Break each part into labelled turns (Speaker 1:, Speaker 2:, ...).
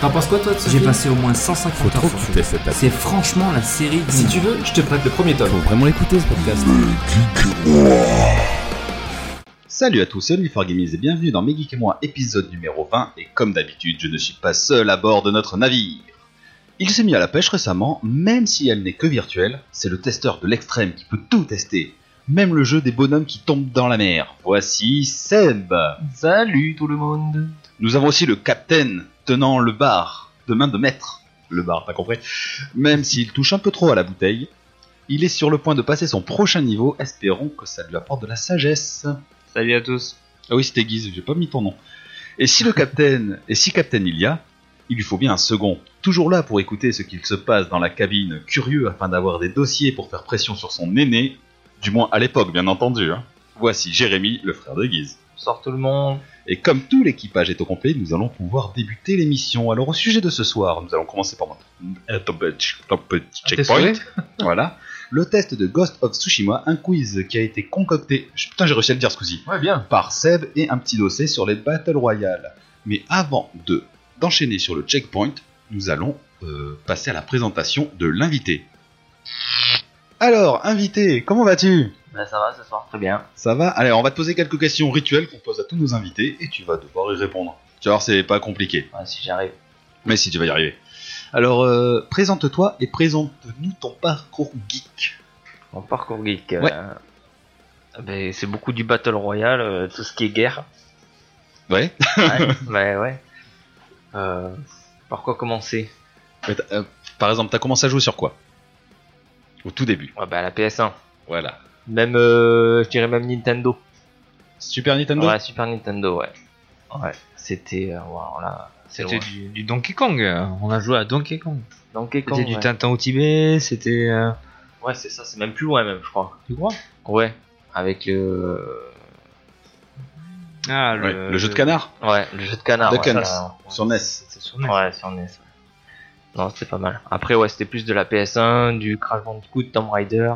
Speaker 1: T'en penses quoi toi de ce
Speaker 2: J'ai
Speaker 1: film
Speaker 2: passé au moins 150
Speaker 3: Faut trop
Speaker 2: heures.
Speaker 3: que tu testes cette table.
Speaker 2: C'est franchement la série. du
Speaker 1: Si
Speaker 2: moment.
Speaker 1: tu veux, je te prête le premier tome.
Speaker 3: Faut vraiment l'écouter ce podcast.
Speaker 4: Salut à tous, c'est Olivier Forgamies et bienvenue dans Megeek et moi, épisode numéro 20. Et comme d'habitude, je ne suis pas seul à bord de notre navire. Il s'est mis à la pêche récemment, même si elle n'est que virtuelle. C'est le testeur de l'extrême qui peut tout tester. Même le jeu des bonhommes qui tombent dans la mer. Voici Seb.
Speaker 5: Salut tout le monde
Speaker 4: Nous avons aussi le capitaine tenant le bar de main de maître. Le bar, t'as compris Même s'il touche un peu trop à la bouteille, il est sur le point de passer son prochain niveau. Espérons que ça lui apporte de la sagesse.
Speaker 5: Salut à tous
Speaker 4: Ah oui, c'était Guise, j'ai pas mis ton nom. Et si le capitaine, et si capitaine il y a, il lui faut bien un second, toujours là pour écouter ce qu'il se passe dans la cabine, curieux afin d'avoir des dossiers pour faire pression sur son aîné, du moins à l'époque, bien entendu. hein. Voici Jérémy, le frère de Guise.
Speaker 5: Sort tout le monde
Speaker 4: Et comme tout l'équipage est au complet, nous allons pouvoir débuter l'émission. Alors au sujet de ce soir, nous allons commencer par notre top- euh, top- top- checkpoint. Voilà. Le test de Ghost of Tsushima, un quiz qui a été concocté. Putain, j'ai réussi à le dire, Scusi
Speaker 1: Ouais, bien.
Speaker 4: par Seb et un petit dossier sur les Battle Royale. Mais avant de d'enchaîner sur le checkpoint, nous allons euh, passer à la présentation de l'invité. Alors, invité, comment vas-tu
Speaker 5: Bah ça va ce soir, très bien.
Speaker 4: Ça va Allez, on va te poser quelques questions rituelles qu'on pose à tous nos invités et tu vas devoir y répondre. Tu vas voir, c'est pas compliqué,
Speaker 5: Ouais, si j'arrive.
Speaker 4: mais si tu vas y arriver. Alors, euh, présente-toi et présente-nous ton parcours geek.
Speaker 5: Mon parcours geek.
Speaker 4: Ouais.
Speaker 5: euh, ben, c'est beaucoup du Battle Royale, euh, tout ce qui est guerre.
Speaker 4: Ouais
Speaker 5: Ouais, bah ouais. Euh, par quoi commencer
Speaker 4: Mais t'as- euh, Par exemple, t'as commencé à jouer sur quoi Au tout début,
Speaker 5: Ouais, bah la PS1.
Speaker 4: voilà.
Speaker 5: Même, euh, je dirais même Nintendo.
Speaker 4: Super Nintendo
Speaker 5: Ouais, Super Nintendo, ouais. Ouais, c'était... euh, voilà, c'est
Speaker 6: C'était
Speaker 5: loin.
Speaker 6: du, du Donkey Kong. euh, On a joué à Donkey Kong.
Speaker 5: Donkey Kong,
Speaker 6: C'était du
Speaker 5: ouais.
Speaker 6: Tintin au Tibet. C'était. euh,
Speaker 5: Ouais, c'est ça, c'est même plus loin même, je crois.
Speaker 6: tu crois
Speaker 5: Ouais, avec le...
Speaker 6: Ah,
Speaker 4: Ouais, le jeu de canard
Speaker 5: Ouais, le jeu de canard. ouais,
Speaker 4: DuckTales.
Speaker 5: ça, ouais.
Speaker 4: Sur E NES.
Speaker 6: C'est sur NES.
Speaker 5: Ouais, sur NES. ouais. Non, c'était pas mal. Après, ouais, c'était plus de la PS1, du Crash Bandicoot, Tomb Raider,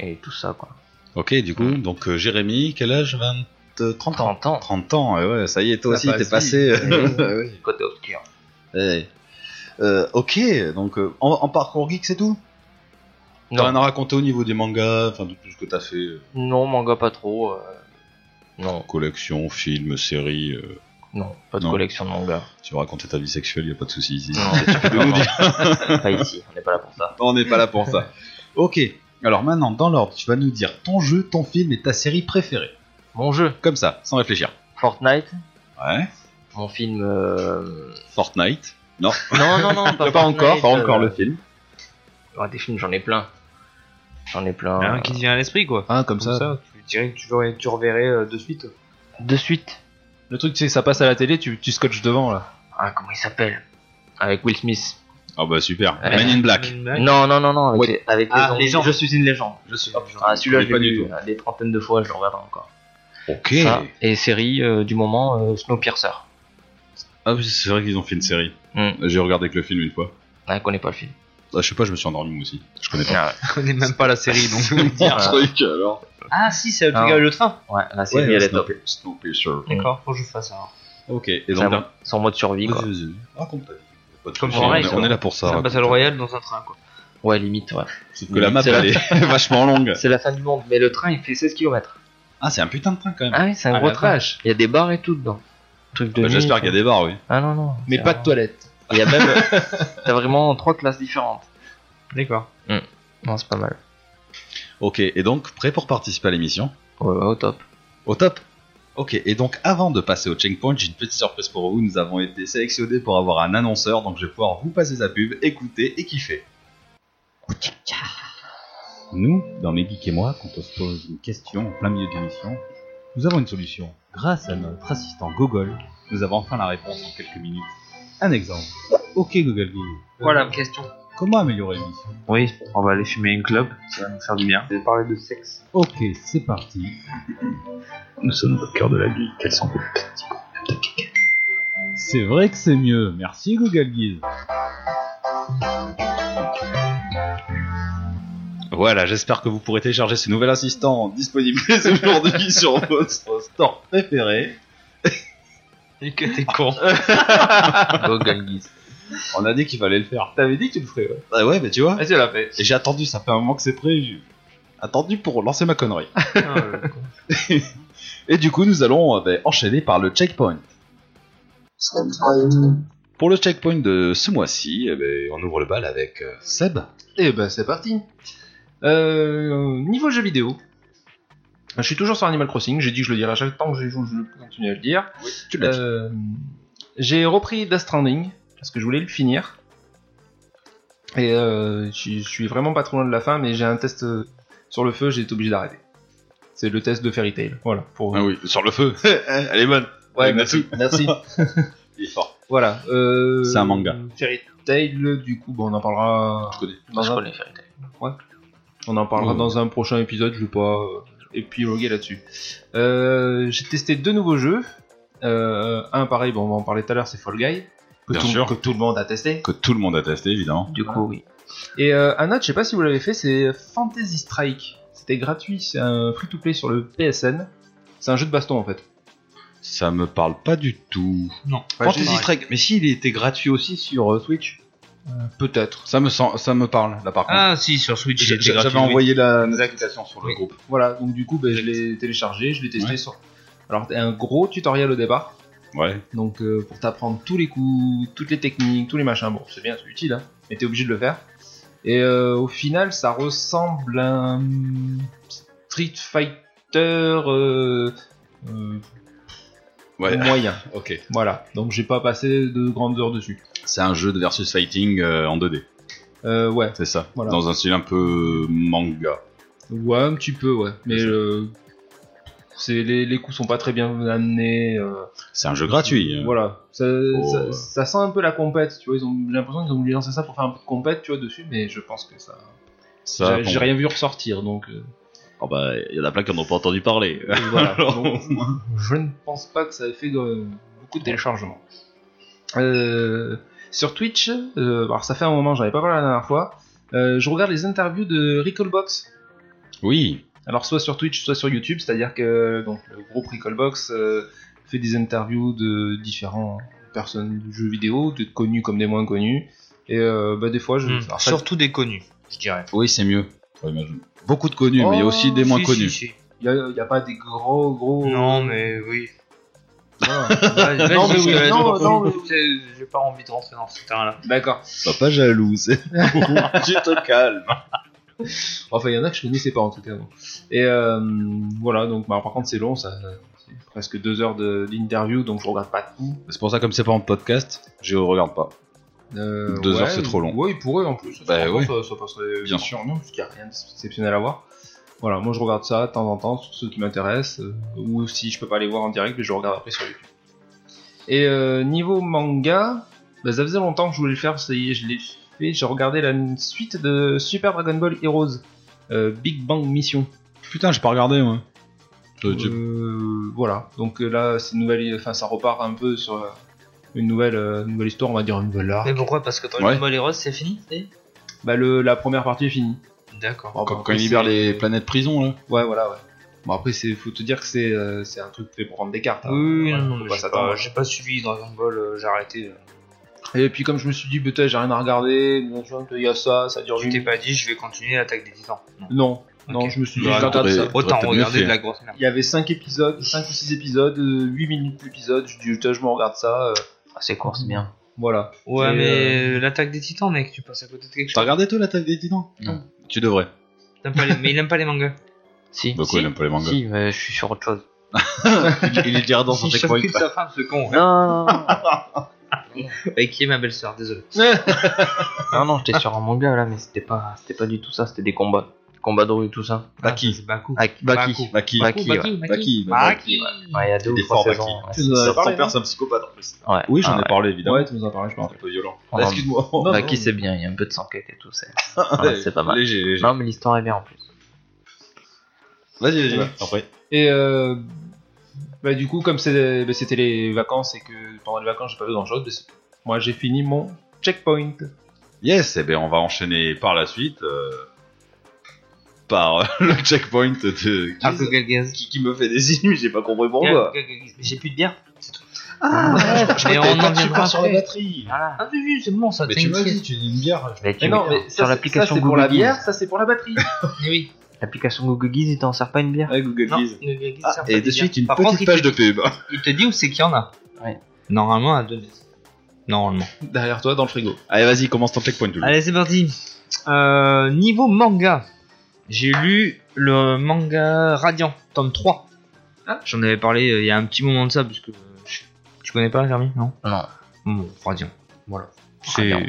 Speaker 5: et tout ça, quoi.
Speaker 4: Ok, du coup, donc euh, Jérémy, quel âge 20, euh, 30 ans.
Speaker 5: 30 ans,
Speaker 4: 30 ans, euh, ouais, ça y est, toi
Speaker 5: Ah,
Speaker 1: Ça
Speaker 4: aussi,
Speaker 5: bah,
Speaker 1: passe
Speaker 4: t'es
Speaker 1: vite.
Speaker 4: passé. euh, ouais.
Speaker 5: côté obscur.
Speaker 4: Ouais. Eh. Euh, ok, donc euh, en, en parcours geek, c'est tout T'as
Speaker 5: Non,
Speaker 4: rien à raconter au niveau des mangas, enfin de tout ce que t'as fait euh,
Speaker 5: non, manga pas trop. euh, Non,
Speaker 4: Collection, film, série. euh,
Speaker 5: non, pas de
Speaker 4: Non.
Speaker 5: collection de manga.
Speaker 4: tu veux raconter ta vie sexuelle, y a pas de souci ici.
Speaker 5: Non,
Speaker 4: nous
Speaker 5: non, non, pas ici, on n'est pas là pour ça.
Speaker 4: On n'est pas là pour ça. Ok, alors maintenant, dans l'ordre, tu vas nous dire ton jeu, ton film et ta série préférée.
Speaker 5: Mon jeu,
Speaker 4: Comme ça, sans réfléchir.
Speaker 5: Fortnite,
Speaker 4: Ouais.
Speaker 5: mon film. euh,
Speaker 4: Fortnite.
Speaker 5: Non, non, non, pas,
Speaker 4: pas encore,
Speaker 5: Fortnite,
Speaker 4: pas encore
Speaker 5: euh,
Speaker 4: le film.
Speaker 5: ouais, Ah, des films, j'en ai plein. J'en ai plein. euh,
Speaker 6: Un qui te vient à l'esprit, quoi.
Speaker 4: Ah, comme
Speaker 6: Comme ça, tu dirais que tu, verrais- tu reverrais euh, de suite.
Speaker 5: De suite.
Speaker 1: Le truc, c'est que ça passe à la télé, tu, tu scotches devant là.
Speaker 5: Ah, comment il s'appelle Avec Will Smith.
Speaker 4: Ah bah super.
Speaker 5: Ouais.
Speaker 4: Men in Black.
Speaker 5: Non, non, non, non, avec,
Speaker 4: Ouais.
Speaker 5: les, avec
Speaker 4: Ah,
Speaker 5: zombies.
Speaker 4: les gens.
Speaker 5: Je suis une légende. Je suis Ah, celui-là,
Speaker 4: Mais
Speaker 5: je
Speaker 4: pas
Speaker 5: l'ai
Speaker 4: du
Speaker 5: vu euh, des trentaines de fois, je le regarderai encore.
Speaker 4: Ok.
Speaker 5: Ça, Ah et série euh, du moment, euh, Snowpiercer.
Speaker 4: Ah oui, c'est vrai qu'ils ont fait une série.
Speaker 5: Hmm.
Speaker 4: J'ai regardé que le film une fois.
Speaker 5: Ouais, connais pas le film.
Speaker 4: Ah, je sais pas, je me suis endormi moi aussi. Je connais pas.
Speaker 5: Ah,
Speaker 6: Je connais même pas la série, donc.
Speaker 5: dire un
Speaker 4: truc alors.
Speaker 6: ah, si, c'est le truc
Speaker 5: Ah.
Speaker 6: avec le train.
Speaker 5: ouais, la série, elle est top.
Speaker 6: D'accord, faut que je fasse ça.
Speaker 4: Ok, et
Speaker 5: C'est
Speaker 4: donc.
Speaker 5: un- son mode survie, quoi.
Speaker 4: Raconte ta vie. Pas de
Speaker 6: Comme
Speaker 4: soucis,
Speaker 6: on
Speaker 4: on,
Speaker 6: règle,
Speaker 4: est,
Speaker 6: ça.
Speaker 4: on est là pour ça.
Speaker 6: C'est un
Speaker 4: raconte.
Speaker 6: Battle Royale dans un train, quoi.
Speaker 5: Ouais, limite, ouais.
Speaker 4: Sauf que la map
Speaker 5: C'est la-
Speaker 4: elle est vachement longue.
Speaker 5: C'est la fin du monde, mais le train, il fait 16 km.
Speaker 4: Ah, c'est un putain de train quand même.
Speaker 5: Ah oui, c'est un
Speaker 6: Ah,
Speaker 5: gros
Speaker 6: la
Speaker 5: train.
Speaker 6: vache.
Speaker 5: Il y a des bars et tout dedans. Truc de
Speaker 4: Bah,
Speaker 5: nuit,
Speaker 4: J'espère qu'il y a des bars, oui.
Speaker 5: Ah non, non.
Speaker 1: Mais
Speaker 5: c'est
Speaker 1: pas
Speaker 5: vraiment-
Speaker 1: de toilette.
Speaker 5: Il y a même. T'as vraiment trois classes différentes.
Speaker 6: D'accord.
Speaker 5: Hmm. Non, c'est pas mal.
Speaker 4: Ok, et donc, prêt pour participer à l'émission
Speaker 5: Ouais, ouais, au top.
Speaker 4: Au top Ok, et donc avant de passer au checkpoint, j'ai une petite surprise pour vous. Nous avons été sélectionnés pour avoir un annonceur, donc je vais pouvoir vous passer sa pub, écouter et kiffer. Nous, dans mes geeks et moi, quand on se pose une question en plein milieu d'une mission, nous avons une solution. Grâce à notre assistant Google, nous avons enfin la réponse en quelques minutes. Un exemple. Ok Google Guy,
Speaker 6: Voilà ma question.
Speaker 4: comment améliorer une mission
Speaker 6: Oui, on va aller fumer une club. Ça va nous faire du bien. Je vais parler de sexe.
Speaker 4: Ok, c'est parti.
Speaker 7: Nous sommes au cœur de la nuit, quels sont vos
Speaker 4: C'est vrai que c'est mieux. Merci Google Guise. Voilà, j'espère que vous pourrez télécharger ce nouvel assistant disponible dès aujourd'hui sur votre store préféré. Et que t'es con.
Speaker 5: Google Geese.
Speaker 1: On a dit qu'il fallait le faire. T'avais dit que tu le ferais, ouais.
Speaker 7: Ah
Speaker 4: Bah ouais, mais tu vois.
Speaker 1: Vas-y, on l'a fait.
Speaker 4: Et j'ai attendu, ça fait un moment que c'est prêt. j'ai Attendu pour lancer ma connerie.
Speaker 6: Ah,
Speaker 4: Et du coup, nous allons euh, ben, enchaîner par le checkpoint. Pour le checkpoint de ce mois-ci, eh ben, on ouvre le bal avec euh, Seb.
Speaker 1: Et ben c'est parti. Euh, niveau jeu vidéo, je suis toujours sur Animal Crossing. J'ai dit que je le dirais à chaque temps que je joue, je continue à le dire.
Speaker 4: Tu l'as dit.
Speaker 1: Euh, j'ai repris Death Stranding parce que je voulais le finir. Et euh, je je suis vraiment pas trop loin de la fin, mais j'ai un test euh, sur le feu, j'ai été obligé d'arrêter. C'est le test de Fairy Tail. Voilà. Pour...
Speaker 4: Ah oui, sur le feu. Elle est bonne.
Speaker 1: Ouais,
Speaker 4: merci.
Speaker 1: merci.
Speaker 4: Il est fort.
Speaker 1: Voilà. euh,
Speaker 4: C'est un manga.
Speaker 1: Fairy Tail, du coup, bon, on en parlera.
Speaker 4: Je connais.
Speaker 1: dans
Speaker 5: Je
Speaker 1: un-
Speaker 6: Hmm.
Speaker 5: connais Fairy Tail.
Speaker 1: On en parlera
Speaker 4: Ouais.
Speaker 1: dans un prochain épisode, je vais pas euh, épiloguer là-dessus. Euh, j'ai testé deux nouveaux jeux. Euh, un pareil, bon, on va en parler tout à l'heure, c'est Fall Guy. Que,
Speaker 4: Bien
Speaker 1: tout,
Speaker 4: sûr.
Speaker 1: que tout le monde a testé.
Speaker 4: Que tout le monde a testé, évidemment.
Speaker 5: Du coup, oui.
Speaker 1: Et euh, un autre, je sais pas si vous l'avez fait, c'est Fantasy Strike. C'était gratuit, c'est un free-to-play sur le PSN. C'est un jeu de baston en fait.
Speaker 4: Ça me parle pas du tout.
Speaker 2: Non.
Speaker 4: Fantasy Strike, mais si, il était gratuit aussi sur euh, Switch.
Speaker 1: Peut-être.
Speaker 4: Ça me, sent- ça me parle, là, par contre.
Speaker 6: Ah si, sur Switch,
Speaker 4: J'ai-
Speaker 6: c'était
Speaker 4: J'avais
Speaker 6: gratuit, oui.
Speaker 4: envoyé la notification sur le
Speaker 6: Oui.
Speaker 4: groupe.
Speaker 1: Voilà, donc du coup, ben, je l'ai téléchargé, je l'ai testé sur. Alors, un gros tutoriel au départ.
Speaker 4: Ouais.
Speaker 1: Donc euh, pour t'apprendre tous les coups, toutes les techniques, tous les machins, bon c'est bien, c'est utile, hein, mais t'es obligé de le faire. Et euh, au final ça ressemble à un Street Fighter euh, euh,
Speaker 4: Ouais.
Speaker 1: moyen.
Speaker 4: Ok.
Speaker 1: Voilà, donc j'ai pas passé de grandes heures dessus.
Speaker 4: C'est un jeu de versus fighting euh, en 2D,
Speaker 1: Euh, ouais,
Speaker 4: c'est ça.
Speaker 1: Voilà.
Speaker 4: Dans un style un peu manga.
Speaker 1: ouais un petit peu, ouais, mais euh, c'est les, les coups sont pas très bien amenés. euh,
Speaker 4: C'est un jeu gratuit. euh.
Speaker 1: Voilà, ça,
Speaker 4: Oh.
Speaker 1: ça- ça sent un peu la compète, tu vois, ils ont j'ai l'impression qu'ils ont voulu lancer ça pour faire un peu de compète, tu vois, dessus, mais je pense que ça...
Speaker 4: Ça,
Speaker 1: J'ai-
Speaker 4: bon.
Speaker 1: J'ai rien vu ressortir, donc euh,
Speaker 4: Oh bah, il y en a plein qui n'en ont pas entendu parler.
Speaker 1: voilà.
Speaker 4: Alors,
Speaker 1: Donc, je ne pense pas que ça ait fait euh, beaucoup de téléchargements. Euh, sur Twitch, euh, alors ça fait un moment, j'avais pas parlé la dernière fois. euh, je regarde les interviews de Recallbox.
Speaker 4: Oui.
Speaker 1: Alors soit sur Twitch, soit sur YouTube, c'est-à-dire que euh, donc le groupe Recallbox euh, fait des interviews de différents personnes du jeu vidéo, de connus comme des moins connus. Et euh, bah, des fois, je.
Speaker 6: Hmm,
Speaker 1: alors, ça-
Speaker 6: Surtout des connus, je dirais.
Speaker 4: Oui, c'est mieux. Ouais, mais je- Beaucoup de connus, mais il y a aussi des moins
Speaker 6: Si,
Speaker 4: connus.
Speaker 6: si, si.
Speaker 1: Il n'y a, pas des gros gros.
Speaker 6: Non mais oui.
Speaker 1: Voilà.
Speaker 6: Vas-y,
Speaker 1: Non, mais
Speaker 6: vas-y,
Speaker 1: oui,
Speaker 6: vas-y.
Speaker 1: non, non, mais-
Speaker 6: C'est- J'ai pas envie de rentrer dans ce terrain-là.
Speaker 1: D'accord.
Speaker 4: Sois pas jalouse. tu te calmes.
Speaker 1: Enfin, il y en a que je connaissais pas en tout cas. bon. Et euh, voilà, donc bah, par contre, c'est long, ça, c'est presque deux heures de- d'interview, donc je regarde pas tout.
Speaker 4: C'est pour ça, comme c'est pas en podcast, je regarde pas.
Speaker 1: Euh,
Speaker 4: Deux
Speaker 1: ouais,
Speaker 4: heures, c'est trop long.
Speaker 1: Ouais, il pourrait en plus.
Speaker 4: Bah,
Speaker 1: Franchement,
Speaker 4: ouais.
Speaker 1: ça, ça passerait
Speaker 4: Bien
Speaker 1: sûr, non, parce qu'il n'y a rien d'exceptionnel à voir. Voilà, moi je regarde ça de temps en temps sur ceux qui m'intéressent, euh, ou si je peux pas les voir en direct, mais je regarde après sur YouTube. Et euh, niveau manga, bah, ça faisait longtemps que je voulais le faire, ça y est, je l'ai fait. J'ai regardé la suite de Super Dragon Ball Heroes, euh, Big Bang Mission.
Speaker 4: Putain, j'ai pas regardé, moi. Sur YouTube.
Speaker 1: Euh, voilà, donc euh, là, c'est une nouvelle, enfin, ça repart un peu sur euh, une nouvelle, euh, une nouvelle histoire, on va dire une nouvelle arc.
Speaker 6: Mais pourquoi Parce que
Speaker 4: Ouais.
Speaker 6: Dragon Ball Heroes, c'est fini c'est
Speaker 1: Bah, le, la première partie est finie.
Speaker 6: D'accord.
Speaker 1: Bon, bah,
Speaker 4: Quand, quand
Speaker 1: après,
Speaker 4: il libère
Speaker 1: c'est-
Speaker 4: les planètes prison, là.
Speaker 1: Ouais, voilà, ouais. Bon, après, c'est, faut te dire que c'est, euh, c'est un truc fait pour prendre des cartes. hein.
Speaker 6: Oui,
Speaker 1: Voilà,
Speaker 6: non, non,
Speaker 1: faut
Speaker 6: mais
Speaker 1: pas
Speaker 6: j'ai
Speaker 1: s'attendre.
Speaker 6: pas, j'ai pas suivi Dragon Ball, euh, j'ai arrêté. euh.
Speaker 1: Et puis, comme je me suis dit, putain, j'ai rien à regarder, bien sûr qu'il y a ça, ça dure
Speaker 6: Tu t'es
Speaker 1: une...
Speaker 6: pas dit, je vais continuer l'attaque des titans. Non.
Speaker 1: Non, non,
Speaker 6: Ok.
Speaker 1: je me suis dit,
Speaker 4: Bah,
Speaker 1: je regarde
Speaker 4: attendez.
Speaker 1: ça.
Speaker 6: Autant
Speaker 4: t'as mieux
Speaker 6: regarder
Speaker 4: fait.
Speaker 6: de la grosse merde.
Speaker 1: Il y avait 5 épisodes, 5 ou 6 épisodes, 8 minutes l'épisode, je dis, putain, je me regarde ça, euh,
Speaker 5: Ah, c'est court, c'est bien. euh,
Speaker 1: voilà.
Speaker 6: Ouais,
Speaker 1: Et,
Speaker 6: mais l'attaque des titans, mec, tu passes à côté de quelque
Speaker 4: T'as
Speaker 6: chose.
Speaker 4: regardé, toi, l'attaque des titans
Speaker 5: Non.
Speaker 4: Tu devrais.
Speaker 6: T'aimes pas les- Mais il aime pas les mangas.
Speaker 5: Si.
Speaker 4: Bah, quoi,
Speaker 5: si,
Speaker 4: il aime pas les mangas.
Speaker 5: Si, mais je suis sur autre chose.
Speaker 4: il, il est déjà dans son
Speaker 6: Il
Speaker 4: checkpoint.
Speaker 6: s'occupe de sa femme, ce con. hein.
Speaker 5: Non, non, non.
Speaker 6: Et qui est ma belle-sœur, désolé.
Speaker 5: non, non, j'étais sur un manga là, mais c'était pas, c'était pas du tout ça, c'était des combats. Combats de rue, tout ça.
Speaker 4: Baki.
Speaker 6: Ah, C'est Baku.
Speaker 5: Avec
Speaker 6: Baku.
Speaker 5: Baki.
Speaker 4: Baki.
Speaker 5: Baki, ouais.
Speaker 6: Baki,
Speaker 4: Baki.
Speaker 6: Baki.
Speaker 5: Ouais, il y a deux
Speaker 4: Il
Speaker 5: ou
Speaker 4: est
Speaker 5: trois
Speaker 4: fort, Baki.
Speaker 5: saisons. ouais.
Speaker 1: Tu nous en avais parlé, non
Speaker 4: c'est un psychopathe, en plus.
Speaker 5: Ouais.
Speaker 4: Oui, j'en
Speaker 5: Ah,
Speaker 4: ai parlé, évidemment.
Speaker 1: Ouais, Oh, tu nous en parlais, je pense.
Speaker 4: un peu violent.
Speaker 5: Ah,
Speaker 4: Excuse-moi.
Speaker 5: ouais.
Speaker 1: Non,
Speaker 5: Baki,
Speaker 1: non,
Speaker 5: c'est bien, il y a un peu de s'enquête et tout, c'est
Speaker 4: Ah
Speaker 5: ouais, c'est pas mal.
Speaker 4: Léger, léger.
Speaker 5: Non, mais l'histoire est bien en plus.
Speaker 4: Vas-y,
Speaker 1: Ouais.
Speaker 4: vas-y. Après.
Speaker 1: Et euh, bah, du coup, comme c'est- bah, c'était les vacances et que pendant les vacances j'ai pas fait grand chose, moi j'ai fini mon checkpoint.
Speaker 4: Yes, et ben on va enchaîner par la suite euh, par euh, le checkpoint de Ah,
Speaker 5: Ah,
Speaker 6: Alcool gaz.
Speaker 4: qui, qui me fait des signes, j'ai pas compris pourquoi.
Speaker 6: J'ai plus de bière. Ah,
Speaker 5: mais on
Speaker 4: T'avais pas
Speaker 5: en
Speaker 4: de sucre
Speaker 5: viendra
Speaker 4: sur la
Speaker 5: après.
Speaker 4: batterie
Speaker 5: Voilà.
Speaker 6: ah, oui, c'est bon, ça.
Speaker 4: Mais tu m'as dit, tu dis une bière. je-
Speaker 5: Mais tu
Speaker 1: Mais non, mais
Speaker 5: sur
Speaker 1: ça, c'est- ça
Speaker 5: l'application
Speaker 1: c'est pour la
Speaker 5: Google Geese.
Speaker 1: bière, ça c'est pour la batterie.
Speaker 5: Eh oui. L'application Google Geese, il t'en sert pas une bière
Speaker 1: Ouais, Google
Speaker 6: Non,
Speaker 1: Geese.
Speaker 6: Google Geese, ça,
Speaker 4: Ah,
Speaker 6: on peut
Speaker 4: et de
Speaker 6: dire.
Speaker 4: suite, une
Speaker 6: Par contre,
Speaker 4: petite
Speaker 6: il
Speaker 4: page
Speaker 6: te-
Speaker 4: de pub. hein.
Speaker 6: Il te dit où c'est qu'il y en a. Normalement, à deux mètres. Normalement.
Speaker 1: Derrière toi, dans le frigo.
Speaker 4: Allez, vas-y, commence ton checkpoint. Doulou.
Speaker 6: Allez, c'est parti. Euh, niveau manga, j'ai lu le manga Radiant, tome 3. J'en avais parlé euh, il y a un petit moment de ça, parce que euh, je- tu connais pas, Jeremy Non
Speaker 5: Non.
Speaker 6: Bon, Radiant, voilà. C'est.
Speaker 5: Radiant.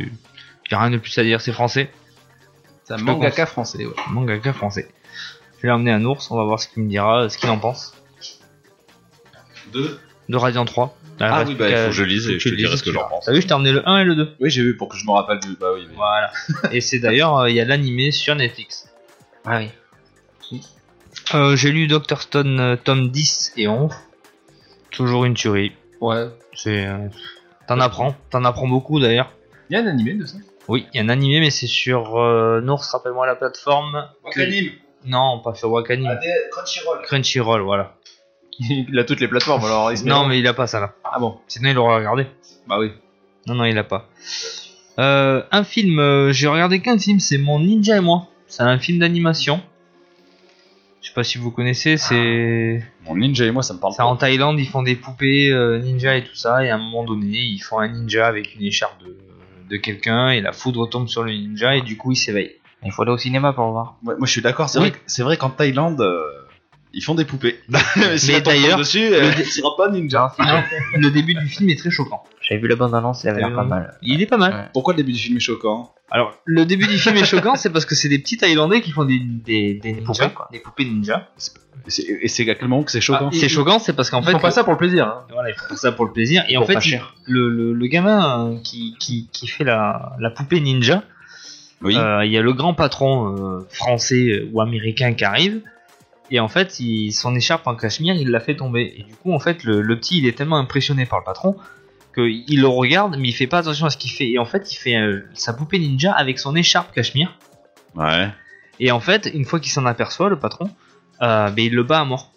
Speaker 6: Y a rien de plus à dire, c'est français.
Speaker 1: C'est un
Speaker 6: Je te
Speaker 1: mangaka français, ouais.
Speaker 6: Mangaka français. Je vais emmené un ours, on va voir ce qu'il me dira, euh, ce qu'il en pense.
Speaker 4: Deux.
Speaker 6: De Radiant 3.
Speaker 4: Ah oui, bah, il faut que je lise
Speaker 6: faut
Speaker 4: et
Speaker 6: que
Speaker 4: je
Speaker 6: tu
Speaker 4: te dirai ce que j'en pense.
Speaker 6: T'as vu, je t'ai emmené le 1 et le 2.
Speaker 4: Oui, j'ai vu pour que je me rappelle du. Bah oui, mais-
Speaker 6: Voilà. Et c'est d'ailleurs, euh, il y a l'animé sur Netflix.
Speaker 5: Ah oui.
Speaker 6: Euh, J'ai lu Dr. Stone euh, tome 10 et 11. Toujours une tuerie.
Speaker 1: Ouais.
Speaker 6: C'est. euh, T'en apprends. T'en apprends beaucoup d'ailleurs.
Speaker 1: Il y a un animé de ça.
Speaker 6: Oui, il y a un animé, mais c'est sur euh, Nours, rappelle-moi la plateforme. que- Non, pas sur Wakanim.
Speaker 4: Crunchyroll.
Speaker 6: Crunchyroll, voilà.
Speaker 1: Il a toutes les plateformes alors. il se met
Speaker 6: Non,
Speaker 1: là.
Speaker 6: mais il a pas ça là.
Speaker 1: Ah bon
Speaker 6: Sinon, il aurait regardé.
Speaker 1: Bah oui.
Speaker 6: Non, non, il a pas. Euh, un film, euh, j'ai regardé qu'un film, c'est Mon Ninja et moi. C'est un film d'animation. Je sais pas si vous connaissez, c'est.
Speaker 4: Mon ninja et moi, ça me
Speaker 1: Ah.
Speaker 4: parle.
Speaker 6: C'est
Speaker 4: pas.
Speaker 6: en Thaïlande, ils font des poupées euh, ninja et tout ça, et à un moment donné, ils font un ninja avec une écharpe de, de quelqu'un, et la foudre tombe sur le ninja, et du coup, il s'éveille.
Speaker 5: Il faut aller au cinéma pour le voir.
Speaker 4: Ouais, moi, je suis d'accord. C'est
Speaker 6: Oui.
Speaker 4: vrai que- c'est vrai qu'en Thaïlande, euh, ils font des poupées. Mais
Speaker 6: d'ailleurs,
Speaker 4: dessus, euh, il sera pas ninja.
Speaker 6: le début du film est très choquant.
Speaker 5: J'avais vu la bande annonce, il avait l'air pas mal.
Speaker 6: Il est pas mal.
Speaker 5: Ouais.
Speaker 4: Pourquoi le début du film est choquant
Speaker 6: Alors, le début du film est choquant, c'est parce que c'est des petits Thaïlandais qui font des, des, des ninjas,
Speaker 5: poupées, quoi.
Speaker 6: des poupées ninja.
Speaker 4: Et c'est- Et c'est à quel moment que c'est choquant
Speaker 6: c'est choquant, c'est parce qu'en
Speaker 1: Ils
Speaker 6: fait,
Speaker 1: font pas ça pour le plaisir. hein.
Speaker 6: Voilà, ils font ça pour le plaisir. Et en
Speaker 5: Pour
Speaker 6: fait,
Speaker 5: pas
Speaker 6: il-
Speaker 5: cher.
Speaker 6: le, le- le gamin euh, qui, qui, qui fait la, la poupée ninja,
Speaker 4: Ah, Oui.
Speaker 6: euh, il y a le grand patron euh, français euh, ou américain qui arrive. Et en fait, il, son écharpe en cachemire, il l'a fait tomber. Et du coup, en fait, le, le petit, il est tellement impressionné par le patron qu'il le regarde, mais il fait pas attention à ce qu'il fait. Et en fait, il fait euh, sa poupée ninja avec son écharpe cachemire.
Speaker 4: Ouais.
Speaker 6: Et en fait, une fois qu'il s'en aperçoit, le patron, euh, ben, il le bat à mort.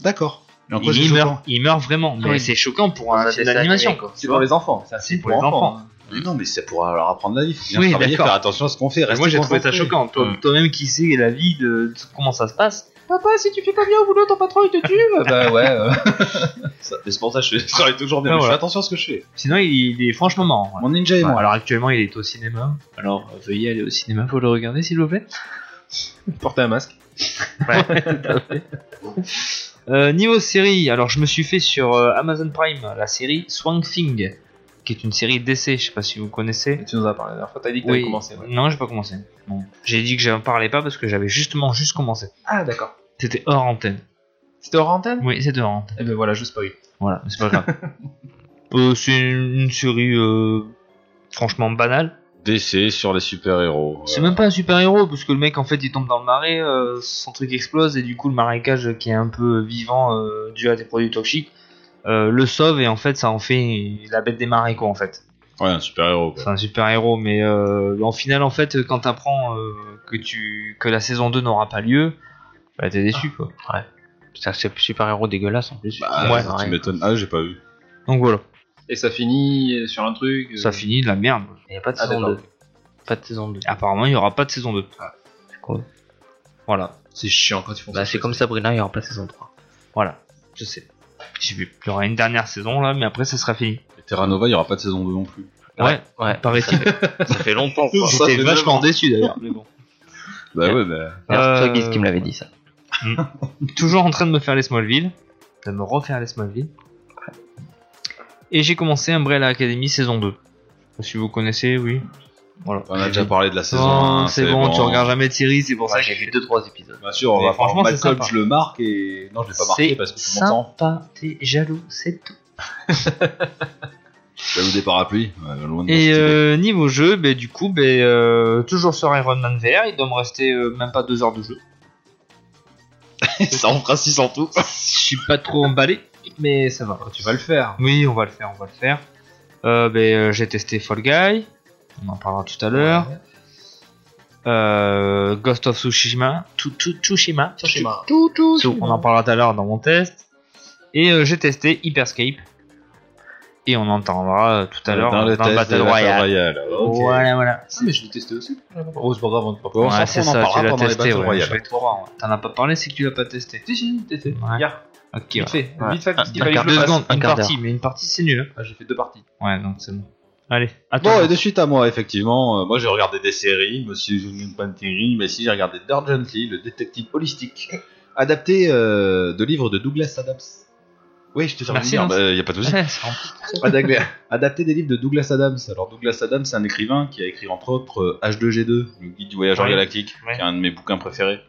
Speaker 4: D'accord. Mais en quoi
Speaker 6: Il,
Speaker 4: c'est choquant
Speaker 6: meurt, il meurt vraiment. Mais
Speaker 5: Oui.
Speaker 6: c'est choquant pour un
Speaker 5: Dans un
Speaker 6: film
Speaker 5: dessin
Speaker 6: d'animation.
Speaker 5: animé,
Speaker 6: quoi.
Speaker 1: C'est pour les enfants. Ça,
Speaker 6: C'est pour les enfants.
Speaker 4: Mais non, mais c'est pour leur apprendre la vie. Faut bien
Speaker 6: Oui,
Speaker 4: travailler,
Speaker 6: d'accord.
Speaker 4: faire attention à ce qu'on fait.
Speaker 6: Mais
Speaker 4: rester
Speaker 6: moi j'ai trouvé ça
Speaker 1: euh,
Speaker 4: concentré.
Speaker 6: choquant. Toi-
Speaker 4: Mm.
Speaker 6: Toi-même qui sais la vie de, de comment ça se passe.
Speaker 1: Papa, si tu fais pas bien au boulot, ton patron il te tue. bah ouais. euh.
Speaker 4: Ça- C'est pour ça que je je travaille toujours bien.
Speaker 6: Ah,
Speaker 4: mais Je
Speaker 6: voilà.
Speaker 4: fais attention à ce que je fais.
Speaker 6: Sinon il, il est franchement marrant. ouais.
Speaker 4: Mon ninja et
Speaker 6: Bon,
Speaker 4: moi.
Speaker 6: alors actuellement il est au cinéma. Alors euh, veuillez aller au cinéma, faut le regarder s'il vous plaît.
Speaker 1: Porter un masque.
Speaker 6: Euh, niveau série, alors je me suis fait sur euh, Amazon Prime la série Swang Thing, qui est une série d'essai, je sais pas si vous connaissez.
Speaker 1: Et tu nous en as parlé la dernière fois. T'as dit que t'avais commencé. ouais.
Speaker 6: Non, j'ai pas commencé. Bon. J'ai dit que j'en parlais pas parce que j'avais justement juste commencé.
Speaker 1: Ah d'accord.
Speaker 6: C'était hors antenne.
Speaker 1: C'était hors antenne
Speaker 6: Oui, c'était hors antenne.
Speaker 1: Eh ben voilà, je spoil.
Speaker 6: Voilà, mais c'est pas grave. Euh, c'est une série euh, franchement banale.
Speaker 4: DC sur les super-héros.
Speaker 6: C'est même pas un super héros, parce que le mec en fait il tombe dans le marais, euh, son truc explose et du coup le marécage qui est un peu vivant euh, dû à des produits toxiques euh, le sauve et en fait ça en fait la bête des marais quoi en fait.
Speaker 4: Ouais, un super-héros. quoi.
Speaker 6: C'est un super héros, mais euh, en final en fait quand t'apprends euh, que tu que la saison 2 n'aura pas lieu, bah t'es déçu quoi.
Speaker 5: C'est un super héros dégueulasse en plus.
Speaker 4: Bah,
Speaker 6: Ouais.
Speaker 4: tu m'étonnes. Ah, j'ai pas vu.
Speaker 6: Donc voilà,
Speaker 1: Et ça finit sur un truc. euh,
Speaker 6: ça finit de la merde.
Speaker 5: Il n'y a pas de
Speaker 1: Ah,
Speaker 5: saison
Speaker 1: d'accord.
Speaker 5: 2. Pas de saison 2.
Speaker 6: Apparemment il y aura pas de saison 2.
Speaker 5: Ah, cool.
Speaker 6: Voilà.
Speaker 1: C'est chiant quand ils font
Speaker 5: Bah,
Speaker 1: ça.
Speaker 5: c'est comme Sabrina, il n'y aura pas de saison 3.
Speaker 6: Voilà, je sais. J'ai vu. Il y aura une dernière saison là, mais après ça sera fini.
Speaker 4: Et Terra Nova, il y aura pas de saison 2 non plus.
Speaker 6: Ouais,
Speaker 5: Ouais,
Speaker 6: paraît-il.
Speaker 5: ça fait longtemps. quoi.
Speaker 4: Oh, Ça, c'est
Speaker 6: J'étais vachement déçu d'ailleurs.
Speaker 4: Bah ouais, bah.
Speaker 5: Merci,
Speaker 6: Euh,
Speaker 5: toi, Guise, qui me l'avait dit ça.
Speaker 6: Toujours en train de me faire les Smallville, de me refaire les Smallville. Et j'ai commencé Umbrella Academy saison 2. Si vous connaissez, oui. Voilà.
Speaker 4: On a déjà parlé de la saison
Speaker 6: Non,
Speaker 4: 1.
Speaker 6: c'est bon, tu regardes jamais de série, c'est pour
Speaker 5: Ouais,
Speaker 6: ça que
Speaker 5: j'ai vu 2-3 épisodes.
Speaker 4: Bien sûr, on va
Speaker 6: Mais
Speaker 4: franchement,
Speaker 6: franchement, c'est
Speaker 4: Malcolm,
Speaker 6: sympa.
Speaker 4: je le marque et. Non, je l'ai pas marqué
Speaker 6: C'est
Speaker 4: parce que tout le monde
Speaker 5: Sympa, t'es jaloux, c'est tout.
Speaker 4: s'en J'avoue des parapluies. Ouais, loin de
Speaker 6: Et
Speaker 4: mon stylo.
Speaker 6: euh, niveau jeu, ben, du coup, ben, euh, toujours sur Iron Man VR, il doit me rester euh, même pas deux heures de jeu.
Speaker 4: ça en fera 6 en tout.
Speaker 6: Je suis pas trop emballé, mais ça va.
Speaker 1: Tu vas le faire.
Speaker 6: Oui, on va le faire, on va le faire. Euh, ben, euh, j'ai testé Fall Guy, on en parlera tout à l'heure. Euh, Ghost of Tsushima, Tu- Tu- Tsushima,
Speaker 1: Tsushima.
Speaker 6: Tu- on en parlera tout à l'heure dans mon test. Et euh, j'ai testé Hyperscape, Et on entendra euh, tout à l'heure dans,
Speaker 4: test
Speaker 6: le euh,
Speaker 4: de
Speaker 6: Battle Royale.
Speaker 4: ok.
Speaker 6: Voilà, voilà.
Speaker 1: Ah, mais je l'ai testé aussi. Oh, c'est pas grave, on ne parle
Speaker 4: Bon, on
Speaker 1: pas.
Speaker 4: s'en
Speaker 6: Ouais,
Speaker 4: fout,
Speaker 6: c'est
Speaker 4: en
Speaker 6: ça,
Speaker 4: parlera
Speaker 6: tu l'as
Speaker 4: pendant les
Speaker 6: testé.
Speaker 4: Battle
Speaker 6: ouais,
Speaker 4: Royale.
Speaker 6: je vais te revoir, ouais. hein. T'en as pas parlé, c'est que tu l'as pas testé.
Speaker 1: Si, si, j'ai testé.
Speaker 6: Ouais.
Speaker 1: Hier.
Speaker 6: Ok,
Speaker 1: Vite
Speaker 6: ouais.
Speaker 1: fait.
Speaker 6: Ouais.
Speaker 1: Vite fait, parce
Speaker 4: Ah,
Speaker 1: qu'il
Speaker 5: Un
Speaker 1: fallait que
Speaker 5: quart
Speaker 1: je
Speaker 6: Deux
Speaker 1: le
Speaker 5: passe.
Speaker 6: secondes,
Speaker 5: Un
Speaker 6: une
Speaker 5: quart d'heure.
Speaker 6: partie, mais une partie c'est nul.
Speaker 1: fasse. Ah, j'ai fait deux parties.
Speaker 6: hein. Ouais, donc c'est bon. Allez, attends.
Speaker 4: Bon, et de suite à moi, effectivement, euh, moi j'ai regardé des séries, monsieur Julien Panteri, mais si j'ai regardé Dark Gently, le détective holistique, adapté euh, de livres de Douglas Adams. Oui, je te
Speaker 6: Merci,
Speaker 4: Il
Speaker 6: non,
Speaker 4: n'y bah, a pas de souci. Adapté, adapté des livres de Douglas Adams. Alors, Douglas Adams, c'est un écrivain qui a écrit entre autres euh, H2G2, le guide du voyageur
Speaker 6: Oui.
Speaker 4: galactique,
Speaker 6: Ouais.
Speaker 4: qui est un de mes bouquins préférés,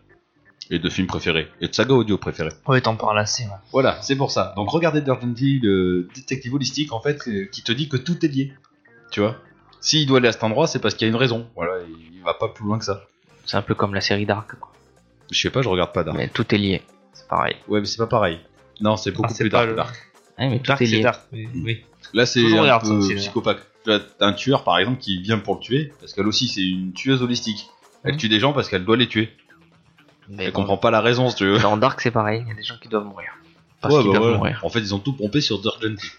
Speaker 4: et de films préférés, et de saga audio préférés.
Speaker 6: Ouais, Ah t'en parles assez. ouais.
Speaker 4: Voilà, c'est pour ça. Donc regardez Dirty, le détective holistique, en fait, euh, qui te dit que tout est lié. Tu vois S'il doit aller à cet endroit, c'est parce qu'il y a une raison. Voilà, il va pas plus loin que ça.
Speaker 5: C'est un peu comme la série Dark, quoi.
Speaker 4: Je sais pas, je regarde pas Dark.
Speaker 5: mais tout est lié. C'est pareil.
Speaker 4: Ouais, mais c'est pas pareil. Non, c'est beaucoup
Speaker 6: Ah, c'est
Speaker 4: plus
Speaker 6: pas
Speaker 4: dark,
Speaker 6: le-
Speaker 4: Dark.
Speaker 5: Ouais, mais tout
Speaker 6: Dark,
Speaker 5: est
Speaker 6: c'est
Speaker 5: lié.
Speaker 6: Dark. Oui, oui.
Speaker 4: Là, c'est
Speaker 6: Toujours
Speaker 4: un
Speaker 6: Dark,
Speaker 4: peu
Speaker 6: ça, c'est-
Speaker 4: psychopathe. Tu as un tueur, par exemple, qui vient pour le tuer, parce qu'elle aussi, c'est une tueuse holistique. Elle
Speaker 6: Mhm.
Speaker 4: tue des gens parce qu'elle doit les tuer.
Speaker 5: Mais
Speaker 4: Elle
Speaker 5: dans,
Speaker 4: comprend pas la raison, si tu veux.
Speaker 5: dans Dark, c'est pareil. Il y a des gens qui doivent mourir. Parce
Speaker 4: Ouais,
Speaker 5: qu'ils
Speaker 4: bah
Speaker 5: doivent
Speaker 4: voilà.
Speaker 5: mourir.
Speaker 4: En fait, ils ont tout pompé sur Dirt Gentil.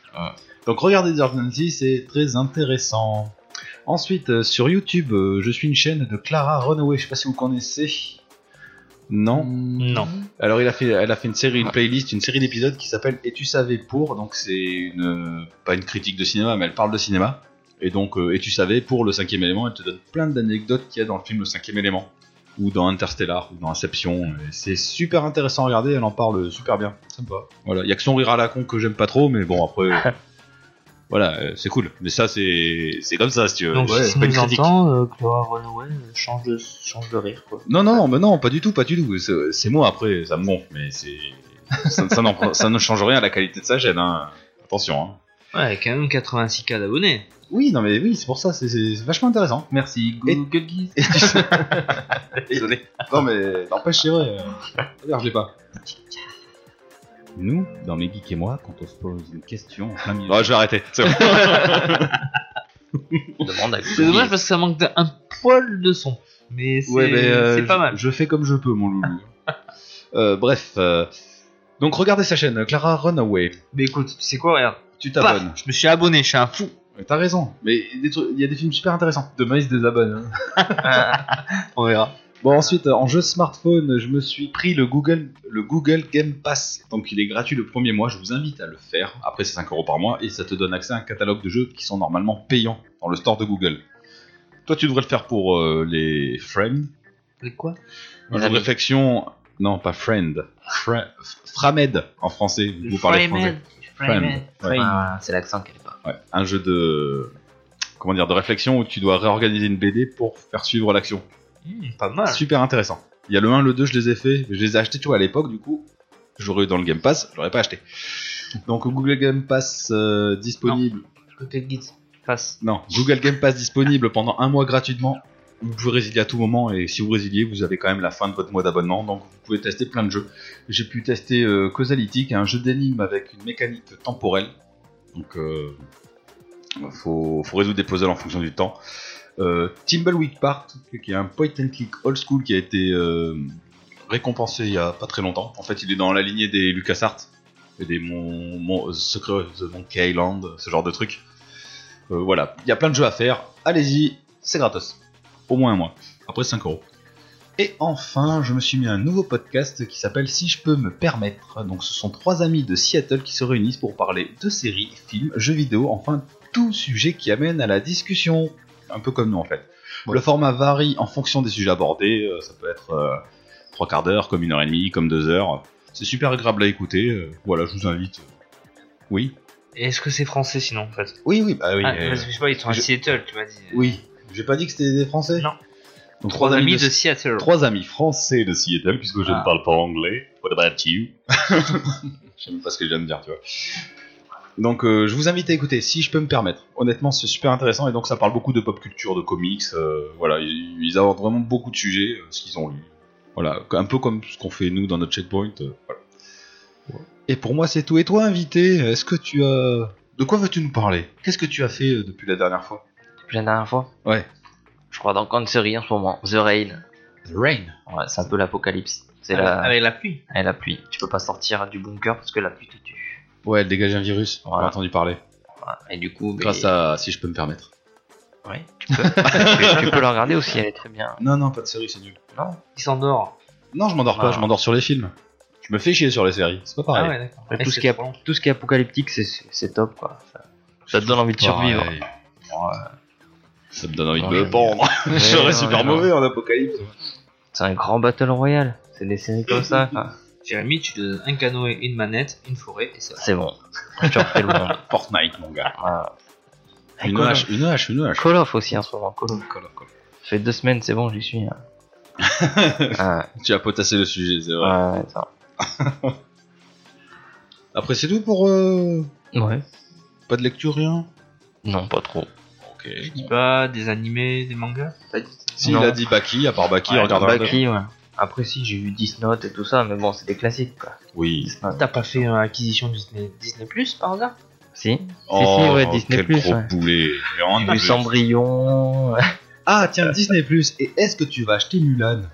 Speaker 4: Donc regardez Dirt Gentil, c'est très intéressant. Ensuite, euh, sur YouTube, euh, je suis une chaîne de Clara Runaway. Je sais pas si vous connaissez. Non.
Speaker 6: Non.
Speaker 4: Alors il a fait, elle a fait une série, une playlist, une série d'épisodes qui s'appelle Et tu savais pour. Donc c'est une, euh, pas une critique de cinéma, mais elle parle de cinéma. Et donc euh, Et tu savais pour le cinquième élément, elle te donne plein d'anecdotes qu'il y a dans le film Le cinquième élément ou dans Interstellar ou dans Inception. Et C'est super intéressant à regarder. Elle en parle super bien. Sympa. Voilà. Il y a que son rire à la con que j'aime pas trop, mais bon après. euh, Voilà, euh, c'est cool. Mais ça, c'est c'est comme ça, si tu veux.
Speaker 6: Donc,
Speaker 4: Ouais,
Speaker 6: si
Speaker 4: c'est
Speaker 6: on
Speaker 4: pas une
Speaker 6: nous
Speaker 4: critique.
Speaker 6: entend, euh, Clara Runaway euh, change de, change de rire, quoi.
Speaker 4: Non, non, non, mais non, pas du tout, pas du tout. C'est- C'est moi après, ça me gonfle, mais c'est. ça, ça n'en- ça ne change rien à la qualité de sa chaîne, hein. Attention, hein.
Speaker 6: Ouais, quand même 86k d'abonnés.
Speaker 4: Oui, non, mais oui, c'est pour ça, c'est- c'est c'est vachement intéressant.
Speaker 1: Merci,
Speaker 4: Et-
Speaker 1: Google Geese.
Speaker 4: Et tu sais- Désolé. Non, mais n'empêche, c'est vrai. euh, D'ailleurs, je l'ai pas. Nous, dans mes geeks et moi, quand on se pose une question en Bon, Bah, je vais arrêter. c'est bon.
Speaker 5: Demande à
Speaker 6: C'est dommage parce que ça manque d'un poil de son. Mais c'est
Speaker 4: Ouais, mais, euh,
Speaker 6: c'est pas
Speaker 4: je-
Speaker 6: mal.
Speaker 4: Je fais comme je peux, mon loulou. Euh, bref. euh, Donc, regardez sa chaîne, Clara Runaway.
Speaker 6: Mais écoute, tu sais quoi, regarde.
Speaker 4: Tu
Speaker 6: Paf,
Speaker 4: t'abonnes.
Speaker 6: je me suis abonné, je suis un fou.
Speaker 4: Ouais, T'as raison, mais des trucs- il y a des films super intéressants. Demain, ils se désabonnent.
Speaker 6: On verra.
Speaker 4: Bon, ensuite, euh, en jeu smartphone, je me suis pris le Google, le Google Game Pass. Donc, il est gratuit le premier mois. Je vous invite à le faire. Après, c'est 5 euros par mois et ça te donne accès à un catalogue de jeux qui sont normalement payants dans le store de Google. Toi, tu devrais le faire pour euh, les Friends.
Speaker 6: Mais quoi
Speaker 4: Un
Speaker 5: Les
Speaker 4: jeu de
Speaker 5: amis.
Speaker 4: réflexion. Non, pas Friend. Fra- Framed en français. Vous parlez français. Framed. Ouais.
Speaker 5: Ah, c'est l'accent qu'elle est pas.
Speaker 4: Ouais, un jeu de comment dire de réflexion où tu dois réorganiser une BD pour faire suivre l'action.
Speaker 6: Hmm, Pas mal.
Speaker 4: Super intéressant. Il y a le 1, le 2, je les ai fait, je les ai achetés tu vois à l'époque du coup, j'aurais eu dans le Game Pass, j'aurais pas acheté. Donc Google Game Pass euh, disponible.
Speaker 6: Côté guide. Passe.
Speaker 4: Non. Google Game Pass disponible pendant un mois gratuitement. Vous pouvez résilier à tout moment et si vous résiliez, vous avez quand même la fin de votre mois d'abonnement, donc vous pouvez tester plein de jeux. J'ai pu tester euh, Causality, qui est un jeu d'énigmes avec une mécanique temporelle. Donc, euh, faut, faut résoudre des puzzles en fonction du temps. Euh, Timbleweed Park, qui est un point and click old school qui a été euh, récompensé il y a pas très longtemps. En fait, il est dans la lignée des LucasArts et des Mon, Mon- Secret of the Monkey Island, ce genre de trucs. Euh, voilà, il y a plein de jeux à faire. Allez-y, c'est gratos. Au moins un mois. Après 5 euros. Et enfin, je me suis mis un nouveau podcast qui s'appelle Si je peux me permettre. Donc, ce sont trois amis de Seattle qui se réunissent pour parler de séries, films, jeux vidéo, enfin tout sujet qui amène à la discussion. Un peu comme nous en fait. Le format varie en fonction des sujets abordés. Euh, Ça peut être euh, trois quarts d'heure, comme une heure et demie, comme deux heures. C'est super agréable à écouter. Euh, Voilà, je vous invite. Oui.
Speaker 6: Est-ce que c'est français sinon en fait
Speaker 4: Oui, oui, bah oui.
Speaker 6: Ah,
Speaker 4: euh,
Speaker 6: parce que je sais pas, ils sont à
Speaker 4: je-
Speaker 6: Seattle, tu m'as dit.
Speaker 4: Oui. J'ai pas dit que c'était des Français
Speaker 6: Non.
Speaker 4: Donc,
Speaker 6: Trois amis de Seattle.
Speaker 4: Trois amis Ah. français de Seattle, puisque je ne parle pas anglais. What about you Je sais même pas ce que je viens de dire, tu vois. Donc, euh, je vous invite à écouter, si je peux me permettre. Honnêtement, c'est super intéressant, et donc ça parle beaucoup de pop culture, de comics. euh, voilà, ils, ils abordent vraiment beaucoup de sujets, euh, ce qu'ils ont lu. Voilà, un peu comme ce qu'on fait nous dans notre checkpoint. euh, voilà. Et pour moi, c'est tout. Et toi, invité, est-ce que tu as. De quoi veux-tu nous parler Qu'est-ce que tu as fait euh, depuis la dernière fois
Speaker 5: Depuis la dernière fois
Speaker 4: Ouais.
Speaker 5: Je crois dans de série en ce moment. The Rain.
Speaker 4: The Rain.
Speaker 5: Ouais, c'est un peu l'apocalypse. C'est
Speaker 6: Avec-
Speaker 5: la...
Speaker 6: Avec la pluie.
Speaker 5: et la pluie. Tu peux pas sortir du bunker parce que la pluie te tue.
Speaker 4: Ouais, elle dégage un virus, on
Speaker 5: Voilà.
Speaker 4: a entendu parler.
Speaker 5: Voilà. Et du coup, mais-
Speaker 4: Grâce à, si je peux me permettre.
Speaker 5: Ouais, tu peux. tu, tu peux la regarder aussi, elle est très bien.
Speaker 4: Non, non, pas de série, c'est nul.
Speaker 6: Il s'endort.
Speaker 4: Non, je m'endors pas,
Speaker 5: Ah.
Speaker 4: je m'endors sur les films. Je me fais chier sur les séries, c'est pas
Speaker 6: Ah,
Speaker 4: pareil.
Speaker 6: ouais, d'accord.
Speaker 5: Tout,
Speaker 6: Ouais,
Speaker 5: ce
Speaker 6: c'est
Speaker 5: qui est,
Speaker 6: trop long.
Speaker 5: tout ce qui est apocalyptique, c'est- c'est c'est top, quoi. Ça, ça te donne envie de survivre.
Speaker 4: Pareil. Ça me donne envie
Speaker 5: Non,
Speaker 4: de me
Speaker 5: j'aime
Speaker 4: pendre. Je serais
Speaker 5: Ouais,
Speaker 4: super
Speaker 5: ouais,
Speaker 4: mauvais
Speaker 5: ouais.
Speaker 4: en apocalypse.
Speaker 5: C'est un grand battle royal. C'est des séries comme ça. enfin,
Speaker 6: Jérémy, tu te donnes un canoë, une manette, une forêt, et ça.
Speaker 5: C'est bon. Tu refais le monde.
Speaker 4: Fortnite, mon gars.
Speaker 5: Voilà. Et
Speaker 4: Une
Speaker 5: Call
Speaker 4: hache,
Speaker 5: of-
Speaker 4: une hache, une hache.
Speaker 5: Call of aussi en ce moment. Call of. Ça fait deux semaines, c'est bon, j'y suis. hein. ah,
Speaker 4: Tu as potassé le sujet, c'est vrai.
Speaker 5: ouais, attends.
Speaker 4: Après, c'est tout pour. euh,
Speaker 5: Ouais.
Speaker 4: Pas de lecture, rien
Speaker 5: Non, pas trop.
Speaker 4: Ok.
Speaker 6: Pas des animés, des mangas
Speaker 4: S'il
Speaker 5: Non.
Speaker 4: a dit Baki, à part Baki,
Speaker 5: Ouais,
Speaker 4: regarde
Speaker 5: Baki, Bah, ouais. Après, si, j'ai vu Disney et tout ça, mais bon, c'est des classiques, quoi.
Speaker 4: Oui.
Speaker 6: T'as pas fait euh, acquisition Disney, Disney Plus par hasard
Speaker 5: Si
Speaker 4: Oh,
Speaker 5: ouais, Disney+,
Speaker 4: quel gros
Speaker 5: ouais.
Speaker 4: poulet. Et en
Speaker 5: Du
Speaker 4: plus.
Speaker 5: Cendrillon.
Speaker 4: Ah, tiens, Disney Plus. Et est-ce que tu vas acheter Mulan Enfin,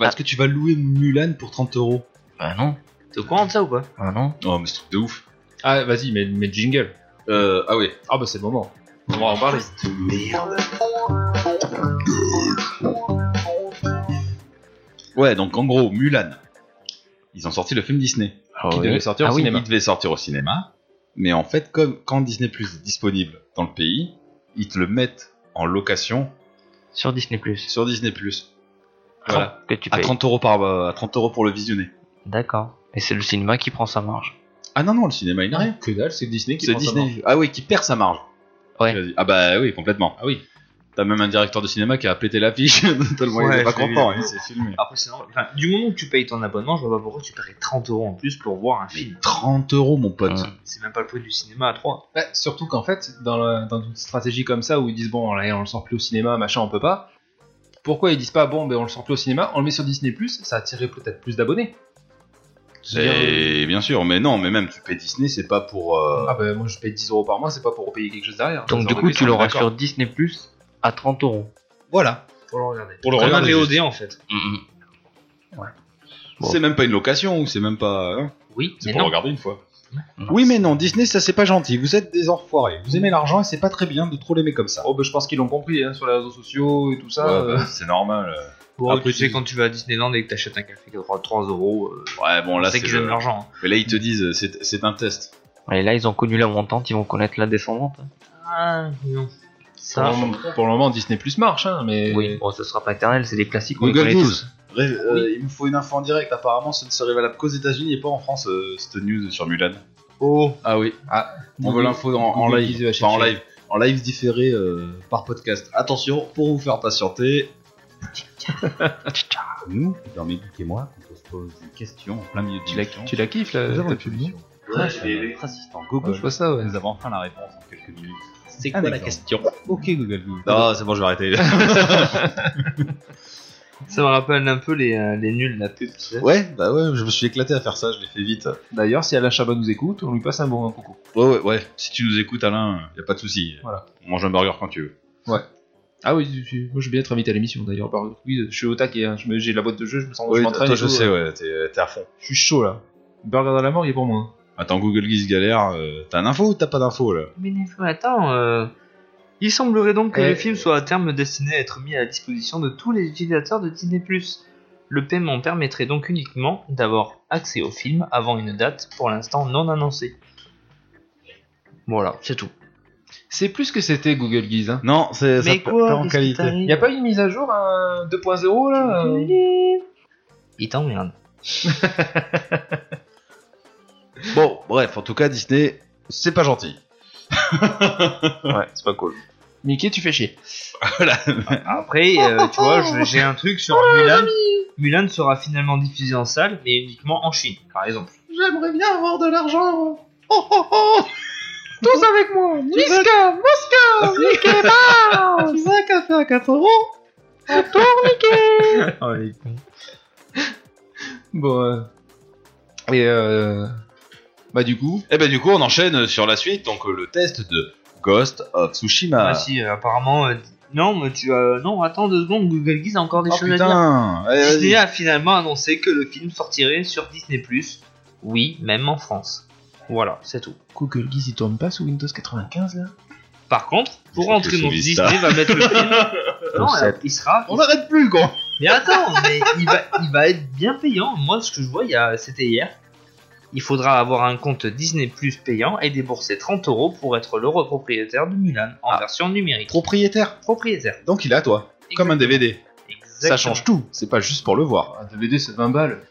Speaker 1: Ah.
Speaker 4: Est-ce que tu vas louer Mulan pour 30 euros
Speaker 5: bah non,
Speaker 6: T'es au courant de ça ou pas
Speaker 5: bah non.
Speaker 4: Oh, mais c'est truc de ouf.
Speaker 1: Ah, vas-y, mais, mais jingle.
Speaker 4: Euh, ah oui.
Speaker 1: Ah, bah c'est le moment. On va en parler.
Speaker 4: Ouais, donc en gros, Mulan. Ils ont sorti le film Disney.
Speaker 1: Qui devait sortir au
Speaker 5: Ah oui,
Speaker 1: cinéma.
Speaker 4: Il devait sortir au cinéma. Mais en fait, comme quand Disney Plus est disponible dans le pays, ils te le mettent en location
Speaker 5: Sur Disney Plus.
Speaker 4: sur Disney Plus.
Speaker 6: Ah,
Speaker 4: Voilà.
Speaker 5: Que tu
Speaker 4: À
Speaker 5: payes.
Speaker 4: 30 euros par, euh, à 30 euros pour le visionner.
Speaker 5: D'accord. Et c'est le cinéma qui prend sa marge.
Speaker 4: Ah non, non, le cinéma, il n'a rien.
Speaker 1: Que dalle, c'est Disney qui
Speaker 4: C'est
Speaker 1: prend sa
Speaker 4: Disney.
Speaker 1: marge.
Speaker 4: Ah oui, qui perd sa marge.
Speaker 5: Ouais.
Speaker 4: Vas-y. Ah bah oui, complètement. Ah oui. T'as même un directeur de cinéma qui a pété l'affiche. Tellement il
Speaker 6: Ouais,
Speaker 4: est pas
Speaker 6: je l'ai
Speaker 4: content.
Speaker 6: vu.
Speaker 4: hein, Il s'est filmé.
Speaker 6: Après, c'est normal. Enfin, du moment que tu payes ton abonnement, je vois pas pourquoi tu paierais 30 euros en plus pour voir un
Speaker 4: Mais
Speaker 6: film.
Speaker 4: 30 Ah euros, mon pote.
Speaker 5: Ouais.
Speaker 6: C'est même pas le prix du cinéma à 3.
Speaker 1: Bah, surtout qu'en fait, dans, la- dans une stratégie comme ça où ils disent bon, là, on le sort plus au cinéma, machin, on peut pas. Pourquoi ils disent pas bon, ben on le sort plus au cinéma, on le met sur Disney ça attirerait peut-être plus d'abonnés.
Speaker 4: Et bien sûr, mais non, mais même tu payes Disney, c'est pas pour. euh,
Speaker 1: Ah bah moi je paye 10 euros par mois, c'est pas pour repayer quelque chose derrière.
Speaker 5: Donc,
Speaker 1: Ça
Speaker 5: du
Speaker 1: aurait
Speaker 5: coup,
Speaker 1: pu
Speaker 5: tu
Speaker 1: être
Speaker 5: l'auras
Speaker 1: d'accord.
Speaker 5: sur Disney Plus à 30 euros.
Speaker 4: Voilà.
Speaker 6: Pour le regarder.
Speaker 4: Pour le
Speaker 6: Comme un
Speaker 4: regarder,
Speaker 6: VOD
Speaker 4: juste.
Speaker 6: en fait.
Speaker 5: Mm, Bon.
Speaker 4: C'est même pas une location, ou c'est même pas. hein,
Speaker 6: Oui,
Speaker 4: c'est
Speaker 6: mais
Speaker 4: pour
Speaker 6: non.
Speaker 4: regarder une fois.
Speaker 5: Non.
Speaker 4: Oui, mais non, Disney, ça c'est pas gentil. Vous êtes des enfoirés. Vous aimez l'argent et c'est pas très bien de trop l'aimer comme ça.
Speaker 1: Oh bah je pense qu'ils l'ont compris hein, sur les réseaux sociaux et tout ça.
Speaker 4: Ouais,
Speaker 1: euh.
Speaker 4: bah, c'est normal. euh.
Speaker 6: Bon,
Speaker 4: Après,
Speaker 6: tu sais,
Speaker 4: tu-
Speaker 6: quand tu vas à Disneyland et que t'achètes un café qui coûte 3 euros, euh,
Speaker 4: Ouais, bon, là,
Speaker 6: c'est
Speaker 4: c'est.
Speaker 6: qu'ils donnent de
Speaker 4: le-
Speaker 6: l'argent. hein.
Speaker 4: Mais là, ils te disent, euh, c'est c'est un test.
Speaker 5: Et là, ils ont connu la montante, ils vont connaître la descendante.
Speaker 6: Ah, non.
Speaker 1: Pour
Speaker 6: Ça,
Speaker 1: le, moment, pour le moment, Disney Plus marche, hein, mais
Speaker 5: Oui, bon, ce sera pas éternel, c'est des classiques. on les
Speaker 4: Google
Speaker 5: connaît
Speaker 4: News.
Speaker 5: tous.
Speaker 4: Bref, euh, il me faut une info en direct. Apparemment, ce ne serait valable qu'aux États-Unis et pas en France, euh, cette news sur Mulan.
Speaker 6: oh,
Speaker 4: Ah oui. on veut l'info en, en
Speaker 1: Google
Speaker 4: live.
Speaker 1: News va
Speaker 4: Enfin, en
Speaker 1: chercher.
Speaker 4: live. En live différé euh, par podcast. Attention, pour vous faire patienter. Nous, dans mes geeks et moi, quand on se pose des questions en plein milieu de
Speaker 1: tu la,
Speaker 4: l'émission,
Speaker 1: tu la kiffes là
Speaker 4: nous avons
Speaker 1: ta
Speaker 4: une
Speaker 1: pub, non
Speaker 4: solution.
Speaker 1: Ouais,
Speaker 4: Grâce à
Speaker 1: je-
Speaker 4: notre assistant
Speaker 1: Ouais, Je
Speaker 4: Google,
Speaker 1: vois ça, ouais.
Speaker 4: nous avons enfin la réponse en quelques minutes.
Speaker 6: c'est
Speaker 4: quoi la
Speaker 6: question
Speaker 4: Ok Google. Non, c'est bon, je vais arrêter.
Speaker 6: Ça me rappelle un peu les, euh, les nuls de la pub. tu sais.
Speaker 4: ouais, bah ouais, je me suis éclaté à faire ça, je l'ai fait vite.
Speaker 1: D'ailleurs, si Alain Chabat nous écoute, on lui passe un bon coucou.
Speaker 4: Ouais, ouais, ouais. Si tu nous écoutes, Alain, euh, y a pas de souci.
Speaker 1: Voilà.
Speaker 4: On mange un burger quand tu veux.
Speaker 1: Ah oui, tu- tu- moi je vais bien être invité à l'émission d'ailleurs. par le quiz. je suis au taquet, hein. Je me- j'ai la boîte de jeu, je me sens je
Speaker 4: Oui,
Speaker 1: m'entraîne
Speaker 4: toi,
Speaker 1: et
Speaker 4: je
Speaker 1: tout,
Speaker 4: sais,
Speaker 1: euh,
Speaker 4: ouais, t'es t'es à fond.
Speaker 1: Je suis chaud là. Burger de la mort, il est pour moi. hein.
Speaker 4: Attends, Google Geese galère. euh, t'as une info ou t'as pas d'info là
Speaker 6: Mais des fois, attends, euh, il semblerait donc que
Speaker 1: Eh.
Speaker 6: le film soit à terme destiné à être mis à la disposition de tous les utilisateurs de Disney+. Le paiement permettrait donc uniquement d'avoir accès au film avant une date pour l'instant non annoncée. Voilà, c'est tout.
Speaker 1: C'est plus que c'était Google Guise. Hein.
Speaker 4: Non, c'est ça peut- pas en qualité.
Speaker 1: Y a pas une mise à jour hein, 2.0 là euh
Speaker 6: Il t'emmerde.
Speaker 4: Bon, bref, en tout cas, Disney, c'est pas gentil.
Speaker 5: Ouais, c'est pas cool.
Speaker 1: Mickey, tu fais chier.
Speaker 4: voilà.
Speaker 6: Après, euh, tu vois, je- j'ai un truc sur Mulan. Mulan sera finalement diffusé en salle, mais uniquement en Chine, par exemple.
Speaker 1: J'aimerais bien avoir de l'argent. Oh oh oh Tous avec moi Miska Mosca Mickey Mouse Tu veux un café à 4 euros Oh, Bon. euh, Et euh... Bah du coup,
Speaker 4: Et ben du coup, on enchaîne sur la suite, donc euh, le test de Ghost of Tsushima.
Speaker 6: Ah si, euh, apparemment. euh, non, mais tu as. Non, attends deux secondes, Google Geese a encore des
Speaker 4: oh
Speaker 6: choses à dire.
Speaker 4: putain Allez, vas-y.
Speaker 6: Disney a finalement annoncé que le film sortirait sur Disney. Oui, même en France. Voilà, c'est tout.
Speaker 1: Quoique le guise il tourne pas sous Windows 95 là.
Speaker 6: Par contre, pour
Speaker 4: Je
Speaker 6: rentrer dans
Speaker 4: suis
Speaker 6: Disney,
Speaker 4: ça.
Speaker 6: il va mettre le film. non,
Speaker 5: Au sept.
Speaker 6: il sera.
Speaker 4: On n'arrête plus, quoi
Speaker 6: Mais attends, mais il va, il va être bien payant. Moi, ce que je vois, il y a- c'était hier. Il faudra avoir un compte Disney Plus payant et débourser 30 euros pour être l'heureux propriétaire de Mulan en
Speaker 4: Ah.
Speaker 6: version numérique.
Speaker 4: Propriétaire.
Speaker 6: Propriétaire.
Speaker 4: Donc il est à toi. Comme un DVD. Ça change tout. C'est pas juste pour le voir.
Speaker 1: Un DVD c'est 20 balles.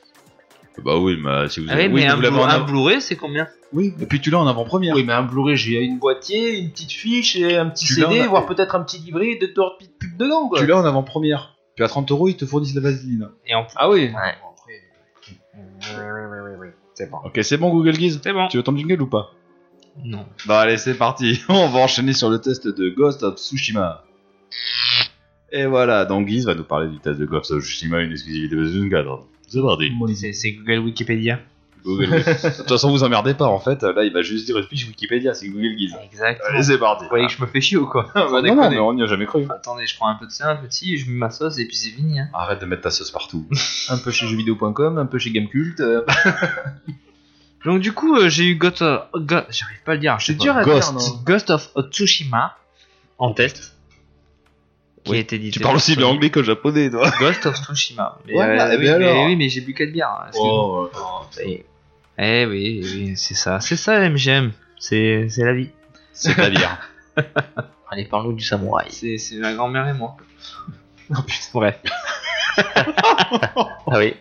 Speaker 4: Bah oui, mais si vous
Speaker 6: Ah oui, mais un, Blu- un Blu-ray, c'est combien
Speaker 4: Oui, et puis tu l'as en avant-première.
Speaker 1: Oui, mais Oh, un Blu-ray, j'ai une boîtier, une petite fiche, et un petit
Speaker 4: Tu
Speaker 1: CD,
Speaker 4: l'as, on a-
Speaker 1: voire peut-être un petit livret et deux trois petites pubs dedans quoi.
Speaker 4: Tu l'as en avant-première. Puis à 30 euros, ils te fournissent la vaseline.
Speaker 6: Et en plus,
Speaker 1: Ah oui.
Speaker 5: Ouais.
Speaker 4: Ok, c'est bon, Google Guise
Speaker 6: c'est bon.
Speaker 4: Tu veux ton jingle ou pas
Speaker 6: Non.
Speaker 4: Bah allez, c'est parti. On va enchaîner sur le test de Ghost of Tsushima. Et voilà, donc Guise va nous parler du test de Ghost of Tsushima, une exclusivité de Zoom C'est parti.
Speaker 6: C'est c'est Google Wikipédia.
Speaker 4: Google Guise. De toute façon, vous emmerdez pas en fait. Là, il va juste dire une fiche Wikipédia, c'est Google Guise.
Speaker 6: Exact.
Speaker 4: Allez, c'est parti.
Speaker 6: Vous voyez que je me fais chier ou quoi
Speaker 4: Ah, bah, non, non, mais on n'y a jamais cru.
Speaker 6: Attendez, je prends un peu de ça, un petit, je mets ma sauce et puis c'est fini. hein.
Speaker 4: Arrête de mettre ta sauce partout.
Speaker 1: Un peu chez jeuxvideo.com, un peu chez Gamecult. euh,
Speaker 6: Donc du coup, euh, j'ai eu Ghost of... Go- J'arrive pas à le dire. hein,
Speaker 1: C'est
Speaker 6: je sais
Speaker 1: dur à
Speaker 4: Ghost.
Speaker 1: dire, non
Speaker 6: Ghost of Tsushima en test. Qui
Speaker 4: Oui.
Speaker 6: a été édité
Speaker 4: tu parles aussi bien anglais que japonais, toi.
Speaker 6: Ghost of Tsushima. Mais,
Speaker 4: Voilà,
Speaker 6: euh,
Speaker 4: et
Speaker 6: oui,
Speaker 4: bien
Speaker 6: mais
Speaker 4: alors.
Speaker 6: oui, mais j'ai bu 4 bières. hein, c'est-
Speaker 4: Oh, euh,
Speaker 6: Et- Eh oui, eh oui, c'est ça. C'est ça MGM. C'est c'est la vie.
Speaker 4: C'est de la bière.
Speaker 5: Allez, parle-nous du samouraï.
Speaker 6: C'est c'est ma grand-mère et moi. Non putain, bref.
Speaker 5: Ah oui.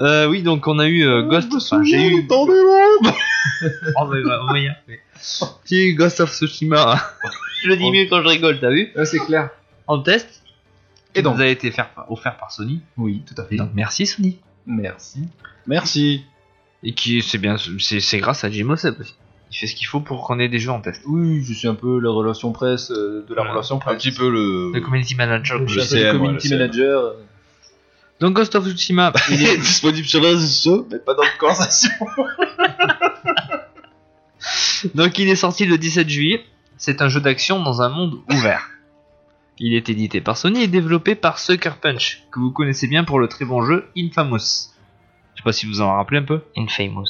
Speaker 6: Euh, oui, donc on a eu euh, Ghost. enfin, j'ai eu. Oh, mais, bah, moyen, mais- J'ai eu Ghost of Tsushima. je le dis mieux quand je rigole, t'as vu
Speaker 1: Ah, c'est clair.
Speaker 6: En test.
Speaker 1: Et donc
Speaker 6: Vous avez été faire- offert par Sony.
Speaker 1: Oui, tout à fait.
Speaker 6: Donc merci Sony.
Speaker 1: Merci.
Speaker 4: Merci.
Speaker 6: Et qui, c'est bien, c'est c'est grâce à Jim Ossep aussi. Il fait ce qu'il faut pour qu'on ait des jeux en test.
Speaker 1: Oui, je suis un peu la relation presse euh, de la
Speaker 6: Voilà.
Speaker 1: relation presse.
Speaker 4: Un petit peu le.
Speaker 6: Le community manager.
Speaker 1: Je suis un peu
Speaker 4: CM,
Speaker 1: le
Speaker 4: ouais,
Speaker 1: community
Speaker 4: le CM.
Speaker 1: manager. euh,
Speaker 6: Donc Ghost of Tsushima,
Speaker 4: Il est disponible sur les réseaux sociaux, mais pas dans le conversation.
Speaker 6: donc il est sorti le 17 juillet. C'est un jeu d'action dans un monde ouvert. Il est édité par Sony et développé par Sucker Punch, que vous connaissez bien pour le très bon jeu Infamous. Je sais pas si vous en rappelez un peu.
Speaker 5: Infamous.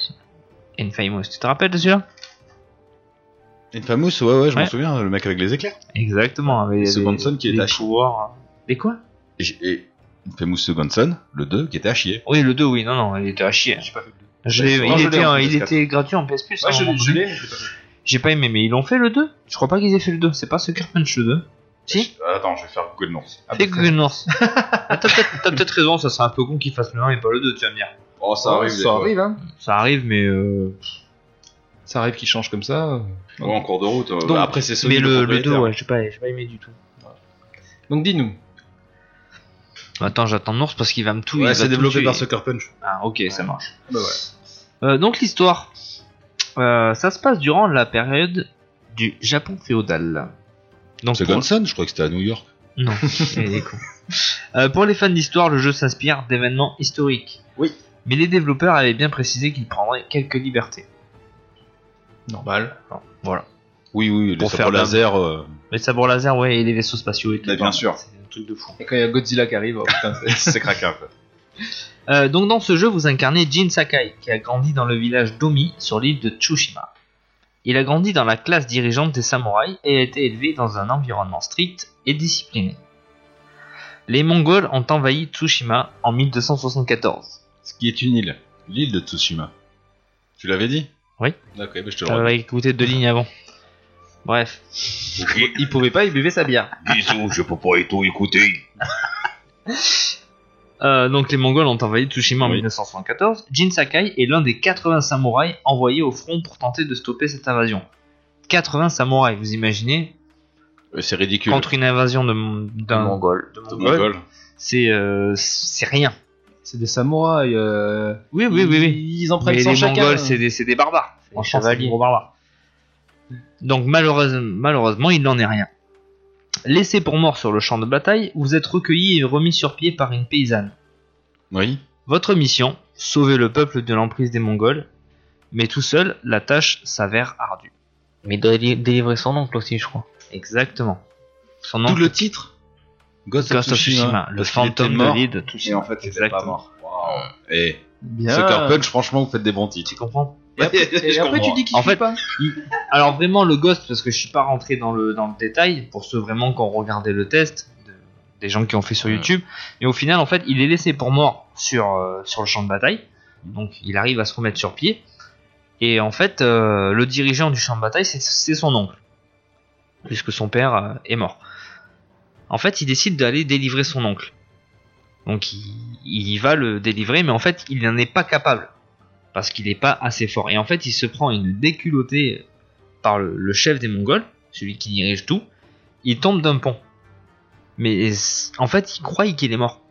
Speaker 6: Infamous, tu te rappelles de celui-là
Speaker 4: Infamous, ouais, ouais, je
Speaker 6: Ouais.
Speaker 4: m'en souviens, le mec avec les éclairs.
Speaker 6: Exactement, hein, avec
Speaker 4: Second Son qui est
Speaker 6: des
Speaker 4: à chier.
Speaker 6: pouvoirs. Des quoi
Speaker 4: Et, et Infamous Second Son, le 2, qui était à chier.
Speaker 6: Oui, le 2, oui, non, non, il était à chier.
Speaker 1: J'ai pas fait le deux.
Speaker 6: Je
Speaker 1: Ouais,
Speaker 6: l'ai-
Speaker 1: moi,
Speaker 6: il,
Speaker 1: je l'ai
Speaker 6: était,
Speaker 1: en
Speaker 6: en- il
Speaker 1: PS4.
Speaker 6: était gratuit en PS Plus. à
Speaker 1: Ouais,
Speaker 6: un
Speaker 1: je
Speaker 6: moment
Speaker 1: l'ai- je
Speaker 6: donné.
Speaker 1: l'ai, mais j'ai pas fait.
Speaker 6: J'ai pas aimé, mais ils l'ont fait le 2 Je crois pas qu'ils aient fait le 2, c'est pas Sucker Punch le bah, 2. Si
Speaker 4: Attends, je vais faire Google North.
Speaker 6: C'est Google North. Ah, T'as peut-être t'as peut-être raison, ça serait un peu con qu'ils fassent le 1 et pas le 2, tu vas me dire.
Speaker 4: Oh, ça
Speaker 1: Ouais,
Speaker 4: arrive,
Speaker 1: ça arrive, hein.
Speaker 6: Ça arrive, mais. euh,
Speaker 1: Ça arrive qu'il change comme ça. euh.
Speaker 4: en cours de route. euh,
Speaker 6: Donc,
Speaker 4: après, c'est Sony.
Speaker 6: Mais le, le 2,
Speaker 4: propriétaire.
Speaker 6: ouais, j'ai pas, j'ai pas aimé du tout.
Speaker 1: Donc dis-nous.
Speaker 6: Attends, j'attends North parce qu'il va me tout. il
Speaker 4: Ouais,
Speaker 6: va
Speaker 4: c'est
Speaker 6: tout
Speaker 4: développé
Speaker 6: tuer.
Speaker 4: par Sucker Punch.
Speaker 6: Ah, ok, ça marche.
Speaker 1: Bah voilà.
Speaker 6: Euh, donc l'histoire. Euh, ça se passe durant la période du Japon féodal. Donc, pour-
Speaker 4: Second Son, je crois que c'était à New York.
Speaker 6: Non, il est con. Euh, pour les fans d'histoire, le jeu s'inspire d'événements historiques.
Speaker 4: Oui.
Speaker 6: Mais les développeurs avaient bien précisé qu'ils prendraient quelques libertés.
Speaker 1: Normal.
Speaker 4: Oui, oui, les
Speaker 6: Pour
Speaker 4: sabres
Speaker 6: faire d'un-
Speaker 4: laser. euh,
Speaker 6: Les sabres laser, ouais, et les vaisseaux spatiaux et tout. hein,
Speaker 4: Mais bien sûr.
Speaker 6: C'est un truc de fou.
Speaker 1: Et quand il y a Godzilla qui arrive, oh putain, c'est-
Speaker 4: c'est craquin, quoi.
Speaker 6: Euh, donc dans ce jeu, vous incarnez Jin Sakai, qui a grandi dans le village d'Omi sur l'île de Tsushima. Il a grandi dans la classe dirigeante des samouraïs et a été élevé dans un environnement strict et discipliné. Les Mongols ont envahi Tsushima en 1274.
Speaker 4: Ce qui est une île. L'île de Tsushima. Tu l'avais dit
Speaker 6: Oui. Euh,
Speaker 4: D'accord, bah, je te le
Speaker 6: J'avais Ah, écouté deux lignes avant. Bref. Il pouvait pas, il buvait sa bière.
Speaker 7: Bisous, je peux pas et tout écouter.
Speaker 6: Euh, donc les Mongols ont envahi Tsushima en
Speaker 4: Oui.
Speaker 6: 1974. Jin Sakai est l'un des 80 samouraïs envoyés au front pour tenter de stopper cette invasion. 80 samouraïs, vous imaginez
Speaker 4: redis. C'est ridicule.
Speaker 6: Contre une invasion de mon- d'un Mongol.
Speaker 4: Mongol.
Speaker 6: C'est euh, c'est rien.
Speaker 1: c'est des samouraïs. euh,
Speaker 6: Oui, oui, oui, oui.
Speaker 1: Ils en
Speaker 6: Mais
Speaker 1: prennent
Speaker 6: les
Speaker 1: 100 chacun. euh.
Speaker 6: Mongols, c'est des, c'est des barbares.
Speaker 5: des
Speaker 6: Franchement, c'est des
Speaker 5: chevaliers.
Speaker 6: gros barbares. Donc malheureusement, malheureusement, il n'en est rien. Laissé pour mort sur le champ de bataille, vous êtes recueilli et remis sur pied par une paysanne.
Speaker 4: Oui.
Speaker 6: Votre mission, sauver le peuple de l'emprise des Mongols, mais tout seul, la tâche s'avère ardue.
Speaker 5: Mais il doit déli- délivrer son oncle aussi, je crois.
Speaker 6: Exactement. Son
Speaker 4: Tout
Speaker 6: nom,
Speaker 4: le titre Ghost
Speaker 6: Ghost of Tsushima, le
Speaker 4: hein, Parce qu'il était
Speaker 6: fantôme de
Speaker 4: mort.
Speaker 6: l'île de Tsushima.
Speaker 4: Et en fait, il était pas
Speaker 6: Exactement.
Speaker 4: mort. Waouh. Eh,
Speaker 1: Bien.
Speaker 4: Sucker Punch, franchement, vous faites des bons
Speaker 6: Tu
Speaker 4: titres.
Speaker 6: comprends
Speaker 1: Et après, et
Speaker 4: Je
Speaker 1: après, tu
Speaker 4: comprends.
Speaker 1: dis qu'il
Speaker 6: En
Speaker 1: suit
Speaker 6: fait-
Speaker 1: pas.
Speaker 6: Alors vraiment le Ghost, parce que je suis pas rentré dans le, dans le détail, pour ceux vraiment qui ont regardé le test, de- des gens qui ont fait sur YouTube, mais au final en fait il est laissé pour mort sur, euh, sur le champ de bataille, donc il arrive à se remettre sur pied, et en fait euh, le dirigeant du champ de bataille c'est- c'est son oncle, puisque son père euh, est mort. En fait il décide d'aller délivrer son oncle, donc il, il y va le délivrer, mais en fait il n'en est pas capable. Parce qu'il n'est pas assez fort. Et en fait, il se prend une déculottée par le, le chef des Mongols, celui qui dirige tout, il tombe d'un pont. Mais c- en fait, il croit qu'il est mort.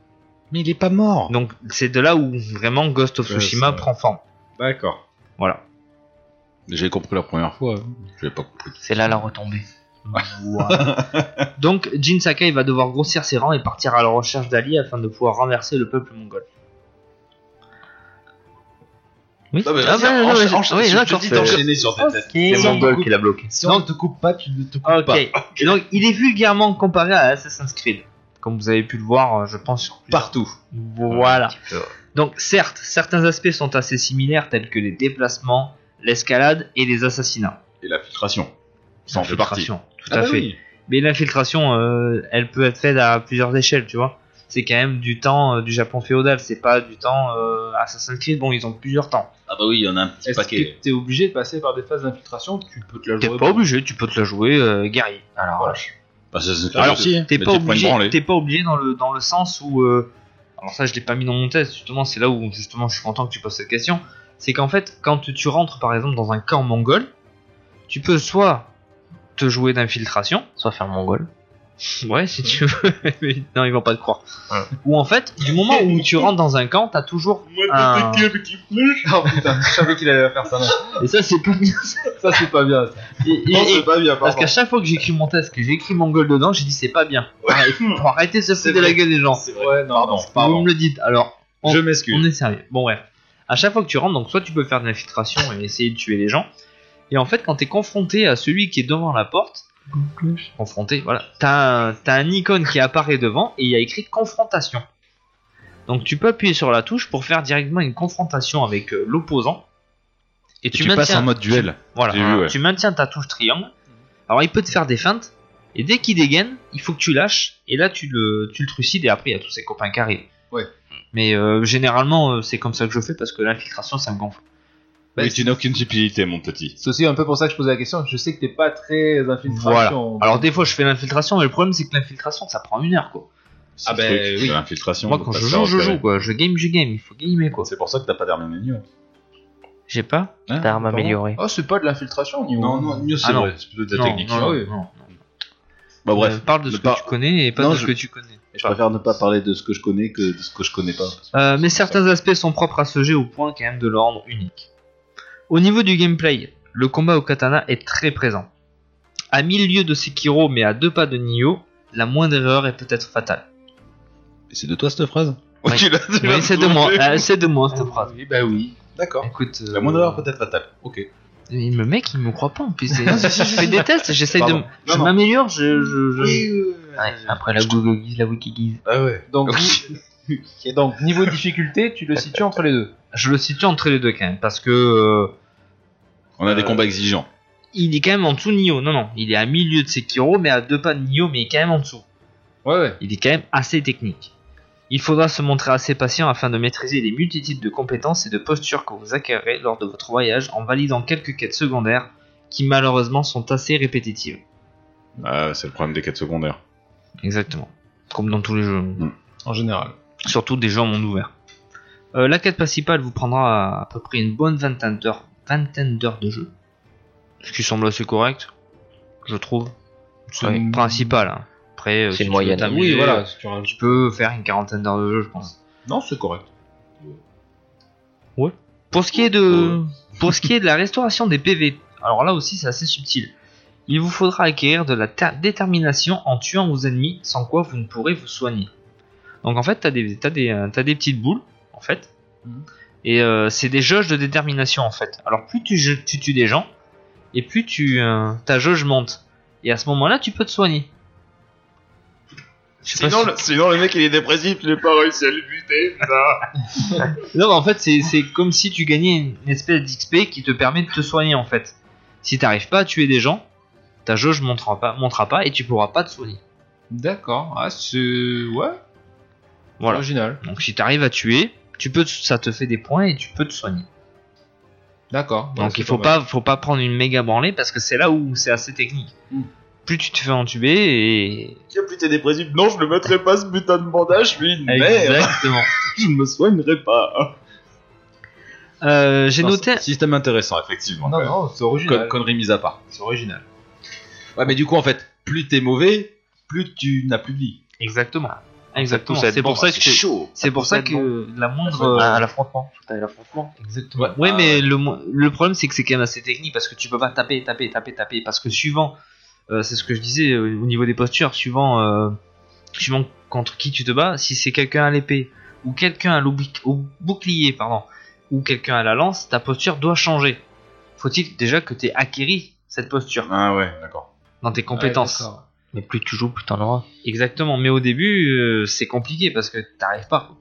Speaker 4: Mais il est pas mort.
Speaker 6: Donc c'est de là où vraiment Ghost of
Speaker 4: Ouais,
Speaker 6: Tsushima
Speaker 4: c'est-
Speaker 6: prend forme.
Speaker 4: D'accord.
Speaker 6: Voilà.
Speaker 4: J'ai compris la première fois. J'ai pas compris.
Speaker 5: C'est là la retombée.
Speaker 6: Donc Jin Sakai va devoir grossir ses rangs et partir à la recherche d'alliés afin de pouvoir renverser le peuple mongol. Oui.
Speaker 4: Non, mais
Speaker 5: Ah,
Speaker 4: vas-y,
Speaker 5: bah, non,
Speaker 4: encha-
Speaker 5: mais je-
Speaker 4: encha-
Speaker 5: oui,
Speaker 4: je
Speaker 5: d'accord,
Speaker 4: te dis
Speaker 5: c'est-
Speaker 4: d'enchaîner sur tes têtes.
Speaker 5: C'est
Speaker 4: Si on
Speaker 5: Mongol
Speaker 4: te
Speaker 5: qui l'a bloqué.
Speaker 4: Si on ne te coupe pas, tu ne te coupes
Speaker 6: Ah, Ok.
Speaker 4: pas.
Speaker 6: Et donc il est vulgairement comparé à Assassin's Creed, comme vous avez pu le voir, euh, je pense sur plusieurs-
Speaker 4: Partout.
Speaker 6: Voilà.
Speaker 5: peu, ouais.
Speaker 6: Donc certes, certains aspects sont assez similaires tels que les déplacements, l'escalade et les assassinats.
Speaker 4: Et la filtration. Ça en fait partie.
Speaker 6: L'infiltration, Tout
Speaker 4: Ah
Speaker 6: à
Speaker 4: bah
Speaker 6: fait.
Speaker 4: oui.
Speaker 6: Mais l'infiltration, euh, elle peut être faite à plusieurs échelles, tu vois. C'est quand même du temps euh, du Japon féodal, c'est pas du temps euh, Assassin's Creed. Bon, ils ont plusieurs temps.
Speaker 4: Ah bah oui, il y en a un petit
Speaker 1: Est-ce
Speaker 4: paquet.
Speaker 1: que t'es obligé de passer par des phases d'infiltration Tu peux te la
Speaker 6: T'es
Speaker 1: jouer.
Speaker 6: pas obligé, tu peux te la jouer euh, guerrier. Alors,
Speaker 1: Voilà.
Speaker 4: Bah, ça, c'est
Speaker 6: Alors,
Speaker 4: aussi, hein.
Speaker 6: t'es
Speaker 4: Mais
Speaker 6: pas
Speaker 4: tu prends une
Speaker 6: obligé.
Speaker 4: branlée.
Speaker 6: T'es pas obligé dans le dans le sens où. euh, alors ça, je l'ai pas mis dans mon test. Justement, c'est là où justement je suis content que tu poses cette question. C'est qu'en fait, quand tu rentres par exemple dans un camp mongol, tu peux soit te jouer d'infiltration,
Speaker 5: Soit faire mongol.
Speaker 6: ouais si tu veux, mais non ils vont pas te croire.
Speaker 5: Ouais.
Speaker 6: Ou en fait, du moment où tu rentres dans un camp, t'as toujours un.
Speaker 1: Oh putain, je savais qu'il allait faire ça. non.
Speaker 6: Et ça c'est pas bien. ça.
Speaker 1: Ça c'est pas bien. Ça.
Speaker 6: Et- et-
Speaker 1: Non,
Speaker 6: et-
Speaker 1: c'est pas bien.
Speaker 6: Parce
Speaker 1: pardon.
Speaker 6: qu'à chaque fois que j'écris mon test, que j'écris mongol dedans, j'ai dit c'est pas bien. Arrête- faut arrêter de se foutre de la gueule des gens.
Speaker 1: Ouais, non, non.
Speaker 4: Pardon,
Speaker 6: Vous
Speaker 4: pardon.
Speaker 6: me le dites. Alors on-
Speaker 4: Je
Speaker 6: On
Speaker 4: m'excuse.
Speaker 6: est sérieux. Bon, bref. À chaque fois que tu rentres, donc soit tu peux faire de l'infiltration et essayer de tuer les gens. Et en fait, quand t'es confronté à celui qui est devant la porte, confronté, voilà, t'as un, t'as un icône qui apparaît devant et il y a écrit confrontation. Donc tu peux appuyer sur la touche pour faire directement une confrontation avec euh, l'opposant. Et
Speaker 4: Tu passes en mode duel.
Speaker 6: voilà,
Speaker 4: J'ai vu, ouais.
Speaker 6: tu maintiens ta touche triangle. Alors il peut te faire des feintes, et dès qu'il dégaine, il faut que tu lâches, et là tu le, tu le trucides, et après il y a tous ses copains qui arrivent.
Speaker 1: Ouais.
Speaker 6: Mais euh, généralement, euh, c'est comme ça que je fais, parce que l'infiltration, ça me gonfle. Bah,
Speaker 4: Mais tu n'as aucune stupidité, mon petit.
Speaker 1: C'est aussi un peu pour ça que je posais la question. Je sais que t'es pas très infiltration.
Speaker 6: Alors des fois, je fais l'infiltration, mais le problème, c'est que l'infiltration, ça prend une heure, quoi.
Speaker 4: C'est le
Speaker 1: ben,
Speaker 4: truc,
Speaker 1: oui.
Speaker 4: c'est L'infiltration.
Speaker 6: Ah, bah, Moi,
Speaker 4: de
Speaker 6: quand je
Speaker 4: passer
Speaker 6: joue,
Speaker 4: à
Speaker 6: je
Speaker 4: autre
Speaker 6: joue,
Speaker 4: level.
Speaker 6: quoi. Je game, je game, il faut gamer, quoi.
Speaker 4: C'est pour ça que t'as pas terminé Nioh.
Speaker 6: J'ai pas
Speaker 4: Hein
Speaker 5: D'armes
Speaker 1: pardon.
Speaker 5: améliorées.
Speaker 1: Oh, c'est pas de l'infiltration, niveau.
Speaker 4: Non, non, Nioh, c'est
Speaker 6: Ah, non.
Speaker 4: vrai. C'est plutôt de la
Speaker 6: Non,
Speaker 4: technique.
Speaker 6: non, non,
Speaker 1: oui.
Speaker 6: non.
Speaker 4: Bah bref.
Speaker 6: Euh, parle de ce
Speaker 4: ne
Speaker 6: que
Speaker 4: pas-
Speaker 6: tu connais et pas
Speaker 4: Non,
Speaker 6: de
Speaker 4: je-
Speaker 6: ce que tu connais.
Speaker 4: Je préfère ne pas parler de ce que je connais que de ce que je connais pas.
Speaker 6: Euh, mais certains aspects sont propres à ce jeu au point quand même de le rendre unique. Au niveau du gameplay, le combat au katana est très présent. À mille lieues de Sekiro mais à deux pas de Nioh, la moindre erreur est peut-être fatale.
Speaker 4: C'est de toi cette phrase
Speaker 6: Ouais.
Speaker 4: Tu l'as- tu l'as
Speaker 6: Oui, c'est de moi,
Speaker 4: trouvé.
Speaker 6: euh, c'est de moi cette phrase.
Speaker 1: Oui, bah oui.
Speaker 4: D'accord.
Speaker 6: Écoute, euh,
Speaker 4: La moindre erreur peut être fatale. Ok.
Speaker 6: mais le mec il me croit pas en plus. c'est- je fais des tests, j'essaye de.
Speaker 4: Pardon.
Speaker 6: Je
Speaker 4: Non, non.
Speaker 6: m'améliore, je. je, je-
Speaker 5: Ouais, après la Google Guise, la Wiki Guise.
Speaker 4: Ah ouais.
Speaker 1: Ah. Donc, ni- et donc niveau difficulté, tu le situes entre les deux.
Speaker 6: je le situe entre les deux quand même parce que. euh,
Speaker 4: On a des combats exigeants.
Speaker 6: il est quand même en dessous de Nioh. Non, non, il est à mille lieues de Sekiro mais à deux pas de Nioh, mais il est quand même en dessous.
Speaker 1: Ouais, ouais.
Speaker 6: il est quand même assez technique. Il faudra se montrer assez patient afin de maîtriser les multitudes de compétences et de postures que vous acquérez lors de votre voyage en validant quelques quêtes secondaires qui malheureusement sont assez répétitives.
Speaker 4: Ah, c'est le problème des quêtes secondaires.
Speaker 6: Exactement. Comme dans tous les jeux.
Speaker 1: Mm. En général.
Speaker 6: surtout des gens en monde ouvert. Euh, la quête principale vous prendra à, à peu près une bonne vingtaine d'heures, vingtaine d'heures de jeu. Ce qui semble assez correct, je trouve. C'est
Speaker 1: Ouais.
Speaker 6: une principale. hein. Après, euh,
Speaker 5: C'est
Speaker 6: si
Speaker 5: une
Speaker 6: tu veux
Speaker 5: moyenne.
Speaker 6: t'amuser,
Speaker 1: si tu rajoutes-
Speaker 6: Tu peux faire une quarantaine d'heures de jeu, je pense.
Speaker 1: Non, c'est correct.
Speaker 6: Pour ce qui est de, pour ce qui est de la restauration des PV, alors là aussi c'est assez subtil. Il vous faudra acquérir de la ter- détermination en tuant vos ennemis, sans quoi vous ne pourrez vous soigner. Donc en fait, t'as des, t'as des, euh, t'as des petites boules, en fait.
Speaker 1: Mhm.
Speaker 6: Et euh, c'est des jauges de détermination, en fait. Alors plus tu, je- tu tues des gens, et plus tu, euh, ta jauge monte. Et à ce moment-là, tu peux te soigner. Je sais pas
Speaker 4: Sinon,
Speaker 6: si-
Speaker 4: le, sinon, le mec il est dépressif, j'ai pas réussi à le buter, putain.
Speaker 6: Non, mais en fait, c'est- c'est comme si tu gagnais une, une espèce d'XP qui te permet de te soigner, en fait. Si t'arrives pas à tuer des gens, ta jauge montera pas, montera pas et tu pourras pas te soigner.
Speaker 1: D'accord. Ah, c'est. Ouais.
Speaker 6: Voilà.
Speaker 1: Original.
Speaker 6: Donc si t'arrives à tuer, tu peux, te- ça te fait des points et tu peux te soigner.
Speaker 1: D'accord. Ouais,
Speaker 6: Donc
Speaker 1: c'est
Speaker 6: il faut
Speaker 1: mal.
Speaker 6: pas, faut pas prendre une méga branlée parce que c'est là où c'est assez technique.
Speaker 1: Mm.
Speaker 6: Plus tu te fais entuber et...
Speaker 4: Tiens, plus t'es dépressif, non, je le mettrai pas ce putain de bandage, je suis une merde,
Speaker 6: Exactement.
Speaker 4: je ne me soignerai pas.
Speaker 6: Euh, J'ai noté...
Speaker 4: Système intéressant, effectivement.
Speaker 1: Non, non, c'est original.
Speaker 4: connerie mise à part.
Speaker 1: C'est original.
Speaker 4: Ouais, mais du coup, en fait, plus t'es mauvais, plus tu n'as plus de vie.
Speaker 6: Exactement.
Speaker 5: tout
Speaker 6: Exactement.
Speaker 5: ça,
Speaker 6: C'est
Speaker 5: bon,
Speaker 6: pour ça
Speaker 5: bah,
Speaker 6: que...
Speaker 4: C'est chaud.
Speaker 6: C'est pour ça
Speaker 5: tout ça,
Speaker 6: que la moindre...
Speaker 5: euh, À, à l'affrontement. Faut que t'ailles à l'affrontement.
Speaker 6: Exactement. Ouais, mais le, mo- le problème c'est que c'est quand même assez technique parce que tu peux pas taper, taper, taper, taper parce que suivant, euh, c'est ce que je disais euh, au niveau des postures, suivant, euh, suivant contre qui tu te bats, si c'est quelqu'un à l'épée ou quelqu'un à l'oubli- au bouclier, pardon, ou quelqu'un à la lance, ta posture doit changer. Faut-il déjà que t'aies acquéri cette posture
Speaker 4: Ah ouais, d'accord.
Speaker 6: dans tes compétences
Speaker 1: Ouais, d'accord.
Speaker 5: Mais plus tu joues, plus t'en auras.
Speaker 6: Exactement, mais au début euh, c'est compliqué parce que t'arrives pas.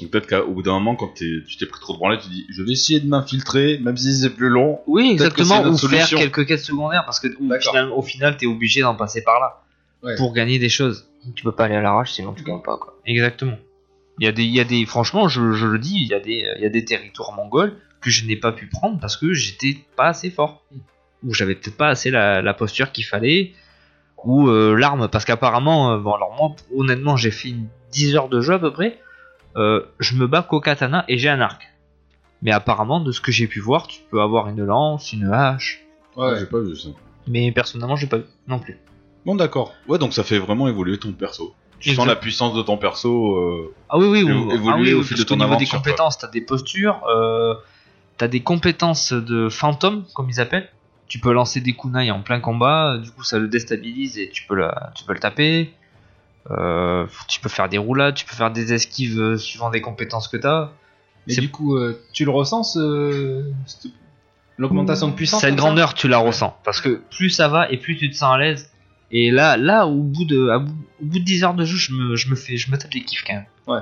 Speaker 4: Donc peut-être qu'au bout d'un moment, quand t'es- tu t'es pris trop de branlette, tu dis je vais essayer de m'infiltrer, même si c'est plus long.
Speaker 6: Oui,
Speaker 4: Peut-être que c'est
Speaker 6: exactement, ou
Speaker 4: notre
Speaker 6: faire
Speaker 4: solution.
Speaker 6: quelques quêtes secondaires parce que au
Speaker 4: D'accord.
Speaker 6: final, au final t'es obligé d'en passer par là
Speaker 1: Ouais.
Speaker 6: pour gagner des choses.
Speaker 5: Tu peux pas aller à l'arrache, sinon tu gagnes pas, quoi.
Speaker 6: Exactement. Il y a des, il y a des, franchement, je, je le dis, il y a des, il y a des territoires mongols que je n'ai pas pu prendre parce que j'étais pas assez fort ou j'avais peut-être pas assez la, la posture qu'il fallait ou euh, l'arme parce qu'apparemment, euh, bon alors moi honnêtement j'ai fait une 10 heures de jeu à peu près, Euh, je me bats qu'au katana et j'ai un arc. Mais apparemment de ce que j'ai pu voir, tu peux avoir une lance, une hache.
Speaker 1: Ouais.
Speaker 4: J'ai pas vu ça.
Speaker 6: Mais personnellement, j'ai pas vu non plus.
Speaker 4: Bon, d'accord. Ouais, donc ça fait vraiment évoluer ton perso. Tu
Speaker 6: Exact.
Speaker 4: sens la puissance de ton perso. euh,
Speaker 6: Ah oui, oui,
Speaker 4: Évo-
Speaker 6: ou- ah
Speaker 4: évoluer
Speaker 6: oui,
Speaker 4: au
Speaker 6: oui,
Speaker 4: fil
Speaker 6: parce
Speaker 4: de ton
Speaker 6: qu'au niveau des
Speaker 4: aventure,
Speaker 6: compétences, t'as des postures, euh, t'as des compétences de fantôme, comme ils appellent. Tu peux lancer des kunai en plein combat, euh, du coup ça le déstabilise et tu peux, la, tu peux le taper. Euh, tu peux faire des roulades, tu peux faire des esquives euh, suivant des compétences que t'as.
Speaker 1: Mais
Speaker 6: C'est-
Speaker 1: du coup, euh, tu le ressens, ce- cette- l'augmentation de puissance
Speaker 6: Cette
Speaker 1: comme ça
Speaker 6: grandeur, tu la ressens. Parce que plus ça va et plus tu te sens à l'aise. Et là, là au, bout de, à bout- au bout de 10 heures de jeu, je me, je me, fais, je me tape des kiffs quand même.
Speaker 1: Ouais.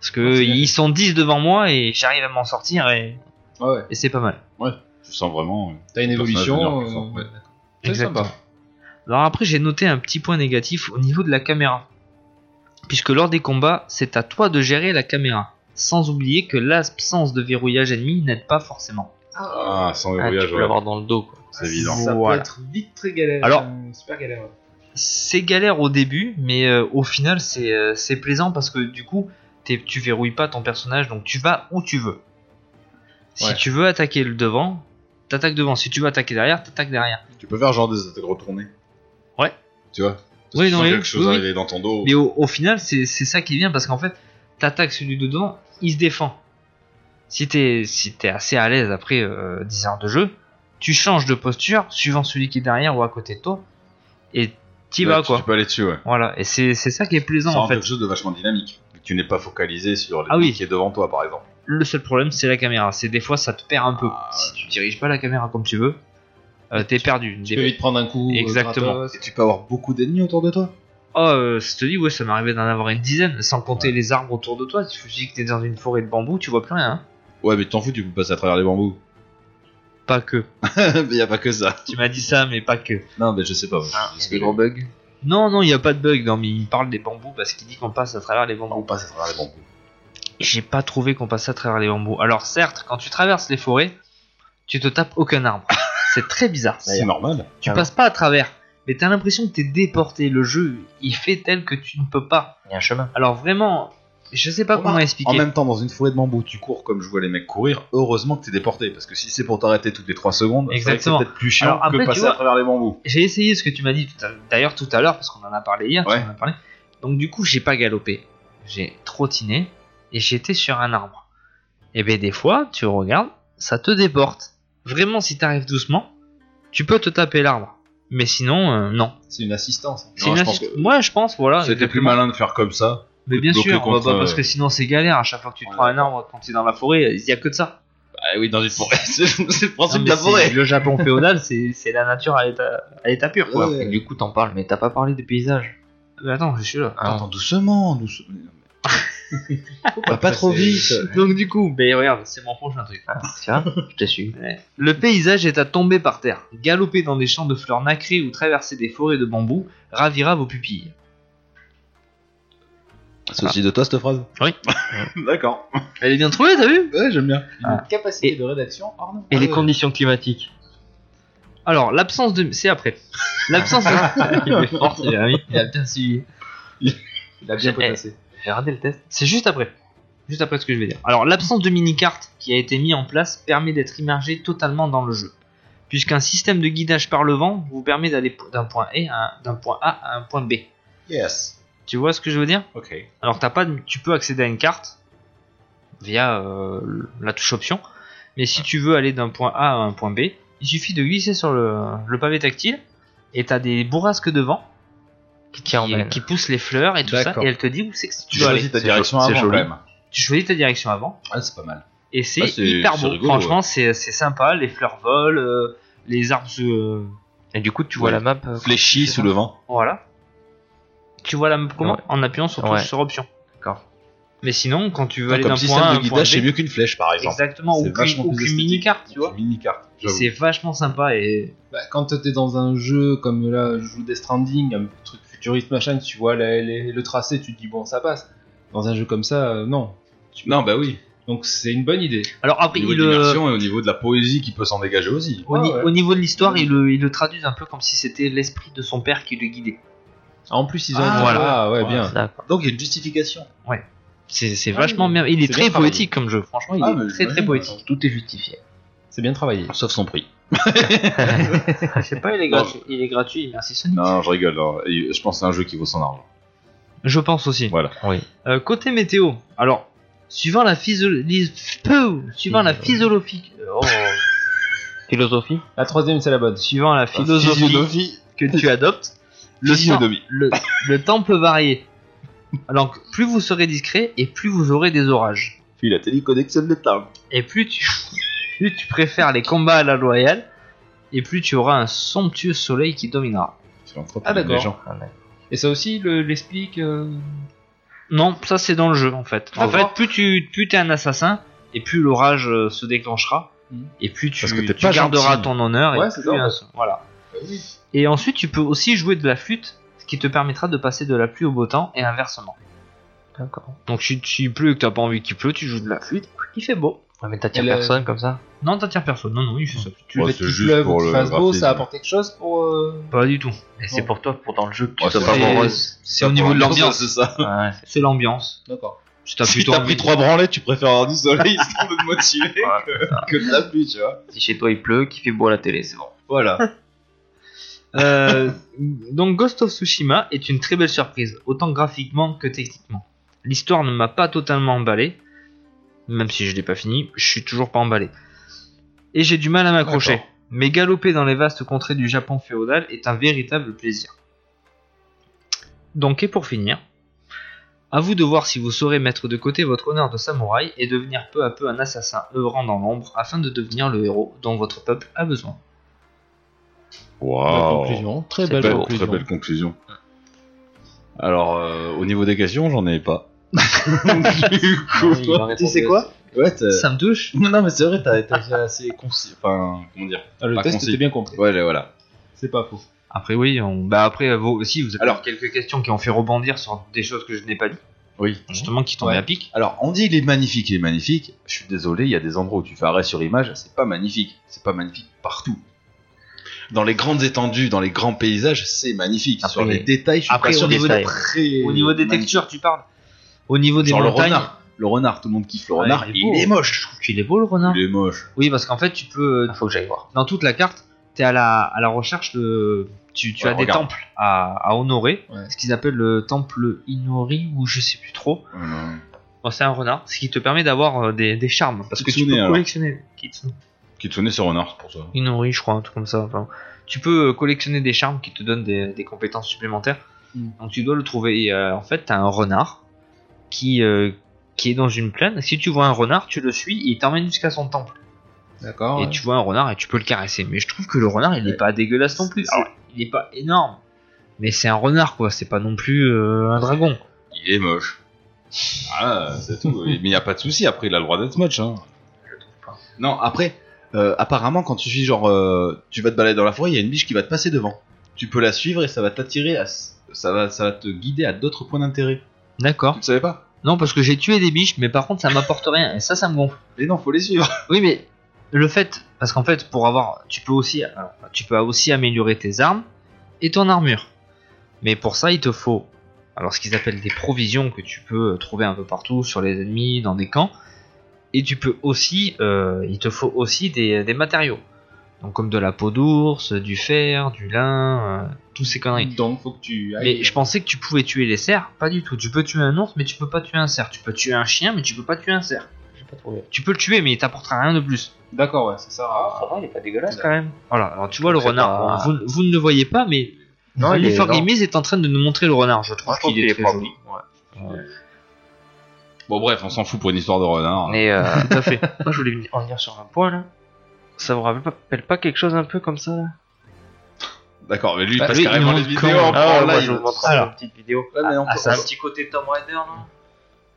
Speaker 6: Parce que
Speaker 1: C'est bien.
Speaker 6: ils sont 10 devant moi et j'arrive à m'en sortir et,
Speaker 1: Ouais, Ah ouais.
Speaker 6: et c'est pas mal.
Speaker 4: Tu sens vraiment. euh,
Speaker 1: T'as une
Speaker 4: le personnage
Speaker 1: évolution.
Speaker 4: devenir puissant,
Speaker 1: euh,
Speaker 4: ouais.
Speaker 1: C'est
Speaker 6: Exactement.
Speaker 1: sympa.
Speaker 6: Alors après, j'ai noté un petit point négatif au niveau de la caméra. Puisque lors des combats, c'est à toi de gérer la caméra. Sans oublier que l'absence de verrouillage ennemi n'aide pas forcément.
Speaker 4: Ah, sans
Speaker 5: Ah, tu
Speaker 4: verrouillage,
Speaker 5: peux
Speaker 4: ouais.
Speaker 5: l'avoir dans le dos, quoi.
Speaker 4: c'est évident.
Speaker 1: Ça
Speaker 6: Voilà.
Speaker 1: peut être vite très galère.
Speaker 6: Alors-
Speaker 1: euh, super galère.
Speaker 6: C'est galère au début, mais euh, au final, c'est euh, c'est plaisant parce que du coup, t'es- tu verrouilles pas ton personnage, donc tu vas où tu veux. Si
Speaker 1: Ouais.
Speaker 6: tu veux attaquer le devant, t'attaques devant. Si tu veux attaquer derrière, t'attaques derrière.
Speaker 4: Tu peux faire genre des attaques retournées.
Speaker 6: Ouais.
Speaker 4: Tu vois
Speaker 6: Oui,
Speaker 4: Tu
Speaker 6: non,
Speaker 4: sens
Speaker 6: mais-
Speaker 4: quelque chose
Speaker 6: oui, oui.
Speaker 4: arriver dans ton dos.
Speaker 6: Mais au, au final, c'est c'est ça qui est bien parce qu'en fait, t'attaques celui de devant, il se défend. Si t'es si t'es assez à l'aise après euh, 10 heures de jeu, tu changes de posture suivant celui qui est derrière ou à côté de toi et t'y
Speaker 4: Là,
Speaker 6: vas
Speaker 4: tu-
Speaker 6: quoi.
Speaker 4: Tu peux aller dessus, ouais.
Speaker 6: Voilà, et c'est c'est ça qui est plaisant
Speaker 4: Ça
Speaker 6: en
Speaker 4: rend
Speaker 6: fait.
Speaker 4: quelque chose de vachement dynamique. Tu n'es pas focalisé sur
Speaker 6: Ah
Speaker 4: l'ennemi
Speaker 6: oui.
Speaker 4: qui est devant toi, par exemple.
Speaker 6: Le seul problème, c'est la caméra. C'est des fois, ça te perd un peu.
Speaker 4: Ah,
Speaker 6: si tu diriges pas la caméra comme tu veux, euh, t'es perdu.
Speaker 1: Tu peux vite prendre un coup. euh,
Speaker 6: Exactement.
Speaker 1: gratos.
Speaker 4: Et tu peux avoir beaucoup d'ennemis autour de toi.
Speaker 6: Oh, euh, je te dis, ouais, ça m'arrivait d'en avoir une dizaine, sans compter les arbres autour de toi. Tu dis que t'es dans une forêt de bambou, tu vois plus rien. hein.
Speaker 4: Ouais, mais t'en fous, tu peux passer à travers les bambous.
Speaker 6: Pas que.
Speaker 4: mais y a pas que ça.
Speaker 6: Tu m'as dit ça, mais pas que.
Speaker 4: Non, mais je sais pas.
Speaker 1: Ah,
Speaker 4: Parce que on
Speaker 5: bug.
Speaker 6: Non, non, il y a pas de bug. Non, mais il parle des bambous parce qu'il dit qu'on passe à travers les bambous.
Speaker 4: passe à travers les bambous.
Speaker 6: J'ai pas trouvé qu'on passait à travers les bambous. Alors, certes, quand tu traverses les forêts, tu te tapes aucun arbre. C'est très bizarre.
Speaker 4: C'est normal.
Speaker 6: Tu
Speaker 5: Ah
Speaker 6: passes pas à travers, mais t'as l'impression que t'es déporté. Le jeu, il fait tel que tu ne peux pas.
Speaker 5: Il y a un chemin.
Speaker 6: Alors vraiment, je sais pas
Speaker 4: Remarque,
Speaker 6: comment
Speaker 4: En
Speaker 6: expliquer.
Speaker 4: même temps, dans une forêt de bambous, tu cours comme je vois les mecs courir. Heureusement que t'es déporté. Parce que si c'est pour t'arrêter toutes les 3 secondes, c'est vrai que
Speaker 6: Exactement.
Speaker 4: c'est peut-être plus chiant
Speaker 6: Alors, après,
Speaker 4: que
Speaker 6: tu
Speaker 4: passer
Speaker 6: vois-
Speaker 4: à travers les bambous.
Speaker 6: J'ai essayé ce que tu m'as dit tout à- d'ailleurs tout à l'heure, parce qu'on en a parlé hier. tu
Speaker 4: Ouais.
Speaker 6: en as parlé. Donc du coup, j'ai pas galopé. J'ai trottiné et j'étais sur un arbre. Et ben des fois, tu regardes, ça te déporte. Vraiment, si t'arrives doucement, tu peux te taper l'arbre. Mais sinon, euh, non.
Speaker 1: C'est une assistance.
Speaker 6: C'est
Speaker 4: je
Speaker 6: une
Speaker 4: pense
Speaker 6: assist-
Speaker 4: que-
Speaker 6: Moi, je pense, voilà.
Speaker 4: C'était plus
Speaker 6: exactement.
Speaker 4: malin de faire comme ça.
Speaker 6: Mais bien
Speaker 4: bloquer
Speaker 6: sûr, on va
Speaker 4: contre,
Speaker 6: pas- parce
Speaker 4: euh,
Speaker 6: que sinon c'est galère. À chaque fois que tu te prends un arbre quand t'es dans la forêt, il y a que de ça.
Speaker 4: Ah oui, dans une forêt. c'est c'est le principe
Speaker 6: Non,
Speaker 4: de
Speaker 6: mais
Speaker 4: la
Speaker 6: c'est-
Speaker 4: forêt.
Speaker 6: Le Japon féodal, c'est c'est la nature à l'état à l'état pur. Quoi.
Speaker 5: Euh. Et du coup, t'en parles, mais t'as pas parlé des paysages.
Speaker 6: Euh, Attends, je suis là.
Speaker 5: Ah.
Speaker 4: Attends, doucement, doucement. Pas, pas trop vite.
Speaker 6: Donc du coup, ben regarde, c'est mon prochain truc.
Speaker 5: Tu vois Je te suis.
Speaker 6: Le paysage est à tomber par terre. Galoper dans des champs de fleurs nacrées ou traverser des forêts de bambous ravira vos pupilles.
Speaker 4: C'est aussi de toi cette phrase
Speaker 6: Oui.
Speaker 4: D'accord.
Speaker 6: Elle est bien trouvée, t'as vu
Speaker 4: Ouais, j'aime bien.
Speaker 3: Capacité de rédaction hors norme.
Speaker 5: Et
Speaker 1: Ah
Speaker 5: les conditions climatiques
Speaker 6: Alors, l'absence de... C'est après. L'absence de... Il est fort, Jérémy. Il a bien suivi.
Speaker 3: Il a bien
Speaker 5: Eh.
Speaker 3: potassé.
Speaker 5: J'ai raté le test.
Speaker 6: C'est juste après. Juste après ce que je vais dire. Alors, l'absence de mini-carte qui a été mis en place permet d'être immergé totalement dans le jeu. Puisqu'un système de guidage par le vent vous permet d'aller d'un point, A à un- d'un point A à un point B.
Speaker 4: Yes.
Speaker 6: Tu vois ce que je veux dire
Speaker 4: Ok.
Speaker 6: Alors t'as pas, de- tu peux accéder à une carte via euh, la touche option, mais si tu veux aller d'un point A à un point B, il suffit de glisser sur le, le pavé tactile et t'as des bourrasques de vent
Speaker 5: Qui, qui
Speaker 6: qui,
Speaker 5: emmène
Speaker 6: qui poussent les fleurs et tout ça,
Speaker 4: D'accord.
Speaker 6: et elle te dit où c'est que tu
Speaker 4: Tu
Speaker 6: dois aller.
Speaker 4: choisis ta direction avant quand même.
Speaker 6: Tu choisis ta direction avant
Speaker 4: Ah, c'est pas mal.
Speaker 6: et c'est
Speaker 4: Ah, c'est-
Speaker 6: hyper
Speaker 4: c'est
Speaker 6: beau.
Speaker 4: rigolo,
Speaker 6: Franchement, c'est c'est sympa, les fleurs volent, euh, les arbres se euh,
Speaker 5: Et du coup, tu vois
Speaker 4: Ouais.
Speaker 5: la map. euh,
Speaker 4: Fléchis sous le vent.
Speaker 6: voilà. Tu vois la comment
Speaker 5: Ouais.
Speaker 6: en appuyant sur touche
Speaker 5: Ouais.
Speaker 6: sur option.
Speaker 5: D'accord.
Speaker 6: Mais sinon, quand tu veux
Speaker 4: Putain,
Speaker 6: aller
Speaker 4: Ah,
Speaker 6: d'un
Speaker 4: Comme
Speaker 6: point A à
Speaker 4: système
Speaker 6: un
Speaker 4: de
Speaker 6: point
Speaker 4: guidage, c'est
Speaker 6: B,
Speaker 4: mieux qu'une flèche par exemple.
Speaker 6: exactement,
Speaker 4: C'est
Speaker 6: aucune,
Speaker 4: vachement plus
Speaker 6: aucune
Speaker 4: esthétique.
Speaker 6: mini carte, tu vois.
Speaker 4: Mini carte.
Speaker 6: Et c'est vachement sympa et
Speaker 1: Bah, quand t'es dans un jeu comme là, je joue Death Stranding, un truc futuriste machin, tu vois les- les- le tracé, tu te dis bon, ça passe. Dans un jeu comme ça, euh, non.
Speaker 4: Non, bah oui.
Speaker 1: Donc c'est une bonne idée.
Speaker 6: alors
Speaker 4: Au
Speaker 6: après
Speaker 4: niveau
Speaker 6: il,
Speaker 4: de
Speaker 6: euh,
Speaker 4: l'immersion et au niveau de la poésie qui peut s'en dégager aussi.
Speaker 6: au, ni-
Speaker 1: Ouais, ouais.
Speaker 6: au niveau de l'histoire il le, il le traduisent un peu comme si c'était l'esprit de son père qui le guidait
Speaker 1: En plus, ils ont
Speaker 4: Ah,
Speaker 1: voilà, ouais, bien.
Speaker 5: D'accord.
Speaker 4: Donc il y a une justification.
Speaker 6: c'est c'est
Speaker 1: Ah
Speaker 6: vachement
Speaker 1: oui,
Speaker 6: bien il est,
Speaker 1: c'est
Speaker 6: très
Speaker 1: bien travaillé.
Speaker 6: poétique comme jeu franchement il
Speaker 4: Ah, mais
Speaker 6: est très très
Speaker 4: j'imagine.
Speaker 6: poétique
Speaker 1: hein.
Speaker 6: tout est justifié
Speaker 1: C'est bien travaillé.
Speaker 4: Sauf son prix.
Speaker 6: je sais pas il est
Speaker 4: gratuit-
Speaker 6: il est gratuit merci Sony
Speaker 4: Non, je rigole. non. Et Je pense que c'est un jeu qui vaut son argent.
Speaker 6: je pense aussi
Speaker 4: Voilà.
Speaker 5: Oui.
Speaker 6: Euh, côté météo alors suivant la physiologie suivant la physiologie euh,
Speaker 4: Euh, oh.
Speaker 5: Philosophie
Speaker 1: La troisième, c'est la bonne.
Speaker 6: suivant la philosophie que tu adoptes, le temps,
Speaker 4: Physionomie.
Speaker 6: le, le temps peut varier. Alors, plus vous serez discret et plus vous aurez des orages.
Speaker 4: Puis la téléconnexion de l'état.
Speaker 6: Et plus tu, plus tu préfères les combats à la loyale, et plus tu auras un somptueux soleil qui dominera.
Speaker 1: Ah, d'accord.
Speaker 4: les gens.
Speaker 1: Et ça aussi le- l'explique. euh,
Speaker 6: Non, ça c'est dans le jeu en fait. En fait,
Speaker 1: D'accord.
Speaker 6: plus tu plus es un assassin, et plus l'orage euh, se déclenchera,
Speaker 1: Mhm.
Speaker 6: et plus tu,
Speaker 4: Parce que t'es
Speaker 6: tu
Speaker 4: pas
Speaker 6: garderas
Speaker 4: gentil.
Speaker 6: ton honneur.
Speaker 1: Ouais,
Speaker 6: et
Speaker 1: c'est
Speaker 6: plus
Speaker 1: ça, en
Speaker 6: un- voilà. Et ensuite, tu peux aussi jouer de la flûte, ce qui te permettra de passer de la pluie au beau temps et inversement.
Speaker 5: D'accord.
Speaker 6: Donc si tu pleut et que t'as pas envie qu'il pleut, tu joues de la flûte, il fait beau.
Speaker 5: Ouais, mais t'attires
Speaker 1: Et le-
Speaker 5: personne comme ça
Speaker 6: Non, t'attires personne, non, non, il fait ça.
Speaker 1: Tu
Speaker 4: Ouais,
Speaker 1: le fais
Speaker 4: c'est
Speaker 1: qu'il
Speaker 4: juste
Speaker 1: pleuve ou
Speaker 4: pour
Speaker 1: qu'il
Speaker 4: le
Speaker 1: fasse beau,
Speaker 4: graphisme.
Speaker 1: ça apporte quelque chose pour. euh,
Speaker 6: Pas du tout.
Speaker 5: Et c'est pour toi, pour dans le jeu, que tu
Speaker 4: Ouais,
Speaker 5: sois
Speaker 4: c'est
Speaker 5: pas
Speaker 4: vrai.
Speaker 5: morose.
Speaker 6: C'est au niveau de l'ambiance.
Speaker 4: c'est ça.
Speaker 5: Ouais,
Speaker 6: C'est l'ambiance.
Speaker 1: D'accord.
Speaker 6: Si t'as
Speaker 4: Si
Speaker 6: plutôt
Speaker 4: t'as
Speaker 6: envie
Speaker 4: pris
Speaker 6: de-
Speaker 4: trois branlées, tu préfères avoir du soleil histoire de te motiver
Speaker 5: Ouais,
Speaker 4: que, que de la pluie, tu vois.
Speaker 5: Si chez toi il pleut, qu'il fait beau à la télé, c'est bon.
Speaker 4: Voilà.
Speaker 6: Euh, donc Ghost of Tsushima est une très belle surprise, autant graphiquement que techniquement. L'histoire ne m'a pas totalement emballé, même si je l'ai pas fini, je suis toujours pas emballé. Et j'ai du mal à m'accrocher,
Speaker 4: D'accord.
Speaker 6: mais galoper dans les vastes contrées du Japon féodal est un véritable plaisir. Donc et pour finir, à vous de voir si vous saurez mettre de côté votre honneur de samouraï et devenir peu à peu un assassin œuvrant dans l'ombre afin de devenir le héros dont votre peuple a besoin.
Speaker 1: Belle
Speaker 4: Waouh.
Speaker 1: conclusion. Très
Speaker 5: C'est
Speaker 1: belle
Speaker 5: pas-
Speaker 4: Belle-
Speaker 1: conclusion.
Speaker 4: Très belle conclusion. Alors, euh, au niveau des questions, j'en ai pas. du coup,
Speaker 6: Ah
Speaker 3: Tu sais quoi
Speaker 4: ouais, t'as-
Speaker 6: Ça me touche
Speaker 4: Non, non, mais c'est vrai, t'as t'as été assez concis. Enfin, comment dire
Speaker 1: Ah, le
Speaker 4: Pas
Speaker 1: test
Speaker 4: concis.
Speaker 1: était bien compris.
Speaker 4: Ouais, là, voilà.
Speaker 1: C'est pas faux.
Speaker 6: Après oui, on... bah après vous aussi vous avez
Speaker 4: Alors-
Speaker 6: quelques questions qui ont fait rebondir sur des choses que je n'ai pas dit,
Speaker 4: Oui.
Speaker 6: justement qui tombent
Speaker 4: Mhm. Ouais.
Speaker 6: à pic.
Speaker 4: Alors, on dit il est magnifique, il est magnifique. Je suis désolé, il y a des endroits où tu fais arrêt sur image, c'est pas magnifique. C'est pas magnifique partout. Dans les grandes étendues, dans les grands paysages, c'est magnifique.
Speaker 5: Après-
Speaker 4: sur les détails, je suis pas
Speaker 6: Après,
Speaker 4: sûr
Speaker 6: au
Speaker 4: que
Speaker 6: niveau
Speaker 4: c'est
Speaker 6: des-
Speaker 4: très
Speaker 6: Au niveau des
Speaker 4: magnifique.
Speaker 6: textures, tu parles. Au niveau des
Speaker 4: Genre le
Speaker 6: montagnes,
Speaker 4: renard. Le renard, tout le monde kiffe le
Speaker 6: Ouais,
Speaker 4: renard.
Speaker 6: il est
Speaker 4: Il
Speaker 6: beau.
Speaker 4: est moche.
Speaker 6: je trouve qu'il est beau le renard.
Speaker 4: Il est moche.
Speaker 6: Oui, parce qu'en fait tu peux
Speaker 5: Il faut que j'aille voir.
Speaker 6: dans toute la carte, t'es à la à la recherche de tu, tu
Speaker 4: Ouais,
Speaker 6: as des
Speaker 4: regarde.
Speaker 6: temples à, à honorer,
Speaker 1: Ouais.
Speaker 6: ce qu'ils appellent le temple Inori ou je sais plus trop.
Speaker 4: Euh,
Speaker 6: Bon, c'est un renard, ce qui te permet d'avoir euh, des, des charmes parce que tu
Speaker 4: Kitsune,
Speaker 6: peux
Speaker 4: alors.
Speaker 6: collectionner Kitsune.
Speaker 4: Qui tournait sur renard, pour ça.
Speaker 6: Inori, je crois, un truc comme ça. Enfin, tu peux euh, collectionner des charmes qui te donnent des, des compétences supplémentaires.
Speaker 1: Mm.
Speaker 6: Donc tu dois le trouver. Et, euh, en fait, t'as un renard qui, euh, qui est dans une plaine. Si tu vois un renard, tu le suis et il t'emmène jusqu'à son temple.
Speaker 1: D'accord.
Speaker 6: Et
Speaker 1: ouais.
Speaker 6: tu vois un renard et tu peux le caresser. Mais je trouve que le renard, il est pas dégueulasse non plus. Alors, il est pas énorme. mais c'est un renard quoi, c'est pas non plus euh, un dragon.
Speaker 4: Il est moche. Ah, c'est tout. Mais il n'y a pas de souci. Après, il a le droit d'être moche. Hein. Non, après, euh, apparemment, quand tu suis genre, euh, tu vas te balader dans la forêt, il y a une biche qui va te passer devant. Tu peux la suivre et ça va t'attirer, à... ça va, ça va te guider à d'autres points d'intérêt.
Speaker 6: D'accord.
Speaker 4: Tu ne savais pas
Speaker 6: Non, parce que j'ai tué des biches, mais par contre ça m'apporte rien, et ça, ça me gonfle.
Speaker 4: Mais non, faut les suivre.
Speaker 6: Oui, mais le fait, parce qu'en fait, pour avoir, tu peux aussi, alors, tu peux aussi améliorer tes armes et ton armure. Mais pour ça, il te faut, alors ce qu'ils appellent des provisions que tu peux euh, trouver un peu partout sur les ennemis, dans des camps, et tu peux aussi, euh, il te faut aussi des, des matériaux. Donc comme de la peau d'ours, du fer, du lin, euh, tous ces conneries.
Speaker 1: Donc faut que tu ailles.
Speaker 6: Mais je pensais que tu pouvais tuer les cerfs, pas du tout. Tu peux tuer un ours, mais tu peux pas tuer un cerf. Tu peux tuer un chien, mais tu peux pas tuer un cerf.
Speaker 5: J'ai pas trouvé.
Speaker 6: Tu peux le tuer, mais il t'apportera rien de plus.
Speaker 1: D'accord, ouais, c'est ça.
Speaker 5: Ça va, il est pas dégueulasse
Speaker 6: Quand même. Voilà, alors tu vois le
Speaker 5: C'est
Speaker 6: renard,
Speaker 5: pas-
Speaker 6: vous, vous ne le voyez pas, mais
Speaker 5: Non, il est-
Speaker 6: l'effort est, est en train de nous montrer le renard, je
Speaker 1: Ah,
Speaker 6: trouve.
Speaker 5: Je trouve qu'il est propre. Ouais.
Speaker 4: Bon, bref, on s'en fout pour une histoire de hein. renard.
Speaker 5: Mais euh, tout à fait. Moi, je voulais venir- en venir sur un point là. Ça vous rappelle pas, rappelle pas quelque chose un peu comme ça là
Speaker 4: D'accord, mais lui, il
Speaker 6: Bah,
Speaker 4: passe
Speaker 6: lui, il
Speaker 4: carrément les
Speaker 6: monte
Speaker 4: vidéos
Speaker 6: quand
Speaker 4: en
Speaker 5: Ah,
Speaker 4: prend
Speaker 5: moi,
Speaker 4: live.
Speaker 5: je vous montre
Speaker 6: Alors.
Speaker 5: une petite vidéo.
Speaker 4: Ouais, mais on
Speaker 6: Ah,
Speaker 4: peut-
Speaker 6: ça a un
Speaker 5: petit côté Tom Raider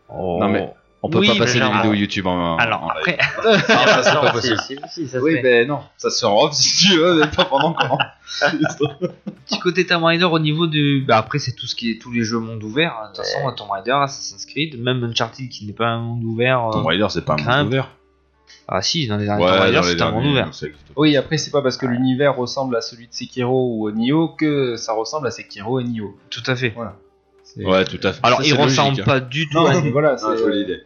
Speaker 5: non
Speaker 4: Non, mais on peut
Speaker 6: Oui,
Speaker 4: pas
Speaker 6: mais
Speaker 4: passer les
Speaker 6: genre-
Speaker 4: vidéos YouTube en, en
Speaker 6: Alors
Speaker 4: live.
Speaker 6: après,
Speaker 4: Ah, ça, c'est pas possible.
Speaker 5: Oui,
Speaker 4: ben non, ça se fait en off si tu veux, mais pas pendant qu'on
Speaker 6: petit côté Tomb Raider au niveau du. Bah après, c'est tout ce qui est tous les jeux monde ouvert. hein. De toute façon, Tomb Raider, Assassin's Creed, même Uncharted qui n'est pas un monde ouvert. euh,
Speaker 4: Tomb Raider, c'est pas un
Speaker 6: Crimp.
Speaker 4: monde ouvert.
Speaker 6: Ah si, dans les derniers Tomb Raider, c'est un monde ouvert.
Speaker 1: Oui, après, c'est pas parce que l'univers ressemble à celui de Sekiro ou Nioh que ça ressemble à Sekiro et Nioh.
Speaker 6: Tout à fait.
Speaker 1: Voilà. C'est-
Speaker 4: Ouais, tout à fait.
Speaker 6: Alors,
Speaker 4: Ça,
Speaker 6: il
Speaker 4: c'est
Speaker 6: ressemble
Speaker 4: logique, hein.
Speaker 6: pas du tout.
Speaker 1: Non,
Speaker 6: à-
Speaker 1: mais voilà, c'est.
Speaker 4: Ah, jolie idée.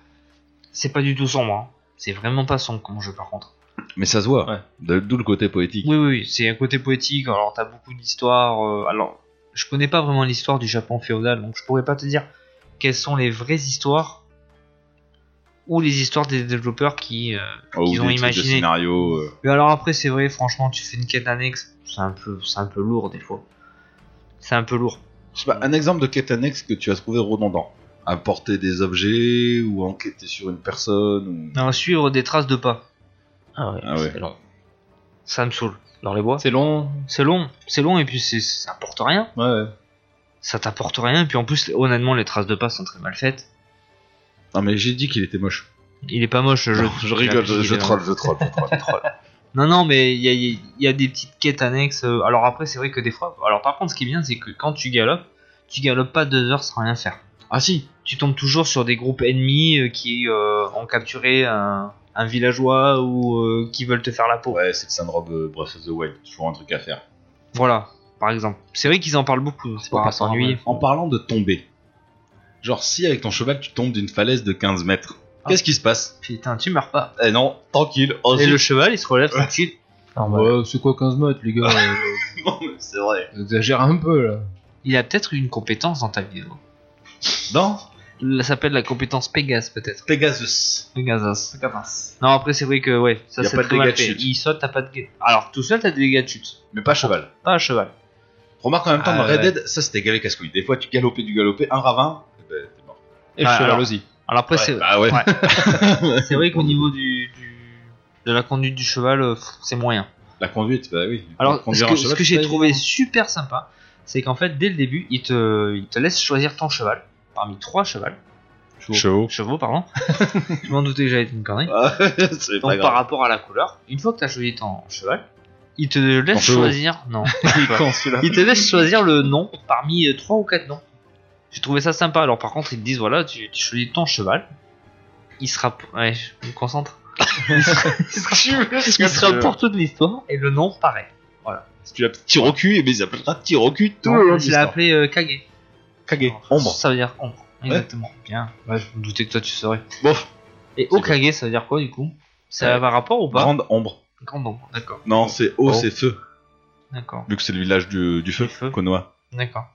Speaker 6: C'est pas du tout sombre. hein. C'est vraiment pas sombre comme jeu par contre.
Speaker 4: Mais ça se voit,
Speaker 1: Ouais.
Speaker 4: de- d'où le côté poétique.
Speaker 6: Oui, oui, oui, c'est un côté poétique. Alors, t'as beaucoup d'histoires. euh, alors, je connais pas vraiment l'histoire du Japon féodal, donc je pourrais pas te dire quelles sont les vraies histoires ou les histoires des développeurs qui. euh,
Speaker 4: Oh, ou
Speaker 6: qu'ils ont
Speaker 4: des trucs
Speaker 6: imaginé.
Speaker 4: De scénario, euh.
Speaker 6: Mais alors après, c'est vrai, franchement, tu fais une quête annexe, c'est un peu, c'est un peu lourd des fois. C'est un peu lourd.
Speaker 4: Je sais pas, un exemple de quête annexe que tu as trouvé redondant. Apporter des objets ou enquêter sur une personne. Ou...
Speaker 6: Non, suivre des traces de pas,
Speaker 5: Ah ouais,
Speaker 4: Ah ouais.
Speaker 5: c'est long.
Speaker 6: ça me saoule.
Speaker 5: Dans les bois
Speaker 1: C'est long.
Speaker 6: C'est long, c'est long et puis c'est, ça apporte rien.
Speaker 1: Ouais, ouais.
Speaker 6: Ça t'apporte rien. Et puis en plus, honnêtement, les traces de pas sont très mal faites.
Speaker 4: Non, mais j'ai dit qu'il était moche.
Speaker 6: Il est pas moche le jeu.
Speaker 4: Je rigole, je, je
Speaker 6: Il est-
Speaker 4: troll, je troll, je troll.
Speaker 6: Non, non, mais il y a, il y a des petites quêtes annexes. euh, Alors après, c'est vrai que des fois. Alors par contre, ce qui est bien, c'est que quand tu galopes, tu galopes pas deux heures sans rien faire.
Speaker 4: ah si
Speaker 6: Tu tombes toujours sur des groupes ennemis euh, qui euh, ont capturé un, un villageois ou euh, qui veulent te faire la peau.
Speaker 4: Ouais, c'est le syndrome euh, Breath of the Wild, toujours un truc à faire.
Speaker 6: Voilà, par exemple. C'est vrai qu'ils en parlent beaucoup. C'est
Speaker 5: pour pas s'ennuyer.
Speaker 4: En parlant de tomber, genre si avec ton cheval tu tombes d'une falaise de 15 mètres,
Speaker 6: Ah.
Speaker 4: qu'est-ce qui se passe
Speaker 6: Putain, tu meurs pas.
Speaker 4: Eh non, tranquille, oh
Speaker 6: Et
Speaker 4: zut.
Speaker 6: le cheval, il se relève tranquille.
Speaker 5: Normal.
Speaker 1: Ouais, c'est quoi 15 mètres, les gars euh,
Speaker 4: Non, mais c'est vrai.
Speaker 1: Exagère un peu là.
Speaker 6: Il a peut-être une compétence dans ta vidéo.
Speaker 4: Non
Speaker 6: Elle s'appelle la compétence Pégase, peut-être.
Speaker 4: Pegasus.
Speaker 6: Pegasus. Non, après, c'est vrai que, ouais, ça
Speaker 4: Y a
Speaker 6: c'est
Speaker 4: pas de
Speaker 6: très mal
Speaker 4: dégâts de
Speaker 6: fait.
Speaker 4: chute.
Speaker 6: Il saute, t'as pas de. gue- Alors, tout seul, t'as des dégâts de chute.
Speaker 4: Mais pas cheval.
Speaker 6: Pas à cheval.
Speaker 4: Remarque en même temps,
Speaker 6: Ah,
Speaker 4: dans Red
Speaker 6: ouais.
Speaker 4: Dead, ça c'était gavé casse-couille. Des fois tu galopais du galopais, un ravin, eh ben, t'es mort.
Speaker 1: Et
Speaker 6: Ah,
Speaker 1: le cheval
Speaker 6: alors.
Speaker 1: aussi.
Speaker 6: Alors, après, c'est.
Speaker 4: Ah ouais.
Speaker 6: C'est vrai qu'au niveau du, du- de la conduite du cheval, euh, pff, c'est moyen.
Speaker 4: La conduite, bah oui.
Speaker 6: Alors, ce
Speaker 4: Conduire
Speaker 6: que,
Speaker 4: un
Speaker 6: ce
Speaker 4: cheval, c'est
Speaker 6: que j'ai
Speaker 4: pas
Speaker 6: trouvé super sympa, c'est qu'en fait, dès le début, il te, il te laisse choisir ton cheval, parmi trois chevals,
Speaker 4: Chevaux.
Speaker 6: chevaux, pardon. Je m'en doutais que j'allais être une connerie.
Speaker 4: Ah, c'est pas
Speaker 6: Donc, par
Speaker 4: grave.
Speaker 6: rapport à la couleur, une fois que tu as choisi ton cheval, il te laisse
Speaker 4: chevaux.
Speaker 6: choisir. Non. il te laisse choisir le nom parmi euh, trois ou quatre noms. J'ai trouvé ça sympa. Alors, par contre, ils te disent voilà, tu, tu choisis ton cheval. Il sera. Ouais, je me concentre. Il sera, il sera pour toute l'histoire et le nom pareil.
Speaker 4: Tu l'appelles tir au cul, et bien ils appellent ça tir au cul tout
Speaker 6: Non,
Speaker 4: le long de
Speaker 6: je l'ai
Speaker 4: l'histoire.
Speaker 6: appelé euh, Kage.
Speaker 4: Kage.
Speaker 6: Alors,
Speaker 4: Ombre.
Speaker 6: Ça veut dire ombre. Exactement. Bien. Ouais, je me doutais que toi tu saurais.
Speaker 4: Bon.
Speaker 6: Et Okage, ça veut dire quoi du coup Ça
Speaker 4: Euh,
Speaker 6: va rapport ou pas
Speaker 4: Grande ombre.
Speaker 6: Grand ombre. D'accord.
Speaker 4: Non, c'est eau,
Speaker 6: Oh.
Speaker 4: c'est feu.
Speaker 6: D'accord.
Speaker 4: Vu que c'est le village du, du feu,
Speaker 6: Du feu.
Speaker 4: Konoha.
Speaker 6: D'accord.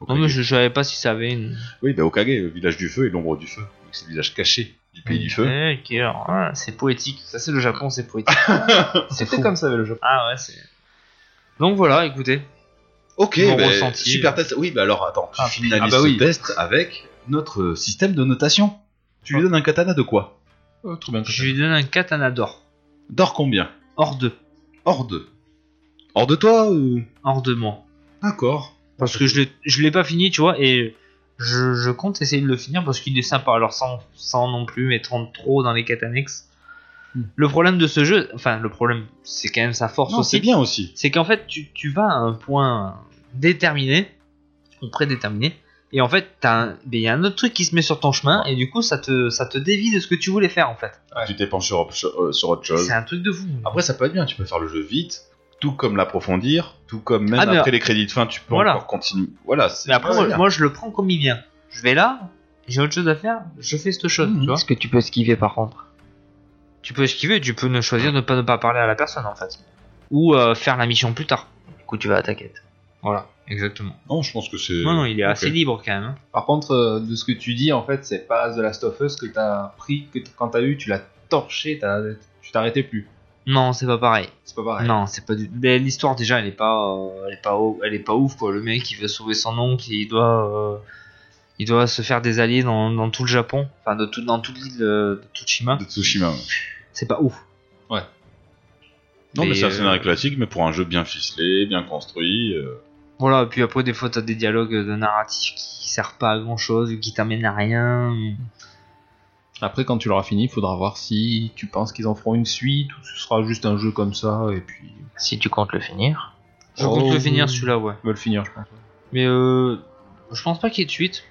Speaker 4: Okage.
Speaker 6: Non, mais je, je savais pas si ça avait une.
Speaker 4: Oui, bah Okage, le village du feu et l'ombre du feu. Donc, C'est le village caché du pays du feu.
Speaker 6: Ouais, ok, alors, voilà, Eh, c'est poétique. Ça, c'est le Japon, c'est poétique. c'est fou.
Speaker 1: C'était comme ça avec le jeu.
Speaker 6: Ah ouais, c'est. Donc voilà, écoutez.
Speaker 4: Ok,
Speaker 6: Mon
Speaker 4: bah,
Speaker 6: ressenti,
Speaker 4: super
Speaker 6: euh.
Speaker 4: test. Oui, bah alors attends, tu
Speaker 6: Ah,
Speaker 4: finalises
Speaker 1: ah bah
Speaker 4: ce
Speaker 1: oui.
Speaker 4: test avec notre euh, système de notation. Tu lui donnes un katana de quoi
Speaker 1: Oh, trop bien.
Speaker 6: Je lui donne un katana d'or.
Speaker 4: D'or combien
Speaker 6: Hors deux.
Speaker 4: Hors de. Hors de toi euh, ou
Speaker 6: Hors de moi.
Speaker 4: D'accord.
Speaker 6: Parce que je l'ai- je l'ai pas fini, tu vois, et je, je compte essayer de le finir parce qu'il est sympa. Alors sans, sans non plus m'étendre trop dans les quêtes annexes. Le problème de ce jeu, enfin le problème, c'est quand même sa
Speaker 4: Hmm.
Speaker 6: force
Speaker 4: Non,
Speaker 6: aussi.
Speaker 4: c'est bien aussi.
Speaker 6: C'est qu'en fait tu, tu vas à un point déterminé, ou prédéterminé, et en fait t'as un- ben, il y a un autre truc qui se met sur ton chemin, et du coup ça te, ça te dévie de ce que Ah, tu voulais faire en fait.
Speaker 4: Tu t'épanches sur, euh, sur autre chose.
Speaker 6: C'est un truc de fou.
Speaker 4: Après, ça peut être bien. Tu peux faire le jeu vite, tout comme l'approfondir, tout comme même
Speaker 6: Ah, mais-
Speaker 4: après les crédits de fin, tu peux
Speaker 6: Voilà.
Speaker 4: encore continuer. Voilà. c'est- Ah,
Speaker 6: Mais après,
Speaker 4: c'est
Speaker 6: moi,
Speaker 4: bien.
Speaker 6: moi, je le prends comme il vient. Je vais là, j'ai autre chose à faire, je fais cette chose, tu vois.
Speaker 5: Est-ce que tu peux esquiver par contre
Speaker 6: Tu peux esquiver, tu peux ne choisir de pas ne pas parler à la personne en fait. Ou euh, faire la mission plus tard.
Speaker 5: Du coup, tu vas attaquer.
Speaker 6: Voilà, exactement.
Speaker 4: Non, je pense que c'est.
Speaker 6: Non, non, il est assez
Speaker 4: Euh, ok.
Speaker 6: libre quand même. hein.
Speaker 1: Par contre, euh, de ce que tu dis, en fait, c'est pas The Last of Us que t'as pris, que t- quand t'as eu, tu l'as torché, t'as- tu t'arrêtais plus.
Speaker 6: Non, c'est pas pareil.
Speaker 1: C'est pas pareil.
Speaker 6: Non, c'est pas du. Mais l'histoire déjà, elle est pas, euh, elle est pas, o- elle est pas ouf quoi. Le mec, il veut sauver son oncle, il doit, euh, il doit se faire des alliés dans, dans tout le Japon, enfin de tout, dans toute l'île euh, de Tsushima.
Speaker 4: De Tsushima.
Speaker 6: C'est pas ouf.
Speaker 4: Non, mais,
Speaker 6: Mais,
Speaker 4: c'est un
Speaker 6: euh,
Speaker 4: scénario classique, mais pour un jeu bien ficelé, bien construit. euh,
Speaker 6: Voilà, et puis après, des fois, t'as des dialogues de narratif qui servent pas à grand chose, qui t'amènent à rien.
Speaker 1: Après, quand tu l'auras fini, il faudra voir si tu penses qu'ils en feront une suite ou ce sera juste un jeu comme ça et puis
Speaker 5: Si tu comptes le finir.
Speaker 6: Je compte
Speaker 1: Oh.
Speaker 6: le finir celui-là, ouais.
Speaker 1: ils veulent finir, je pense.
Speaker 6: Mais euh, je pense pas qu'il y ait de suite.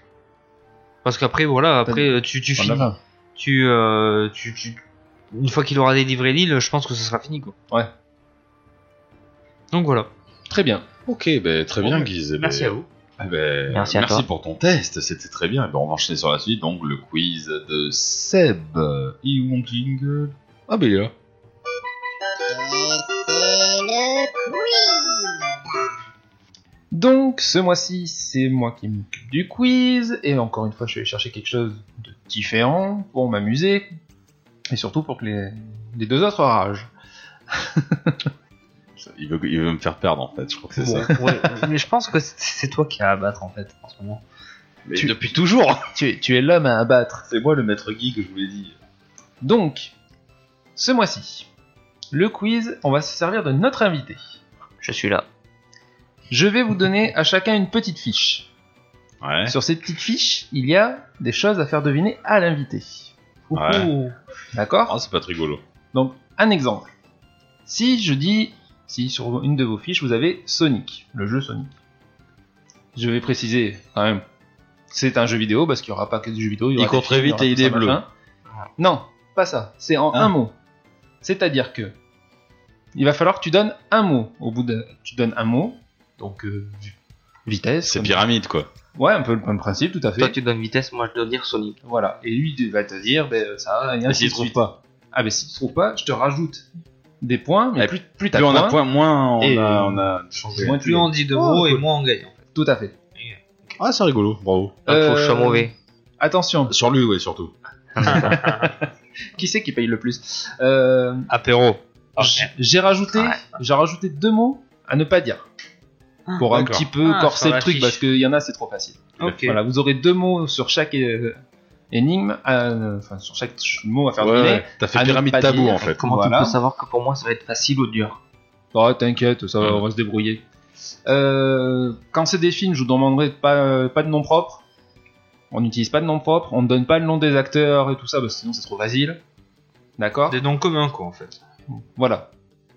Speaker 6: Parce qu'après, voilà, après, euh, tu, tu
Speaker 4: fin de la
Speaker 6: finis.
Speaker 4: fin.
Speaker 6: Tu, euh, tu, tu- une fois qu'il aura délivré l'île, je pense que ce sera fini, quoi.
Speaker 1: Ouais.
Speaker 6: Donc voilà.
Speaker 1: Très bien.
Speaker 4: Ok, ben, très bien, Guise.
Speaker 3: Merci à vous.
Speaker 4: Eh ben,
Speaker 5: Merci à toi.
Speaker 4: pour ton test, c'était très bien. Eh ben, on va enchaîner sur la suite, donc le quiz de Seb. Et où on jingle Ah ben il est là.
Speaker 1: Donc, ce mois-ci, c'est moi qui m'occupe du quiz, et encore une fois, je vais chercher quelque chose de différent pour m'amuser, et surtout pour que les, les deux autres ragent.
Speaker 4: Il veut, il veut me faire perdre en fait, je crois que c'est ça.
Speaker 6: mais je pense que c'est- c'est toi qui as à battre, en fait, en ce moment.
Speaker 4: Mais
Speaker 1: tu-
Speaker 4: depuis toujours
Speaker 1: Tu es, tu es l'homme à abattre.
Speaker 4: C'est moi le maître Guy que je vous l'ai dit.
Speaker 1: Donc, ce mois-ci, le quiz, on va se servir de notre invité.
Speaker 5: Je suis là.
Speaker 1: Je vais vous donner à chacun une petite fiche.
Speaker 4: Ouais.
Speaker 1: Sur ces petites fiches, il y a des choses à faire deviner à l'invité.
Speaker 4: Ouais.
Speaker 1: D'accord
Speaker 4: Ah, c'est pas très rigolo.
Speaker 1: Donc, un exemple. Si je dis, si sur une de vos fiches vous avez Sonic, le jeu Sonic, je vais préciser quand même, c'est un jeu vidéo parce qu'il n'y aura pas que du jeu vidéo.
Speaker 4: Il
Speaker 1: aura
Speaker 4: court
Speaker 1: des
Speaker 4: très
Speaker 1: films,
Speaker 4: vite
Speaker 1: aura
Speaker 4: et
Speaker 1: tout
Speaker 4: il est
Speaker 1: ça,
Speaker 4: bleu.
Speaker 1: machin. Non, pas ça, c'est en
Speaker 4: Hein
Speaker 1: un mot. C'est-à-dire que il va falloir que tu donnes un mot. Au bout de. Tu donnes un mot, donc euh, vi- vitesse.
Speaker 4: C'est
Speaker 1: comme-
Speaker 4: pyramide quoi.
Speaker 1: Ouais, un peu le même principe, tout à fait.
Speaker 5: Toi, tu donnes vitesse, moi, je dois dire Sonic.
Speaker 1: Voilà. Et lui, il va te dire, ben, ça, et ainsi
Speaker 4: s'il
Speaker 1: de
Speaker 4: trouve
Speaker 1: suite. Ah, ben, s'il ne trouve pas, je te rajoute des points, mais
Speaker 4: Eh,
Speaker 1: plus, plus t'as
Speaker 4: Plus on
Speaker 1: de
Speaker 4: a
Speaker 1: points,
Speaker 4: point, moins on
Speaker 1: Et-
Speaker 4: a, on a changé.
Speaker 1: moins tu Oh,
Speaker 6: Plus on dit de mots et moins on gagne. en fait.
Speaker 1: Tout à fait.
Speaker 4: Ah, c'est rigolo, bravo.
Speaker 5: Donc, faut que je sois
Speaker 1: Euh,
Speaker 5: mauvais.
Speaker 1: Attention,
Speaker 4: Sur lui, oui, surtout.
Speaker 1: qui c'est qui paye le plus Euh,
Speaker 6: Apéro.
Speaker 1: j- J'ai rajouté, j'ai rajouté deux mots à ne pas dire. Pour un
Speaker 4: d'accord.
Speaker 1: petit peu
Speaker 6: Ah, sur
Speaker 1: corser
Speaker 6: la
Speaker 1: le truc,
Speaker 6: fiche.
Speaker 1: parce qu'il y en a, c'est trop facile.
Speaker 6: Ok.
Speaker 1: Voilà, vous aurez deux mots sur chaque euh, énigme, euh, enfin, sur chaque ch- mot à faire
Speaker 4: Ouais,
Speaker 1: deviner.
Speaker 4: ouais, T'as
Speaker 1: à
Speaker 4: fait
Speaker 1: ne
Speaker 4: pyramide
Speaker 1: pas
Speaker 4: tabou
Speaker 1: dire.
Speaker 4: en fait.
Speaker 5: Comment
Speaker 1: voilà.
Speaker 5: tu peux savoir que pour moi, ça va être facile ou dur
Speaker 1: Oh, t'inquiète, ça va, on va se débrouiller. Euh, quand c'est des films, je vous demanderai de pas, euh, pas de nom propre. On n'utilise pas de nom propre, on ne donne pas le nom des acteurs et tout ça, parce que sinon c'est trop facile. D'accord
Speaker 6: Des noms communs, quoi, en fait.
Speaker 1: Voilà.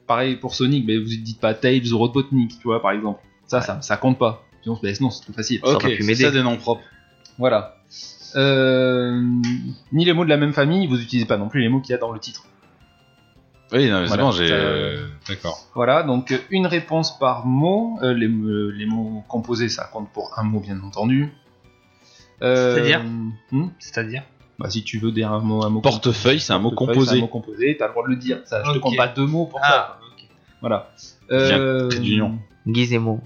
Speaker 1: Pareil pour Sonic, mais vous ne dites pas Tails ou Robotnik, tu vois, par exemple. Ça, ça, ça compte pas. Sinon, ben, sinon, c'est trop facile.
Speaker 5: Ça aurait
Speaker 4: Ok,
Speaker 5: pu
Speaker 4: c'est
Speaker 5: m'aider.
Speaker 4: ça des noms propres.
Speaker 1: Voilà. Euh, ni les mots de la même famille, vous n'utilisez pas non plus les mots qu'il y a dans le titre.
Speaker 4: Oui, non, mais c'est
Speaker 1: Voilà,
Speaker 4: bon, j'ai.
Speaker 1: ça-
Speaker 4: euh, D'accord.
Speaker 1: Voilà, donc euh, une réponse par mot. Euh, les, euh, les mots composés, ça compte pour un mot, bien entendu. Euh,
Speaker 6: C'est-à-dire
Speaker 1: hmm
Speaker 6: C'est-à-dire
Speaker 1: bah, Si tu veux dire un mot, un mot
Speaker 4: Portefeuille, c'est un mot
Speaker 1: portefeuille, c'est un
Speaker 4: composé.
Speaker 1: mot composé, t'as le droit de le dire. Ça, Je
Speaker 6: Ok. Ah.
Speaker 1: te compte pas deux mots pour ça. Euh,
Speaker 6: ok.
Speaker 1: Voilà.
Speaker 4: Viens, tête d'union.
Speaker 5: Guise et mots.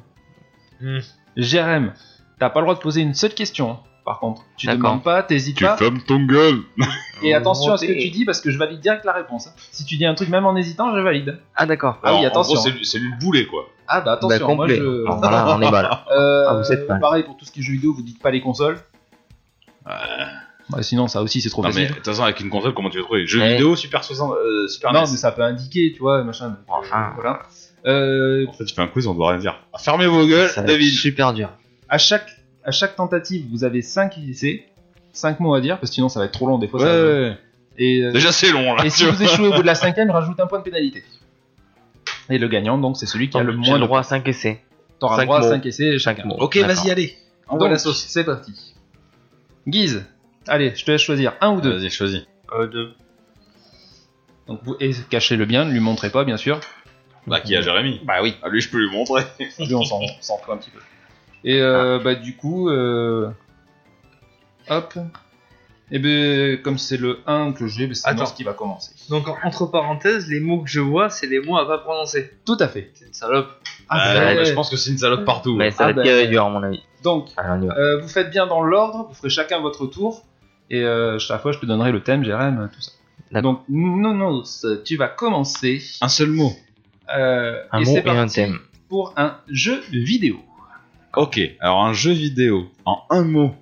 Speaker 1: Jérém, t'as pas le droit de poser une seule question. hein, Par contre, tu
Speaker 5: D'accord.
Speaker 1: demandes pas, t'hésites
Speaker 4: Tu
Speaker 1: pas.
Speaker 4: fermes ton gueule
Speaker 1: Et attention à ce que
Speaker 5: Remonter.
Speaker 1: tu dis parce que je valide direct la réponse. hein. Si tu dis un truc même en hésitant, je valide.
Speaker 5: Ah, d'accord.
Speaker 1: Ah oui,
Speaker 4: Alors, en
Speaker 1: attention.
Speaker 4: gros, c'est lui- c'est lui le Ben, boulet quoi.
Speaker 1: Ah bah
Speaker 5: Bah,
Speaker 1: attention, moi
Speaker 5: complet.
Speaker 1: je.
Speaker 5: Alors, voilà, on est mal.
Speaker 1: Euh,
Speaker 5: Ah, vous êtes mal.
Speaker 1: Pareil pour tout ce qui est jeux vidéo, vous dites pas les consoles. Bah, sinon, ça aussi, c'est trop
Speaker 4: Non mais
Speaker 1: facile.
Speaker 4: de toute façon avec une console comment tu vas trouver Jeux
Speaker 5: Ouais.
Speaker 4: vidéo Super 60 euh, Super
Speaker 1: non,
Speaker 4: NES.
Speaker 1: mais ça peut indiquer, tu vois, machin.
Speaker 5: Enfin,
Speaker 1: Voilà. Euh,
Speaker 4: En fait, je fais un quiz, on doit rien dire. Ah, Fermez vos gueules,
Speaker 6: Ça va être
Speaker 4: David.
Speaker 6: super dur.
Speaker 1: à chaque, à chaque tentative, vous avez 5 essais, 5 mots à dire, parce que sinon ça va être trop long des fois.
Speaker 4: Ouais,
Speaker 1: ça-
Speaker 4: ouais, ouais.
Speaker 1: Et, euh,
Speaker 4: Déjà, c'est long, là.
Speaker 1: et si vous échouez au bout de la cinquième, rajoute un point de pénalité. Et le gagnant, donc, c'est celui qui a le
Speaker 5: J'ai
Speaker 1: moins
Speaker 5: le
Speaker 1: de
Speaker 5: droit à 5 essais.
Speaker 1: T'auras le
Speaker 5: cinq
Speaker 1: droit à
Speaker 5: mots.
Speaker 1: 5 essais
Speaker 5: Cinq
Speaker 1: chacun.
Speaker 5: mots.
Speaker 4: Ok,
Speaker 5: D'accord.
Speaker 4: vas-y, allez.
Speaker 1: Donc, c'est parti. Guise, allez, je te laisse choisir un ou
Speaker 5: Euh,
Speaker 1: deux.
Speaker 4: Vas-y, choisis.
Speaker 6: Euh,
Speaker 1: Donc, vous, et cachez-le bien, ne lui montrez pas, bien sûr.
Speaker 4: Bah, qui a Jérémy
Speaker 1: Bah oui.
Speaker 4: Ah, lui, je peux lui montrer.
Speaker 1: Lui, on s'en on s'en fout un petit peu. Et euh, bah, du coup, euh, hop. Et ben, comme c'est le 1 que j'ai, ben, c'est moi
Speaker 6: Attends.
Speaker 1: ce qui va commencer.
Speaker 6: Donc en- entre parenthèses, les mots que je vois, c'est des mots à pas prononcer.
Speaker 1: Tout à fait.
Speaker 6: C'est une salope.
Speaker 4: Ah,
Speaker 1: bah,
Speaker 4: ouais,
Speaker 1: ouais.
Speaker 4: Je pense que c'est une salope partout.
Speaker 5: Mais
Speaker 1: Ah
Speaker 5: ça va être
Speaker 1: ben.
Speaker 5: tiré dur à mon avis.
Speaker 1: Donc,
Speaker 5: Allez, on y va.
Speaker 1: euh, vous faites bien dans l'ordre, vous ferez chacun votre tour. Et euh, chaque fois, je te donnerai le thème, Jérém, euh, tout ça.
Speaker 5: D'accord.
Speaker 1: Donc, Nonos, tu vas commencer.
Speaker 4: Un seul mot.
Speaker 1: Euh,
Speaker 5: Un
Speaker 1: et
Speaker 5: mot
Speaker 1: c'est
Speaker 5: et un
Speaker 1: parti
Speaker 5: thème.
Speaker 1: pour un jeu vidéo.
Speaker 4: Ok, alors un jeu vidéo en un mot.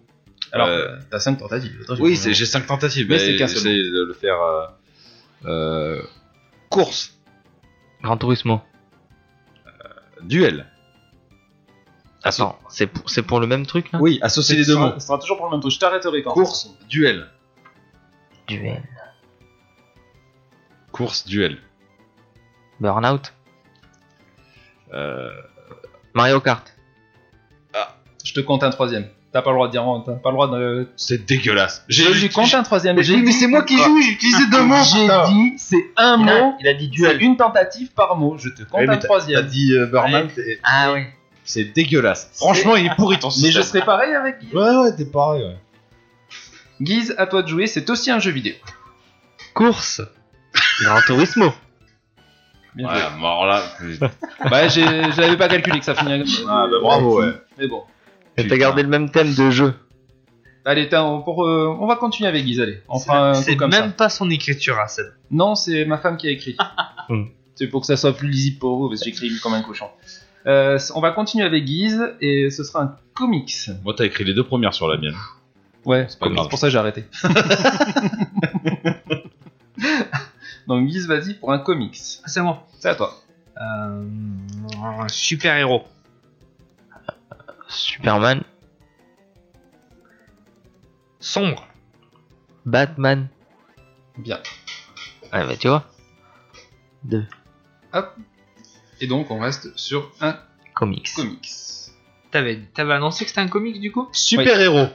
Speaker 1: Alors,
Speaker 4: Euh,
Speaker 1: t'as 5 tentatives. Attends, j'ai
Speaker 4: oui,
Speaker 1: pas-
Speaker 4: c'est- j'ai 5 tentatives,
Speaker 1: Mais
Speaker 4: mais,
Speaker 1: c'est qu'un seul
Speaker 4: j'essaie de le faire. euh, euh, course,
Speaker 5: Grand Turismo.
Speaker 4: duel.
Speaker 5: Attends, c'est pour, c'est pour le même truc là
Speaker 4: Oui, associer
Speaker 1: c'est
Speaker 4: les deux mots.
Speaker 1: Ça sera toujours pour le même truc. Je t'arrêterai quand.
Speaker 4: Course, duel.
Speaker 5: Duel.
Speaker 4: Course, duel.
Speaker 5: Burnout.
Speaker 4: Euh,
Speaker 5: Mario Kart.
Speaker 1: Je te compte un troisième. T'as pas le droit de dire, t'as pas le droit de.
Speaker 4: c'est dégueulasse.
Speaker 1: Je lui compte un troisième. J'ai dit-
Speaker 4: moi qui joue, j'ai utilisé deux
Speaker 1: J'ai dit, c'est un
Speaker 5: Il a-
Speaker 1: mot. Il a dit duel. Une tentative par mot. Je te compte
Speaker 4: Oui, mais
Speaker 1: un
Speaker 4: T'as
Speaker 1: troisième.
Speaker 4: dit euh, Burnout et-
Speaker 5: Ah oui.
Speaker 4: C'est dégueulasse. Franchement, il est pourri ton
Speaker 1: Mais
Speaker 4: système.
Speaker 1: je serai pareil avec Guise.
Speaker 4: Ouais, ouais, t'es pareil, ouais.
Speaker 1: Guise, à toi de jouer. C'est aussi un jeu vidéo.
Speaker 6: Course.
Speaker 5: Grand Turismo.
Speaker 1: Bien joué.
Speaker 4: Voilà, mort là. putain.
Speaker 1: Bah, j'ai- je l'avais pas calculé que ça finirait.
Speaker 4: Ah, bah, bravo, ouais.
Speaker 1: Mais bon.
Speaker 5: Et t'as gardé le même thème de jeu.
Speaker 1: Allez, t'as- on, pour, euh, on va continuer avec Guise. Allez, on fera un
Speaker 6: C'est
Speaker 1: coup comme ça.
Speaker 6: même pas son écriture à cette.
Speaker 1: Non, c'est ma femme qui a écrit.
Speaker 5: Hmm.
Speaker 1: c'est pour que ça soit plus lisible pour vous, parce que j'écris comme un cochon. Euh, on va continuer avec Guise, et ce sera un comics.
Speaker 4: Moi, t'as écrit les deux premières sur la mienne.
Speaker 1: Ouais,
Speaker 4: C'est
Speaker 1: c'est
Speaker 4: pas grave.
Speaker 1: pour ça que j'ai arrêté. Donc Guise, vas-y pour un comics.
Speaker 6: Ah, c'est moi.
Speaker 1: C'est à toi.
Speaker 6: Euh, un super héros.
Speaker 5: Superman.
Speaker 6: Sombre.
Speaker 5: Batman.
Speaker 1: Bien.
Speaker 5: Ah bah tu vois. Deux.
Speaker 1: Et donc, on reste sur un
Speaker 5: Comics.
Speaker 1: comics.
Speaker 6: T'avais t'avais annoncé que c'était un comics du coup
Speaker 4: Super héros.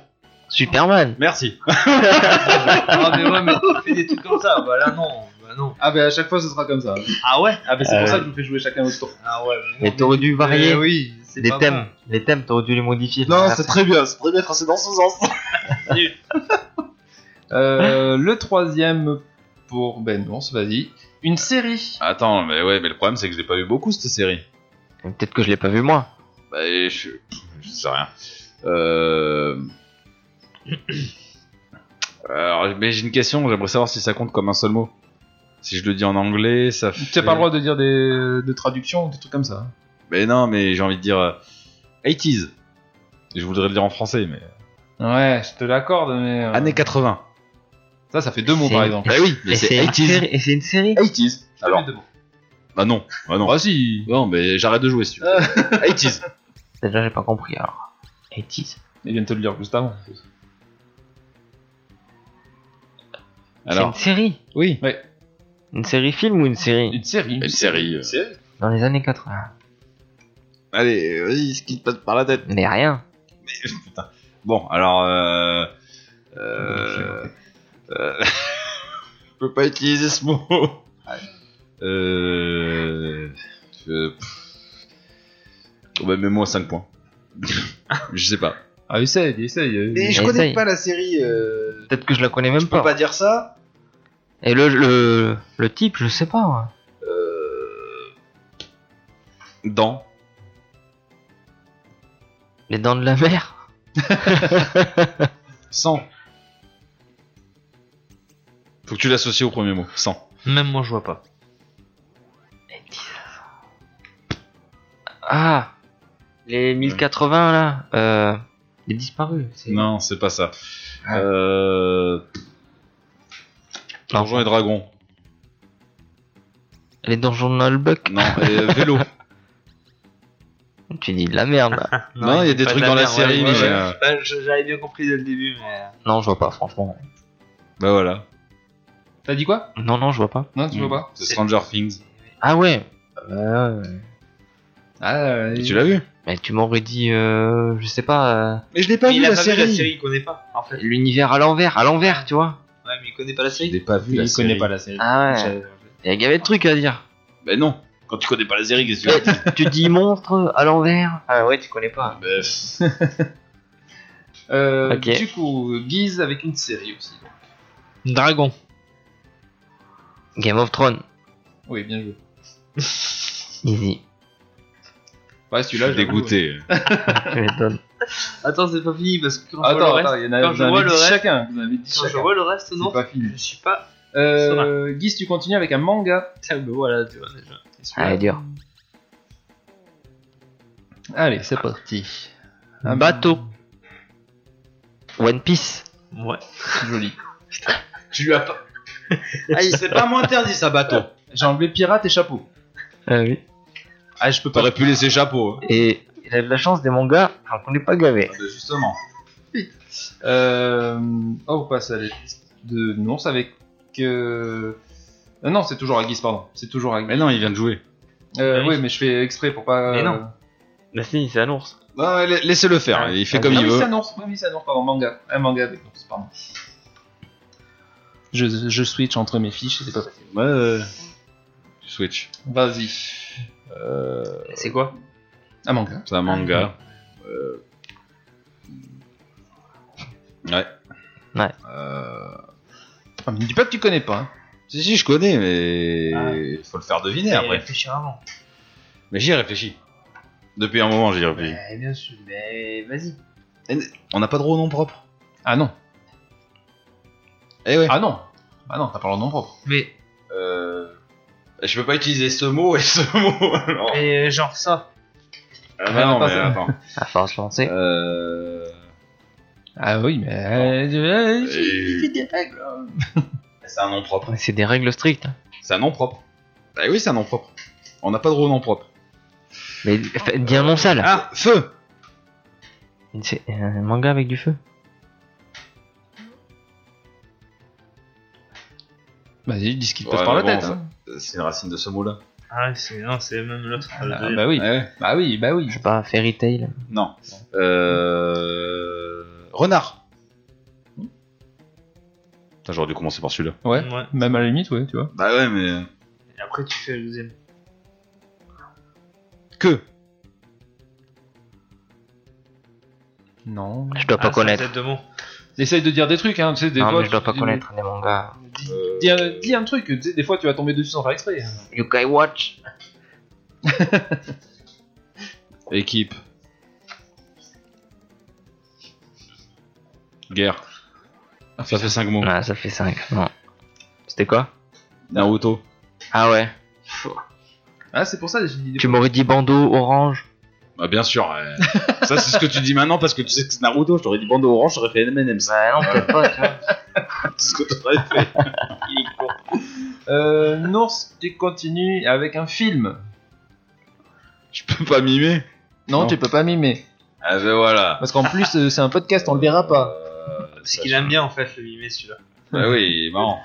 Speaker 5: Superman.
Speaker 4: Merci.
Speaker 6: Ah mais ouais mais tu fais des trucs comme ça. Bah là non. Bah non.
Speaker 1: Ah, bah à chaque fois, ce sera comme ça.
Speaker 6: Ah ouais.
Speaker 1: Ah, bah c'est
Speaker 5: Euh.
Speaker 1: pour ça que je vous fais jouer chacun votre tour.
Speaker 6: Ah ouais.
Speaker 5: Mais t'aurais dû varier.
Speaker 6: Eh oui. c'est
Speaker 5: Les
Speaker 6: pas
Speaker 5: thèmes. Les thèmes, t'aurais dû les modifier.
Speaker 4: très bien, c'est très bien tracé dans ce sens.
Speaker 1: Euh, le troisième pour Ben Mons, vas-y. Une série.
Speaker 4: Attends, mais ouais, mais le problème c'est que je l'ai pas vu beaucoup cette série.
Speaker 5: Mais Peut-être que je l'ai pas vu moi.
Speaker 4: Bah, je, je sais rien. Euh... Alors, mais j'ai une question, j'aimerais savoir si ça compte comme un seul mot. Si je le dis en anglais, ça fait.
Speaker 1: T'as pas le droit de dire des, de traductions ou des trucs comme ça. hein.
Speaker 4: Mais non, mais j'ai envie de dire. euh, 80s. Je voudrais le dire en français, mais.
Speaker 1: Ouais, je te l'accorde, mais. euh,
Speaker 4: Années 80.
Speaker 1: Ça, ça fait deux mots par
Speaker 5: C'est-
Speaker 1: exemple.
Speaker 4: Bah oui, mais
Speaker 5: Et
Speaker 4: c'est
Speaker 5: c'est une
Speaker 4: 80s.
Speaker 5: série. Et c'est une série
Speaker 4: 80s. Alors,
Speaker 1: deux mots.
Speaker 4: bah non, bah non.
Speaker 1: Bah si
Speaker 4: Non, mais j'arrête de jouer si tu veux. 80s.
Speaker 5: Déjà j'ai pas compris alors. 80s.
Speaker 1: Il vient de te le dire juste avant.
Speaker 5: C'est
Speaker 4: Alors,
Speaker 5: une série.
Speaker 4: oui.
Speaker 5: Une série film ou une série
Speaker 1: Une série.
Speaker 4: Une série. euh,
Speaker 5: Dans les années 80.
Speaker 4: Allez, vas-y, ce qui te passe par la tête.
Speaker 5: Mais rien.
Speaker 4: Putain. Bon, alors. Euh, euh, euh, je peux pas utiliser ce mot. Euh, je- pff. Oh, bah, mets-moi 5 points. je sais pas.
Speaker 1: Ah, essaye, essaye.
Speaker 3: Mais je
Speaker 5: Mais
Speaker 3: connais
Speaker 5: essaye.
Speaker 3: pas la série. euh,
Speaker 5: Peut-être que je la connais
Speaker 3: Je
Speaker 5: même
Speaker 3: peux
Speaker 5: pas.
Speaker 3: pas dire ça.
Speaker 5: Et le, le, le type, je sais pas. moi.
Speaker 4: Dans.
Speaker 5: Les dents de la mer.
Speaker 4: 100. Faut que tu l'associes au premier mot. 100.
Speaker 6: Même moi je vois pas.
Speaker 5: Ah Les 1080 là euh, Les disparus. c'est-
Speaker 4: Non, c'est pas ça. Euh.
Speaker 5: Non.
Speaker 4: Donjons et Dragons.
Speaker 5: Elle est dans Journal Buck.
Speaker 4: Non, euh, vélo.
Speaker 5: Tu dis de la merde. là.
Speaker 4: Non, il y a des
Speaker 6: pas
Speaker 4: trucs
Speaker 6: de
Speaker 4: dans la
Speaker 6: merde,
Speaker 4: série,
Speaker 6: ouais, ouais,
Speaker 4: mais,
Speaker 6: ouais.
Speaker 4: euh,
Speaker 6: Bah, je- J'avais bien compris dès le début, mais. euh,
Speaker 5: non, je vois pas, franchement.
Speaker 4: Bah voilà.
Speaker 1: T'as dit quoi
Speaker 5: Non, non, je vois pas.
Speaker 1: Non, tu
Speaker 4: Mm.
Speaker 1: vois pas
Speaker 4: C'est Stranger Things.
Speaker 5: Ah ouais. Euh,
Speaker 1: Ah,
Speaker 4: Tu l'as vu
Speaker 5: mais tu m'aurais dit, euh, je sais pas, euh,
Speaker 4: Mais je l'ai pas
Speaker 6: Mais il a pas vu la série, il connaît pas, en fait.
Speaker 5: l'univers à l'envers, à l'envers, tu vois.
Speaker 6: Ouais, mais il connaît pas la
Speaker 4: Je
Speaker 6: série.
Speaker 4: l'ai pas vu la
Speaker 1: Il
Speaker 4: série.
Speaker 1: connaît pas la série.
Speaker 5: Ah ouais.
Speaker 1: J'avais-
Speaker 5: Il y avait de trucs à dire.
Speaker 4: Mais non. Quand tu connais pas la série, qu'est-ce que tu veux
Speaker 5: tu dis monstre à l'envers. Ah ouais, tu connais pas.
Speaker 4: Bref.
Speaker 1: Euh,
Speaker 5: Ok.
Speaker 1: Du coup, Guise avec une série aussi.
Speaker 6: Dragon.
Speaker 5: Game of Thrones.
Speaker 1: Oui, bien joué.
Speaker 5: Easy.
Speaker 1: Ouais,
Speaker 4: Je suis
Speaker 1: celui-là, j'avoue,
Speaker 4: dégoûté.
Speaker 5: Tu m'étonnes.
Speaker 6: Attends, c'est pas fini parce que quand je
Speaker 1: Attends,
Speaker 6: vois le
Speaker 1: attends,
Speaker 6: reste,
Speaker 1: il y en a
Speaker 6: quand
Speaker 1: vous
Speaker 6: je
Speaker 1: en avez
Speaker 6: vois le
Speaker 1: dit
Speaker 6: reste-
Speaker 1: chacun. Vous en avez dit
Speaker 6: quand je
Speaker 1: chacun.
Speaker 6: vois le reste, non,
Speaker 1: C'est pas fini.
Speaker 6: je suis pas.
Speaker 1: Euh, Guise, tu continues avec un manga.
Speaker 6: Ah, bah voilà, tu vois déjà.
Speaker 5: Ah, elle est dure.
Speaker 1: Allez, c'est
Speaker 5: parti.
Speaker 1: Un
Speaker 5: Bateau. One Piece.
Speaker 6: Ouais.
Speaker 1: joli.
Speaker 4: Tu lui as pas. Ah, il s'est pas moins interdit ça, bateau.
Speaker 1: J'ai enlevé pirate et chapeau.
Speaker 5: Ah oui.
Speaker 1: Ah, je peux pas.
Speaker 4: T'aurais pu laisser chapeau. hein.
Speaker 5: Et il a de la chance des mangas, alors qu'on n'est pas gavé.
Speaker 4: Justement.
Speaker 1: Euh, oh, on passe à la liste de non, avec. euh, euh, non, c'est toujours à Guise, pardon. C'est toujours à Guise.
Speaker 4: Mais non, il vient de jouer.
Speaker 1: Euh,
Speaker 6: Ah oui.
Speaker 1: oui, mais je fais exprès pour pas.
Speaker 6: Mais non.
Speaker 5: Bah si, c'est un ours.
Speaker 4: Non, mais Bah, la- laissez-le faire. Il fait
Speaker 5: Ah,
Speaker 4: comme
Speaker 1: Ah
Speaker 4: il
Speaker 1: oui,
Speaker 4: veut.
Speaker 1: c'est un ours, oui, oui, c'est un ours, pardon, manga. Un manga avec ours, pardon. Je, je switch entre mes fiches, c'est pas possible.
Speaker 4: Ouais, ouais. Tu switch.
Speaker 1: Vas-y.
Speaker 6: C'est quoi
Speaker 1: Un manga.
Speaker 4: C'est un manga. Euh, Ouais.
Speaker 5: Ouais.
Speaker 4: Euh,
Speaker 1: Ah, mais dis pas que tu connais pas. hein.
Speaker 4: Si, si, je connais, mais faut le faire deviner
Speaker 6: Et
Speaker 4: après.
Speaker 6: Réfléchir avant.
Speaker 4: Ah. Mais j'y ai réfléchi. Depuis un moment, j'y ai réfléchi.
Speaker 6: Eh bien sûr, mais vas-y.
Speaker 4: On n'a pas de nom propre.
Speaker 1: Ah non.
Speaker 4: Eh ouais.
Speaker 1: Ah non. Ah non, t'as pas le nom propre.
Speaker 6: Mais,
Speaker 4: Euh, Je peux pas utiliser ce mot et ce mot. alors.
Speaker 6: mais euh, genre ça.
Speaker 4: Ah, bah non,
Speaker 1: pas
Speaker 4: mais
Speaker 1: ça.
Speaker 4: attends.
Speaker 5: À force lancée.
Speaker 4: Euh,
Speaker 1: Ah oui, mais. euh,
Speaker 4: euh, C'est un nom propre.
Speaker 5: C'est des règles strictes. hein.
Speaker 4: C'est un nom propre. Bah oui, c'est un nom propre. On n'a pas de nom propre.
Speaker 5: Mais fa- dis un nom sale.
Speaker 4: Ah, feu
Speaker 5: C'est un manga avec du feu.
Speaker 1: eh, Vas-y, dis ce qui te
Speaker 4: Ouais,
Speaker 1: passe par la
Speaker 4: mais bon,
Speaker 1: tête.
Speaker 4: ça-
Speaker 1: hein.
Speaker 4: C'est une racine de ce mot-là.
Speaker 6: Ah ouais, c'est non, c'est même l'autre.
Speaker 1: Ah, bah oui.
Speaker 4: Ouais, ouais.
Speaker 1: Bah oui, bah oui.
Speaker 5: Je sais pas, Fairy Tail.
Speaker 4: Non. Euh... Renard. Putain, j'aurais dû commencer par celui-là.
Speaker 1: Ouais.
Speaker 6: Ouais.
Speaker 1: Même à la limite, ouais, tu vois.
Speaker 4: Bah ouais, mais...
Speaker 6: Et après, tu fais le deuxième.
Speaker 4: Que
Speaker 1: Non.
Speaker 5: Je dois pas
Speaker 6: Ah, c'est
Speaker 5: connaître.
Speaker 6: la tête de mots.
Speaker 1: Essaye de dire des trucs, hein, tu sais, des
Speaker 5: Non,
Speaker 1: fois.
Speaker 5: mais je dois
Speaker 1: tu-
Speaker 5: pas connaître des mangas.
Speaker 1: Dis,
Speaker 4: euh,
Speaker 1: dis un, dis un truc, tu sais, des fois tu vas tomber dessus sans faire exprès. hein.
Speaker 5: Yokai Watch.
Speaker 4: Équipe. Guerre. Ça fait 5 mots.
Speaker 5: Ah, ça fait 5. Non. C'était quoi
Speaker 4: Naruto.
Speaker 5: Ah ouais.
Speaker 1: Ah, c'est pour ça que j'ai dit des
Speaker 5: Tu m'aurais dit bandeau, orange.
Speaker 4: Bah bien sûr. euh, ça c'est ce que tu dis maintenant parce que tu sais que c'est Naruto. Je t'aurais dit bandeau orange, j'aurais fait M&M's.
Speaker 5: Bah non, peut-être pas, tu vois.
Speaker 4: C'est ce que t'aurais fait.
Speaker 1: Euh, non, tu continues avec un film.
Speaker 4: Je peux pas mimer.
Speaker 1: Non,
Speaker 4: Non.
Speaker 1: tu peux pas mimer.
Speaker 4: Ah ben voilà.
Speaker 1: Parce qu'en plus, euh, c'est un podcast, on le verra pas.
Speaker 6: Parce qu'il aime bien en fait le mimer celui-là.
Speaker 4: Bah oui, il est marrant.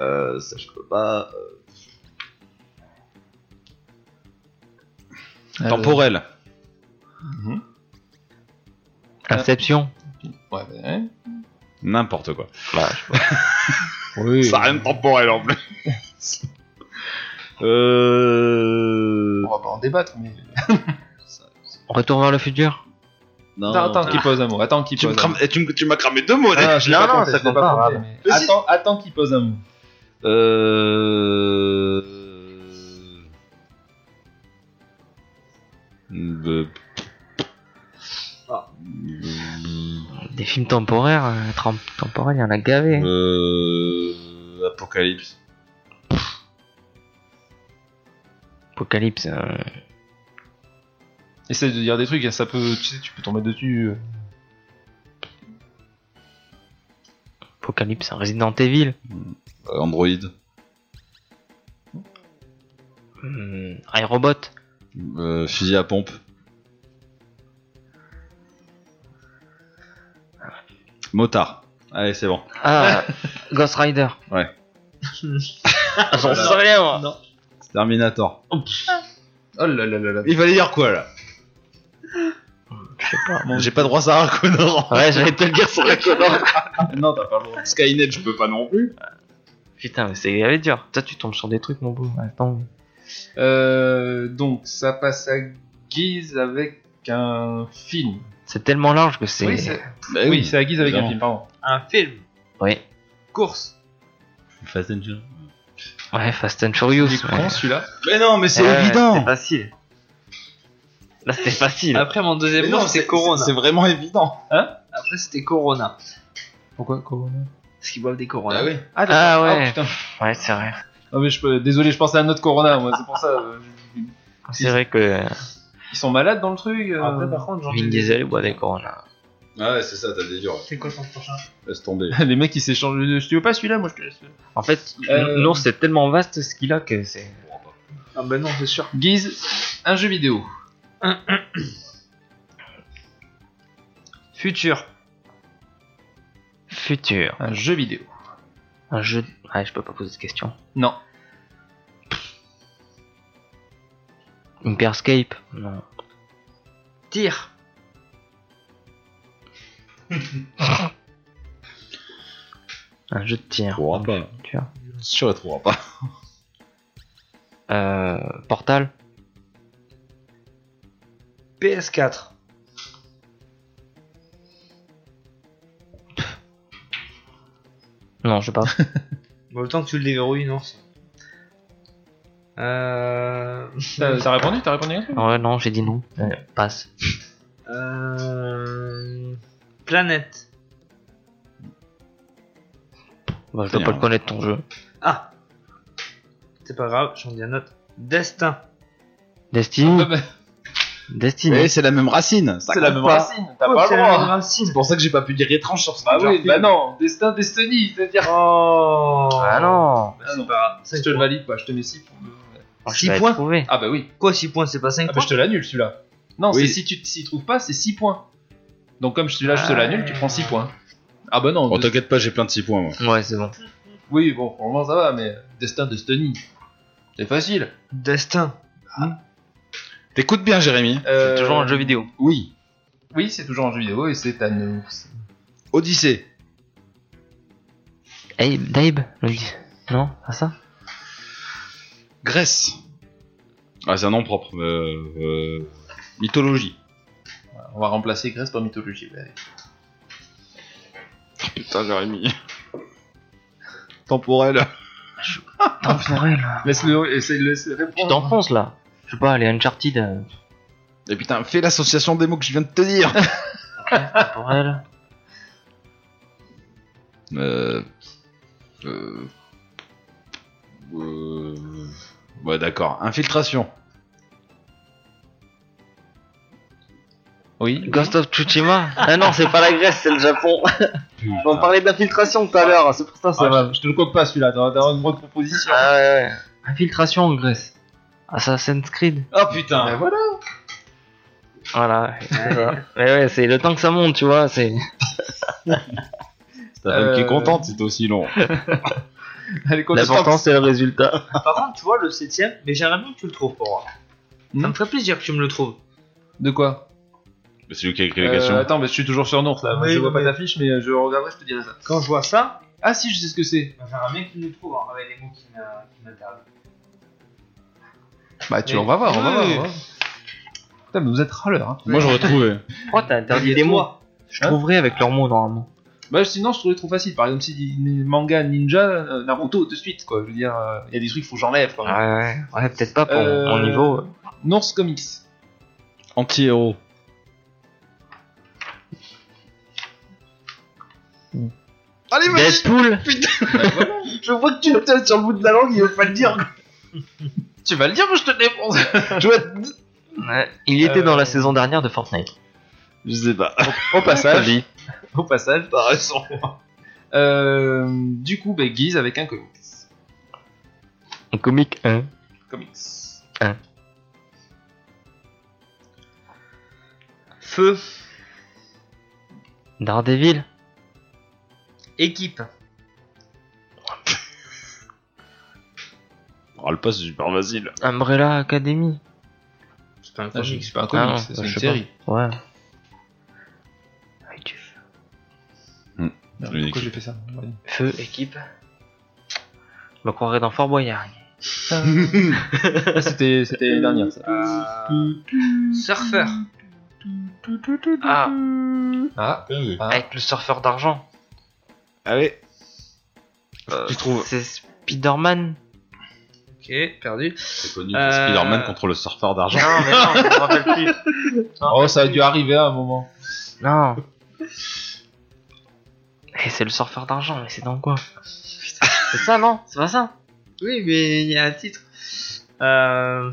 Speaker 4: Euh, ça je peux pas. euh,
Speaker 1: Ah, Euh,
Speaker 4: Temporel.
Speaker 1: Euh.
Speaker 5: Inception.
Speaker 1: Ouais, ben,
Speaker 4: N'importe quoi.
Speaker 5: Bah, je sais
Speaker 1: oui.
Speaker 4: Ça rien de temporel en plus. euh...
Speaker 1: On va pas en débattre, mais.
Speaker 5: pas. Retour vers le futur.
Speaker 4: Non.
Speaker 1: Attends, attends qu'il pose un mot. Attends qu'il
Speaker 4: Tu me
Speaker 1: pose. un
Speaker 4: crames- eh, tu me- tu m'as cramé deux mots.
Speaker 1: mot. Ah, je l'ai
Speaker 5: Non,
Speaker 1: pas
Speaker 5: non,
Speaker 1: compté,
Speaker 5: ça
Speaker 1: je l'ai
Speaker 5: compte pas,
Speaker 1: compté, mais Attends, attends qu'il pose un mot.
Speaker 4: Euh... De- Ah.
Speaker 5: Des films temporaires. euh, tram- temporels, il y en a gavé. hein.
Speaker 4: Euh... Apocalypse.
Speaker 5: Apocalypse. euh,
Speaker 1: Essaye de dire des trucs, ça peut, tu sais, tu peux tomber dessus. euh.
Speaker 5: Apocalypse. Resident Evil.
Speaker 4: Euh, Android.
Speaker 5: Hmm, iRobot
Speaker 4: Euh, fusil à pompe. Motard. Allez, c'est bon.
Speaker 5: Ah, Ghost Rider.
Speaker 4: Ouais.
Speaker 5: J'en sais rien, moi.
Speaker 4: Terminator.
Speaker 1: Oh là là là là.
Speaker 4: Il fallait dire quoi là
Speaker 5: Je sais pas.
Speaker 4: J'ai pas droit à Sarah Connor.
Speaker 5: Ouais, j'allais te le dire sur la colonne.
Speaker 4: non, t'as pas le droit. Skynet, je peux pas non plus.
Speaker 5: Putain, mais c'est elle est dur. Toi, tu tombes sur des trucs, mon beau. Attends.
Speaker 1: Euh, donc ça passe à Guise avec un film.
Speaker 5: C'est tellement large que c'est.
Speaker 1: Oui, c'est
Speaker 4: Bah
Speaker 1: oui, c'est à Guise avec un
Speaker 4: évidemment.
Speaker 1: film, pardon.
Speaker 6: Un film.
Speaker 5: Oui.
Speaker 1: Course.
Speaker 4: Fast and Furious.
Speaker 5: Ouais, Fast and Furious.
Speaker 1: Il est
Speaker 5: ouais.
Speaker 1: con celui-là.
Speaker 4: Mais non, mais c'est
Speaker 5: Ouais, ouais,
Speaker 4: évident.
Speaker 5: C'était facile. Là, c'était facile.
Speaker 6: Après, mon deuxième
Speaker 4: Mais
Speaker 6: mot,
Speaker 4: non,
Speaker 6: c'est Corona.
Speaker 4: C'est vraiment évident.
Speaker 6: Après, c'était Corona. Pourquoi Corona Parce qu'ils boivent des Corona.
Speaker 4: Bah oui.
Speaker 1: Ah,
Speaker 5: Ah
Speaker 1: d'accord.
Speaker 5: ouais.
Speaker 1: putain.
Speaker 5: Ouais, c'est vrai.
Speaker 1: Non, mais je peux- Désolé, je pensais à un autre Corona. Moi, c'est pour ça. euh,
Speaker 5: C'est vrai que
Speaker 1: Ils sont malades dans le truc. euh.
Speaker 5: Ah,
Speaker 6: Après, par contre, j'en
Speaker 5: Vin Diesel boit des Corona.
Speaker 4: Ah ouais, c'est ça, t'as des durs.
Speaker 6: C'est quoi ton prochain
Speaker 4: Laisse tomber.
Speaker 1: Les mecs, ils s'échangent. de- Tu veux pas celui-là Moi, je te laisse.
Speaker 5: En fait,
Speaker 1: Euh,
Speaker 5: l'ours c'est tellement vaste ce qu'il a que c'est.
Speaker 6: Ah bah non, c'est sûr.
Speaker 1: Guise, un jeu vidéo. Futur,
Speaker 5: Futur.
Speaker 1: un jeu vidéo.
Speaker 5: Un jeu. Ouais, je peux pas poser de questions.
Speaker 1: Non.
Speaker 5: Une Perscape Non.
Speaker 1: Tir.
Speaker 5: Un jeu de tir.
Speaker 4: Trouvera pas.
Speaker 5: Tu vois.
Speaker 4: Sûr, elle trouvera pas.
Speaker 5: Euh, Portal
Speaker 6: PS4.
Speaker 5: Non, je sais pas.
Speaker 6: Bon, le temps que tu le déverrouilles, non. c'est- Euh...
Speaker 1: T'as t'as répondu T'as répondu à ça
Speaker 5: ouais, non, j'ai dit non. Euh, passe.
Speaker 6: Euh... Planète.
Speaker 5: Bah, je dois
Speaker 4: Bien.
Speaker 5: pas le connaître ton jeu.
Speaker 6: Ah C'est pas grave, j'en dis un autre. Destin.
Speaker 5: Destiny
Speaker 1: Ah bah,
Speaker 5: Destiny
Speaker 4: Mais c'est la même racine. ça
Speaker 1: C'est la
Speaker 4: compte
Speaker 1: même
Speaker 4: pas.
Speaker 1: racine. T'as
Speaker 6: Oh,
Speaker 1: Ah, pas
Speaker 6: c'est
Speaker 1: le
Speaker 6: la même
Speaker 1: droit.
Speaker 6: racine.
Speaker 4: C'est pour ça que j'ai pas pu dire étrange sur ce
Speaker 1: Ah oui,
Speaker 4: Genre,
Speaker 1: bah non. Destin, Destiny, c'est-à-dire.
Speaker 6: Oh
Speaker 5: Ah non
Speaker 6: Bah, C'est pas grave.
Speaker 1: Si je te le valide pas, je te mets 6 points.
Speaker 5: Oh, Je
Speaker 6: Six
Speaker 5: l'avais
Speaker 6: points
Speaker 5: trouvé.
Speaker 1: Ah bah oui.
Speaker 6: Quoi, 6 points, c'est pas 5
Speaker 1: Ah bah
Speaker 6: points
Speaker 1: je te l'annule celui-là. Non,
Speaker 4: Oui.
Speaker 1: c'est si tu s'y trouves pas, c'est 6 points. Donc comme celui-là, je te l'annule, tu prends 6 points. Ah bah non.
Speaker 4: Bon,
Speaker 1: Dest-
Speaker 4: t'inquiète pas, j'ai plein de 6 points moi.
Speaker 5: Ouais, c'est bon.
Speaker 1: Oui, bon, pour le moment ça va, mais Destin, Destiny. C'est facile.
Speaker 6: Destin.
Speaker 4: T'écoutes bien, Jérémy
Speaker 1: Euh,
Speaker 5: C'est toujours un jeu vidéo.
Speaker 4: Oui.
Speaker 1: Oui, c'est toujours un jeu vidéo et c'est à nous.
Speaker 4: Odyssée.
Speaker 5: Abe, d'Abe le dis- Non, pas ça
Speaker 4: Grèce. Ah, c'est un nom propre. Euh, euh, mythologie.
Speaker 1: On va remplacer Grèce par mythologie. bah, allez.
Speaker 4: Putain, Jérémy. Temporel.
Speaker 5: Temporel.
Speaker 1: Ah. Laisse-le essaye de laisser
Speaker 5: Tu
Speaker 1: répondre.
Speaker 5: t'enfonces là. Je sais pas, les Uncharted. euh,
Speaker 4: Et putain, fais l'association des mots que je viens de te dire.
Speaker 5: Temporel.
Speaker 4: euh. Euh. euh, Ouais, d'accord. Infiltration.
Speaker 1: Oui.
Speaker 5: Ghost of Tsushima Ah non, c'est pas la Grèce, c'est le Japon. On parlait d'infiltration tout à l'heure, c'est pour ça ça
Speaker 1: Ah,
Speaker 5: va.
Speaker 1: je te le coque pas celui-là, t'as t'as une bonne proposition.
Speaker 5: Ah ouais, ouais. Infiltration en Grèce. Assassin's Creed.
Speaker 4: Oh putain.
Speaker 1: Bah voilà.
Speaker 5: Voilà. Mais ouais, c'est le temps que ça monte, tu vois. C'est.
Speaker 4: C'est ta femme qui
Speaker 1: Euh.
Speaker 4: est contente, c'est aussi long.
Speaker 1: Allez, continue.
Speaker 5: L'important, c'est le résultat.
Speaker 6: Ah, Par contre, tu vois, le 7ème, mais j'aimerais bien que tu le trouves pour moi. Ça me ferait plaisir que tu me le trouves.
Speaker 1: De quoi
Speaker 4: C'est lui qui a écrit
Speaker 1: Euh, Attends, mais je suis toujours sur Nours là.
Speaker 6: Oui,
Speaker 1: je vois
Speaker 6: mais-
Speaker 1: pas d'affiche, mais euh, je regarderai, je te dirai ça.
Speaker 6: Quand je vois ça,
Speaker 1: Ah si, je sais ce que c'est.
Speaker 6: j'aimerais bien que tu me le trouves hein, avec les mots qui m'a- qui m'intéressent.
Speaker 1: Bah tu
Speaker 6: Mais-
Speaker 1: on va voir, on va
Speaker 6: Oui,
Speaker 1: voir,
Speaker 6: oui.
Speaker 1: on va voir. Putain, mais vous êtes râleur. Hein.
Speaker 4: Moi, j'aurais trouvé.
Speaker 5: Pourquoi t'as interdit les mots
Speaker 6: moi.
Speaker 5: Je trouverai avec leurs mots normalement.
Speaker 1: Bah sinon, je trouvais trop facile. Par exemple, si dit manga ninja, euh, Naruto de suite quoi. Je veux dire, euh, il y a des trucs faut que j'enlève. quand
Speaker 5: Ouais,
Speaker 1: même.
Speaker 5: ouais. Ouais, peut-être pas pour
Speaker 1: Euh,
Speaker 5: mon niveau.
Speaker 1: Nours Comics.
Speaker 4: Anti-héros. Allez,
Speaker 5: Deadpool
Speaker 1: Je vois que tu as sur le bout de la langue, il veut pas le dire. tu vas le dire, moi je te dépense.
Speaker 5: Ouais, Il était
Speaker 1: Euh,
Speaker 5: dans la saison dernière de Fortnite.
Speaker 4: Je sais pas.
Speaker 1: Au passage. Au passage. T'as raison. Euh, du coup, bah, Guise avec un comics.
Speaker 5: Un comique 1.
Speaker 1: Comics.
Speaker 5: 1. Feu. Daredevil. Équipe.
Speaker 4: Oh, le passe, c'est super facile.
Speaker 5: Umbrella Academy.
Speaker 6: C'est pas un
Speaker 1: Ah,
Speaker 6: comics.
Speaker 1: je c'est pas un
Speaker 5: Ah,
Speaker 1: comics,
Speaker 5: bah,
Speaker 1: c'est une
Speaker 5: je sais
Speaker 1: série.
Speaker 5: Ouais. Avec du feu.
Speaker 1: Merde,
Speaker 4: Oui,
Speaker 1: Pourquoi j'ai fait ça
Speaker 5: Feu, équipe. Je me croirais dans Fort Boyard.
Speaker 1: Ah, C'était c'était l'année dernière, ça.
Speaker 6: Euh,
Speaker 5: Surfeur. Ah,
Speaker 1: Ah, Ah.
Speaker 5: avec le surfeur d'argent.
Speaker 4: Allez.
Speaker 5: Euh,
Speaker 4: Tu trouves
Speaker 5: C'est Spider-Man.
Speaker 6: Ok, perdu.
Speaker 4: C'est connu.
Speaker 6: Euh,
Speaker 4: Spider-Man contre le surfeur
Speaker 5: Non,
Speaker 4: d'argent.
Speaker 5: mais non, je me rappelle plus.
Speaker 1: Oh, ça a dû arriver à un moment.
Speaker 5: Non. Et c'est le surfeur d'argent, mais c'est dans quoi C'est ça, non C'est pas ça
Speaker 6: Oui, mais il y a un titre. Euh...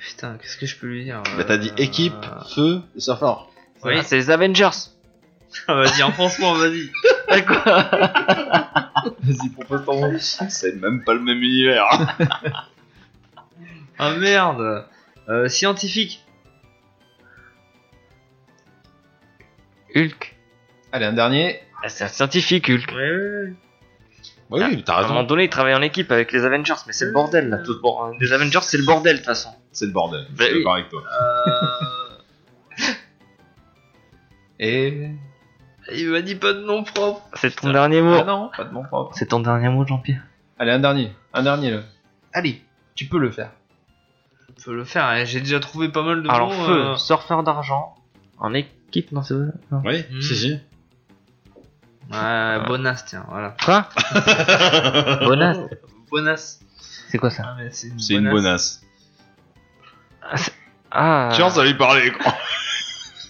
Speaker 6: Putain, qu'est-ce que je peux lui dire
Speaker 4: Bah, t'as dit
Speaker 6: Euh,
Speaker 4: équipe, feu, et surfeur.
Speaker 6: Oui.
Speaker 5: Ah, C'est les Avengers.
Speaker 6: Ah, vas-y, enfonce-moi, vas-y.
Speaker 1: Vas-y, propose ton nom.
Speaker 4: C'est même pas le même univers.
Speaker 6: Ah merde Euh, Scientifique.
Speaker 5: Hulk.
Speaker 1: Allez, un dernier.
Speaker 5: Ah, c'est un scientifique, Hulk.
Speaker 6: Ouais, ouais, ouais.
Speaker 4: Oui, Bah
Speaker 5: Ah,
Speaker 4: oui, t'as
Speaker 5: À un moment
Speaker 4: raison.
Speaker 5: donné, il travaille en équipe avec les Avengers, mais c'est le bordel là. Tout Euh, bon, les Avengers, c'est le bordel de toute façon.
Speaker 4: Ah, C'est le bordel. Je
Speaker 5: Bah
Speaker 4: suis
Speaker 5: oui.
Speaker 4: d'accord avec toi.
Speaker 6: Euh...
Speaker 1: Et.
Speaker 6: Il m'a dit pas de nom propre.
Speaker 5: C'est ton dernier mot.
Speaker 1: Ah non, pas de mon propre.
Speaker 5: C'est ton dernier mot, Jean-Pierre.
Speaker 1: Allez, un dernier. Un dernier, là.
Speaker 6: Allez.
Speaker 1: Tu peux le faire.
Speaker 6: On peut le faire, hein. j'ai déjà trouvé pas mal de
Speaker 5: Alors,
Speaker 6: noms.
Speaker 5: feu,
Speaker 6: euh,
Speaker 5: surfeur d'argent, en équipe, non, c'est non.
Speaker 4: Oui,
Speaker 6: Hmm.
Speaker 4: si, si.
Speaker 6: Ouais, Bonas, tiens, voilà.
Speaker 5: Quoi Bonas
Speaker 6: Bonas.
Speaker 5: C'est quoi ça
Speaker 6: Ah, mais c'est une,
Speaker 4: C'est une bonasse.
Speaker 5: Ah,
Speaker 4: Tiens, à lui parler, quoi.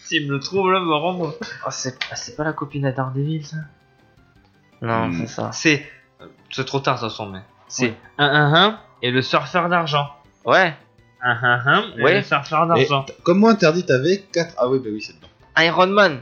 Speaker 6: S'il me le trouve là, me rendre.
Speaker 5: ah, c'est ah, c'est pas la copine à Daredevil, ça Non,
Speaker 4: Hmm.
Speaker 5: c'est ça.
Speaker 6: C'est. euh, C'est trop tard, de toute façon, mais.
Speaker 5: C'est.
Speaker 6: Un, un, un, et le surfeur d'argent.
Speaker 5: Hmm. Ouais
Speaker 6: Un, un, un, et
Speaker 5: Ouais.
Speaker 6: le surfeur d'argent.
Speaker 4: Comment interdit t'avais 4 Ah oui, bah oui, c'est dedans.
Speaker 5: Iron Man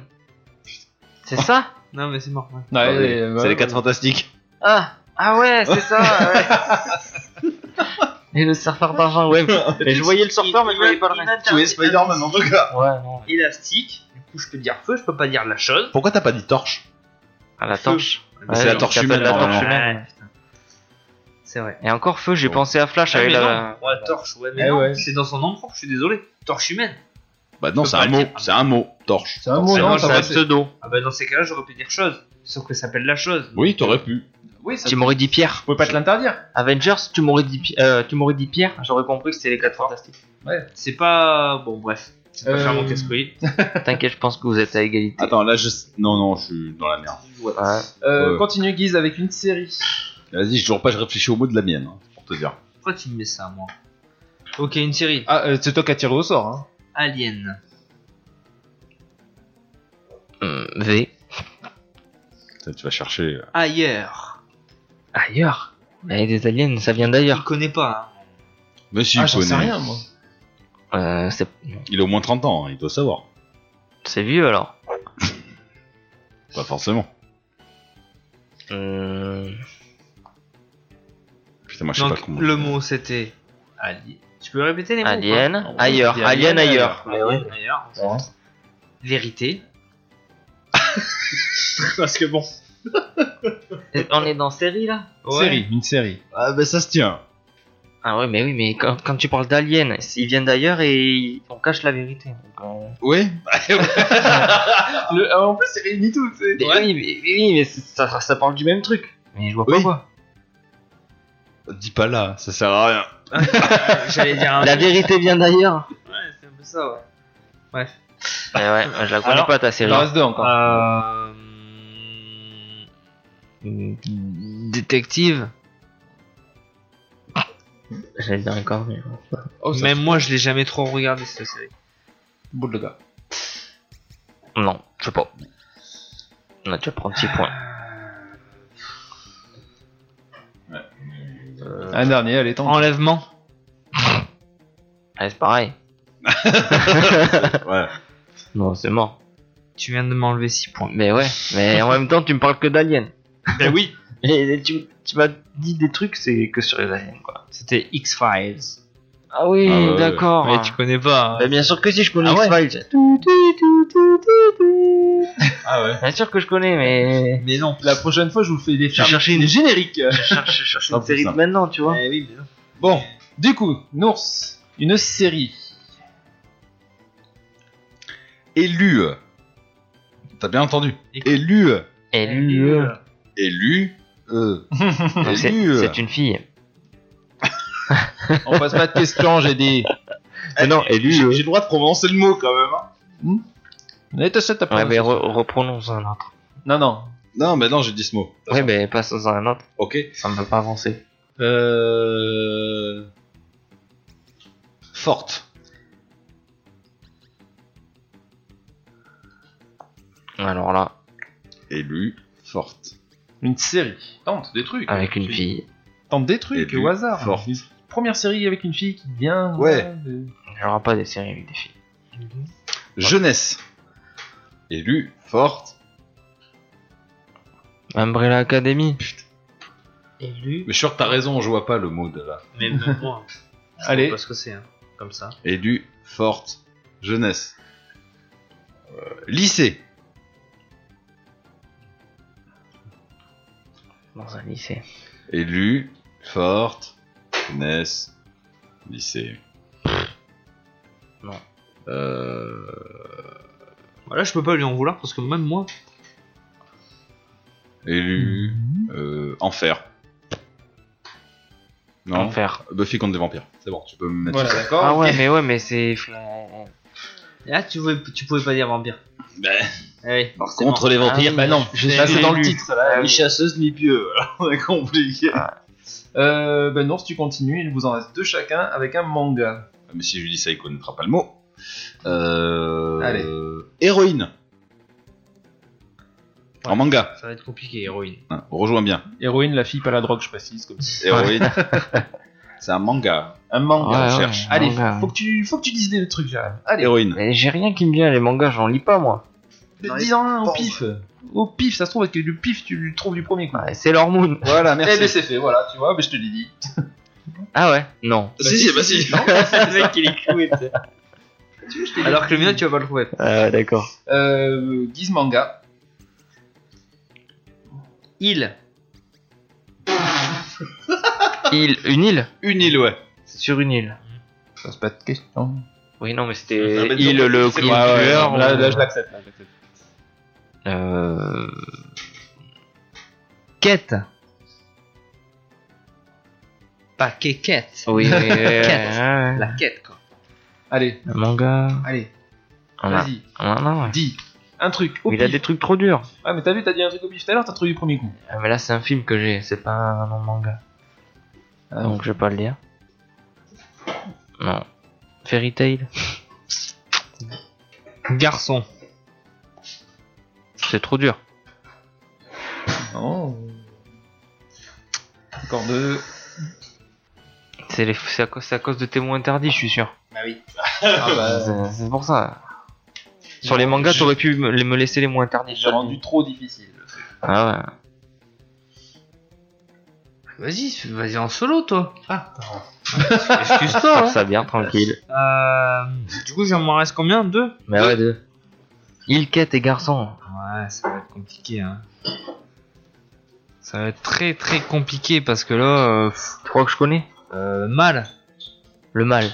Speaker 5: C'est ça
Speaker 6: Non, mais c'est mort. ouais.
Speaker 1: Ouais,
Speaker 4: Ah oui,
Speaker 1: allez,
Speaker 4: C'est
Speaker 1: voilà.
Speaker 4: les 4 fantastiques.
Speaker 5: Ah Ah ouais, c'est ça ouais. Et le surfeur d'argent, ouais. Mais je voyais le surfeur, mais je voyais pas le reste.
Speaker 4: Tu es Spider-Man en tout cas.
Speaker 5: Ouais, non.
Speaker 6: Élastique, du coup, je peux dire feu, je peux pas dire la chose.
Speaker 4: Pourquoi t'as pas dit torche
Speaker 5: Ah, la torche.
Speaker 4: Mais c'est la
Speaker 5: on
Speaker 4: torche
Speaker 5: l'appelle
Speaker 4: humaine,
Speaker 5: la torche
Speaker 4: normalement.
Speaker 5: humaine.
Speaker 6: Ouais, putain. C'est vrai.
Speaker 5: Et encore feu, j'ai
Speaker 4: Bon.
Speaker 5: pensé à Flash
Speaker 6: Ah,
Speaker 5: avec
Speaker 6: mais
Speaker 5: la.
Speaker 6: non, ouais, torche, ouais, mais
Speaker 1: Eh
Speaker 6: non,
Speaker 1: ouais.
Speaker 6: c'est dans son nom propre, je suis désolé. Torche humaine.
Speaker 4: Bah non,
Speaker 6: Je
Speaker 4: c'est
Speaker 6: peux
Speaker 4: un
Speaker 6: pas
Speaker 4: mot.
Speaker 6: dire.
Speaker 4: C'est un mot. Torche.
Speaker 1: C'est un mot,
Speaker 4: C'est
Speaker 1: non
Speaker 4: un
Speaker 1: ça
Speaker 5: C'est un
Speaker 1: passe.
Speaker 5: pseudo.
Speaker 6: Ah bah dans ces cas-là, j'aurais pu dire chose. Sauf que ça s'appelle la chose.
Speaker 4: Oui, t'aurais pu.
Speaker 1: Oui, ça
Speaker 5: Tu m'aurais dit Pierre.
Speaker 1: Je pouvais pas te l'interdire.
Speaker 5: Avengers, tu m'aurais dit, Pi- euh, tu m'aurais dit Pierre, j'aurais compris que c'était les 4 fantastiques.
Speaker 6: C'est pas. Bon, bref. C'est pas
Speaker 1: Euh,
Speaker 6: faire mon casse-couille.
Speaker 5: T'inquiète, je pense que vous êtes à égalité.
Speaker 4: Attends, là je. Non, non, je suis dans la merde.
Speaker 5: Ouais.
Speaker 1: Euh,
Speaker 4: Ouais.
Speaker 1: Continue Guise avec une série.
Speaker 4: Vas-y, je toujours pas, je réfléchis au mot de la mienne, hein, pour te dire.
Speaker 6: Pourquoi tu me mets ça, moi Ok, une série.
Speaker 1: Ah, euh, c'est toi qui as tiré au sort. Hein.
Speaker 6: Alien.
Speaker 5: Hum, v.
Speaker 4: Putain, tu vas chercher. euh,
Speaker 6: Ailleurs.
Speaker 5: Ailleurs. Mais des aliens, ça vient
Speaker 6: Je le
Speaker 5: d'ailleurs.
Speaker 6: connais pas. hein.
Speaker 4: Mais si,
Speaker 1: ah,
Speaker 4: il
Speaker 1: j'en sais
Speaker 4: connaît.
Speaker 1: rien, moi.
Speaker 5: Euh, c'est,
Speaker 4: Il a au moins 30 ans, hein, il doit savoir.
Speaker 5: c'est vieux alors.
Speaker 4: Pas forcément.
Speaker 5: Hum,
Speaker 4: Putain, moi je sais
Speaker 6: Donc,
Speaker 4: pas comment.
Speaker 6: le mot c'était. Alien. Tu peux répéter les mots ou pas
Speaker 5: Alien,
Speaker 1: ouais,
Speaker 5: ailleurs,
Speaker 1: c'est
Speaker 5: alien,
Speaker 1: Alien,
Speaker 5: ailleurs.
Speaker 6: Alien, ailleurs. Vérité.
Speaker 4: Parce que bon.
Speaker 5: Et On est dans série là
Speaker 1: Série, une série.
Speaker 4: Ah, bah ça se tient.
Speaker 5: Ah ouais, mais oui, mais quand, quand tu parles d'alien, ils viennent d'ailleurs et ils- on cache la vérité. Donc, on-
Speaker 4: Oui
Speaker 1: Le- ah, en plus, c'est réuni tout. tu sais.
Speaker 5: Mais oui, mais, oui, mais c'est- ça, ça parle du même truc. Mais je vois pas
Speaker 4: Oui.
Speaker 5: quoi.
Speaker 4: Dis pas là, ça sert à rien.
Speaker 6: J'allais dire un
Speaker 5: La vérité vient d'ailleurs.
Speaker 6: Ouais, c'est un peu ça, ouais. Bref.
Speaker 5: Mais Eh ouais, je la connais
Speaker 6: Alors,
Speaker 5: pas ta série.
Speaker 1: Il en reste deux encore.
Speaker 5: Ah,
Speaker 6: Euh...
Speaker 5: Hmm,
Speaker 6: Détective.
Speaker 5: J'allais dire encore, mais.
Speaker 1: oh, ça,
Speaker 6: Même moi, je l'ai jamais trop regardé cette série.
Speaker 1: bout de le gars.
Speaker 5: Non, je sais pas. Là, tu prends un petit point.
Speaker 1: Un dernier, allez, tente.
Speaker 6: Enlèvement.
Speaker 5: Allez, c'est pareil.
Speaker 4: Ouais.
Speaker 5: Non, c'est mort.
Speaker 6: Tu viens de m'enlever 6 points.
Speaker 5: Mais ouais, mais en même temps, tu me parles que d'Alien.
Speaker 6: Ben oui. Et tu, tu m'as dit des trucs, c'est que sur les aliens, quoi. C'était X-Files.
Speaker 5: Ah oui,
Speaker 4: Ah ouais.
Speaker 5: d'accord.
Speaker 6: Mais tu connais pas. hein.
Speaker 5: Bah, bien sûr que si, je connais
Speaker 6: Ah ouais.
Speaker 5: X-Files. Tout, tout, tout, tout, tout, tout.
Speaker 4: Ah ouais.
Speaker 5: Bien sûr que je connais, mais.
Speaker 6: Mais non.
Speaker 1: La prochaine fois, je vous fais des
Speaker 5: Je cherchais une,
Speaker 1: des génériques.
Speaker 5: je cherche, je cherche
Speaker 4: Ah,
Speaker 5: une
Speaker 4: c'est
Speaker 5: série de
Speaker 4: ça.
Speaker 5: maintenant, tu vois.
Speaker 1: Bon, du coup, Nours, une série.
Speaker 4: hein. Élu. T'as bien entendu.
Speaker 6: Écoute.
Speaker 4: Élu.
Speaker 5: Et lui, euh,
Speaker 4: Élu. Euh.
Speaker 5: donc c'est
Speaker 4: Élu.
Speaker 5: c'est une fille.
Speaker 1: On passe pas de questions, j'ai dit.
Speaker 5: Mais Ah non, et lui.
Speaker 4: J'ai le droit de prononcer le mot quand même.
Speaker 1: Mais t'as ça, t'as pas-
Speaker 5: Ouais, mais re- reprononce un autre.
Speaker 1: Non, non.
Speaker 4: Non, mais non, j'ai dit ce mot.
Speaker 5: Ouais, mais passe dans un autre,
Speaker 4: Ok.
Speaker 5: ça ne va pas avancer.
Speaker 4: Euh... Forte.
Speaker 5: Alors là,
Speaker 4: Élu. Forte.
Speaker 1: Une série. Tente des trucs.
Speaker 5: avec une fille.
Speaker 1: Tente des trucs,
Speaker 4: Et lui,
Speaker 1: au hasard.
Speaker 4: Ah, forte.
Speaker 1: Une première série avec une fille qui vient.
Speaker 4: Ouais.
Speaker 1: euh, de-
Speaker 5: Il n'y aura pas des séries avec des filles.
Speaker 4: Jeunesse. Élu. Forte.
Speaker 5: Umbrella Academy.
Speaker 4: Mais je suis sûr que t'as raison, je vois pas le mot de là.
Speaker 6: Mais même moi.
Speaker 1: Allez.
Speaker 6: Parce que c'est hein, comme ça.
Speaker 4: Élu. Forte. Jeunesse. Euh, lycée.
Speaker 5: Dans un lycée.
Speaker 4: Élu, forte, jeunesse, lycée.
Speaker 5: Non.
Speaker 4: Euh,
Speaker 6: Voilà, je peux pas lui en vouloir parce que même moi.
Speaker 4: élu,
Speaker 6: Mhm.
Speaker 4: euh, enfer. Non,
Speaker 5: Enfer.
Speaker 4: Buffy contre des vampires. C'est bon, tu peux me mettre.
Speaker 1: Voilà, d'accord.
Speaker 5: Ah ouais, mais ouais, mais c'est.
Speaker 6: Là, tu, veux, tu pouvais pas dire vampire.
Speaker 4: Ben,
Speaker 6: Eh oui,
Speaker 4: contre les vampires,
Speaker 5: Ah,
Speaker 4: bah non.
Speaker 6: je-
Speaker 4: Là,
Speaker 6: je-
Speaker 4: c'est dans
Speaker 6: je-
Speaker 4: le titre, là. ni chasseuse, ni pieux. On a compris.
Speaker 1: Ah. Euh, ben Nours, tu continues. Il vous en reste deux chacun avec un manga.
Speaker 4: Ah, Mais si je lui dis ça, il connaîtra pas le mot. Euh,
Speaker 1: Allez.
Speaker 4: Héroïne. En manga.
Speaker 6: Ça va être compliqué, héroïne.
Speaker 4: Hein, Rejoins bien.
Speaker 1: Héroïne, la fille, pas la drogue, je précise. Comme ça.
Speaker 4: Héroïne. c'est un manga.
Speaker 1: Un manga.
Speaker 4: Ouais, cherche.
Speaker 1: Allez,
Speaker 5: Ah, manga.
Speaker 1: faut que tu, faut que tu dises des trucs, Jérém. Allez,
Speaker 4: Héroïne.
Speaker 5: Mais j'ai rien qui me vient, les mangas, j'en lis pas moi.
Speaker 1: dis en un au pif. Au pif, ça se trouve, avec le pif, tu le trouves du premier coup.
Speaker 5: Ouais, c'est leur moon.
Speaker 4: Voilà,
Speaker 1: Eh ben c'est fait, voilà, tu vois, ben je te l'ai dit.
Speaker 5: Ah ouais Non.
Speaker 4: si, si, bah si.
Speaker 5: le mec, il est cloué, t'sais.
Speaker 6: Alors que le mien, tu vas pas le trouver.
Speaker 5: Ah ouais, d'accord.
Speaker 1: Euh, Guise manga.
Speaker 6: Il.
Speaker 5: Île, une île
Speaker 4: Une île, ouais.
Speaker 5: C'est sur une île.
Speaker 1: Ça se pas de question.
Speaker 5: Oui, non, mais
Speaker 4: Ah,
Speaker 5: c'était
Speaker 4: mais
Speaker 5: île,
Speaker 4: non,
Speaker 5: le
Speaker 4: c'est
Speaker 5: couleur.
Speaker 4: pas- ouais, non,
Speaker 1: Là, là, je l'accepte. là, je l'accepte.
Speaker 5: Euh.
Speaker 6: Quête. Pas quéquette.
Speaker 5: Oui, mais.
Speaker 6: Quête.
Speaker 5: ouais, ouais.
Speaker 6: La quête, quoi.
Speaker 1: Allez,
Speaker 5: Un manga. Ah,
Speaker 1: allez,
Speaker 5: On a-
Speaker 1: vas-y,
Speaker 5: on en a, ouais.
Speaker 1: dis un truc au
Speaker 5: Il a
Speaker 1: pif.
Speaker 5: des trucs trop durs.
Speaker 1: Ah, mais t'as vu, t'as dit un truc au pif tout à l'heure, t'as trouvé du premier coup.
Speaker 5: Ah, mais là, c'est un film que j'ai, c'est pas un nom manga.
Speaker 1: Ah,
Speaker 5: donc, je vais pas le dire. Non. Fairy Tail,
Speaker 6: Garçon.
Speaker 5: c'est trop dur.
Speaker 1: Non. Encore deux.
Speaker 5: C'est les... c'est à, cause... c'est à cause de témoins interdits, je suis sûr.
Speaker 1: Ah bah,
Speaker 5: C'est- C'est pour ça. Sur les mangas, t'aurais pu me me laisser les moins interdits.
Speaker 1: j'ai rendu trop difficile.
Speaker 5: Ah ouais.
Speaker 6: Vas-y, vas-y en solo, toi. Ah,
Speaker 5: Faire
Speaker 6: excuse-toi.
Speaker 5: ça bien, tranquille.
Speaker 6: Euh, du coup, il m'en reste combien Deux
Speaker 5: Mais ouais, deux. Il quête et garçon.
Speaker 6: Ouais, ça va être compliqué. Hein. Ça va être très très compliqué parce que là, euh, pff,
Speaker 5: Tu crois que je connais
Speaker 6: euh, mal.
Speaker 5: Le mal.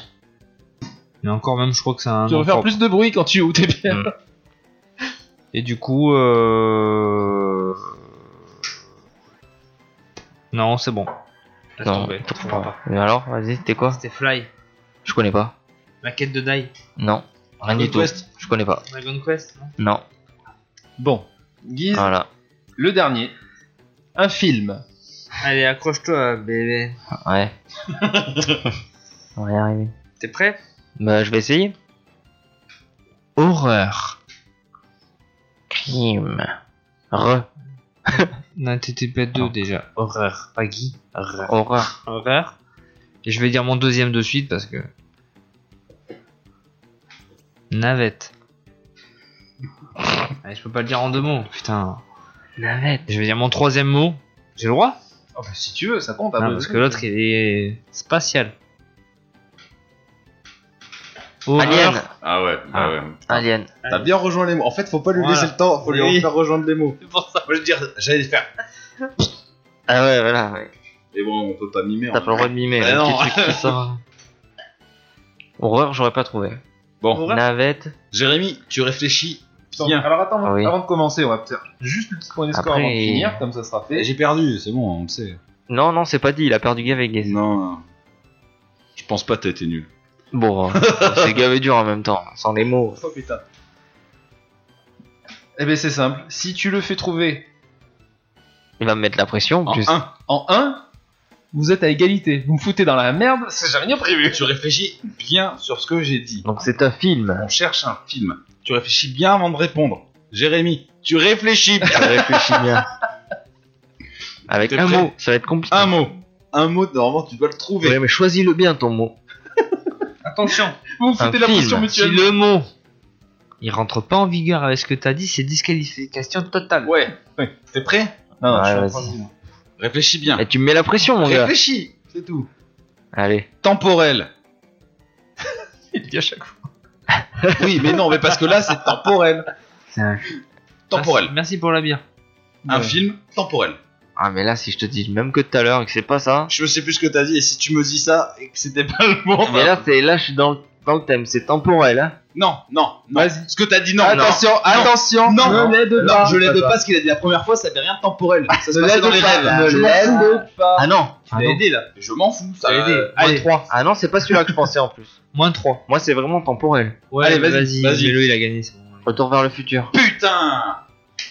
Speaker 6: Mais encore même, je crois que c'est un.
Speaker 1: Tu
Speaker 6: nom
Speaker 1: vas faire
Speaker 6: propre.
Speaker 1: plus de bruit quand tu ou tes bien.
Speaker 6: Et du coup, euh... non, c'est bon. Laisse
Speaker 5: Non,
Speaker 6: tomber.
Speaker 5: tu comprends pas. Mais alors, vas-y, c'était quoi
Speaker 6: C'était Fly,
Speaker 5: Je connais pas.
Speaker 6: la quête de Dai,
Speaker 5: Non. Rien du tout. Je connais pas.
Speaker 6: Dragon Quest. non
Speaker 5: Non.
Speaker 1: Bon, Guise,
Speaker 5: Voilà.
Speaker 1: le dernier. Un film.
Speaker 6: Allez, accroche-toi, bébé.
Speaker 5: Ouais. On va y arriver.
Speaker 6: T'es prêt
Speaker 5: Bah, je vais essayer. Horreur. Crime. Re.
Speaker 6: Non, t'étais pas deux déjà. Horreur, pas Guy. Horreur.
Speaker 5: Horreur.
Speaker 6: Horreur. Et je vais dire mon deuxième de suite parce que. Navette. Allez, je peux pas le dire en deux mots, putain.
Speaker 5: Navette.
Speaker 6: Je vais dire mon troisième mot. J'ai le droit
Speaker 1: Ah, bah, si tu veux, ça compte.
Speaker 6: Non,
Speaker 1: après.
Speaker 6: Parce que l'autre, il est spatial.
Speaker 5: Alien.
Speaker 4: Ah ouais, ah ouais.
Speaker 5: Alien.
Speaker 4: T'as bien rejoint les mots. En fait, faut pas lui
Speaker 6: Voilà.
Speaker 4: laisser le temps, faut lui
Speaker 6: Oui.
Speaker 4: en faire rejoindre les mots.
Speaker 6: C'est pour ça.
Speaker 4: Moi, je veux dire, j'allais le faire.
Speaker 5: Ah ouais, voilà. ouais.
Speaker 4: Mais bon, on peut pas mimer.
Speaker 5: T'as
Speaker 4: hein.
Speaker 5: pas le droit de mimer.
Speaker 4: Ah
Speaker 5: le
Speaker 4: non.
Speaker 5: petit truc qui sort. Horreur, j'aurais pas trouvé.
Speaker 4: Bon,
Speaker 5: Navette.
Speaker 4: Jérémy, tu réfléchis
Speaker 1: Attends,
Speaker 4: bien.
Speaker 1: Alors attends,
Speaker 5: Ah oui.
Speaker 1: avant de commencer, on va faire juste le petit point des scores
Speaker 5: Après-
Speaker 1: avant de finir, comme ça sera fait.
Speaker 4: J'ai perdu, c'est bon, on le sait.
Speaker 5: Non, non, c'est pas dit. Il a perdu Gavé. Gaze.
Speaker 4: Non, je pense pas que t'as été nul.
Speaker 5: Bon, euh, c'est Gavé dur en même temps, hein, sans les mots.
Speaker 1: Oh putain. Eh ben c'est simple, si tu le fais trouver
Speaker 5: Il va me mettre la pression. En
Speaker 4: En
Speaker 5: plus.
Speaker 4: 1,
Speaker 1: en 1, vous êtes à égalité. Vous me foutez dans la merde, c'est jamais prévu.
Speaker 4: tu réfléchis bien sur ce que j'ai dit.
Speaker 5: Donc c'est un film.
Speaker 4: On cherche un film. Tu réfléchis bien avant de répondre. Jérémy, tu réfléchis bien.
Speaker 5: Réfléchis bien. Avec
Speaker 4: T'es
Speaker 5: un
Speaker 4: prêt
Speaker 5: mot, ça va être compliqué.
Speaker 4: un mot. Un mot, normalement, tu dois le trouver.
Speaker 5: Ouais, mais choisis-le bien ton mot.
Speaker 1: Attention, vous me
Speaker 5: Un
Speaker 1: foutez la pression
Speaker 5: film.
Speaker 6: Si
Speaker 1: mutuelle.
Speaker 6: le mot, il rentre pas en vigueur avec ce que t'as dit, c'est disqualification totale.
Speaker 4: Ouais, ouais. t'es prêt
Speaker 1: Non, non,
Speaker 5: Ouais,
Speaker 1: je suis en
Speaker 5: vas-y.
Speaker 1: train de dire.
Speaker 4: Réfléchis bien.
Speaker 5: Et tu me mets la pression, mon gars.
Speaker 4: Réfléchis, c'est tout.
Speaker 5: Allez.
Speaker 4: Temporel.
Speaker 1: Il le dit à chaque fois.
Speaker 4: Oui, mais non, mais parce que là, c'est temporel.
Speaker 6: C'est un-
Speaker 4: Temporel.
Speaker 6: Merci, merci pour la bière.
Speaker 4: Un
Speaker 1: Ouais.
Speaker 4: film temporel.
Speaker 5: Ah, mais là, si je te dis le même que tout à l'heure et que c'est pas ça.
Speaker 4: Je sais plus ce que t'as dit, et si tu me dis ça et que c'était pas le bon.
Speaker 5: Ah,
Speaker 4: bah.
Speaker 5: Mais là, c'est là, je suis dans le, dans le thème. C'est temporel, hein.
Speaker 4: Non, non, non.
Speaker 1: Vas-y.
Speaker 4: Ce que t'as dit, non.
Speaker 1: attention, attention,
Speaker 4: Non,
Speaker 1: ne
Speaker 4: non,
Speaker 1: l'aide
Speaker 4: Non,
Speaker 1: pas.
Speaker 4: je l'aide
Speaker 1: Papa.
Speaker 4: pas ce qu'il a dit la première fois, ça avait rien de temporel. Ça se
Speaker 1: Ne
Speaker 4: passait
Speaker 1: l'aide
Speaker 4: dans les
Speaker 1: pas,
Speaker 4: rêves.
Speaker 1: ne l'aide pas.
Speaker 4: Ah non, tu
Speaker 6: Ah
Speaker 4: l'as
Speaker 6: non.
Speaker 4: aidé là. Je m'en fous, ça Euh,
Speaker 6: T'as aidé.
Speaker 4: Allez,
Speaker 6: Ouais.
Speaker 4: 3.
Speaker 5: Ah non, c'est pas celui-là que je pensais en plus.
Speaker 6: Moins 3.
Speaker 5: Moi, c'est vraiment temporel.
Speaker 6: Ouais,
Speaker 4: Allez, vas-y,
Speaker 6: vas-y.
Speaker 4: vas-y.
Speaker 6: Mets-le, il a gagné. c'est bon.
Speaker 5: Retour vers le futur.
Speaker 4: Putain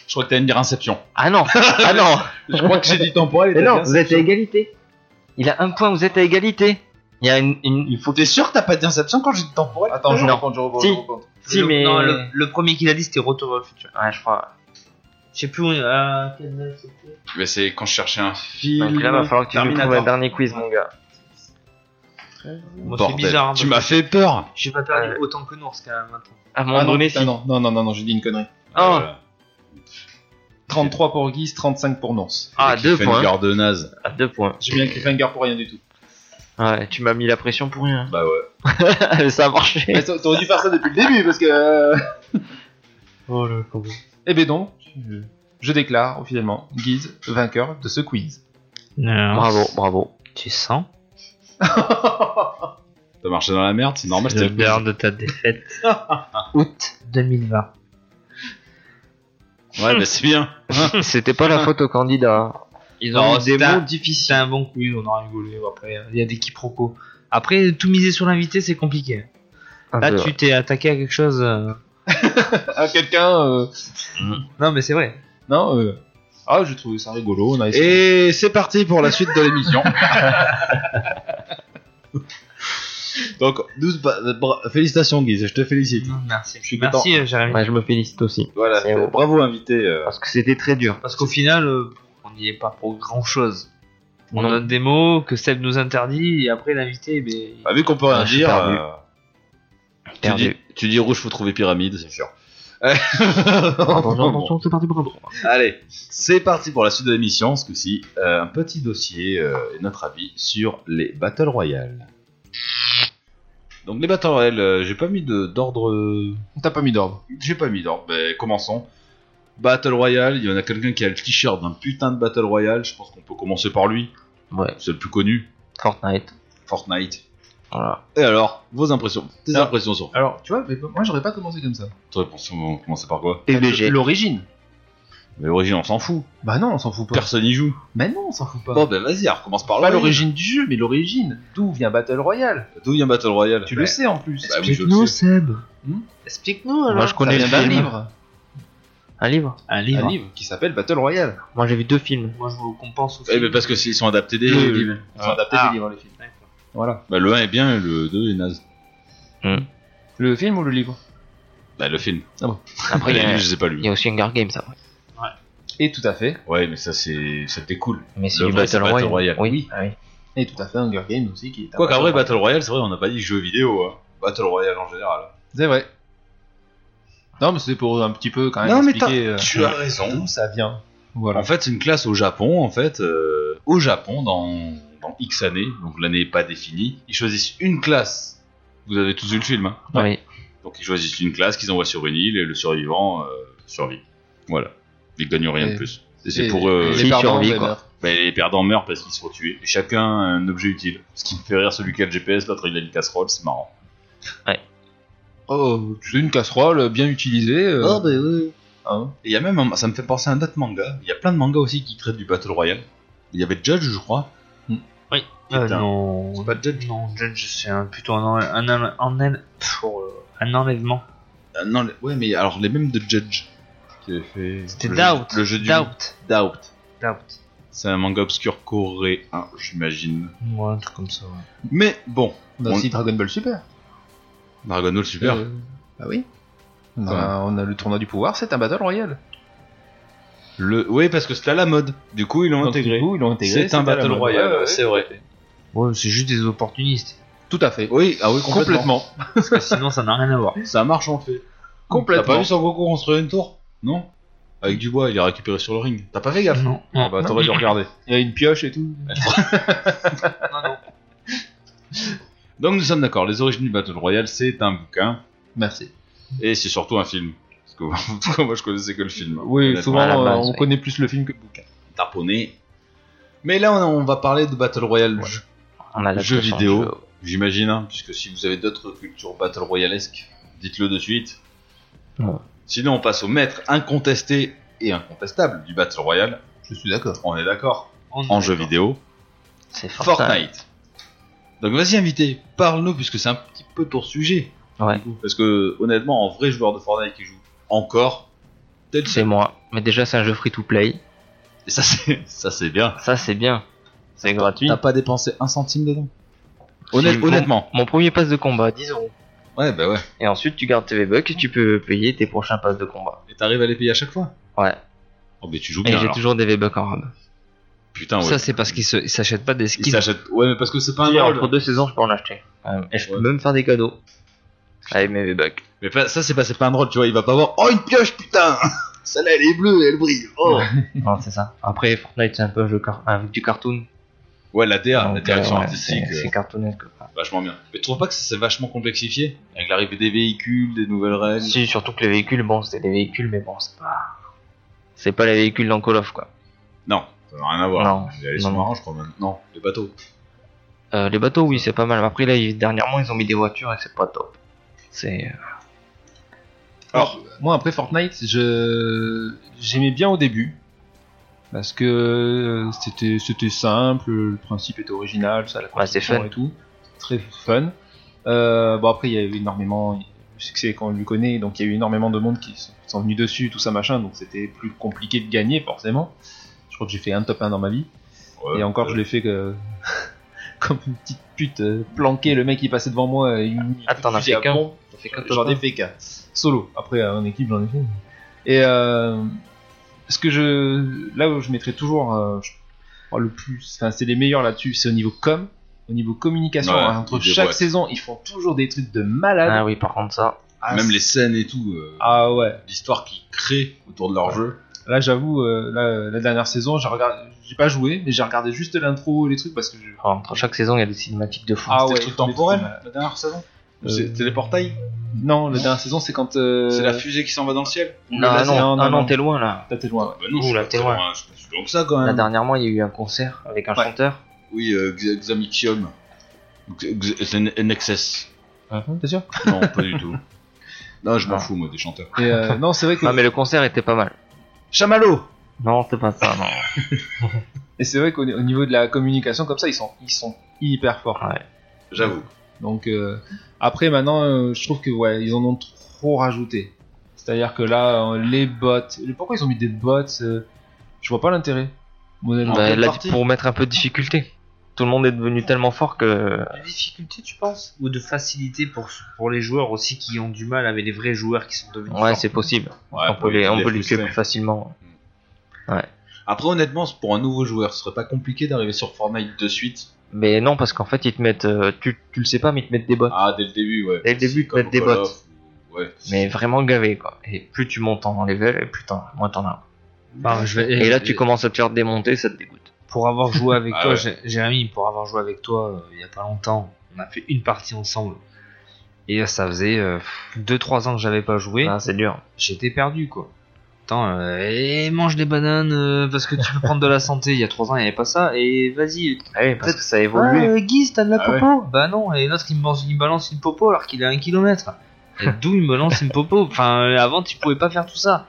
Speaker 4: Je crois que t'allais me dire Inception.
Speaker 5: Ah non, ah non.
Speaker 4: Je crois que j'ai dit temporel et
Speaker 5: Mais
Speaker 4: t'as
Speaker 5: non,
Speaker 4: dit
Speaker 5: vous êtes à
Speaker 4: Inception.
Speaker 5: égalité. Il a un point, vous êtes à égalité. Il y a une. une-
Speaker 4: Il faut. T'es sûr que t'as pas dit Inception quand j'ai dit temporel
Speaker 1: Attends, je
Speaker 5: Non.
Speaker 1: reprends, je reprends,
Speaker 5: Si.
Speaker 1: je reprends.
Speaker 5: Si,
Speaker 6: Le-
Speaker 5: mais.
Speaker 6: Non, le, le premier qu'il a dit, c'était Retour vers le futur.
Speaker 5: Ouais, je crois.
Speaker 6: Je sais plus où. euh, quelle note c'était.
Speaker 4: Mais c'est quand je cherchais un film.
Speaker 5: Donc là, va falloir que tu nous trouves un
Speaker 4: Terminator.
Speaker 5: dernier quiz, mon gars.
Speaker 6: Moi, c'est
Speaker 4: Bordel.
Speaker 6: bizarre. hein,
Speaker 4: Tu m'as
Speaker 6: parce
Speaker 4: fait peur.
Speaker 6: que J'ai pas perdu autant que Nours quand même. maintenant.
Speaker 5: À un moment
Speaker 1: Ah non,
Speaker 5: donné,
Speaker 1: putain,
Speaker 5: si.
Speaker 1: non, non, non, non, non, j'ai dit une connerie.
Speaker 5: Ah.
Speaker 4: Voilà.
Speaker 1: 33 pour Guise, 35 pour Nonce.
Speaker 5: Ah,
Speaker 4: Avec
Speaker 5: deux
Speaker 4: les
Speaker 5: points.
Speaker 4: fingers de naze.
Speaker 5: Ah, deux points.
Speaker 1: J'ai mis un cliffhanger pour rien du tout.
Speaker 5: Ouais, tu m'as mis la pression pour rien.
Speaker 4: Bah ouais.
Speaker 5: ça a marché.
Speaker 1: Mais t'a- T'aurais dû faire ça depuis le début parce que. euh,
Speaker 5: Oh le con.
Speaker 1: Eh ben donc, je- je déclare officiellement Guise vainqueur de ce quiz.
Speaker 5: Bravo, bravo.
Speaker 6: Tu sens
Speaker 4: T'as marché dans la merde, c'est normal, Oh, c'était le
Speaker 6: l'odeur de ta défaite. Août 2020.
Speaker 4: Ouais, bah c'est bien.
Speaker 5: C'était pas la faute au candidat. Ils
Speaker 6: Non,
Speaker 5: ont eu des
Speaker 6: c'était un-
Speaker 5: mots difficiles.
Speaker 6: C'est un bon quiz, on a rigolé. Après, il y a des quiproquos. Après, tout miser sur l'invité, c'est compliqué.
Speaker 5: Un
Speaker 6: Là,
Speaker 5: peu.
Speaker 6: tu t'es attaqué à quelque chose. euh,
Speaker 1: à quelqu'un. euh,
Speaker 6: Non, mais c'est vrai.
Speaker 1: Non, euh... ah, j'ai trouvé ça rigolo. On a essayé.
Speaker 4: Et c'est parti pour la suite de l'émission. Donc, 12 ba- bra- félicitations Guise, je te félicite.
Speaker 6: Merci.
Speaker 4: Je suis
Speaker 6: Merci, euh, Jérémy.
Speaker 5: Ouais, je me félicite aussi.
Speaker 4: Voilà,
Speaker 5: C'est beau.
Speaker 4: bravo invité. euh.
Speaker 5: Parce que c'était très dur.
Speaker 6: Parce qu'au final, euh, on n'y est pas pour grand chose. On
Speaker 5: Non.
Speaker 6: donne des mots que Seb nous interdit et après l'invité, ben, il-
Speaker 4: Bah, vu qu'on peut rien
Speaker 5: Ah, je suis
Speaker 4: dire,
Speaker 5: perdu.
Speaker 4: euh, tu,
Speaker 5: Perdu.
Speaker 4: dis, tu dis rouge, faut trouver pyramide, c'est sûr.
Speaker 5: Attention, attention, c'est parti, bravo.
Speaker 4: Allez, c'est parti pour la suite de l'émission. Ce coup-ci, euh, un petit dossier euh, et notre avis sur les Battle Royale. Donc, les Battle Royale, euh, j'ai pas mis de- d'ordre. euh,
Speaker 1: T'as pas mis d'ordre.
Speaker 4: J'ai pas mis d'ordre, mais commençons. Battle Royale, il y en a quelqu'un qui a le t-shirt d'un putain de Battle Royale, je pense qu'on peut commencer par lui,
Speaker 5: Ouais,
Speaker 4: c'est le plus connu,
Speaker 5: Fortnite.
Speaker 4: Fortnite.
Speaker 5: Voilà.
Speaker 4: Et alors, vos impressions Tes
Speaker 1: Alors-
Speaker 4: impressions sur
Speaker 1: Alors, tu vois, mais moi j'aurais pas commencé comme ça.
Speaker 4: Tes impressions, commencer par quoi
Speaker 5: PVG.
Speaker 1: L'origine.
Speaker 4: Mais l'origine, on s'en fout,
Speaker 1: Bah non, on s'en fout pas.
Speaker 4: personne y joue.
Speaker 1: Mais non, on s'en fout pas.
Speaker 4: Bon, ben vas-y, alors commence par
Speaker 1: pas
Speaker 4: là.
Speaker 1: l'origine du jeu, mais l'origine. D'où vient Battle Royale
Speaker 4: D'où vient Battle Royale
Speaker 1: Tu le sais en plus.
Speaker 4: Bah oui, je le
Speaker 6: Explique-nous,
Speaker 4: sais.
Speaker 6: Seb.
Speaker 1: Hmm
Speaker 6: Explique-nous alors.
Speaker 5: Moi, je connais
Speaker 1: Ça
Speaker 5: le
Speaker 1: vient d'un
Speaker 5: film.
Speaker 1: livre.
Speaker 5: Un livre
Speaker 6: Un
Speaker 1: Un
Speaker 6: livre.
Speaker 1: livre qui s'appelle Battle Royale.
Speaker 5: Moi, j'ai vu deux films.
Speaker 6: Moi, je vous compense
Speaker 4: Eh,
Speaker 6: aussi.
Speaker 4: mais parce que s'ils sont adaptés des.
Speaker 1: Oui, oui,
Speaker 4: euh,
Speaker 1: Ils sont adaptés
Speaker 6: Ah.
Speaker 1: des livres, les films. Voilà.
Speaker 4: Bah, le 1 est bien, et le 2 est naze.
Speaker 1: Le film ou le livre
Speaker 4: Bah, le film.
Speaker 5: Après, il y,
Speaker 4: Les livres,
Speaker 5: a-
Speaker 4: je les ai pas
Speaker 5: il y
Speaker 4: lus.
Speaker 5: a aussi Hunger Games après.
Speaker 1: Et tout à fait.
Speaker 4: Ouais, mais ça, c'est. C'était cool.
Speaker 5: Mais c'est
Speaker 4: Le
Speaker 5: du
Speaker 4: vrai, c'est
Speaker 5: Battle
Speaker 4: Battle
Speaker 5: Royale.
Speaker 4: Royale.
Speaker 5: Oui. Ah oui.
Speaker 1: Et tout à fait Hunger Games aussi qui est. un
Speaker 4: Quoi qu'après,
Speaker 1: Royale.
Speaker 4: Battle Royale, c'est vrai, on n'a pas dit jeu vidéo, hein. Battle Royale en général.
Speaker 1: C'est vrai. Non, mais c'est pour un petit peu quand même
Speaker 4: Non, mais
Speaker 1: expliquer euh,
Speaker 4: Tu as raison.
Speaker 1: d'où ça vient. Voilà.
Speaker 4: En fait, c'est une classe au Japon, en fait, euh, au Japon, dans, dans X années, donc l'année n'est pas définie, ils choisissent une classe. Vous avez tous vu le film, hein
Speaker 5: Ah Oui.
Speaker 4: Donc ils choisissent une classe qu'ils envoient sur une île et le survivant euh, survit. Voilà. Ils gagnent rien
Speaker 1: Et-
Speaker 4: de plus. Et c'est
Speaker 1: Et-
Speaker 4: pour euh, eux.
Speaker 1: et
Speaker 5: qui
Speaker 1: perdants,
Speaker 5: survit,
Speaker 1: ben,
Speaker 5: quoi.
Speaker 1: meurent.
Speaker 4: Bah, les perdants meurent parce qu'ils se font tuer. Et chacun a un objet utile. Ce qui me fait rire, celui qui a le GPS, l'autre il a une casserole, c'est marrant.
Speaker 1: Oh, c'est une casserole bien utilisée. euh, hein.
Speaker 4: Et il y a même, un- ça me fait penser à un autre manga. Il y a plein de mangas aussi qui traitent du Battle Royale. Il y avait Judge, je crois.
Speaker 6: Euh,
Speaker 4: Putain.
Speaker 6: non.
Speaker 4: C'est pas Judge
Speaker 6: Non, Judge, c'est un- plutôt un, enlè- un, enlè- un enlè- pff, euh, un enlèvement.
Speaker 4: Euh, non, les- ouais, mais alors les mêmes de Judge. Qui avait fait
Speaker 6: C'était
Speaker 4: le-
Speaker 6: Doubt.
Speaker 4: Le jeu du
Speaker 6: Doubt.
Speaker 4: Doubt.
Speaker 6: Doubt.
Speaker 4: C'est un manga obscur coréen, j'imagine.
Speaker 6: Ouais, un truc comme ça. ouais.
Speaker 4: Mais bon,
Speaker 1: On a
Speaker 4: On-
Speaker 1: aussi Dragon Ball Super.
Speaker 4: Dragon Ball Super.
Speaker 1: Euh, bah oui. On
Speaker 4: Quand même.
Speaker 1: a, on a le tournoi du pouvoir, c'est un Battle Royale.
Speaker 4: Le... Oui, parce que c'était à la mode. Du coup, ils l'ont
Speaker 1: Donc,
Speaker 4: intégré.
Speaker 1: du coup, ils l'ont intégré.
Speaker 4: C'est un
Speaker 1: c'était à la
Speaker 4: Battle
Speaker 1: mode.
Speaker 4: Royale,
Speaker 1: Ouais, ouais,
Speaker 4: c'est vrai.
Speaker 6: Ouais, c'est juste des opportunistes.
Speaker 1: Tout à fait.
Speaker 4: Oui, ah oui, complètement.
Speaker 1: Complètement.
Speaker 6: Parce que sinon, ça n'a rien à voir.
Speaker 4: Ça marche, on le fait.
Speaker 1: Complètement.
Speaker 4: T'as pas vu Son Goku construire une tour Non Avec du bois, il est récupéré sur le ring. T'as pas fait gaffe
Speaker 6: Non.
Speaker 4: Ah bah, t'aurais dû regarder.
Speaker 1: Il y a une pioche et tout.
Speaker 4: Donc, nous sommes d'accord, les origines du Battle Royale, c'est un bouquin.
Speaker 1: Merci.
Speaker 4: Et c'est surtout un film. Parce que, en tout cas, moi, je connaissais que le film.
Speaker 1: Oui,
Speaker 4: Honnêtement.
Speaker 1: souvent,
Speaker 5: à la
Speaker 1: euh,
Speaker 5: base,
Speaker 1: on
Speaker 5: oui.
Speaker 1: connaît plus le film que le bouquin.
Speaker 4: Taponné. Mais là, on, on va parler de Battle Royale jeu-
Speaker 5: On a la
Speaker 4: jeu
Speaker 5: pression,
Speaker 4: vidéo,
Speaker 5: je-
Speaker 4: j'imagine, hein, puisque si vous avez d'autres cultures battle royalesques, dites-le de suite.
Speaker 5: Ouais.
Speaker 4: Sinon, on passe au maître incontesté et incontestable du battle royale.
Speaker 1: Je suis d'accord.
Speaker 4: On est d'accord.
Speaker 6: On-
Speaker 4: En jeu vidéo,
Speaker 5: C'est Fortnite.
Speaker 4: Fortnite. Donc vas-y invité, parle-nous puisque c'est un petit peu ton sujet.
Speaker 5: Ouais.
Speaker 4: Du coup, Parce que honnêtement, en vrai joueur de Fortnite qui joue encore, tel
Speaker 5: C'est moi. Mais déjà, c'est un jeu free to play.
Speaker 4: Et ça c'est ça c'est bien.
Speaker 5: Ça, c'est bien. C'est gratuit.
Speaker 4: T'as pas dépensé un centime dedans. Honnête-
Speaker 5: Si,
Speaker 4: honnêtement.
Speaker 5: Mon premier pass de combat, 10 euros.
Speaker 4: Ouais bah ouais.
Speaker 5: Et ensuite, tu gardes tes V-Bucks et tu peux payer tes prochains passes de combat.
Speaker 4: Et t'arrives à les payer à chaque fois.
Speaker 5: Ouais.
Speaker 4: Oh mais tu joues
Speaker 5: Et
Speaker 4: bien.
Speaker 5: j'ai
Speaker 4: alors.
Speaker 5: toujours des V-Bucks en rab.
Speaker 4: Putain ouais.
Speaker 6: Ça, c'est parce qu'ils se- ils s'achètent pas des
Speaker 4: Il
Speaker 6: skins.
Speaker 4: s'achète. Ouais, mais parce que c'est pas un
Speaker 5: Dire,
Speaker 4: drôle.
Speaker 5: entre deux saisons, je peux en acheter. Euh, et je peux
Speaker 4: Ouais.
Speaker 5: même faire des cadeaux. Avec mes V-Bucks.
Speaker 4: Mais pas- ça, c'est pas, c'est pas un drôle, tu vois. Il va pas voir. Oh, une pioche, putain Celle-là, elle est bleue, elle brille. Oh
Speaker 5: non, c'est ça. Après, Fortnite, c'est un peu un jeu car- avec du cartoon.
Speaker 4: Ouais, la DA, la
Speaker 5: Donc,
Speaker 4: direction
Speaker 5: euh, ouais,
Speaker 4: Ah, artistique.
Speaker 5: c'est-
Speaker 4: euh,
Speaker 5: C'est cartoonesque. quoi.
Speaker 4: Vachement bien. Mais tu trouves pas que ça s'est vachement complexifié Avec l'arrivée des véhicules, des nouvelles règles.
Speaker 5: Si, surtout que les véhicules, bon, c'était des véhicules, mais bon, c'est pas. C'est pas les véhicules dans Call of, quoi.
Speaker 4: Non, ça n'a rien à voir.
Speaker 5: Non,
Speaker 4: Les
Speaker 5: non, non.
Speaker 4: sous-marins, je crois même. Non, les bateaux.
Speaker 5: Euh, les bateaux, oui, c'est pas mal. Mais Après, là, ils- dernièrement, ils ont mis des voitures et c'est pas top. C'est.
Speaker 1: Alors, moi, après Fortnite, je j'aimais bien au début. Parce que euh, c'était c'était simple, le principe était original, ça la
Speaker 5: Ouais, c'est
Speaker 1: construction
Speaker 5: fun.
Speaker 1: et tout. Très fun. Euh, bon, après, il y a eu énormément. Le succès qu'on lui connaît, donc il y a eu énormément de monde qui sont- sont venus dessus, tout ça machin, donc c'était plus compliqué de gagner forcément. Je crois que j'ai fait un top 1 dans ma vie.
Speaker 4: Ouais,
Speaker 1: Et encore,
Speaker 4: ouais.
Speaker 1: je l'ai fait euh, que... comme une petite pute euh, planquée. Le mec, il passait devant moi. Et il... me-
Speaker 5: Ah, t'en as
Speaker 1: fusil à
Speaker 5: fait qu'un.
Speaker 1: pompe.
Speaker 5: T'en fais qu'un,
Speaker 1: J'en ai
Speaker 5: toi,
Speaker 1: fait qu'un. Solo. Après, euh, en équipe, j'en ai fait. Et euh, ce que je, là où je mettrais toujours euh, je- oh, le plus, enfin, c'est les meilleurs là-dessus, c'est au niveau com, au niveau communication.
Speaker 4: Ouais,
Speaker 1: hein, entre
Speaker 4: ils
Speaker 1: chaque
Speaker 4: déboîtent.
Speaker 1: saison, ils font toujours des trucs de malade.
Speaker 5: Ah oui, par contre, ça.
Speaker 1: Ah,
Speaker 4: Même
Speaker 1: c'est-
Speaker 4: les scènes et tout. euh,
Speaker 1: Ah ouais.
Speaker 4: L'histoire qu'ils créent autour de leur jeu.
Speaker 1: Là, j'avoue, euh, là, la dernière saison, j'ai regardé, j'ai pas joué, mais j'ai regardé juste l'intro, les trucs parce que je.
Speaker 5: Enfin, entre chaque saison, il y a des cinématiques de fou.
Speaker 1: Ah
Speaker 4: C'était
Speaker 1: ouais,
Speaker 4: le truc
Speaker 1: mais
Speaker 4: temporel,
Speaker 1: c'est mal.
Speaker 4: la dernière saison
Speaker 1: Euh,
Speaker 4: C'était les portails
Speaker 1: Non, la dernière saison, c'est quand. euh,
Speaker 4: C'est la fusée qui s'en va dans le ciel
Speaker 5: non,
Speaker 1: là,
Speaker 5: non,
Speaker 1: c'est-
Speaker 5: ah
Speaker 1: non,
Speaker 5: non,
Speaker 1: non.
Speaker 5: t'es loin là.
Speaker 1: Là, t'es loin. ouais.
Speaker 4: Bah non,
Speaker 5: Ouh,
Speaker 4: je suis
Speaker 5: là,
Speaker 4: pas
Speaker 5: t'es
Speaker 4: très
Speaker 5: loin.
Speaker 4: loin, je suis pas si loin que ça quand
Speaker 5: Là,
Speaker 4: même.
Speaker 5: dernièrement, il y a eu un concert avec un
Speaker 4: Ouais.
Speaker 5: chanteur.
Speaker 4: Oui, euh, X- Xamixium. X- X- C'est N- NXS.
Speaker 5: Ah,
Speaker 1: T'es sûr
Speaker 4: Non, pas du tout. Non, je m'en fous, moi, des chanteurs.
Speaker 1: Et, euh, Non, c'est vrai que.
Speaker 4: Ah,
Speaker 5: Non, mais le concert était pas mal.
Speaker 4: Chamallow
Speaker 5: Non, c'est pas ça, non.
Speaker 1: Et c'est vrai qu'au au niveau de la communication, comme ça, ils sont, ils sont hyper forts.
Speaker 5: Ouais.
Speaker 4: J'avoue.
Speaker 1: Donc euh, après, maintenant, euh, je trouve que ouais, ils en ont trop rajouté. C'est-à-dire que là, euh, les bots. Pourquoi ils ont mis des bots euh, Je vois pas l'intérêt. Honnêtement.
Speaker 5: Bah,
Speaker 4: quelle
Speaker 5: là,
Speaker 4: partie
Speaker 5: pour mettre un peu de difficulté. Tout le monde est devenu tellement fort que.
Speaker 6: De difficulté, tu penses Ou de facilité pour, pour les joueurs aussi qui ont du mal avec les vrais joueurs qui sont devenus
Speaker 5: Ouais,
Speaker 6: forts.
Speaker 5: c'est possible.
Speaker 4: Ouais,
Speaker 1: Ah,
Speaker 5: on peut les, on peut les tuer
Speaker 4: frustrer.
Speaker 5: plus facilement.
Speaker 4: Après, honnêtement, c'est pour un nouveau joueur, ce serait pas compliqué d'arriver sur Fortnite de suite.
Speaker 5: Mais non, parce qu'en fait, ils te mettent. euh, tu, tu le sais pas, mais ils te mettent des bots.
Speaker 4: Ah, dès le début, ouais.
Speaker 5: Dès le début,
Speaker 4: C'est comme
Speaker 5: mettre des
Speaker 4: Call
Speaker 5: bots.
Speaker 4: of, ou- Ouais.
Speaker 5: Mais vraiment gavé, quoi. Et plus tu montes en level, et plus t'en, moins t'en as.
Speaker 6: Enfin, je vais-
Speaker 5: Et là, tu commences à te faire démonter, ça te dégoûte.
Speaker 6: pour avoir joué avec
Speaker 4: Ah
Speaker 6: toi,
Speaker 4: ouais.
Speaker 6: Jé- Jérémy, pour avoir joué avec toi euh, il y a pas longtemps, on a fait une partie ensemble. Et euh, ça faisait 2-3 ans que j'avais pas joué,
Speaker 5: Ah, c'est dur.
Speaker 6: j'étais perdu quoi. Attends, euh, eh, mange des bananes euh, parce que tu peux prendre de la santé. Il y a 3 ans, il n'y avait pas ça. Et vas-y,
Speaker 5: Ah oui, parce que ça
Speaker 6: ah,
Speaker 5: évolue.
Speaker 6: euh, Guise, t'as de la
Speaker 4: Ah ouais.
Speaker 6: popo Bah non, et l'autre il me balance, il me balance une popo alors qu'il est à 1 km. Et d'où il me lance une popo Enfin, euh, avant tu pouvais pas faire tout ça.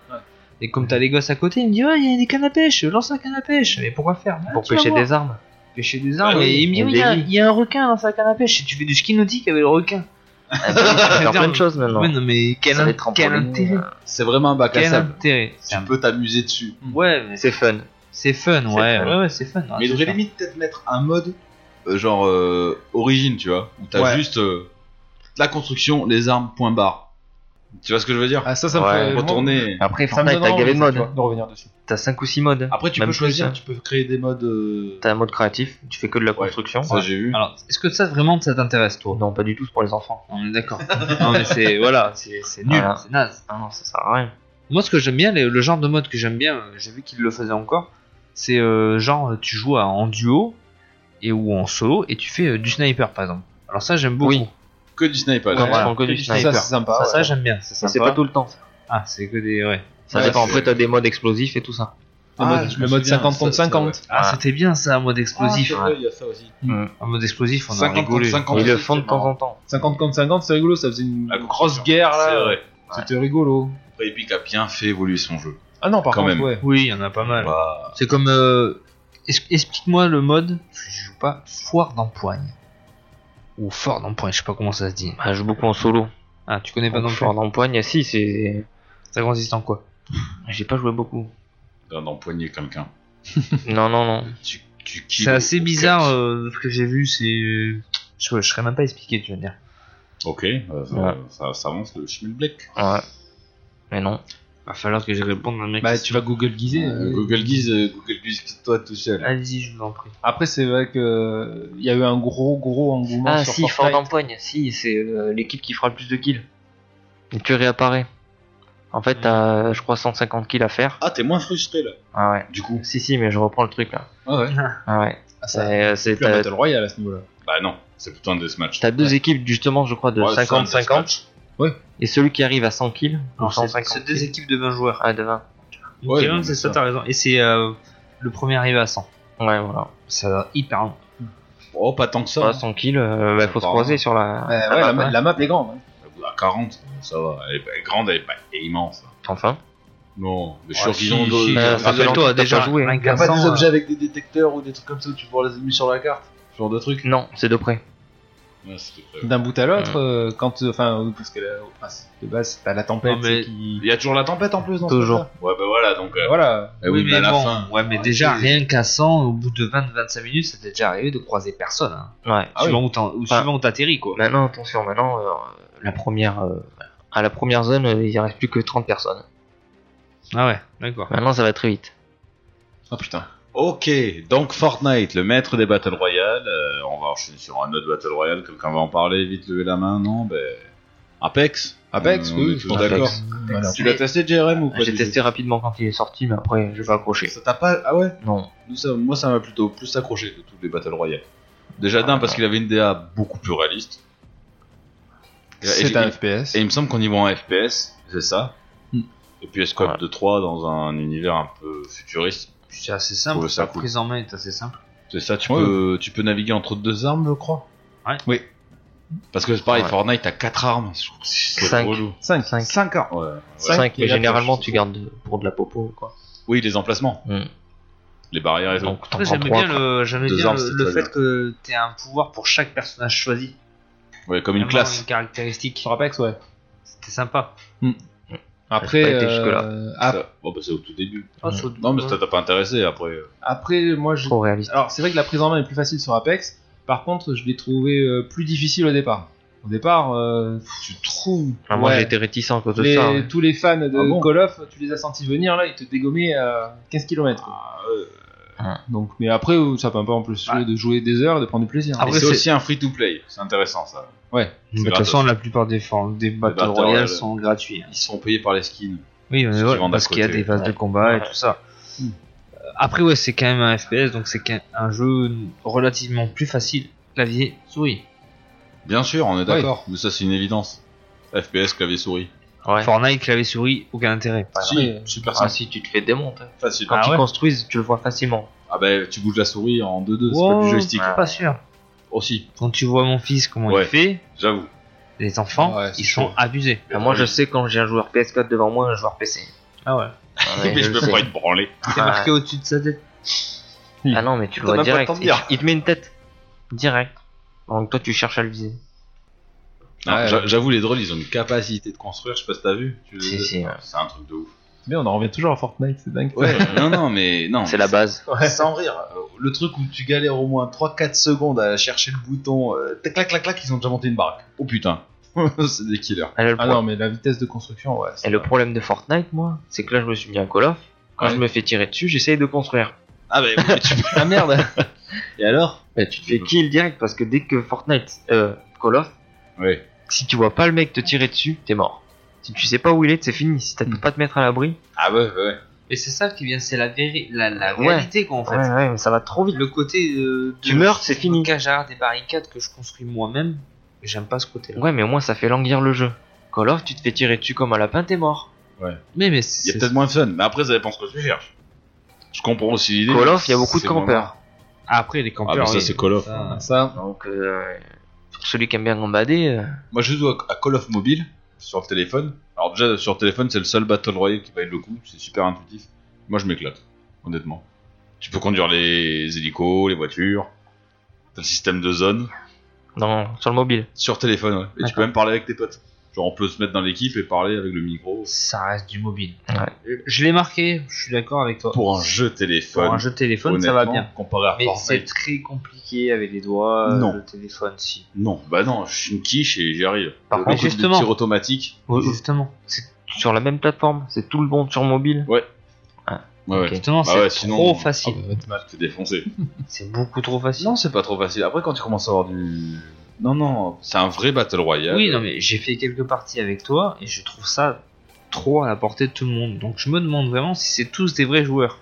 Speaker 6: Et comme t'as les gosses à côté, il me dit Ouais, il y a des cannes à pêche, lance un canne à pêche. Mais pourquoi faire Ah,
Speaker 5: Pour
Speaker 6: tu vas
Speaker 5: pêcher
Speaker 6: voir.
Speaker 5: des armes.
Speaker 6: Pêcher des armes.
Speaker 4: Ah oui,
Speaker 6: et il me dit
Speaker 5: on
Speaker 6: Oui, il y a-
Speaker 5: dévie.
Speaker 6: il y, a un requin dans sa canne à pêche. Et tu fais du ski nautique avec le requin.
Speaker 5: Ah, bah, tu peux faire plein de choses maintenant.
Speaker 6: Ouais, non, mais quel,
Speaker 5: Ça va
Speaker 6: in-
Speaker 5: être en
Speaker 6: quel
Speaker 5: premier,
Speaker 6: intérêt
Speaker 5: euh,
Speaker 4: C'est vraiment un bac à
Speaker 6: Quel
Speaker 4: sable.
Speaker 6: intérêt
Speaker 4: Tu peux t'amuser dessus.
Speaker 6: Ouais, mais
Speaker 5: C'est fun.
Speaker 6: c'est fun, ouais,
Speaker 5: fun.
Speaker 6: ouais, ouais, c'est fun. ouais,
Speaker 4: mais
Speaker 6: c'est
Speaker 4: j'aurais
Speaker 6: fun.
Speaker 4: limite peut-être mettre un mode euh, genre euh, origine, tu vois, où t'as
Speaker 1: Ouais.
Speaker 4: juste euh, la construction, les armes, point barre. Tu vois ce que je veux dire
Speaker 1: Ah, ça, ça me
Speaker 5: Ouais,
Speaker 1: fait.
Speaker 4: Retourner.
Speaker 5: Après,
Speaker 1: Ça me
Speaker 5: Fortnite,
Speaker 1: donne
Speaker 5: t'as gavé
Speaker 1: envie,
Speaker 5: de
Speaker 1: ça, tu
Speaker 5: mode.
Speaker 1: vois, de revenir dessus.
Speaker 5: T'as 5 ou 6 modes.
Speaker 4: Après, tu
Speaker 5: Même
Speaker 4: peux
Speaker 5: plus,
Speaker 4: choisir,
Speaker 5: hein.
Speaker 4: tu peux créer des modes. euh,
Speaker 5: T'as un mode créatif, tu fais que de la
Speaker 4: Ouais.
Speaker 5: construction.
Speaker 4: Ça, j'ai vu.
Speaker 6: Alors, est-ce que ça vraiment ça t'intéresse, toi
Speaker 5: Non, pas du tout, c'est pour les enfants.
Speaker 6: On est d'accord. non, mais c'est voilà, c'est c'est nul,
Speaker 5: Voilà.
Speaker 6: c'est naze.
Speaker 5: Ah non, ça sert à rien.
Speaker 6: Moi, ce que j'aime bien, le, le genre de mode que j'aime bien, euh, j'ai vu qu'il le faisait encore, c'est euh, genre tu joues à- en duo et ou en solo et tu fais euh, du sniper par exemple. Alors ça, j'aime beaucoup.
Speaker 5: Oui.
Speaker 4: Que du sniper.
Speaker 5: Quand
Speaker 1: Ouais,
Speaker 5: tu prends que du
Speaker 4: Ah,
Speaker 1: Ça,
Speaker 5: sniper.
Speaker 1: c'est sympa.
Speaker 6: ça,
Speaker 1: ouais.
Speaker 6: ça, j'aime bien. C'est
Speaker 5: Mais C'est
Speaker 6: sympa.
Speaker 5: pas tout le temps. ça.
Speaker 6: Ah, c'est que des ouais.
Speaker 5: Ça
Speaker 4: Ouais,
Speaker 5: dépend.
Speaker 4: c'est-
Speaker 5: Après, t'as des modes explosifs et tout ça.
Speaker 1: Le
Speaker 4: Ah,
Speaker 1: mode-
Speaker 4: je me
Speaker 1: le mode
Speaker 4: souviens,
Speaker 1: 50 contre
Speaker 4: ça, ça,
Speaker 1: 50.
Speaker 6: Ah,
Speaker 5: Ouais.
Speaker 6: c'était bien ça, un mode explosif.
Speaker 5: Ah, c'est
Speaker 4: Il y a ça aussi.
Speaker 6: Un mode explosif, on a
Speaker 4: 50
Speaker 6: rigolé.
Speaker 4: 50.
Speaker 5: Ils le font de temps en temps.
Speaker 1: 50 contre 50, c'est rigolo, ça faisait une
Speaker 4: La
Speaker 1: grosse guerre
Speaker 4: C'est
Speaker 1: là.
Speaker 4: vrai.
Speaker 1: C'était rigolo.
Speaker 4: Après, Epic a bien fait évoluer son jeu.
Speaker 1: Ah non, par
Speaker 4: Quand
Speaker 1: contre,
Speaker 4: même.
Speaker 1: ouais.
Speaker 6: Oui, il y en a pas mal.
Speaker 4: Bah,
Speaker 6: C'est comme euh, es- explique-moi le mode. parce que Je joue pas foire d'empoigne ou fort d'empoigne, je sais pas comment ça se dit.
Speaker 5: Ah, je joue beaucoup en solo.
Speaker 6: Ah, tu connais pas non plus.
Speaker 5: Fort d'empoigne, ah, si, c'est.
Speaker 6: Ça consiste en quoi
Speaker 5: J'ai pas joué beaucoup.
Speaker 4: d'un empoigner quelqu'un.
Speaker 5: non, non, non.
Speaker 4: Tu, tu kills
Speaker 6: C'est assez
Speaker 4: au- au
Speaker 6: bizarre
Speaker 4: cut.
Speaker 6: euh, ce que j'ai vu, c'est. Je, je serais même pas expliqué, tu vas dire.
Speaker 4: Ok, euh, ça-
Speaker 5: Ouais.
Speaker 4: ça, ça avance le schmilblick.
Speaker 5: Ouais. Mais non.
Speaker 6: Va falloir que je réponde à un mec.
Speaker 1: Bah, tu vas Google guiser.
Speaker 4: Euh,
Speaker 1: euh,
Speaker 4: Google Guise, euh, Google Guise, toi tout seul.
Speaker 6: Allez-y, je vous en prie.
Speaker 1: Après, c'est vrai que euh, il y a eu un gros, gros engouement
Speaker 5: Ah,
Speaker 1: sur
Speaker 5: si, Fort
Speaker 1: Fortnite.
Speaker 5: d'empoigne, si, c'est euh, l'équipe qui fera le plus de kills. Et tu réapparais. En fait, t'as, je crois, 150 kills à faire.
Speaker 4: Ah, t'es moins frustré là,
Speaker 5: Ah ouais.
Speaker 4: du coup.
Speaker 5: Si, si, mais je reprends le truc là.
Speaker 4: Ah ouais.
Speaker 5: Ah ouais.
Speaker 1: Ah, ça,
Speaker 5: Et, euh, c'est-
Speaker 1: c'est plus un
Speaker 5: t'as,
Speaker 1: Battle Royale à ce niveau-là.
Speaker 4: Bah non, c'est plutôt un deathmatch.
Speaker 5: t'as deux équipes, justement, je crois, de
Speaker 4: Ouais, c'est un
Speaker 5: 50-50.
Speaker 4: deathmatch.
Speaker 5: Et celui qui arrive à 100 kills, ou
Speaker 6: Alors, c'est
Speaker 5: 150
Speaker 6: c'est
Speaker 5: kills.
Speaker 6: deux équipes de 20 joueurs.
Speaker 5: Ah, de 20.
Speaker 6: Ok,
Speaker 4: Ouais,
Speaker 6: non,
Speaker 4: mais
Speaker 6: c'est
Speaker 4: ça.
Speaker 6: ça, t'as raison. Et c'est euh, le premier arrivé à 100.
Speaker 5: Ouais, voilà.
Speaker 6: Ça va hyper long.
Speaker 4: Oh, pas tant que ça.
Speaker 5: Voilà, 100 kills, euh, bah,
Speaker 4: Ça
Speaker 5: faut se
Speaker 4: part,
Speaker 5: croiser
Speaker 4: hein.
Speaker 5: sur la.
Speaker 1: Euh, ouais, la, ma- la map est grande. hein.
Speaker 4: À 40, ça va. Elle est elle est grande, elle est, elle est immense. hein.
Speaker 5: Enfin.
Speaker 4: Non, mais je
Speaker 6: Ouais,
Speaker 4: suis
Speaker 6: si,
Speaker 4: orgueilleux
Speaker 6: si,
Speaker 4: de- de-
Speaker 5: euh, ça fait longtemps.
Speaker 6: Rappelle-toi,
Speaker 5: t'as pas
Speaker 6: déjà,
Speaker 5: joué. hein.
Speaker 6: un
Speaker 5: Y
Speaker 3: Y a pas des
Speaker 6: garçon,
Speaker 1: euh,
Speaker 3: objets avec des détecteurs ou des trucs comme ça où tu peux voir les ennemis sur la carte Ce genre de truc
Speaker 5: Non, c'est de près.
Speaker 4: Ouais, c'était prêt.
Speaker 1: D'un bout à l'autre, euh, quand. euh, Enfin, oui, parce que la- enfin, c'est- de base, t'as la tempête
Speaker 6: Non, mais-
Speaker 1: qui.
Speaker 4: Il y a toujours la tempête en plus dans
Speaker 5: Toujours.
Speaker 4: ça Ouais, bah voilà, donc. euh,
Speaker 1: Voilà.
Speaker 4: eh oui, mais à la
Speaker 6: bon,
Speaker 4: fin.
Speaker 6: euh, ouais, mais
Speaker 5: Ah,
Speaker 6: déjà, rien qu'à 100, au bout de 20-25 minutes, ça t'est déjà arrivé de croiser personne. hein.
Speaker 5: Ouais.
Speaker 6: suivant, où t'en- ou
Speaker 5: Ah Enfin,
Speaker 6: suivant où t'atterris, quoi.
Speaker 5: Maintenant, attention, maintenant, euh, la première, euh, à la première zone, euh, il reste plus que 30 personnes.
Speaker 6: Ah ouais, d'accord.
Speaker 5: Maintenant, ça va très vite.
Speaker 1: Oh putain.
Speaker 4: Ok, donc Fortnite, le maître des Battle Royale. euh, on va enchaîner sur un autre Battle Royale. Quelqu'un va en parler Vite, lever la main, non ben... Apex
Speaker 1: Apex,
Speaker 4: Euh, on est
Speaker 1: oui,
Speaker 4: tous
Speaker 1: je pense.
Speaker 4: d'accord.
Speaker 1: Voilà.
Speaker 4: Tu l'as testé, JRM, ou pas
Speaker 5: Ah, J'ai
Speaker 4: du
Speaker 5: testé rapidement quand il est sorti, mais après, j'ai pas
Speaker 4: tout
Speaker 5: accroché.
Speaker 4: Ça t'a pas. Ah ouais
Speaker 5: Non.
Speaker 4: Nous, ça- moi, ça m'a plutôt plus accroché de tous les Battle Royale.
Speaker 5: Ah,
Speaker 4: Déjà d'un,
Speaker 5: bah.
Speaker 4: parce qu'il avait une DA beaucoup plus réaliste. Et-
Speaker 1: C'est
Speaker 4: et-
Speaker 1: un FPS.
Speaker 4: Et il me semble qu'on y voit en FPS, c'est ça
Speaker 1: Hmm.
Speaker 4: Et puis Escape
Speaker 5: Ouais.
Speaker 4: de 3 dans un univers un peu futuriste.
Speaker 6: C'est assez
Speaker 4: Je
Speaker 6: simple.
Speaker 4: trouve ça
Speaker 6: La
Speaker 4: cool.
Speaker 6: prise en main est assez simple.
Speaker 4: C'est ça, tu,
Speaker 1: Ouais.
Speaker 4: peux, tu peux naviguer entre deux armes, je crois
Speaker 6: Ouais.
Speaker 1: Oui.
Speaker 4: Parce que c'est pareil,
Speaker 5: Ouais.
Speaker 4: Fortnite, t'as 4 armes. Je trouve que c'est
Speaker 5: Cinq.
Speaker 4: relou.
Speaker 1: 5.
Speaker 5: 5.
Speaker 1: 5 ans.
Speaker 4: Ouais.
Speaker 1: Cinq
Speaker 5: 5,
Speaker 1: et
Speaker 5: mais
Speaker 1: la
Speaker 5: généralement,
Speaker 1: poche.
Speaker 5: tu gardes de- pour de la popo, quoi.
Speaker 4: Oui, les emplacements,
Speaker 5: Hmm.
Speaker 4: les barrières et tout.
Speaker 5: Donc, t'en
Speaker 6: Après,
Speaker 5: prends
Speaker 6: j'aimais
Speaker 5: 3.
Speaker 6: bien le, j'aimais
Speaker 4: Deux
Speaker 6: bien
Speaker 4: armes,
Speaker 6: le-
Speaker 4: c'est
Speaker 6: le
Speaker 4: très
Speaker 6: fait
Speaker 4: bien.
Speaker 6: que t'aies un pouvoir pour chaque personnage choisi.
Speaker 4: Ouais, comme une
Speaker 5: Ah,
Speaker 6: Vraiment
Speaker 4: classe.
Speaker 6: Une caractéristique.
Speaker 1: Sur Apex, ouais.
Speaker 6: C'était sympa.
Speaker 1: Après,
Speaker 5: J'ai pas été jusque-là.
Speaker 1: euh, ap-
Speaker 4: Ça- Bon, bah, c'est au tout début.
Speaker 6: Oh,
Speaker 5: Ah,
Speaker 4: Non,
Speaker 6: euh,
Speaker 4: mais ça t'a pas intéressé après.
Speaker 1: après, moi, je
Speaker 5: Trop réaliste.
Speaker 1: Alors, c'est vrai que la prise en main est plus facile sur Apex. Par contre, je l'ai trouvé euh, plus difficile au départ. Au départ, euh, tu trouves.
Speaker 5: Ah, moi,
Speaker 1: ouais,
Speaker 5: j'étais réticent à cause de
Speaker 1: les-
Speaker 5: ça. hein. ouais.
Speaker 1: Tous les fans de
Speaker 4: Ah bon
Speaker 1: Call of, tu les as sentis venir là, ils te dégommaient à 15 km.
Speaker 4: Ah, ouais. Ah.
Speaker 1: Donc, mais après, euh, ça peut un peu en plus
Speaker 6: Ouais.
Speaker 1: de jouer des heures, de prendre du plaisir.
Speaker 6: Ah,
Speaker 4: Et
Speaker 6: Après,
Speaker 4: c'est
Speaker 6: c'est-
Speaker 4: aussi un free-to-play. C'est intéressant ça.
Speaker 1: Ouais.
Speaker 6: De toute
Speaker 4: gratos.
Speaker 6: façon, la plupart des, formes- des Battle
Speaker 4: Battle
Speaker 6: Royale
Speaker 4: Royale.
Speaker 6: sont gratuits. hein.
Speaker 4: Ils sont payés par les skins.
Speaker 6: Oui, mais
Speaker 4: qui
Speaker 6: voilà,
Speaker 4: vendent à
Speaker 6: parce qu'il y a
Speaker 4: côté.
Speaker 6: des phases de combat et tout ça. Euh, Après, ouais, c'est quand même un FPS, donc c'est qu'un- un jeu relativement plus facile. Clavier, souris.
Speaker 4: Bien sûr, on est d'accord, mais ça c'est une évidence. FPS, clavier souris.
Speaker 5: Ouais.
Speaker 6: Fortnite, clavier, souris, aucun intérêt.
Speaker 4: Si, super
Speaker 5: Ah,
Speaker 4: simple,
Speaker 5: si tu te fais démonter.
Speaker 4: facile.
Speaker 5: Quand
Speaker 6: Ah
Speaker 5: ils
Speaker 6: ouais
Speaker 5: construisent, tu le vois facilement.
Speaker 4: Ah bah tu bouges la souris en 2-2, c'est pas
Speaker 6: Wow,
Speaker 4: du joystick.
Speaker 5: ouais.
Speaker 6: Pas sûr.
Speaker 4: Aussi,
Speaker 6: Quand tu vois mon fils, comment
Speaker 4: Ouais.
Speaker 6: il fait,
Speaker 4: j'avoue.
Speaker 6: les enfants,
Speaker 1: Ouais, c'est
Speaker 6: ils sont
Speaker 1: sûr.
Speaker 6: abusés.
Speaker 5: Ah, moi, je sais quand j'ai un joueur PS4 devant moi, un joueur PC.
Speaker 6: Ah ouais.
Speaker 5: Ah,
Speaker 4: Mais je
Speaker 5: le
Speaker 4: peux
Speaker 5: sais.
Speaker 4: pas être branlé.
Speaker 6: C'est
Speaker 5: Ah,
Speaker 6: marqué au-dessus de sa tête.
Speaker 5: Ah non, mais tu le
Speaker 4: T'as même pas
Speaker 5: vois
Speaker 4: le
Speaker 5: direct.
Speaker 4: temps de
Speaker 5: Il,
Speaker 4: dire.
Speaker 5: il te met une tête. Direct. Donc toi, tu cherches à le viser.
Speaker 4: Non,
Speaker 1: Ouais.
Speaker 4: j'a- J'avoue, les drôles, ils ont une capacité de construire, je sais pas si t'as vu. Tu les
Speaker 5: Si,
Speaker 4: as-
Speaker 5: si, ouais.
Speaker 4: C'est un truc de ouf.
Speaker 1: Mais on en revient toujours à Fortnite, c'est dingue.
Speaker 4: non, non, mais non.
Speaker 5: C'est la base.
Speaker 4: Sans rire, euh, le truc où tu galères au moins 3-4 secondes à chercher le bouton, euh, tac, clac, clac, clac, ils ont déjà monté une baraque. Oh putain, c'est des killers.
Speaker 5: Et le, pro-
Speaker 1: Ah non, mais la vitesse de construction, ouais.
Speaker 5: et le problème de Fortnite, moi, c'est que là, je me suis mis un Call of. Quand
Speaker 1: Ouais.
Speaker 5: je me fais tirer dessus, j'essaye de construire.
Speaker 4: Ah bah, mais tu
Speaker 5: Ah merde
Speaker 4: Et alors
Speaker 5: Bah, tu te fais kill direct parce que dès que Fortnite, euh, Call of,
Speaker 4: Oui.
Speaker 5: si tu vois pas le mec te tirer dessus, t'es mort. Si tu sais pas où il est, c'est fini. Si t'as peux pas te mettre à l'abri,
Speaker 4: Ah ouais, ouais, ouais.
Speaker 6: Et c'est ça qui vient, c'est la, véri- la, la
Speaker 5: Ouais.
Speaker 6: réalité, quoi, en fait.
Speaker 5: ouais, ouais, mais ça va trop vite.
Speaker 6: Le côté euh, de
Speaker 5: Tu meurs, c'est fini.
Speaker 6: cajard des barricades que je construis moi-même, j'aime pas ce côté-là.
Speaker 5: Ouais, mais au moins ça fait languir le jeu. Call of, tu te fais tirer dessus comme un lapin, t'es mort.
Speaker 6: Mais mais
Speaker 4: Il y a
Speaker 6: c'est
Speaker 4: peut-être moins de fun, mais après, ça dépend ce que tu cherches. Je comprends aussi l'idée.
Speaker 5: Call
Speaker 4: mais
Speaker 5: of, il y a beaucoup de
Speaker 4: c'est moins-
Speaker 5: campeurs.
Speaker 6: après les
Speaker 4: Ah,
Speaker 6: campeurs.
Speaker 4: mais ça,
Speaker 6: oui.
Speaker 4: c'est Call of.
Speaker 6: Ça-
Speaker 1: Ça,
Speaker 5: Donc, euh, pour celui qui aime bien gambader, euh,
Speaker 4: Moi, je joue à à Call of Mobile sur le téléphone. Alors, déjà, sur le téléphone, c'est le seul Battle Royale qui valait le coup. C'est super intuitif. Moi, je m'éclate, honnêtement. Tu peux conduire les hélicos, les voitures. T'as le système de zone.
Speaker 5: non, sur le mobile.
Speaker 4: Sur téléphone, ouais. Et tu peux même parler avec tes potes. Genre, on peut se mettre dans l'équipe et parler avec le micro.
Speaker 6: ça reste du mobile.
Speaker 5: Ouais.
Speaker 6: Euh, Je l'ai marqué, je suis d'accord avec toi.
Speaker 4: Pour un jeu
Speaker 6: Pour
Speaker 4: téléphone.
Speaker 6: un jeu de téléphone, ça va
Speaker 4: honnêtement,
Speaker 6: bien.
Speaker 4: Comparé à
Speaker 6: Mais c'est
Speaker 4: Fortnite.
Speaker 6: très compliqué avec les doigts, euh,
Speaker 4: Non.
Speaker 6: le téléphone, si.
Speaker 4: Non, bah non, je suis une quiche et j'y arrive.
Speaker 5: Par
Speaker 4: Le
Speaker 5: contre,
Speaker 4: coup de
Speaker 6: justement.
Speaker 4: tir automatique.
Speaker 6: Justement,
Speaker 5: Sur la même plateforme, c'est tout le monde sur mobile.
Speaker 4: Ouais, ouais.
Speaker 6: justement,
Speaker 4: Bah
Speaker 6: c'est
Speaker 4: ouais, sinon- ah,
Speaker 6: trop facile.
Speaker 4: Tu te fais défoncer.
Speaker 6: C'est beaucoup trop facile.
Speaker 4: Non, c'est pas trop facile. Après, quand tu commences à avoir du. Non, non, c'est un vrai Battle Royale.
Speaker 6: Oui, non, mais j'ai fait quelques parties avec toi et je trouve ça trop à la portée de tout le monde. Donc je me demande vraiment si c'est tous des vrais joueurs.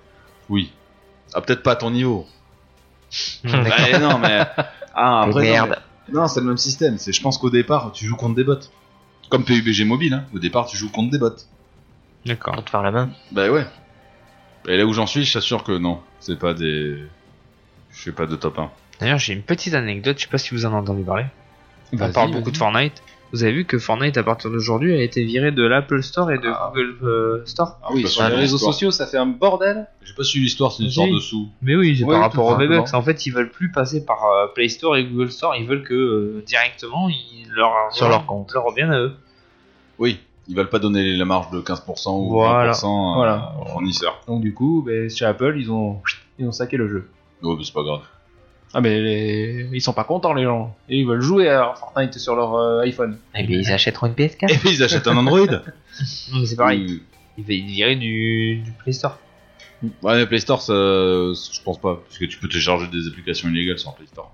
Speaker 4: Oui. Ah, peut-être pas à ton niveau.
Speaker 6: Hmm. D'accord.
Speaker 4: Ouais, non, mais. Ah, après.
Speaker 5: Mais
Speaker 4: non,
Speaker 5: merde.
Speaker 4: mais- Non, c'est le même système. C'est, je pense qu'au départ, tu joues contre des bots. Comme PUBG Mobile, hein. Au départ, tu joues contre des bots.
Speaker 5: On
Speaker 6: D'accord.
Speaker 5: te faire la main.
Speaker 4: Bah ouais. Et là où j'en suis, je t'assure que non. C'est pas des. Je fais pas de top 1.
Speaker 6: D'ailleurs, j'ai une petite anecdote, je sais pas si vous en avez entendu parler. On
Speaker 1: Vas-y,
Speaker 6: parle
Speaker 1: vas-y.
Speaker 6: beaucoup de Fortnite. Vous avez vu que Fortnite, à partir d'aujourd'hui, a été viré de l'Apple Store et de Google euh, Store
Speaker 4: Ah
Speaker 1: oui, sur les réseaux sociaux, ça fait un bordel.
Speaker 4: J'ai pas suivi l'histoire, c'est une
Speaker 6: Si.
Speaker 4: histoire de sous.
Speaker 6: Mais oui, c'est
Speaker 1: Oui,
Speaker 6: par
Speaker 1: tout
Speaker 6: rapport au
Speaker 1: simplement.
Speaker 6: V-Bucks. En fait, ils veulent plus passer par euh, Play Store et Google Store. Ils veulent que euh, directement, ils leur,
Speaker 5: Sur leur
Speaker 6: compte, leur revienne à eux.
Speaker 4: Oui. Ils veulent pas donner la marge de 15% ou
Speaker 6: Voilà.
Speaker 4: 20%
Speaker 1: Voilà.
Speaker 4: aux fournisseurs.
Speaker 1: Donc du coup, ben, chez Apple, ils ont, ils ont saqué le jeu.
Speaker 4: Ouais, mais c'est pas grave.
Speaker 1: Ah mais les- ils sont pas contents les gens. Et ils veulent jouer à Fortnite sur leur euh, iPhone.
Speaker 5: Eh bien, ils achèteront une PS4.
Speaker 4: Et puis ils achètent un Android.
Speaker 6: Non, mais c'est pareil.
Speaker 4: Oui.
Speaker 6: Ils veulent virer du, du Play Store.
Speaker 4: Ouais, mais Play Store, ça, euh, je pense pas. Parce que tu peux télécharger des applications illégales sur Play Store.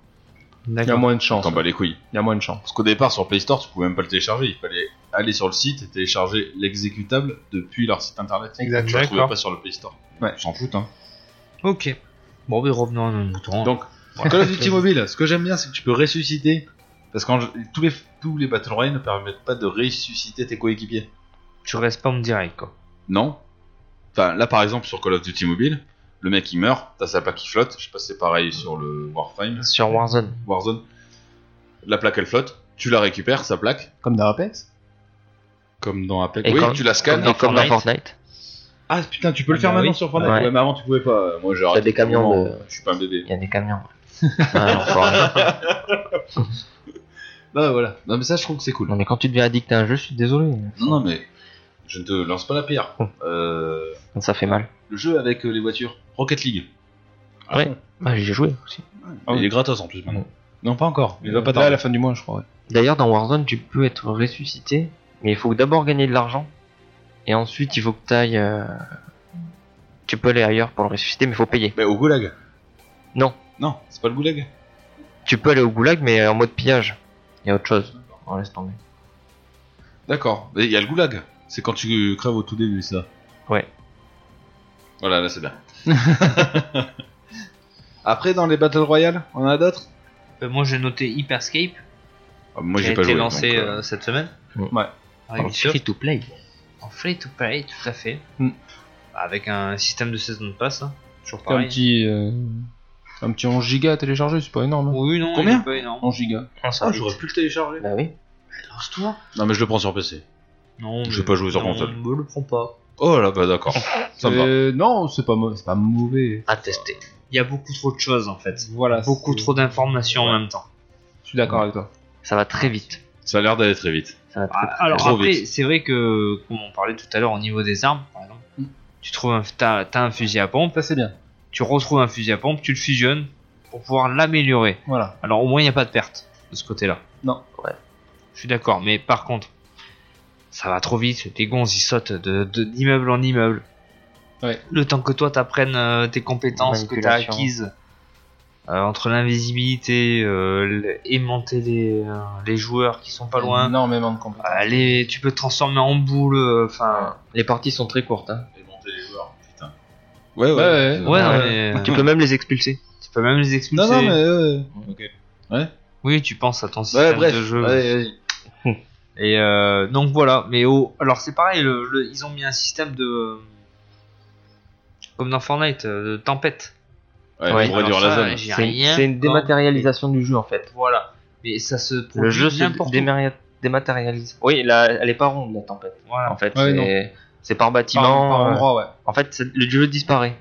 Speaker 1: Il y a
Speaker 6: D'accord.
Speaker 1: moins de chance.
Speaker 4: T'en bats les couilles.
Speaker 1: Il y a moins de chance.
Speaker 4: Parce qu'au départ, sur Play Store, tu pouvais même pas le télécharger. Il fallait aller sur le site et télécharger l'exécutable depuis leur site internet.
Speaker 1: Exact.
Speaker 4: Tu le trouvais
Speaker 6: D'accord.
Speaker 4: pas sur le Play Store.
Speaker 1: Ouais.
Speaker 4: On s'en fout, hein.
Speaker 6: Ok. Bon, mais revenons à nos moutons.
Speaker 4: Donc, Call of Duty Mobile, ce que j'aime bien, c'est que tu peux ressusciter. Parce que tous les, tous les Battle Royale ne permettent pas de ressusciter tes coéquipiers.
Speaker 6: tu restes pas en direct, quoi.
Speaker 4: Non. Enfin, là, par exemple, sur Call of Duty Mobile, le mec il meurt, t'as sa plaque qui flotte. Je sais pas si c'est pareil sur le Warframe.
Speaker 5: Sur Warzone.
Speaker 4: Warzone. La plaque elle flotte, tu la récupères, sa plaque,
Speaker 1: Comme dans Apex.
Speaker 4: comme dans Apex.
Speaker 5: Et
Speaker 4: oui,
Speaker 5: quand-
Speaker 4: tu la
Speaker 5: Comme
Speaker 4: scannes.
Speaker 5: dans,
Speaker 4: et
Speaker 5: comme dans Fortnite.
Speaker 4: Ah putain, tu peux le
Speaker 6: Ah
Speaker 4: faire
Speaker 6: bah
Speaker 4: maintenant
Speaker 6: oui.
Speaker 4: sur Fortnite.
Speaker 5: Ouais.
Speaker 4: Ouais, mais avant tu pouvais pas. Moi j'ai
Speaker 5: T'as des camions
Speaker 4: vraiment,
Speaker 5: de-
Speaker 4: Je suis pas un bébé.
Speaker 5: Il y a des camions. Ah, l'enfoiré.
Speaker 4: Bah voilà. Non mais ça je trouve que c'est cool.
Speaker 5: non, mais quand tu deviens addict à un jeu, je suis désolé.
Speaker 4: Non non mais je ne te lance pas la pierre.
Speaker 5: Oh.
Speaker 4: Euh,
Speaker 5: Ça fait mal.
Speaker 4: le jeu avec euh, les voitures, Rocket League.
Speaker 5: Ouais. Bah, j'y ai joué aussi.
Speaker 4: Ah, Il est gratos en plus
Speaker 5: Oh.
Speaker 4: maintenant. Non pas encore. Euh, Il va pas
Speaker 1: là à
Speaker 4: tarder.
Speaker 1: la fin du mois, je crois. ouais.
Speaker 5: D'ailleurs, dans Warzone, tu peux être ressuscité, mais il faut d'abord gagner de l'argent. Et ensuite, il faut que t'ailles. euh, Tu peux aller ailleurs pour le ressusciter, mais il faut payer.
Speaker 4: Bah, au goulag.
Speaker 5: Non.
Speaker 4: Non, c'est pas le goulag.
Speaker 5: Tu peux aller au goulag, mais en mode pillage. Il y a autre chose. On laisse tomber.
Speaker 4: D'accord. Mais Il y a le goulag. C'est quand tu crèves au tout début, ça.
Speaker 5: Ouais.
Speaker 4: Voilà, là c'est bien. Après, dans les Battle Royale, on en a d'autres
Speaker 6: Euh, moi j'ai noté Hyperscape
Speaker 4: Ah, Moi
Speaker 6: qui a
Speaker 4: j'ai pas
Speaker 6: été
Speaker 4: joué.
Speaker 6: lancé
Speaker 4: donc, euh,
Speaker 6: euh, cette semaine. Ah
Speaker 1: Ouais.
Speaker 6: Par
Speaker 5: En
Speaker 6: Ubisoft.
Speaker 5: free to play.
Speaker 6: En free to play, tout à fait.
Speaker 1: Mm.
Speaker 6: Avec un système de saison de passe, hein. toujours
Speaker 1: Un
Speaker 6: pareil.
Speaker 1: petit, euh, un petit 11 gigas à télécharger, c'est pas énorme. hein.
Speaker 6: Oui, non,
Speaker 4: Combien
Speaker 6: il est pas énorme.
Speaker 1: 11 gigas.
Speaker 4: Ah, j'aurais pu le télécharger.
Speaker 5: Bah oui.
Speaker 6: Lance-toi.
Speaker 4: Non, mais je le prends sur PC.
Speaker 6: Non,
Speaker 4: Je vais pas jouer sur
Speaker 6: non,
Speaker 4: console.
Speaker 6: Me le prends pas.
Speaker 4: Oh là, bah d'accord. ça me va.
Speaker 1: Euh, non, c'est pas, mau- c'est pas mauvais.
Speaker 5: À tester.
Speaker 6: Il y a beaucoup trop de choses en fait.
Speaker 1: Voilà.
Speaker 6: Beaucoup
Speaker 1: c'est-
Speaker 6: trop d'informations en même temps.
Speaker 1: Je suis d'accord avec toi.
Speaker 5: Ça va très vite.
Speaker 4: Ça a l'air d'aller très vite.
Speaker 5: Ça va très
Speaker 6: Ah, Alors
Speaker 4: Trop
Speaker 6: après,
Speaker 4: vite.
Speaker 6: c'est vrai que, comme on parlait tout à l'heure au niveau des armes, par exemple,
Speaker 1: Mm.
Speaker 6: tu trouves un, t'as, t'as un fusil à pompe,
Speaker 1: Ça c'est bien.
Speaker 6: tu retrouves un fusil à pompe, tu le fusionnes pour pouvoir l'améliorer.
Speaker 1: Voilà.
Speaker 6: Alors au moins, il n'y a pas de perte de ce côté-là.
Speaker 1: Non.
Speaker 5: Ouais.
Speaker 6: Je suis d'accord, mais par contre, ça va trop vite, les gonzes ils sautent de, de- d'immeuble en immeuble.
Speaker 1: Ouais.
Speaker 6: Le temps que toi t'apprennes euh, tes compétences que t'as
Speaker 5: Manipulation.
Speaker 6: acquises euh, entre l'invisibilité, euh, l- aimanter les, euh, les joueurs qui sont pas loin.
Speaker 1: Énormément de compétences.
Speaker 6: Euh, les- tu peux te transformer en boule, euh, enfin.
Speaker 5: Les parties sont très courtes. hein.
Speaker 4: Et monter les joueurs, putain. Ouais, ouais.
Speaker 1: Ouais, ouais.
Speaker 6: ouais, non,
Speaker 5: ouais.
Speaker 6: mais, euh,
Speaker 5: Tu peux même les expulser.
Speaker 6: tu peux même les expulser.
Speaker 4: Non, non, mais. euh, ok.
Speaker 6: Oui, tu penses à ton système
Speaker 4: Ouais, bref.
Speaker 6: de jeu.
Speaker 4: Ouais, ouais.
Speaker 6: Et euh, donc voilà, mais au- alors c'est pareil, le- le- ils ont mis un système de. Comme dans Fortnite, euh, de tempête.
Speaker 4: Ouais,
Speaker 5: Ouais.
Speaker 4: pour réduire
Speaker 6: Alors
Speaker 4: la
Speaker 6: ça,
Speaker 4: zone.
Speaker 6: j'ai
Speaker 5: C'est
Speaker 6: rien
Speaker 5: c'est une
Speaker 6: compris.
Speaker 5: dématérialisation du jeu en fait.
Speaker 6: Voilà. Mais ça se produit
Speaker 5: Le jeu se
Speaker 6: n'importe où.
Speaker 5: démaria- dématérialise. Oui, la- elle est pas ronde la tempête.
Speaker 6: Voilà.
Speaker 5: En fait,
Speaker 1: Ouais,
Speaker 5: c'est- c'est par
Speaker 1: Par,
Speaker 5: bâtiment.
Speaker 1: par
Speaker 5: euh,
Speaker 1: endroit, ouais.
Speaker 5: en fait, c'est- le jeu disparaît.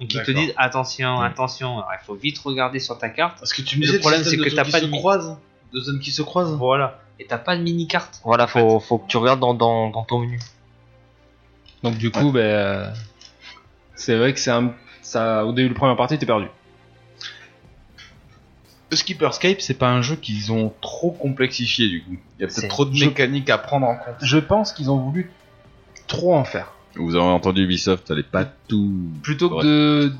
Speaker 6: Donc ils te disent attention, attention, alors, il faut vite regarder sur ta carte.
Speaker 3: Parce que tu me
Speaker 6: Le
Speaker 3: disais,
Speaker 6: problème, c'est
Speaker 3: système
Speaker 6: que
Speaker 3: de
Speaker 6: t'as
Speaker 3: zones
Speaker 6: pas
Speaker 3: qui
Speaker 6: de
Speaker 3: se
Speaker 6: mi-
Speaker 3: croisent, de zones qui se croisent.
Speaker 6: Voilà. Et t'as pas de mini-carte.
Speaker 5: Voilà, faut, faut que tu regardes dans, dans, dans ton menu.
Speaker 1: Donc du coup, ben, euh, c'est vrai que c'est un, ça, au début de la première partie, t'es perdu.
Speaker 4: Skipperscape, c'est pas un jeu qu'ils ont trop complexifié du coup. Il y a
Speaker 5: C'est-
Speaker 4: peut-être trop de
Speaker 1: je-
Speaker 4: mécaniques à prendre en compte.
Speaker 1: Je pense qu'ils ont voulu trop en faire.
Speaker 4: Vous avez entendu Ubisoft, elle est pas tout.
Speaker 1: Plutôt que
Speaker 4: Ouais.
Speaker 1: de,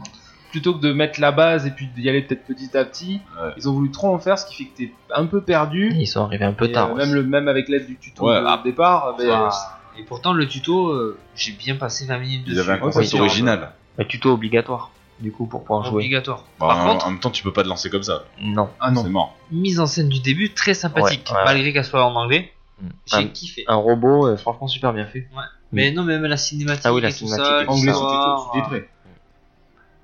Speaker 1: plutôt que de mettre la base et puis d'y aller peut-être petit à petit,
Speaker 4: Ouais.
Speaker 1: ils ont voulu trop en faire, ce qui fait que t'es un peu perdu.
Speaker 5: Ils sont arrivés un peu
Speaker 1: Et, euh,
Speaker 5: tard. ouais.
Speaker 1: même le même avec l'aide du tuto
Speaker 4: Ouais,
Speaker 1: de-
Speaker 4: ah.
Speaker 1: au départ, ben,
Speaker 6: Enfin,
Speaker 1: euh,
Speaker 6: Et pourtant, le tuto, euh, j'ai bien passé 20 minutes dessus.
Speaker 4: Ils avaient un
Speaker 1: Ouais,
Speaker 4: concept
Speaker 1: c'est sûr.
Speaker 4: original.
Speaker 5: Un tuto obligatoire, du coup, pour pouvoir jouer.
Speaker 6: Obligatoire.
Speaker 4: Bah,
Speaker 6: Par
Speaker 4: en,
Speaker 6: contre,
Speaker 4: en même temps, tu peux pas te lancer comme ça.
Speaker 5: Non.
Speaker 1: ah non.
Speaker 4: C'est mort.
Speaker 6: mise en scène du début très sympathique,
Speaker 5: Ouais, ouais, ouais.
Speaker 6: malgré qu'elle soit en anglais. J'ai
Speaker 5: Un,
Speaker 6: kiffé.
Speaker 5: un robot, euh, franchement, super bien fait.
Speaker 6: Mais non, mais même la cinématique.
Speaker 5: Ah oui, la
Speaker 6: et tout
Speaker 5: cinématique
Speaker 6: ça,
Speaker 5: et tout
Speaker 1: Anglais
Speaker 5: ça.
Speaker 1: sous titre
Speaker 6: l'histoire.
Speaker 1: sous-titré.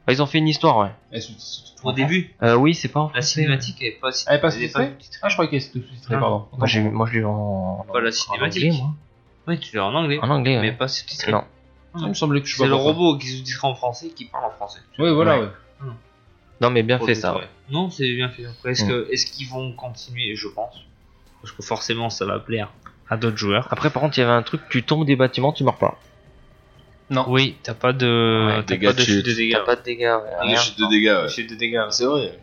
Speaker 5: Ah, ils ont fait une histoire, ouais.
Speaker 1: Eh, sous- sous-
Speaker 6: Au début,
Speaker 5: Euh, oui, c'est pas en
Speaker 6: la
Speaker 5: français.
Speaker 6: cinématique elle est pas
Speaker 1: Elle est pas
Speaker 6: elle est
Speaker 1: sous-titrée
Speaker 6: sous-titrée.
Speaker 1: Ah, je croyais qu'elle était sous-titrée,
Speaker 6: Non,
Speaker 1: pardon.
Speaker 5: Moi, j'ai- moi, je l'ai vu en.
Speaker 6: Pas la
Speaker 5: en
Speaker 6: cinématique.
Speaker 5: anglais, moi.
Speaker 6: Oui, tu l'as en anglais,
Speaker 5: En anglais,
Speaker 6: mais
Speaker 5: ouais.
Speaker 6: pas sous-titré.
Speaker 5: Non.
Speaker 1: Ah, Il me semblait que je
Speaker 6: C'est le robot qui sous-titre en français qui parle en français.
Speaker 1: Oui, voilà, ouais.
Speaker 5: Non, mais bien
Speaker 6: Pour
Speaker 5: fait
Speaker 6: le
Speaker 5: ça.
Speaker 6: coup,
Speaker 5: ouais.
Speaker 6: ouais. Non, c'est bien fait. Après, est-ce que- est-ce qu'ils vont continuer Je pense. Parce que forcément, ça va plaire à d'autres joueurs.
Speaker 5: Après, par contre, il y avait un truc, tu tombes des bâtiments, tu meurs pas.
Speaker 6: Oui, t'as pas de,
Speaker 5: Ouais,
Speaker 6: t'as
Speaker 4: dégâts
Speaker 6: pas de
Speaker 4: de
Speaker 6: chute
Speaker 4: chute.
Speaker 6: de dégâts.
Speaker 5: T'as pas de dégâts. ouais,
Speaker 4: Les
Speaker 5: rien.
Speaker 4: chutes de dégâts, ouais.
Speaker 6: Chute de dégâts.
Speaker 4: C'est vrai.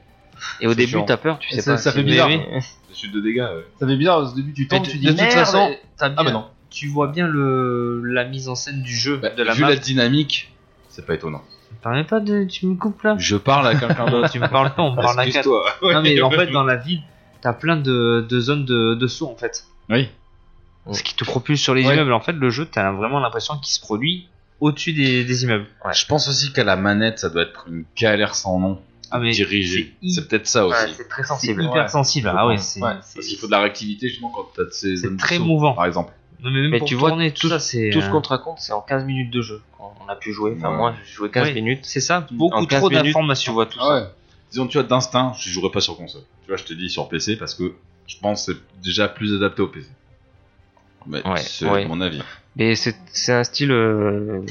Speaker 5: Et au
Speaker 1: C'est
Speaker 5: début,
Speaker 1: chiant.
Speaker 5: t'as peur, tu sais
Speaker 1: Ça-
Speaker 5: pas.
Speaker 1: ça
Speaker 5: si-
Speaker 1: fait
Speaker 5: mais
Speaker 1: bizarre.
Speaker 5: oui.
Speaker 4: Les chutes de dégâts, ouais.
Speaker 1: Ça fait bizarre, au début du temps,
Speaker 6: Mais
Speaker 1: tu
Speaker 6: de-
Speaker 1: dis
Speaker 6: de toute
Speaker 1: merde,
Speaker 6: façon,
Speaker 1: et-
Speaker 6: t'as
Speaker 1: Ah,
Speaker 6: bien-
Speaker 1: bah non.
Speaker 6: tu vois bien le, la mise en scène du jeu,
Speaker 4: Bah,
Speaker 6: de la
Speaker 4: vu
Speaker 6: map.
Speaker 4: la dynamique, c'est pas étonnant.
Speaker 6: Tu me parlais pas de. Tu me coupes là
Speaker 4: Je parle à quelqu'un
Speaker 6: Non,
Speaker 4: d'autre.
Speaker 6: tu me parles pas, on parle à quatre.
Speaker 4: Excuse-toi.
Speaker 6: Non, mais en fait, dans la ville, t'as plein de, de zones de, de saut en fait.
Speaker 4: Oui.
Speaker 6: Ce qui te propulse sur les
Speaker 1: Ouais.
Speaker 6: immeubles. En fait, le jeu, t'as vraiment l'impression qu'il se produit au-dessus des, des immeubles.
Speaker 4: Je pense aussi qu'à la manette, ça doit être une galère sans nom.
Speaker 6: Ah, mais
Speaker 4: Diriger.
Speaker 6: c'est-
Speaker 4: C'est peut-être ça
Speaker 5: Ouais,
Speaker 4: aussi.
Speaker 5: c'est très
Speaker 6: c'est
Speaker 5: sensible.
Speaker 6: hyper
Speaker 1: Ouais.
Speaker 6: sensible. Ah ouais, c'est.
Speaker 1: Ouais.
Speaker 6: c'est-
Speaker 4: Parce qu'il faut de la réactivité justement quand t'as de ces
Speaker 6: C'est
Speaker 4: zones de
Speaker 6: très
Speaker 4: saut,
Speaker 6: mouvant.
Speaker 4: Par exemple.
Speaker 6: Non, mais même
Speaker 5: Mais
Speaker 6: pour
Speaker 5: tu vois,
Speaker 6: tourner, tout,
Speaker 5: tout-
Speaker 6: ça, c'est.
Speaker 5: Tout ce
Speaker 6: euh,
Speaker 5: qu'on te raconte, c'est en 15 minutes de jeu. On on a pu jouer, enfin,
Speaker 4: Ouais.
Speaker 5: moi, j'ai joué 15
Speaker 6: Oui.
Speaker 5: minutes.
Speaker 6: C'est ça,
Speaker 5: En
Speaker 6: beaucoup
Speaker 5: 15
Speaker 6: trop
Speaker 5: minutes,
Speaker 6: d'informations.
Speaker 5: Tu vois tout
Speaker 1: Ah
Speaker 5: ça.
Speaker 1: ouais.
Speaker 4: Disons, tu vois, d'instinct, je jouerais pas sur console. Tu vois, je te dis sur PC parce que je pense que c'est déjà plus adapté au PC. Mais
Speaker 5: Ouais,
Speaker 4: c'est
Speaker 5: ouais.
Speaker 4: mon avis.
Speaker 5: Mais c'est c'est un style. euh,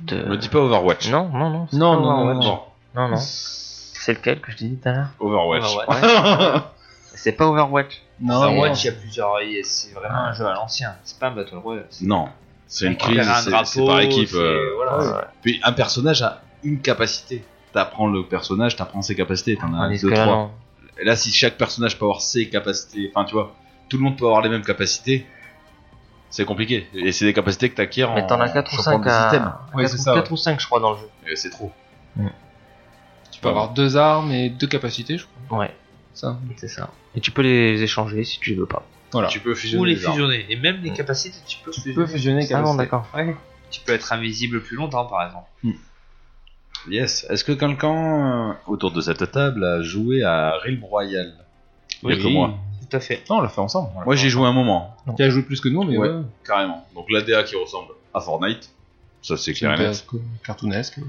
Speaker 5: de...
Speaker 4: Me dis pas Overwatch.
Speaker 5: Euh, Non, non, non. c'est
Speaker 1: Non,
Speaker 5: pas
Speaker 1: non, non,
Speaker 5: Overwatch.
Speaker 1: non.
Speaker 4: Bon,
Speaker 5: Non, non. C'est lequel que je t'ai dit tout à l'heure
Speaker 4: Overwatch.
Speaker 5: C'est pas Overwatch.
Speaker 1: Non,
Speaker 5: Ça,
Speaker 1: non.
Speaker 5: Ah, ouais,
Speaker 6: il y a plusieurs. C'est vraiment un jeu à l'ancien. C'est pas un Battle Royale.
Speaker 4: Non, c'est une
Speaker 6: Mec, il y
Speaker 4: crise,
Speaker 6: a un
Speaker 4: c'est-
Speaker 6: drapeau,
Speaker 4: c'est par équipe.
Speaker 6: c'est-
Speaker 4: euh.
Speaker 6: voilà.
Speaker 4: Puis un personnage a une capacité. T'apprends le personnage, t'apprends ses capacités, t'en as
Speaker 5: Tandis
Speaker 4: deux,
Speaker 5: que là,
Speaker 4: trois.
Speaker 5: non.
Speaker 4: Et là, si chaque personnage peut avoir ses capacités, enfin, tu vois, tout le monde peut avoir les mêmes capacités, c'est compliqué. Et c'est des capacités que t'acquiers en.
Speaker 5: Mais t'en as 4 ou
Speaker 4: sur
Speaker 5: 5
Speaker 4: prendre des items.
Speaker 5: à.
Speaker 1: Ouais, c'est ça,
Speaker 5: 4 ou 5, je crois, dans le jeu.
Speaker 4: Et Euh, C'est trop.
Speaker 1: Tu peux avoir deux armes et deux capacités, je crois.
Speaker 5: Ouais,
Speaker 1: Ça.
Speaker 5: c'est ça. Et tu peux les échanger si tu les veux pas.
Speaker 1: Voilà.
Speaker 4: Tu peux fusionner
Speaker 6: Ou les
Speaker 4: les armes.
Speaker 6: fusionner. Et même les
Speaker 5: Mm.
Speaker 6: capacités, tu peux
Speaker 1: Tu peux fusionner les
Speaker 5: Ah bon,
Speaker 1: capacités.
Speaker 5: d'accord.
Speaker 6: Tu peux être invisible plus longtemps, par exemple.
Speaker 4: Yes. Est-ce que quelqu'un euh, autour de cette table a joué à Realm Royale Mieux que moi.
Speaker 6: Tout à fait.
Speaker 1: Non, on l'a fait ensemble.
Speaker 4: Moi j'ai joué un moment,
Speaker 1: Tu as joué plus que nous, mais
Speaker 4: Ouais.
Speaker 1: ouais.
Speaker 4: carrément. Donc la DA qui ressemble à Fortnite, ça c'est
Speaker 1: C'est
Speaker 4: clair et net.
Speaker 1: cartoonesque. ouais.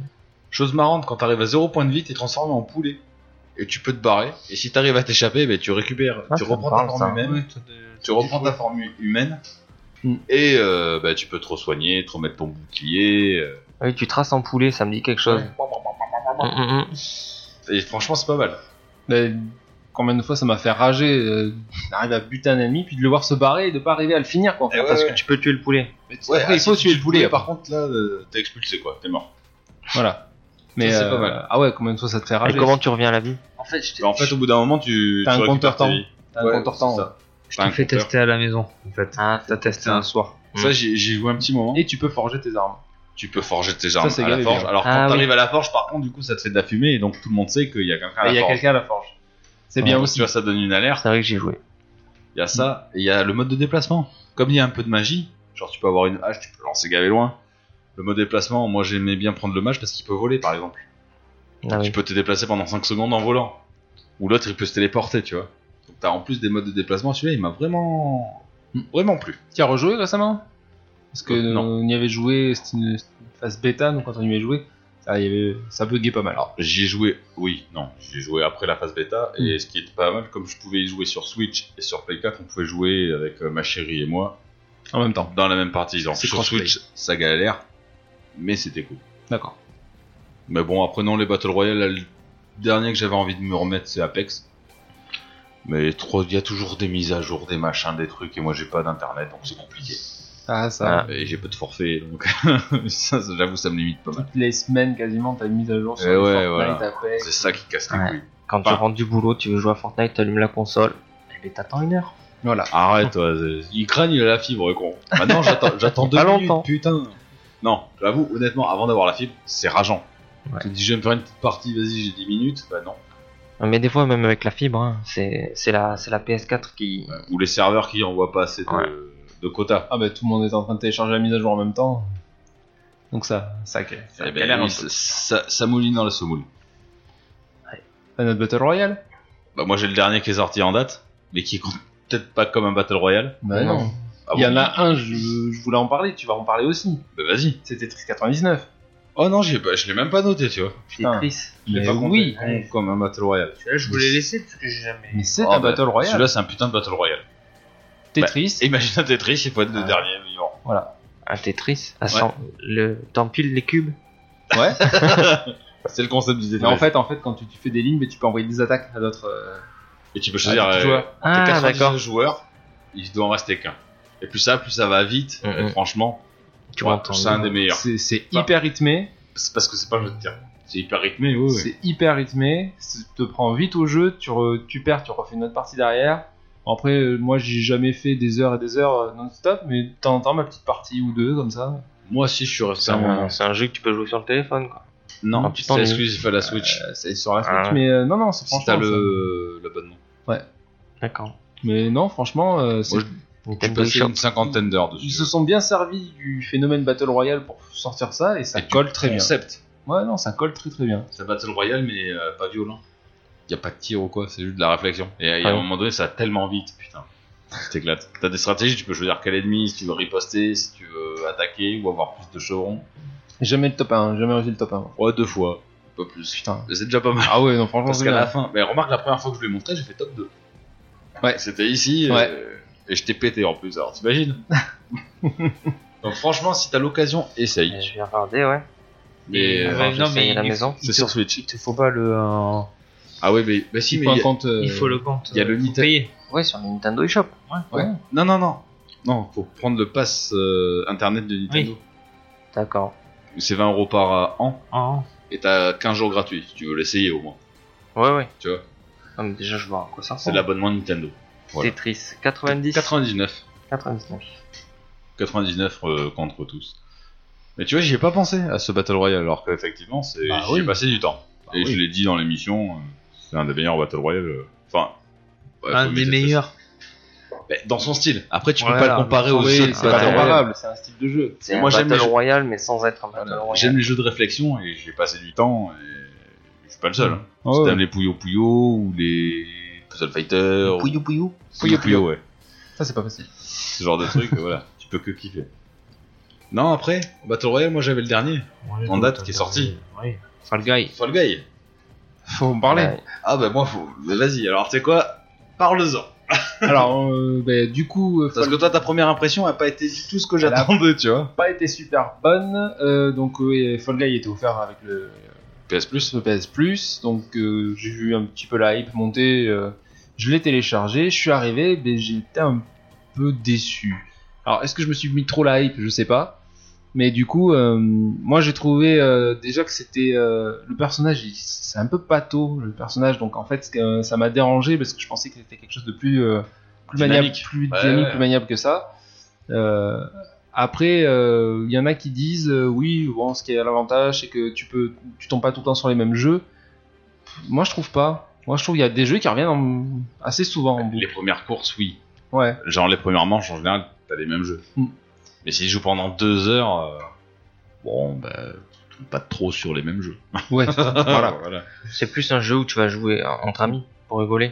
Speaker 4: Chose marrante, quand t'arrives à 0 point de vie, t'es transformé en poulet. Et tu peux te barrer. Et si t'arrives à t'échapper, ben, tu récupères,
Speaker 5: Ah,
Speaker 4: tu
Speaker 5: ça me
Speaker 4: reprends
Speaker 5: parle,
Speaker 4: ta
Speaker 5: ça.
Speaker 4: forme humaine. Tu reprends ta forme hu- humaine.
Speaker 1: Mm.
Speaker 4: Et euh, ben, tu peux te ressoigner, te remettre ton bouclier. euh,
Speaker 5: Ah Oui, tu traces en poulet, ça me dit quelque chose. Mm, mm, mm.
Speaker 4: Et franchement, c'est pas mal.
Speaker 1: Mais combien de fois ça m'a fait rager euh, d'arriver à buter un ennemi, puis de le voir se barrer et de pas arriver à le finir, quoi.
Speaker 4: Eh ouais,
Speaker 5: Parce
Speaker 4: ouais.
Speaker 5: que tu peux tuer le poulet.
Speaker 1: Mais tu-
Speaker 4: Ouais,
Speaker 1: après,
Speaker 4: ah,
Speaker 1: il faut
Speaker 4: si
Speaker 1: tuer
Speaker 4: tu
Speaker 1: le poulet.
Speaker 4: Par
Speaker 1: Par...
Speaker 4: contre, là, euh, t'es expulsé quoi, t'es mort.
Speaker 1: Voilà. Mais
Speaker 4: c'est
Speaker 1: euh,
Speaker 4: pas mal.
Speaker 1: Ah ouais, combien de fois ça te fait
Speaker 5: Et
Speaker 1: rager
Speaker 5: comment tu reviens à la vie
Speaker 6: En fait, je t'ai
Speaker 4: Mais en fait, au bout d'un moment, tu.
Speaker 1: T'as
Speaker 4: tu
Speaker 1: un compteur
Speaker 4: récupères ta
Speaker 1: temps.
Speaker 4: vie.
Speaker 1: T'as un
Speaker 4: Ouais,
Speaker 1: compteur temps.
Speaker 4: c'est
Speaker 1: ouais.
Speaker 4: ça.
Speaker 6: je
Speaker 4: T'as
Speaker 6: t'ai
Speaker 4: un
Speaker 6: fait
Speaker 4: compteur.
Speaker 6: tester à la maison, en fait.
Speaker 5: Ah,
Speaker 6: T'as testé un soir.
Speaker 4: Ça, j'y j'y ai joué un petit moment.
Speaker 1: Et tu peux forger tes armes.
Speaker 4: Mm. tu peux forger tes armes
Speaker 1: c'est
Speaker 4: à la
Speaker 1: grave
Speaker 4: forge.
Speaker 1: bien.
Speaker 4: Alors quand
Speaker 5: Ah, oui.
Speaker 4: t'arrives à la forge, par contre, du coup, ça te fait de la fumée et donc tout le monde sait qu'il y a quelqu'un à
Speaker 1: Et
Speaker 4: la
Speaker 1: il y a
Speaker 4: forge.
Speaker 1: quelqu'un à la forge. C'est bien
Speaker 4: Donc,
Speaker 1: aussi. Mm.
Speaker 4: Tu vois, ça donne une alerte.
Speaker 5: C'est vrai que j'ai joué.
Speaker 4: Il y a ça. Et il y a le mode de déplacement. Comme il y a un peu de magie, genre tu peux avoir une hache, tu peux lancer gavé loin. Le mode déplacement, moi j'aimais bien prendre le mage parce qu'il peut voler, par exemple. Tu
Speaker 5: Ah oui.
Speaker 4: peux te déplacer pendant 5 secondes en volant. Ou l'autre, il peut se téléporter, tu vois. Donc t'as en plus des modes de déplacement. Celui-là, il m'a vraiment... Vraiment plu.
Speaker 1: Tu as rejoué récemment Parce que
Speaker 4: Euh, non.
Speaker 1: euh, on y avait joué, c'était une, c'était une phase bêta, donc quand on y avait joué, ça, y avait, ça buguait pas mal.
Speaker 4: J'y ai joué, oui, non, j'y ai joué après la phase bêta,
Speaker 5: Hmm.
Speaker 4: et ce qui était pas mal, comme je pouvais y jouer sur Switch et sur Play 4, on pouvait jouer avec euh, ma chérie et moi
Speaker 1: En même temps.
Speaker 4: dans la même partie. Donc,
Speaker 1: C'est
Speaker 4: sur
Speaker 1: crossplay.
Speaker 4: Switch, ça galère, mais c'était cool.
Speaker 1: D'accord.
Speaker 4: Mais bon, après, non, les Battle Royale, là, le dernier que j'avais envie de me remettre, c'est Apex. Mais trop- il y a toujours des mises à jour, des machins, des trucs, et moi j'ai pas d'internet, donc c'est compliqué.
Speaker 1: Ah, ça.
Speaker 4: Et j'ai pas de forfait, donc ça, ça, j'avoue, ça me limite pas mal.
Speaker 1: Toutes les semaines quasiment, t'as une mise à jour sur
Speaker 4: Eh
Speaker 1: le
Speaker 4: ouais,
Speaker 1: Fortnite,
Speaker 4: voilà.
Speaker 1: Apex.
Speaker 4: C'est ça qui casse les
Speaker 5: Ouais.
Speaker 4: couilles.
Speaker 5: Quand tu
Speaker 4: Enfin.
Speaker 5: rentres du boulot, tu veux jouer à Fortnite, t'allumes la console. Et puis Eh ben, t'attends une heure.
Speaker 1: Voilà.
Speaker 4: Arrête, toi, c'est- il craigne il a la fibre, le con. Maintenant, j'attends- j'attends deux
Speaker 5: Pas
Speaker 4: minutes,
Speaker 5: longtemps.
Speaker 4: putain. Non, j'avoue, honnêtement, avant d'avoir la fibre, c'est rageant.
Speaker 5: Ouais.
Speaker 4: Tu te dis, je vais me faire une petite partie, vas-y, j'ai 10 minutes, bah non.
Speaker 5: Mais des fois, même avec la fibre, hein, c'est c'est la, c'est la PS4 qui.
Speaker 4: Ou les serveurs qui envoient pas assez de,
Speaker 5: Ouais.
Speaker 4: de quotas.
Speaker 1: Ah bah tout le monde est en train de télécharger la mise à jour en même temps. Donc ça, ça, ça
Speaker 4: Eh ben,
Speaker 1: galère un
Speaker 4: oui,
Speaker 1: peu.
Speaker 4: ça, ça- ça mouline dans la semoule.
Speaker 1: T'as notre Battle Royale
Speaker 4: Bah, moi, j'ai le dernier qui est sorti en date, mais qui compte peut-être pas comme un Battle Royale.
Speaker 1: Bah
Speaker 5: non.
Speaker 4: Ah
Speaker 1: Il y
Speaker 4: bon
Speaker 1: en a un, je, je voulais en parler, tu vas en parler aussi.
Speaker 4: Bah, vas-y.
Speaker 1: C'est Tetris 99.
Speaker 4: Oh non, j'ai pas- je l'ai même pas noté, tu vois.
Speaker 1: Putain.
Speaker 5: Tetris.
Speaker 4: Je l'ai
Speaker 1: Mais
Speaker 4: pas compté
Speaker 1: oui.
Speaker 4: comme- comme un Battle Royale.
Speaker 6: Celui-là, je voulais laisser parce que j'ai jamais.
Speaker 1: Mais c'est
Speaker 4: Oh,
Speaker 1: un
Speaker 4: bah,
Speaker 1: Battle Royale.
Speaker 4: Celui-là, c'est un putain de Battle Royale.
Speaker 1: Tetris.
Speaker 4: Imagine un Tetris, il faut être le
Speaker 1: Ouais.
Speaker 4: dernier vivant.
Speaker 5: Un Tetris. à cent- le... T'empiles les cubes.
Speaker 1: Ouais.
Speaker 4: C'est le concept du
Speaker 1: Mais
Speaker 4: Tetris.
Speaker 1: en fait, en fait, quand tu, tu fais des lignes, mais tu peux envoyer des attaques à d'autres euh,
Speaker 4: Et tu peux
Speaker 1: à
Speaker 4: choisir
Speaker 1: d'autres
Speaker 4: euh,
Speaker 1: joueurs.
Speaker 4: t'es
Speaker 5: Ah,
Speaker 4: 99
Speaker 5: d'accord.
Speaker 4: joueurs, il doit en rester qu'un. Et plus ça, plus ça va vite.
Speaker 5: Mhm.
Speaker 4: et franchement,
Speaker 5: Tu
Speaker 4: ouais,
Speaker 5: m'entends
Speaker 4: c'est un
Speaker 5: bien.
Speaker 4: des meilleurs.
Speaker 1: C'est c'est
Speaker 4: Bah.
Speaker 1: hyper rythmé.
Speaker 4: C'est parce que c'est pas le jeu de tir. C'est hyper rythmé, oui. oui.
Speaker 1: C'est hyper rythmé, ça te prend vite au jeu, tu, re- tu perds, tu refais une autre partie derrière. Après, euh, moi, j'ai jamais fait des heures et des heures euh, non-stop, mais de temps en temps, ma petite partie ou deux, comme ça.
Speaker 4: Moi aussi, je suis resté
Speaker 5: C'est
Speaker 4: un
Speaker 5: un,
Speaker 4: moment.
Speaker 5: c'est un jeu que tu peux jouer sur le téléphone. Quoi.
Speaker 4: Non,
Speaker 5: Ah, putain,
Speaker 4: c'est
Speaker 5: mais-
Speaker 4: exclusif à la Switch.
Speaker 1: Euh, c'est sur la Switch,
Speaker 5: Ah ouais.
Speaker 1: mais euh, non, non, c'est
Speaker 4: si
Speaker 1: franchement.
Speaker 4: t'as le l'abonnement.
Speaker 5: D'accord.
Speaker 1: ça. Mais non, franchement, euh, c'est-
Speaker 4: Moi, J'ai
Speaker 5: Nintendo
Speaker 4: passé
Speaker 5: eShop.
Speaker 4: une cinquantaine d'heures dessus.
Speaker 1: ils se sont bien servis du phénomène Battle Royale pour sortir ça, et ça
Speaker 4: Et du
Speaker 1: colle très bien.
Speaker 4: Concept.
Speaker 1: Ouais, non, ça colle très très bien.
Speaker 4: C'est un Battle Royale, mais euh, pas violent. Y a pas de tir ou quoi, c'est juste de la réflexion. Et euh, y a
Speaker 5: Ah
Speaker 4: un
Speaker 5: oui.
Speaker 4: moment donné, ça va tellement vite, putain. Tu t'éclates. T'as des stratégies, tu peux choisir quel ennemi, si tu veux riposter, si tu veux attaquer ou avoir plus de chevrons.
Speaker 1: Jamais le top 1, jamais réussi le top 1.
Speaker 4: Ouais, deux fois, pas plus.
Speaker 1: Putain.
Speaker 4: Mais C'est déjà pas mal.
Speaker 1: Ah ouais, non, franchement,
Speaker 4: Parce
Speaker 1: c'est
Speaker 4: qu'à la
Speaker 6: hein.
Speaker 1: bien.
Speaker 4: fin, mais remarque, la première fois que je lui ai montré, j'ai fait top 2.
Speaker 1: Ouais.
Speaker 4: C'était ici, euh,
Speaker 1: Ouais.
Speaker 4: et je t'ai pété en plus, alors t'imagines Donc franchement, si t'as l'occasion, essaye.
Speaker 5: Euh, Je vais regarder, ouais.
Speaker 4: Mais
Speaker 5: Euh,
Speaker 4: euh,
Speaker 6: Ouais, non,
Speaker 5: j'essaye
Speaker 6: mais
Speaker 5: à la
Speaker 6: il-
Speaker 5: maison.
Speaker 4: c'est sur Switch.
Speaker 6: Il te faut pas le. euh,
Speaker 4: Ah ouais, mais bah si,
Speaker 1: Tu
Speaker 4: mais
Speaker 1: prends
Speaker 4: y
Speaker 1: un
Speaker 4: a-
Speaker 1: compte, euh,
Speaker 6: Il faut le compte.
Speaker 4: il y a le
Speaker 6: faut
Speaker 4: Nita-
Speaker 6: payer.
Speaker 5: Ouais, sur le Nintendo eShop.
Speaker 4: Non, non, non. Non, faut prendre le pass euh, internet de Nintendo.
Speaker 5: D'accord.
Speaker 4: C'est 20 euros par euh, an
Speaker 6: Ah,
Speaker 4: et t'as 15 jours gratuits. Si tu veux l'essayer au moins.
Speaker 5: Ouais, ouais.
Speaker 4: Tu vois,
Speaker 5: Non, mais déjà, je vois à quoi ça
Speaker 4: c'est
Speaker 6: Oh.
Speaker 5: ressemble.
Speaker 4: l'abonnement Nintendo. voilà.
Speaker 5: Tetris. 90.
Speaker 4: 99.
Speaker 5: 99.
Speaker 4: 99 euh, contre tous. Mais tu vois, j'y ai pas pensé à ce Battle Royale alors qu'effectivement, c'est
Speaker 1: Bah
Speaker 4: j'y ai
Speaker 1: oui.
Speaker 4: passé du temps. et
Speaker 1: oui.
Speaker 4: je l'ai dit dans l'émission, euh, c'est un des meilleurs Battle Royale. euh, Enfin, ouais,
Speaker 6: un
Speaker 4: faut
Speaker 6: des
Speaker 4: mettre cette-
Speaker 6: meilleurs.
Speaker 4: Ben, dans son style. Après, tu peux
Speaker 6: Voilà,
Speaker 4: pas le comparer aux
Speaker 1: oui,
Speaker 4: autres.
Speaker 1: c'est
Speaker 4: c'est
Speaker 1: pas
Speaker 4: pas
Speaker 1: comparable.
Speaker 4: comparable.
Speaker 3: c'est un style de jeu.
Speaker 5: C'est
Speaker 4: Moi,
Speaker 5: un
Speaker 4: j'aime
Speaker 5: Battle
Speaker 4: les jeux-
Speaker 5: Royale, mais sans être un Battle Royale.
Speaker 4: J'aime les jeux de réflexion et j'ai passé du temps et je suis pas le seul. hein.
Speaker 1: Ah
Speaker 4: si
Speaker 1: ouais.
Speaker 4: t'aimes les Puyo Puyo ou les Puzzle Fighter. ou-
Speaker 5: Pouillou pouillou.
Speaker 4: Puyo Puyo, ouais.
Speaker 1: Ça, c'est pas facile.
Speaker 4: Ce genre de truc, voilà. Tu peux que kiffer. Non, après, Battle Royale, moi j'avais le dernier. En date qui est sorti.
Speaker 6: Oui. Fall Guy.
Speaker 4: Fall Guy.
Speaker 1: Faut en parler.
Speaker 5: Ouais.
Speaker 4: Ah, bah moi, faut... mais vas-y, alors tu sais quoi Parle-en.
Speaker 1: Alors, euh, ben, du coup, euh,
Speaker 4: Parce que toi, ta première impression a pas été du tout ce que j'attendais, tu vois.
Speaker 1: pas été super bonne. euh, donc euh, Fall Guy était offert avec le,
Speaker 4: PS Plus.
Speaker 1: le PS Plus. Donc euh, j'ai vu un petit peu la hype monter. euh, je l'ai téléchargé. Je suis arrivé, mais j'étais un peu déçu. Alors est-ce que je me suis mis trop la hype Je sais pas. Mais du coup, euh, moi j'ai trouvé euh, déjà que c'était euh, le personnage, il- c'est un peu pâteau le personnage. Donc en fait, ce que- euh, ça m'a dérangé parce que je pensais que c'était quelque chose de plus euh, plus maniable,
Speaker 4: Dynamique.
Speaker 1: plus
Speaker 4: Ouais,
Speaker 1: dynamique,
Speaker 4: ouais.
Speaker 1: plus maniable que ça. Euh, après, il y en a qui disent euh, oui, bon, ce qui est l'avantage, c'est que tu peux, tu tombes pas tout le temps sur les mêmes jeux. Pff, Moi, je trouve pas. Moi, je trouve qu'il y a des jeux qui reviennent en- assez souvent en
Speaker 4: Les
Speaker 1: boucle.
Speaker 4: premières courses, oui.
Speaker 1: Ouais.
Speaker 4: Genre les premières manches, en général, t'as les mêmes jeux.
Speaker 1: Mm.
Speaker 4: Mais s'ils jouent pendant deux heures, euh, bon, bah, tu tombes pas trop sur les mêmes jeux.
Speaker 1: Ouais.
Speaker 4: voilà.
Speaker 1: voilà.
Speaker 4: voilà.
Speaker 5: C'est plus un jeu où tu vas jouer en- entre amis pour rigoler.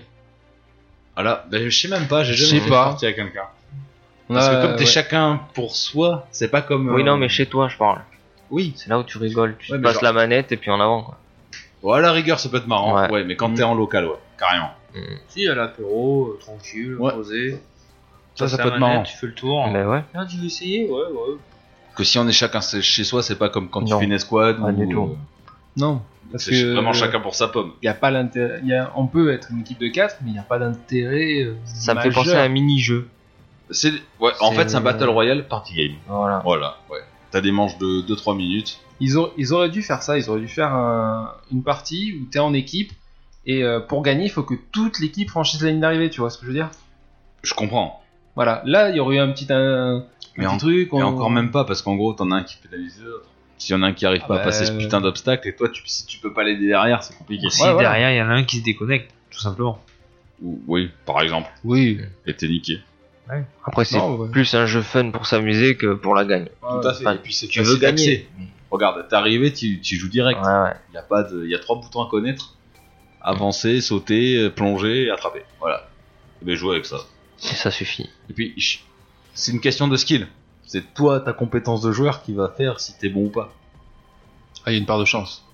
Speaker 4: Voilà, bah, je sais même pas, j'ai
Speaker 1: Je
Speaker 4: jamais
Speaker 1: sais
Speaker 4: fait
Speaker 1: pas.
Speaker 4: de partie avec quelqu'un.
Speaker 1: On
Speaker 4: Parce
Speaker 1: a,
Speaker 4: que comme t'es
Speaker 1: ouais.
Speaker 4: chacun pour soi, c'est pas comme.
Speaker 5: Oui,
Speaker 4: euh,
Speaker 5: non, mais chez toi, je parle.
Speaker 4: Oui.
Speaker 5: C'est là où tu rigoles. Tu
Speaker 4: Ouais, mais
Speaker 5: passes
Speaker 4: genre-
Speaker 5: la manette et puis en avant. Quoi.
Speaker 4: Ouais, à la rigueur, ça peut être marrant. Ouais,
Speaker 5: Ouais.
Speaker 4: mais quand
Speaker 5: Mm.
Speaker 4: t'es en local, ouais, carrément.
Speaker 6: Si, à l'apéro, euh, tranquille,
Speaker 4: Ouais.
Speaker 6: posé.
Speaker 4: Ça, ça
Speaker 6: Passe
Speaker 4: peut
Speaker 6: la
Speaker 4: être
Speaker 6: manette,
Speaker 4: marrant.
Speaker 6: Tu fais le tour.
Speaker 5: Mais ouais.
Speaker 6: Ah, tu veux essayer Ouais, ouais.
Speaker 4: Que si on est chacun chez soi, c'est pas comme quand tu
Speaker 5: Non.
Speaker 4: fais une escouade.
Speaker 5: Pas
Speaker 4: ou,
Speaker 5: du tout.
Speaker 4: euh,
Speaker 1: Non. Parce
Speaker 4: c'est
Speaker 1: que euh,
Speaker 4: vraiment chacun pour sa pomme.
Speaker 1: Y a pas l'intérêt. y a- On peut être une équipe de 4 mais il n'y a pas d'intérêt. euh,
Speaker 5: Ça me fait
Speaker 1: majeur.
Speaker 5: penser à un mini-jeu.
Speaker 4: C'est... Ouais, en
Speaker 5: C'est-
Speaker 4: fait, c'est un Battle Royale party game.
Speaker 5: Voilà.
Speaker 4: Voilà, ouais. T'as des manches de 2-3 minutes.
Speaker 1: Ils, aur- ils auraient dû faire ça. Ils auraient dû faire un- une partie où t'es en équipe. Et euh, pour gagner, il faut que toute l'équipe franchisse la ligne d'arrivée. Tu vois ce que je veux dire
Speaker 4: Je comprends.
Speaker 1: Voilà. Là, il y aurait eu un petit, un, un
Speaker 4: Mais
Speaker 1: petit
Speaker 4: en-
Speaker 1: truc.
Speaker 4: Et
Speaker 1: on-
Speaker 4: encore même pas, parce qu'en gros, t'en as un qui pénalise les autres. S'il y en a un qui arrive
Speaker 1: Ah
Speaker 4: pas
Speaker 1: bah,
Speaker 4: à passer ce
Speaker 1: euh,
Speaker 4: putain d'obstacle, et toi, tu, si tu peux pas l'aider derrière, c'est compliqué.
Speaker 6: Et si
Speaker 1: Ouais, voilà.
Speaker 6: derrière, il y en a un qui se déconnecte, tout simplement.
Speaker 4: Ou- oui, par exemple.
Speaker 1: Oui.
Speaker 4: Et t'es niqué.
Speaker 5: Après, c'est
Speaker 1: Non, ouais.
Speaker 5: plus un jeu fun pour s'amuser que pour la gagne.
Speaker 1: Ah
Speaker 4: Tout à fait.
Speaker 5: Enfin,
Speaker 4: et puis c'est
Speaker 5: tu veux
Speaker 4: facile
Speaker 5: gagner.
Speaker 4: d'accès. Regarde, t'es arrivé, tu, tu joues direct.
Speaker 5: Ouais, ouais.
Speaker 4: Il y a pas de, y a trois boutons à connaître. Avancer, sauter, euh, plonger, et attraper. Voilà. Mais jouer avec ça.
Speaker 5: Et ça suffit.
Speaker 4: Et puis, ch- c'est une question de skill. C'est toi, ta compétence de joueur, qui va faire si t'es bon ou pas.
Speaker 1: Ah, il y a une part de chance.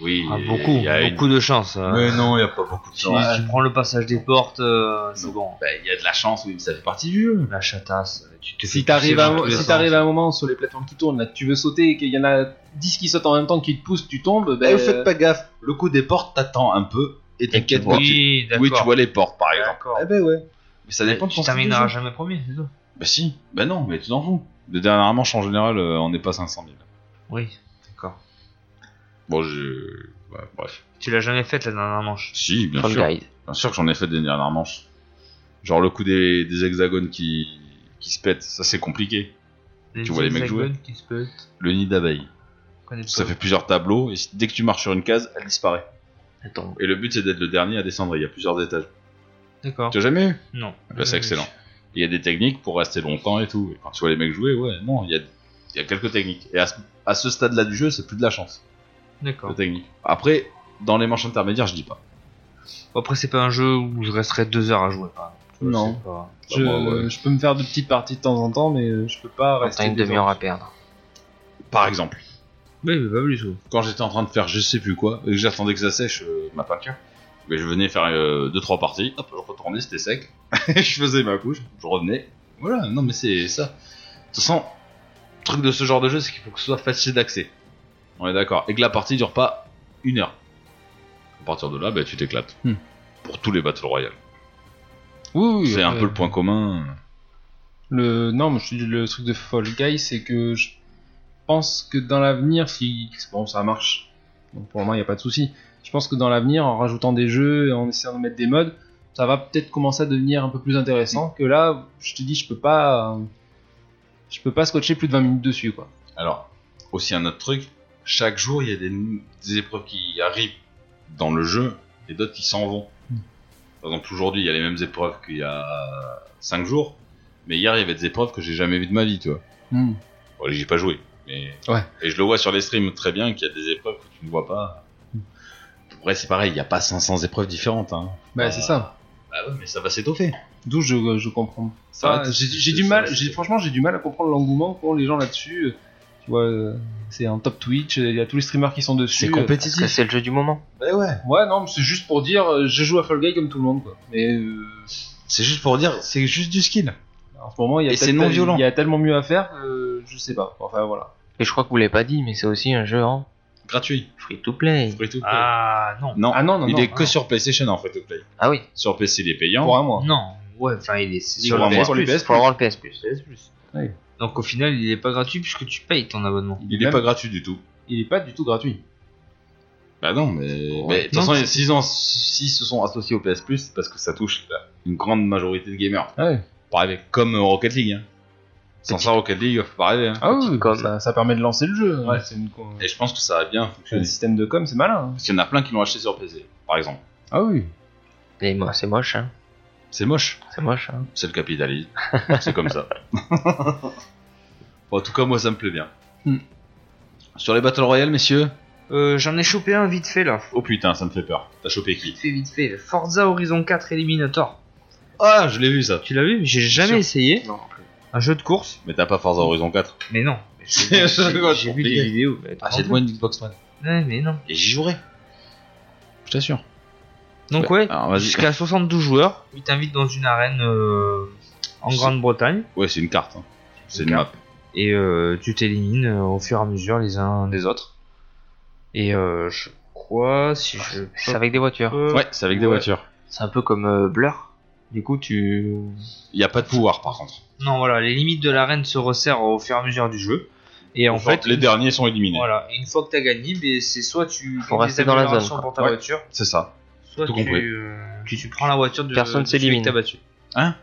Speaker 4: Oui.
Speaker 6: Ah, beaucoup,
Speaker 4: y a une-
Speaker 6: beaucoup de chance. euh.
Speaker 4: Mais non, il n'y a pas beaucoup de
Speaker 6: Si
Speaker 4: chance.
Speaker 6: tu prends le passage des portes, euh, c'est
Speaker 4: Non. Hmm.
Speaker 6: bon.
Speaker 4: Bah, Il y a de la chance, oui, mais ça fait partie du jeu.
Speaker 6: La chatasse, euh, tu te
Speaker 1: Si
Speaker 6: fais
Speaker 1: t'arrives
Speaker 6: pousser
Speaker 1: à,
Speaker 6: dans tous les
Speaker 1: si
Speaker 6: sens.
Speaker 1: t'arrives à un moment sur les plateformes qui tournent, là, tu veux sauter et qu'il y en a 10 qui sautent en même temps, qui te poussent, tu tombes,
Speaker 4: Bah,
Speaker 1: ben,
Speaker 4: vous faites pas gaffe. Le coup des portes, t'attends un peu et t'inquiète
Speaker 5: tu
Speaker 4: quand tu-
Speaker 6: Oui, d'accord.
Speaker 4: Oui, tu vois les portes, par exemple.
Speaker 6: D'accord.
Speaker 4: Eh ben ouais. Mais ça dépend de
Speaker 6: Tu
Speaker 4: ton style de
Speaker 6: termineras
Speaker 4: jeu.
Speaker 6: jamais premier, c'est tout.
Speaker 4: Bah si. Bah non, mais tu t'en fous. Les dernières manches, en général, euh, on n'est pas 500 000.
Speaker 6: Oui, d'accord.
Speaker 4: Bon, j'ai... ouais, bref.
Speaker 6: Tu l'as jamais faite la dernière manche.
Speaker 4: Si, bien
Speaker 5: Fall
Speaker 4: sûr.
Speaker 5: Guide.
Speaker 4: Bien sûr que j'en ai fait des dernières manches. Genre le coup des, des hexagones qui, qui se pètent, ça c'est compliqué. Tu vois les mecs jouer.
Speaker 6: hexagones qui se pètent.
Speaker 4: Le nid d'abeille.
Speaker 6: Je connais
Speaker 4: Ça
Speaker 6: pas.
Speaker 4: fait plusieurs tableaux et si- dès que tu marches sur une case, elle disparaît.
Speaker 5: Attends.
Speaker 4: Et le but c'est d'être le dernier à descendre, il y a plusieurs étages.
Speaker 6: D'accord.
Speaker 4: Tu as jamais eu
Speaker 6: Non.
Speaker 4: Bah, c'est excellent. Il y a des techniques pour rester longtemps et tout. Et quand tu vois les mecs jouer, ouais, non, il y a, il y a quelques techniques. Et à ce, à ce stade-là du jeu, c'est plus de la chance, de
Speaker 6: D'accord.
Speaker 4: technique. Après, dans les manches intermédiaires, je dis pas.
Speaker 6: Après, c'est pas un jeu où je resterai deux heures à jouer. par exemple. Tu vois,
Speaker 1: Non.
Speaker 6: c'est pas-
Speaker 1: je,
Speaker 4: Bah, moi, ouais.
Speaker 1: je peux me faire de petites parties de temps en temps, mais euh, je peux pas
Speaker 5: Quand T'as
Speaker 1: rester.
Speaker 5: une
Speaker 1: des
Speaker 5: demi-heure
Speaker 1: heures.
Speaker 5: à perdre.
Speaker 4: Par exemple,
Speaker 6: Oui, mais pas plus. ouais.
Speaker 4: quand j'étais en train de faire je sais plus quoi, et que j'attendais que ça sèche euh, ma peinture, mais je venais faire 2-3 parties, hop, je retournais, c'était sec, je faisais ma couche, je revenais. Voilà, non mais c'est ça. De toute façon, le truc de ce genre de jeu, c'est qu'il faut que ce soit facile d'accès. On est d'accord. Et que la partie dure pas une heure. À partir de là, bah, tu t'éclates.
Speaker 1: Hmm.
Speaker 4: Pour tous les Battle Royale.
Speaker 1: Oui, oui,
Speaker 4: c'est un
Speaker 1: euh,
Speaker 4: peu le point commun.
Speaker 1: Le... Non, mais je te dis, le truc de Fall Guy, c'est que je pense que dans l'avenir, si. Bon, ça marche. Donc pour moi, il n'y a pas de souci. Je pense que dans l'avenir, en rajoutant des jeux, en essayant de mettre des modes, ça va peut-être commencer à devenir un peu plus intéressant. Que là, je te dis, je peux pas. euh, Je peux pas scotcher plus de 20 minutes dessus, quoi.
Speaker 4: Alors, aussi un autre truc, chaque jour Hmm. il y a des, des épreuves qui arrivent dans le jeu et d'autres qui s'en vont. Par exemple, aujourd'hui, il y a les mêmes épreuves qu'il y a 5 jours, mais hier, il y avait des épreuves que j'ai jamais vues de ma vie, tu vois.
Speaker 1: Hmm.
Speaker 4: Bon, j'y ai pas joué, mais.
Speaker 1: Ouais.
Speaker 4: Et je le vois sur les streams très bien qu'il y a des épreuves que tu ne vois pas. Après, c'est pareil, il n'y a pas 500 épreuves différentes. Hein.
Speaker 1: Bah, c'est ça.
Speaker 4: Bah ouais, mais ça va s'étoffer.
Speaker 1: D'où je, je comprends.
Speaker 4: Ça va
Speaker 1: Ah,
Speaker 4: t-
Speaker 1: j'ai j'ai
Speaker 4: ça
Speaker 1: du
Speaker 4: va
Speaker 1: mal,
Speaker 4: s'étoffer.
Speaker 1: j'ai- franchement, j'ai du mal à comprendre l'engouement qu'ont les gens là-dessus. Euh, Tu vois, euh, c'est un top Twitch, euh, il y a tous les streamers qui sont dessus.
Speaker 4: C'est
Speaker 1: Euh,
Speaker 5: Parce que
Speaker 4: compétitif.
Speaker 5: c'est le jeu du moment.
Speaker 4: Ouais, ouais.
Speaker 1: Ouais, non, mais c'est juste pour dire, euh, je joue à Fall Guy comme tout le monde, quoi. Mais euh,
Speaker 4: C'est juste pour dire, c'est juste du skill.
Speaker 1: en ce moment, il y a
Speaker 4: Et c'est
Speaker 1: peut-être-
Speaker 4: non violent.
Speaker 1: Il y a tellement mieux à faire, que je sais pas. Enfin, voilà.
Speaker 5: Et je crois que vous l'avez pas dit, mais c'est aussi un jeu en
Speaker 4: Gratuit.
Speaker 5: free to play.
Speaker 4: Free to play.
Speaker 6: Ah non.
Speaker 4: Non,
Speaker 1: Ah non, non,
Speaker 4: il
Speaker 1: non,
Speaker 4: est
Speaker 1: non.
Speaker 4: que sur PlayStation en free to play.
Speaker 5: Ah oui,
Speaker 4: Sur PC, il est payant.
Speaker 1: Pour un mois.
Speaker 6: Non. Ouais, enfin il est c'est
Speaker 4: Il
Speaker 6: sur
Speaker 4: est
Speaker 6: la
Speaker 4: vraiment
Speaker 6: PS+.
Speaker 1: sur les PS+.
Speaker 5: faut avoir le PS Plus.
Speaker 6: Donc au final, il est pas gratuit puisque tu payes ton abonnement.
Speaker 4: Il est
Speaker 1: Même-
Speaker 4: pas gratuit du tout.
Speaker 1: Il est pas du tout gratuit.
Speaker 4: Bah non, mais.
Speaker 6: Ouais.
Speaker 4: mais de toute
Speaker 6: Non,
Speaker 4: façon,
Speaker 6: c'est-
Speaker 4: s'ils en- s'ils se sont associés au PS Plus, c'est parce que ça touche la- une grande majorité de gamers.
Speaker 1: Ouais.
Speaker 4: Pas rêver. Comme euh, Rocket League. hein. Sans ça, Rocket League, il va pas rêver. hein.
Speaker 1: Ah oui,
Speaker 5: Petite com.
Speaker 1: ça, ça permet de lancer le jeu. Ouais, c'est une con-
Speaker 4: Et je pense que ça va bien
Speaker 1: Le
Speaker 4: fonctionner.
Speaker 1: système de com, c'est malin. hein.
Speaker 4: Parce qu'il y en a plein qui l'ont acheté sur PC, par exemple.
Speaker 1: Ah oui.
Speaker 5: Mais moi, c'est moche, hein.
Speaker 4: C'est moche.
Speaker 5: C'est moche, hein.
Speaker 4: C'est le capitalisme. c'est comme ça. Bon, en tout cas, moi, ça me plaît bien.
Speaker 1: Hmm.
Speaker 4: Sur les Battle Royale, messieurs
Speaker 6: Euh, J'en ai chopé un vite fait là.
Speaker 4: Oh putain, ça me fait peur. T'as chopé qui
Speaker 6: Vite fait, vite fait. Forza Horizon 4 Eliminator.
Speaker 4: Ah, je l'ai vu ça.
Speaker 6: Tu l'as vu J'ai jamais
Speaker 5: Sûr.
Speaker 6: essayé.
Speaker 5: Non,
Speaker 6: Un jeu de course.
Speaker 4: Mais t'as pas Forza Horizon 4.
Speaker 6: Mais non.
Speaker 4: C'est un jeu de course Ah,
Speaker 6: J'ai
Speaker 4: pour
Speaker 6: vu des
Speaker 4: payer.
Speaker 6: vidéos. mais attends,
Speaker 4: Achète-moi une Xbox One.
Speaker 6: Ouais, mais non.
Speaker 4: Et j'y jouerai. Je t'assure.
Speaker 6: Donc ouais,
Speaker 4: Alors, vas-y.
Speaker 6: jusqu'à 72 joueurs. Ils t'invitent dans une arène euh, en
Speaker 4: C'est-
Speaker 6: Grande-Bretagne.
Speaker 4: Ouais, c'est une carte. hein. C'est une
Speaker 6: Une
Speaker 4: map.
Speaker 6: et euh, tu t'élimines euh, au fur et à mesure les uns des autres. Et euh, je crois si je
Speaker 5: C'est avec des voitures.
Speaker 4: Ouais, c'est avec des
Speaker 6: Euh, Ouais.
Speaker 4: voitures.
Speaker 5: C'est un peu comme euh, Blur. Du coup, tu.
Speaker 4: Il y a pas de pouvoir, par contre.
Speaker 6: non voilà les limites de l'arène se resserrent au fur et à mesure du jeu. Et en
Speaker 4: Genre,
Speaker 6: fait
Speaker 4: les derniers sont éliminés.
Speaker 6: voilà et une fois que t'as gagné ben, c'est soit tu
Speaker 5: Faut
Speaker 6: fais des
Speaker 5: rester dans la zone,
Speaker 6: améliorations
Speaker 5: quoi.
Speaker 6: pour ta
Speaker 4: Ouais.
Speaker 6: voiture,
Speaker 4: C'est ça.
Speaker 6: soit
Speaker 4: Tout
Speaker 6: tu,
Speaker 4: compris.
Speaker 6: euh, tu tu prends la voiture de
Speaker 5: Personne
Speaker 6: de celui
Speaker 5: s'élimine.
Speaker 6: que t'as battu.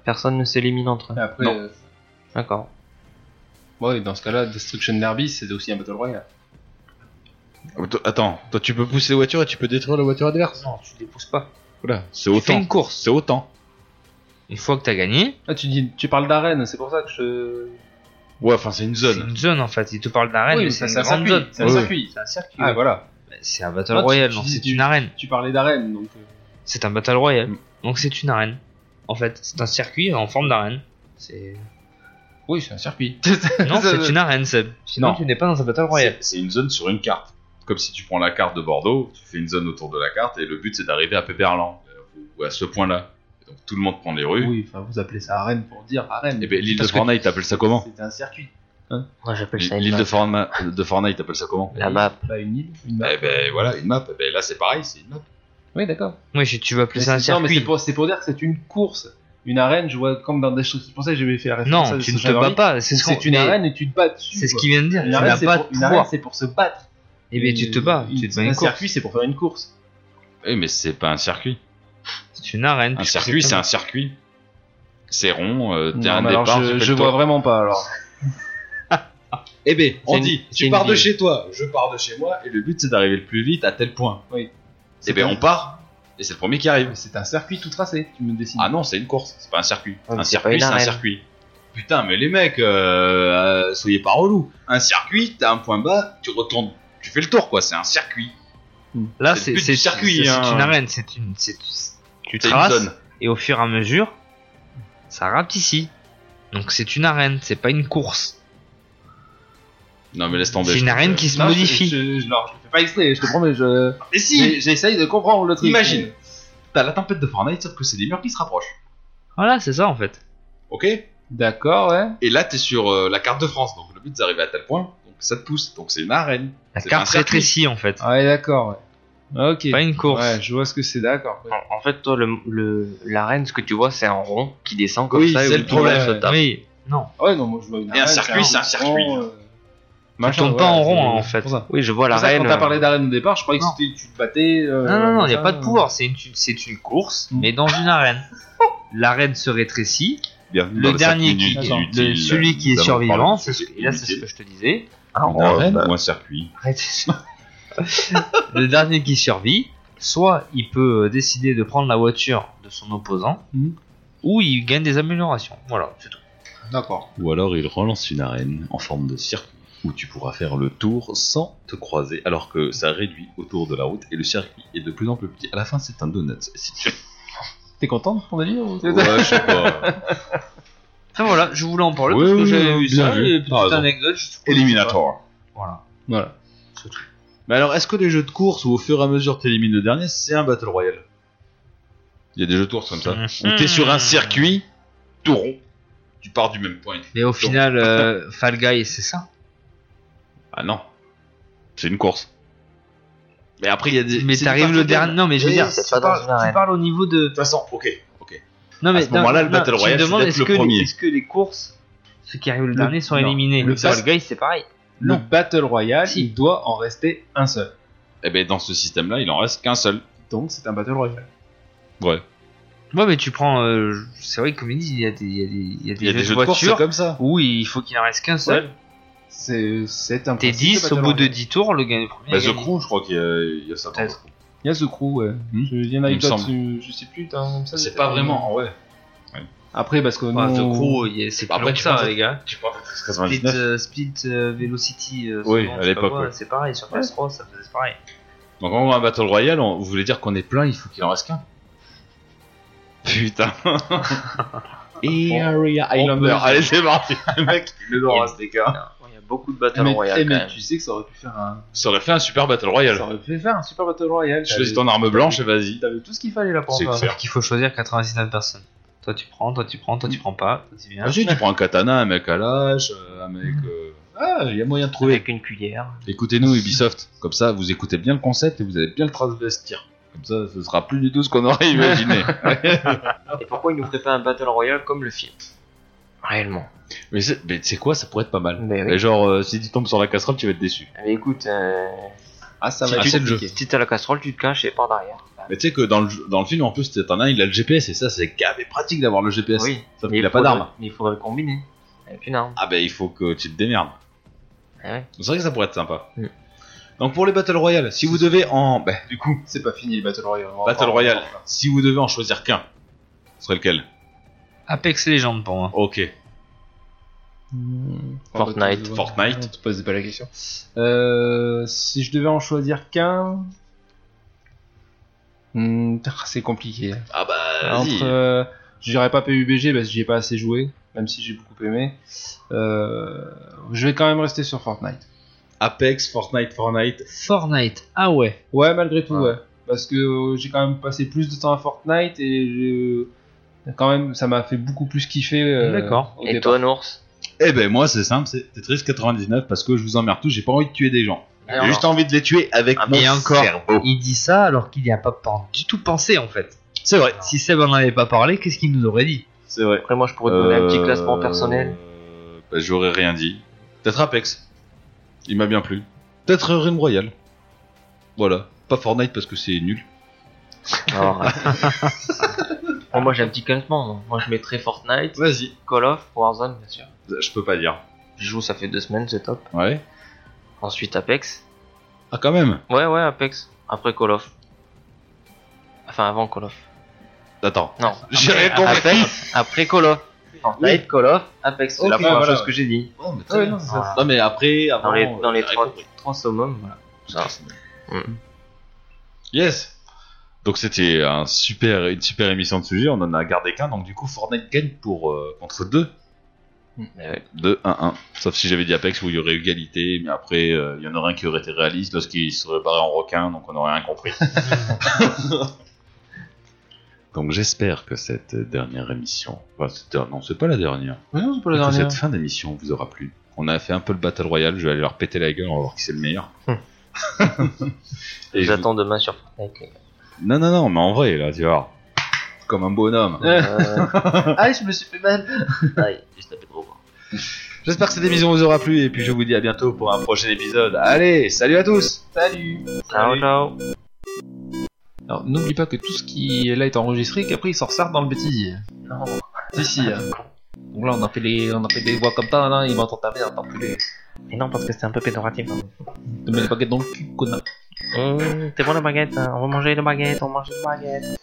Speaker 5: Personne ne s'élimine entre eux.
Speaker 1: Et après,
Speaker 4: Non.
Speaker 1: euh,
Speaker 5: D'accord.
Speaker 1: ouais, dans ce cas-là, Destruction Derby, c'est aussi un Battle Royale.
Speaker 4: Attends, toi tu peux pousser les voitures et tu peux détruire la voiture adverse.
Speaker 6: Non tu déposes pas.
Speaker 4: Voilà, c'est
Speaker 6: Tu fais
Speaker 4: autant.
Speaker 6: une course.
Speaker 4: C'est autant.
Speaker 6: Une fois que t'as gagné,
Speaker 1: Ah, tu, dis, tu parles d'arène, c'est pour ça que je.
Speaker 4: Ouais, enfin c'est une
Speaker 6: c'est
Speaker 4: zone.
Speaker 6: une zone en fait. Il te parle
Speaker 1: Oui,
Speaker 6: d'arène, Ah, mais
Speaker 1: mais
Speaker 6: c'est
Speaker 1: ça-
Speaker 6: une
Speaker 1: ça
Speaker 6: grande
Speaker 1: s'appuie,
Speaker 6: zone.
Speaker 1: ça s'appuie.
Speaker 6: C'est un circuit.
Speaker 1: Ah, voilà.
Speaker 6: Ben, C'est un battle
Speaker 1: Ah, tu-
Speaker 6: royale,
Speaker 1: tu
Speaker 6: non,
Speaker 1: dis-
Speaker 6: c'est
Speaker 1: tu-
Speaker 6: une arène.
Speaker 1: Tu parlais d'arène, donc. euh,
Speaker 6: C'est un battle royale. Donc c'est une arène. En fait, c'est un circuit en forme d'arène. C'est
Speaker 1: Oui, c'est un circuit.
Speaker 6: non, c'est une arène, Seb. Sinon,
Speaker 4: Non.
Speaker 6: tu n'es pas dans un battle royale.
Speaker 4: C'est c'est une zone sur une carte. Comme si tu prends la carte de Bordeaux, tu fais une zone autour de la carte et le but c'est d'arriver à Péperlan. euh, Ou à ce point-là. Et Donc tout le monde prend les rues.
Speaker 1: Oui, enfin, vous appelez ça arène pour dire arène.
Speaker 6: Eh
Speaker 4: Et ben l'île de
Speaker 1: Parce que
Speaker 4: Fortnite, t'appelles ça comment
Speaker 1: C'était un circuit.
Speaker 5: Moi, j'appelle ça une
Speaker 4: L'île
Speaker 5: map.
Speaker 4: de, Forna- de Fortnite, t'appelles ça comment
Speaker 5: La map.
Speaker 1: Bah, une île, une map.
Speaker 4: Eh ben voilà, une map. Eh ben là c'est pareil, c'est une map.
Speaker 1: Oui, d'accord.
Speaker 6: Oui, si tu veux appeler
Speaker 1: Mais
Speaker 6: ça un
Speaker 1: c'est- Non, mais c'est
Speaker 6: circuit.
Speaker 1: pour, c'est pour dire que c'est une course. Une arène, je vois comme dans des choses. C'est pour ça que j'avais fait la référence.
Speaker 6: Non,
Speaker 1: à
Speaker 6: tu ne te
Speaker 1: Destruction
Speaker 6: bats
Speaker 1: Derby.
Speaker 6: pas. C'est ce qu'on-
Speaker 1: C'est une
Speaker 6: mais
Speaker 1: arène et tu te bats dessus.
Speaker 6: C'est ce
Speaker 1: quoi.
Speaker 6: qu'il vient de dire. Tu
Speaker 1: Une
Speaker 6: n'as
Speaker 1: arène, c'est
Speaker 6: pas de
Speaker 1: pour- une arène,
Speaker 6: pouvoir.
Speaker 1: c'est pour se battre.
Speaker 6: Et bien Eh ben, tu te bats.
Speaker 1: Une-
Speaker 6: Tu te bats
Speaker 1: un
Speaker 6: une course.
Speaker 1: circuit, c'est pour faire une course.
Speaker 4: Eh mais c'est pas un circuit.
Speaker 6: C'est une arène.
Speaker 4: Un
Speaker 6: puisque
Speaker 4: circuit, c'est
Speaker 6: un-
Speaker 4: un circuit. C'est rond, euh, t'es
Speaker 1: Hmm. Non,
Speaker 4: un
Speaker 1: mais alors,
Speaker 4: départ. tu
Speaker 1: je,
Speaker 4: fais
Speaker 1: je
Speaker 4: le
Speaker 1: vois
Speaker 4: tour.
Speaker 1: vraiment pas alors.
Speaker 4: Eh ben,
Speaker 5: C'est
Speaker 4: on
Speaker 5: une-
Speaker 4: dit,
Speaker 5: c'est
Speaker 4: tu
Speaker 5: une
Speaker 4: pars de
Speaker 5: ville.
Speaker 4: chez toi, je pars de chez moi, et le but c'est d'arriver le plus vite à tel point.
Speaker 1: Oui.
Speaker 4: Eh ben, on part, et c'est le premier qui arrive.
Speaker 1: Mais C'est un circuit tout tracé, tu me dessines.
Speaker 4: Ah non, c'est une course, c'est pas un circuit.
Speaker 5: Ah, mais
Speaker 4: un
Speaker 5: c'est pas
Speaker 4: circuit,
Speaker 5: une
Speaker 4: c'est un
Speaker 5: arène.
Speaker 4: circuit. Putain, mais les mecs, euh, euh, soyez pas relous. Un circuit, t'as un point bas, tu retournes, tu fais le tour quoi, c'est un circuit.
Speaker 6: Là,
Speaker 4: c'est
Speaker 6: c'est
Speaker 4: le but du
Speaker 6: c'est-
Speaker 4: circuit,
Speaker 6: c'est- c'est
Speaker 4: hein.
Speaker 6: une arène. C'est une. c'est- Tu
Speaker 4: C'est une
Speaker 6: traces
Speaker 4: zone.
Speaker 6: et au fur et à mesure, ça rapetit. Donc c'est une arène. C'est pas une course.
Speaker 4: Non mais laisse
Speaker 5: bah,
Speaker 4: tomber.
Speaker 6: C'est une
Speaker 4: je-
Speaker 6: arène qui se
Speaker 1: Non,
Speaker 6: modifie.
Speaker 1: Je, je, je- non, je le fais pas exprès, je te promets, je-
Speaker 4: Mais si,
Speaker 1: j'ai- j'essaye de comprendre le truc.
Speaker 4: imagine, t'as la tempête de Fortnite, sauf que c'est des murs qui se rapprochent.
Speaker 6: Voilà, c'est ça en fait.
Speaker 4: Ok
Speaker 1: D'accord, ouais.
Speaker 4: Et là, t'es sur euh, la carte de France, donc le but c'est d'arriver à tel point, donc ça te pousse, donc c'est une arène.
Speaker 6: La
Speaker 4: C'est pas
Speaker 6: carte
Speaker 4: un circuit.
Speaker 6: rétrécit en fait.
Speaker 1: Ouais, d'accord, ouais. Ok.
Speaker 6: Pas une course.
Speaker 1: Ouais, je vois ce que c'est, d'accord. ouais.
Speaker 5: En, en fait, toi, le, le- l'arène, ce que tu vois, c'est un rond qui descend comme
Speaker 4: Oui,
Speaker 5: ça. et
Speaker 4: c'est
Speaker 5: où
Speaker 4: le
Speaker 5: tout monde
Speaker 4: problème.
Speaker 5: se tape.
Speaker 6: Oui, non.
Speaker 1: Ouais, non, moi je vois une
Speaker 4: Et un circuit, c'est un circuit.
Speaker 1: euh,
Speaker 6: Tu tombes pas en rond hein, en fait.
Speaker 1: Pour ça.
Speaker 5: Oui, je vois
Speaker 1: Pour ça,
Speaker 5: l'arène.
Speaker 1: quand t'as
Speaker 5: euh,
Speaker 1: parlé d'arène au départ, je croyais que
Speaker 6: Non.
Speaker 1: c'était tu te battais. euh,
Speaker 6: Non, non, non, il n'y
Speaker 1: machin,
Speaker 6: a pas de
Speaker 1: euh.
Speaker 6: pouvoir, c'est une, c'est une course,
Speaker 1: Mm.
Speaker 6: mais dans une arène. L'arène se rétrécit,
Speaker 4: Bienvenue
Speaker 6: le
Speaker 4: dans cinq
Speaker 6: dernier qui,
Speaker 4: minutes
Speaker 1: attends,
Speaker 4: inutiles.
Speaker 6: le- celui qui est
Speaker 4: Nous allons
Speaker 6: survivant,
Speaker 4: parler de
Speaker 6: c'est ce,
Speaker 4: sujets
Speaker 6: et là c'est ce
Speaker 4: inutiles.
Speaker 6: que je te disais,
Speaker 5: Ah,
Speaker 4: Une arène ou un circuit
Speaker 6: le dernier qui survit, soit il peut décider de euh, prendre la voiture de son opposant,
Speaker 4: Mhm.
Speaker 6: ou il gagne des améliorations. Voilà, c'est tout.
Speaker 1: euh, D'accord.
Speaker 4: Ou alors il relance une arène en forme de circuit où tu pourras faire le tour sans te croiser, alors que ça réduit autour de la route et le circuit est de plus en plus petit. À la fin, c'est un donut. Si tu-
Speaker 1: T'es content de ton délire ou-
Speaker 4: Ouais, je sais pas.
Speaker 6: Enfin voilà, je voulais en parler
Speaker 4: Oui,
Speaker 6: parce que
Speaker 4: oui,
Speaker 6: j'avais
Speaker 4: oui,
Speaker 6: vu
Speaker 4: bien
Speaker 6: ça,
Speaker 4: vu.
Speaker 6: et
Speaker 4: T'as
Speaker 6: petite
Speaker 4: raison.
Speaker 6: anecdote. je trouve ça.
Speaker 4: Eliminator.
Speaker 6: Voilà.
Speaker 1: Voilà.
Speaker 4: Mais alors, est-ce que les jeux de course où au fur et à mesure tu élimines le dernier, c'est un Battle Royale Il y a des jeux de course comme ça. Où t'es sur un circuit, tout rond. Tu pars du même point.
Speaker 6: Mais au final, euh, Fall Guy, c'est ça.
Speaker 4: Ah non. C'est une course. Mais après, il y a des.
Speaker 6: Mais
Speaker 4: c'est
Speaker 6: t'arrives
Speaker 4: des
Speaker 6: le
Speaker 4: parties
Speaker 6: dernier. Non, mais je veux
Speaker 4: Et
Speaker 6: dire,
Speaker 5: c'est
Speaker 6: tu
Speaker 5: pas dans
Speaker 6: parles,
Speaker 5: une
Speaker 6: tu
Speaker 5: arène.
Speaker 6: parles au niveau de.
Speaker 4: De toute façon, ok. ok.
Speaker 6: Non, mais
Speaker 4: ce moment-là, le
Speaker 6: non,
Speaker 4: Battle
Speaker 6: tu me
Speaker 4: Royale, c'est
Speaker 6: demandes
Speaker 4: d'être
Speaker 6: est-ce
Speaker 4: le
Speaker 6: que,
Speaker 4: premier.
Speaker 6: Est-ce que les courses, ceux qui arrivent le dernier, sont
Speaker 1: non.
Speaker 6: éliminés
Speaker 1: Le
Speaker 6: Fall
Speaker 1: pass-
Speaker 6: Guy, c'est pareil.
Speaker 1: Le
Speaker 4: Non.
Speaker 1: Battle Royale, il doit en rester un seul.
Speaker 4: Et ben dans ce système-là, il en reste qu'un seul.
Speaker 1: Donc c'est un Battle Royale.
Speaker 6: Ouais, mais tu prends. euh, c'est vrai que, comme il dit, il y a des, il y a des, il y a des
Speaker 4: Il y a
Speaker 6: jeux
Speaker 4: des jeux de course, c'est
Speaker 6: voiture
Speaker 4: comme ça.
Speaker 6: où il faut qu'il en reste qu'un seul.
Speaker 1: C'est c'est un
Speaker 6: T'es
Speaker 1: principe de
Speaker 6: 10, au
Speaker 1: Battle
Speaker 6: bout de
Speaker 1: Royale.
Speaker 6: 10 tours, le gagne- le premier.
Speaker 4: Bah,
Speaker 6: gagne.
Speaker 4: The Crew, je crois qu'il y a- il y a ça. dans
Speaker 6: Peut-être.
Speaker 4: The Crew.
Speaker 1: Il y a The Crew, ouais.
Speaker 4: Hmm.
Speaker 1: Je- Il y en
Speaker 4: Il
Speaker 1: a
Speaker 4: me
Speaker 1: une autre,
Speaker 4: semble.
Speaker 1: euh, je sais plus. t'as- il me semble
Speaker 4: C'est
Speaker 1: que-
Speaker 4: pas vraiment, ouais.
Speaker 1: Après, parce que.
Speaker 6: Enfin, The
Speaker 1: nous-
Speaker 6: Crew, il y a- c'est
Speaker 4: Bah,
Speaker 6: pas
Speaker 4: après,
Speaker 6: comme
Speaker 4: tu
Speaker 6: ça,
Speaker 4: penses-
Speaker 6: les gars.
Speaker 4: Je sais pas, peut-être
Speaker 6: Split,
Speaker 4: 99.
Speaker 6: euh, Split euh, Velocity, euh,
Speaker 4: Oui, à
Speaker 6: souvent, je sais pas
Speaker 4: l'époque,
Speaker 6: quoi,
Speaker 4: ouais.
Speaker 6: c'est pareil, sur PS3, ça faisait pareil.
Speaker 4: Donc en gros, un Battle Royale, on... vous voulez dire qu'on est plein, il faut qu'il en reste qu'un. Putain.
Speaker 1: Area
Speaker 4: On
Speaker 1: Islanders.
Speaker 4: meurt. Allez, c'est parti. Le mec, il ne doit rester qu'un.
Speaker 5: Il y a beaucoup de Battle
Speaker 1: Eh, mais-
Speaker 5: Royale
Speaker 1: eh,
Speaker 5: quand
Speaker 1: mais
Speaker 5: même.
Speaker 1: tu sais que ça aurait pu faire un.
Speaker 4: Ça aurait fait un super Battle
Speaker 1: Ça
Speaker 4: Royale.
Speaker 1: aurait pu faire un super Battle Royale.
Speaker 4: Je suis en arme blanche et vas-y.
Speaker 1: T'avais tout ce qu'il fallait là pour
Speaker 4: C'est
Speaker 1: en faire.
Speaker 4: clair.
Speaker 6: Alors qu'il faut choisir 99 personnes. Toi tu prends, toi tu prends, toi tu prends pas, toi tu viens.
Speaker 4: Ensuite, tu prends un katana, un mec à l'âge, euh, un mec. euh,
Speaker 1: Ah, il y a moyen de trouver.
Speaker 5: Avec une cuillère.
Speaker 4: Écoutez-nous, Ubisoft. Comme ça, vous écoutez bien le concept et vous allez bien le transvestir. Comme ça, ce sera plus du tout ce qu'on aurait imaginé.
Speaker 5: Ah. Et pourquoi ils nous feraient pas un Battle Royale comme le film Réellement.
Speaker 4: mais c'est mais tu sais quoi, ça pourrait être pas mal.
Speaker 5: Mais Ben oui.
Speaker 4: Mais genre, euh, si tu tombes sur la casserole, tu vas être déçu.
Speaker 5: Mais écoute, euh,
Speaker 1: Ah, ça
Speaker 4: Ah,
Speaker 1: va être
Speaker 4: c'est le jeu.
Speaker 1: compliqué.
Speaker 5: si t'as la casserole, tu te caches et par derrière.
Speaker 4: Mais tu sais que dans le, jeu- dans le film, en plus, t'en as un, il a le GPS et ça, c'est gavé pratique d'avoir le GPS.
Speaker 5: Oui.
Speaker 4: Sauf
Speaker 5: Mais
Speaker 4: qu'il a pas
Speaker 5: faudrait-
Speaker 4: d'arme.
Speaker 5: Mais il faudrait le combiner. Avec une arme.
Speaker 4: Ah ben, il faut que tu te démerdes.
Speaker 5: Ah ouais.
Speaker 4: C'est vrai que ça pourrait être sympa.
Speaker 5: Mm.
Speaker 4: Donc pour les Battle Royale, si vous devez en... ben,
Speaker 1: Du coup, c'est pas fini le Battle Royale. On
Speaker 5: Oh,
Speaker 1: va
Speaker 4: Battle
Speaker 1: encore-
Speaker 4: Royale, si vous devez en choisir qu'un, ce serait lequel
Speaker 6: Apex Legends pour moi.
Speaker 4: Ok.
Speaker 5: Fortnite.
Speaker 1: Ouais,
Speaker 4: Fortnite.
Speaker 1: On te posait pas la question. Euh, si je devais en choisir qu'un. Hmm, tain, c'est compliqué.
Speaker 4: Ah bah,
Speaker 1: Entre. euh, je dirais pas PUBG parce que j'y ai pas assez joué, même si j'ai beaucoup aimé. Euh, je vais quand même rester sur Fortnite.
Speaker 4: Apex, Fortnite, Fortnite.
Speaker 6: Fortnite, ah ouais.
Speaker 1: Ouais, malgré tout,
Speaker 6: Ouais.
Speaker 1: ouais. Parce que euh, j'ai quand même passé plus de temps à Fortnite et je- quand même, ça m'a fait beaucoup plus kiffer. euh,
Speaker 6: D'accord.
Speaker 1: au
Speaker 5: Et
Speaker 1: départ.
Speaker 5: toi, Nours
Speaker 4: Eh ben moi, c'est simple, c'est Tetris 99 parce que je vous emmerde tous, j'ai pas envie de tuer des gens. J'ai
Speaker 5: Alors,
Speaker 4: juste envie de les tuer avec
Speaker 6: Ah,
Speaker 4: mon
Speaker 6: mais encore.
Speaker 4: cerveau.
Speaker 6: Il dit ça alors qu'il n'y a pas pen- du tout pensé en fait.
Speaker 4: C'est vrai,
Speaker 6: Si Seb en avait pas parlé, qu'est-ce qu'il nous aurait dit
Speaker 4: c'est vrai.
Speaker 5: Après, moi, je pourrais te donner un petit
Speaker 4: Euh,
Speaker 5: classement personnel.
Speaker 4: bah, J'aurais rien dit. Peut-être Apex. Il m'a bien plu. Peut-être Rim Royal. Voilà. Pas Fortnite parce que c'est nul.
Speaker 5: Alors, euh, bon, moi, j'ai un petit classement. donc. Moi, je mettrais Fortnite,
Speaker 4: Vas-y.
Speaker 5: Call of, Warzone, bien sûr.
Speaker 4: Je peux pas dire.
Speaker 5: Je joue, ça fait deux semaines, c'est top.
Speaker 4: Ouais.
Speaker 5: Ensuite, Apex.
Speaker 4: Ah quand même.
Speaker 5: Ouais, ouais, Apex. Après Call of. Enfin, avant Call of.
Speaker 4: Attends.
Speaker 5: Non.
Speaker 4: J'ai répondu.
Speaker 5: Apex, après Call of. Fortnite, Call of, Apex. C'est la
Speaker 1: Ok,
Speaker 5: première
Speaker 1: voilà,
Speaker 5: chose
Speaker 1: ouais.
Speaker 5: que j'ai dit.
Speaker 4: Non mais,
Speaker 1: Ah Ouais, non, c'est ça.
Speaker 5: Voilà.
Speaker 4: non, mais après, avant,
Speaker 5: Dans les,
Speaker 4: euh,
Speaker 5: dans les
Speaker 4: j'aurais
Speaker 5: trois,
Speaker 4: compris. Ah.
Speaker 5: trois summums, voilà. Ça. Mm.
Speaker 4: Yes. Donc c'était un super, une super émission de sujet. On en a gardé qu'un. Donc du coup, Fortnite gagne pour euh, contre deux.
Speaker 5: ouais.
Speaker 4: 2-1-1. Sauf si j'avais dit Apex où il y aurait égalité, mais après euh, il y en aurait un qui aurait été réaliste parce qu'il serait barré en requin, donc on n'aurait rien compris. donc j'espère que cette dernière émission, enfin, cette- non Ah c'est pas la dernière,
Speaker 1: Ouais, non, c'est pas
Speaker 4: que
Speaker 1: la dernière.
Speaker 4: cette fin d'émission vous aura plu. On a fait un peu le Battle Royale, je vais aller leur péter la gueule, on va voir qui c'est le meilleur. Et je vous-
Speaker 5: J'attends demain sur Fortnite. les gars.
Speaker 4: Non, non, non, mais en vrai, là, tu vois, comme un bonhomme.
Speaker 5: Euh,
Speaker 1: Ah, je me suis fait mal.
Speaker 5: aïe, j'ai tapé trop fort.
Speaker 4: J'espère que cette émission vous aura plu, et puis je vous dis à bientôt pour un prochain épisode. Allez, salut à tous
Speaker 1: Salut.
Speaker 5: Ciao, ciao.
Speaker 1: Alors n'oublie pas que tout ce qui est là est enregistré, qu'après il sort resserre dans le bêtisier.
Speaker 5: Non.
Speaker 1: Si si. hein. Donc là on a fait les, on a fait des voix comme ça, là il m'entend ta mère, t'en les...
Speaker 5: Mais non, parce que c'était un peu péjoratif. hein.
Speaker 1: Te mets les baguettes dans le cul, connard.
Speaker 5: Mmh, c'est bon la baguette, hein. on va manger la baguette, on mange la baguette.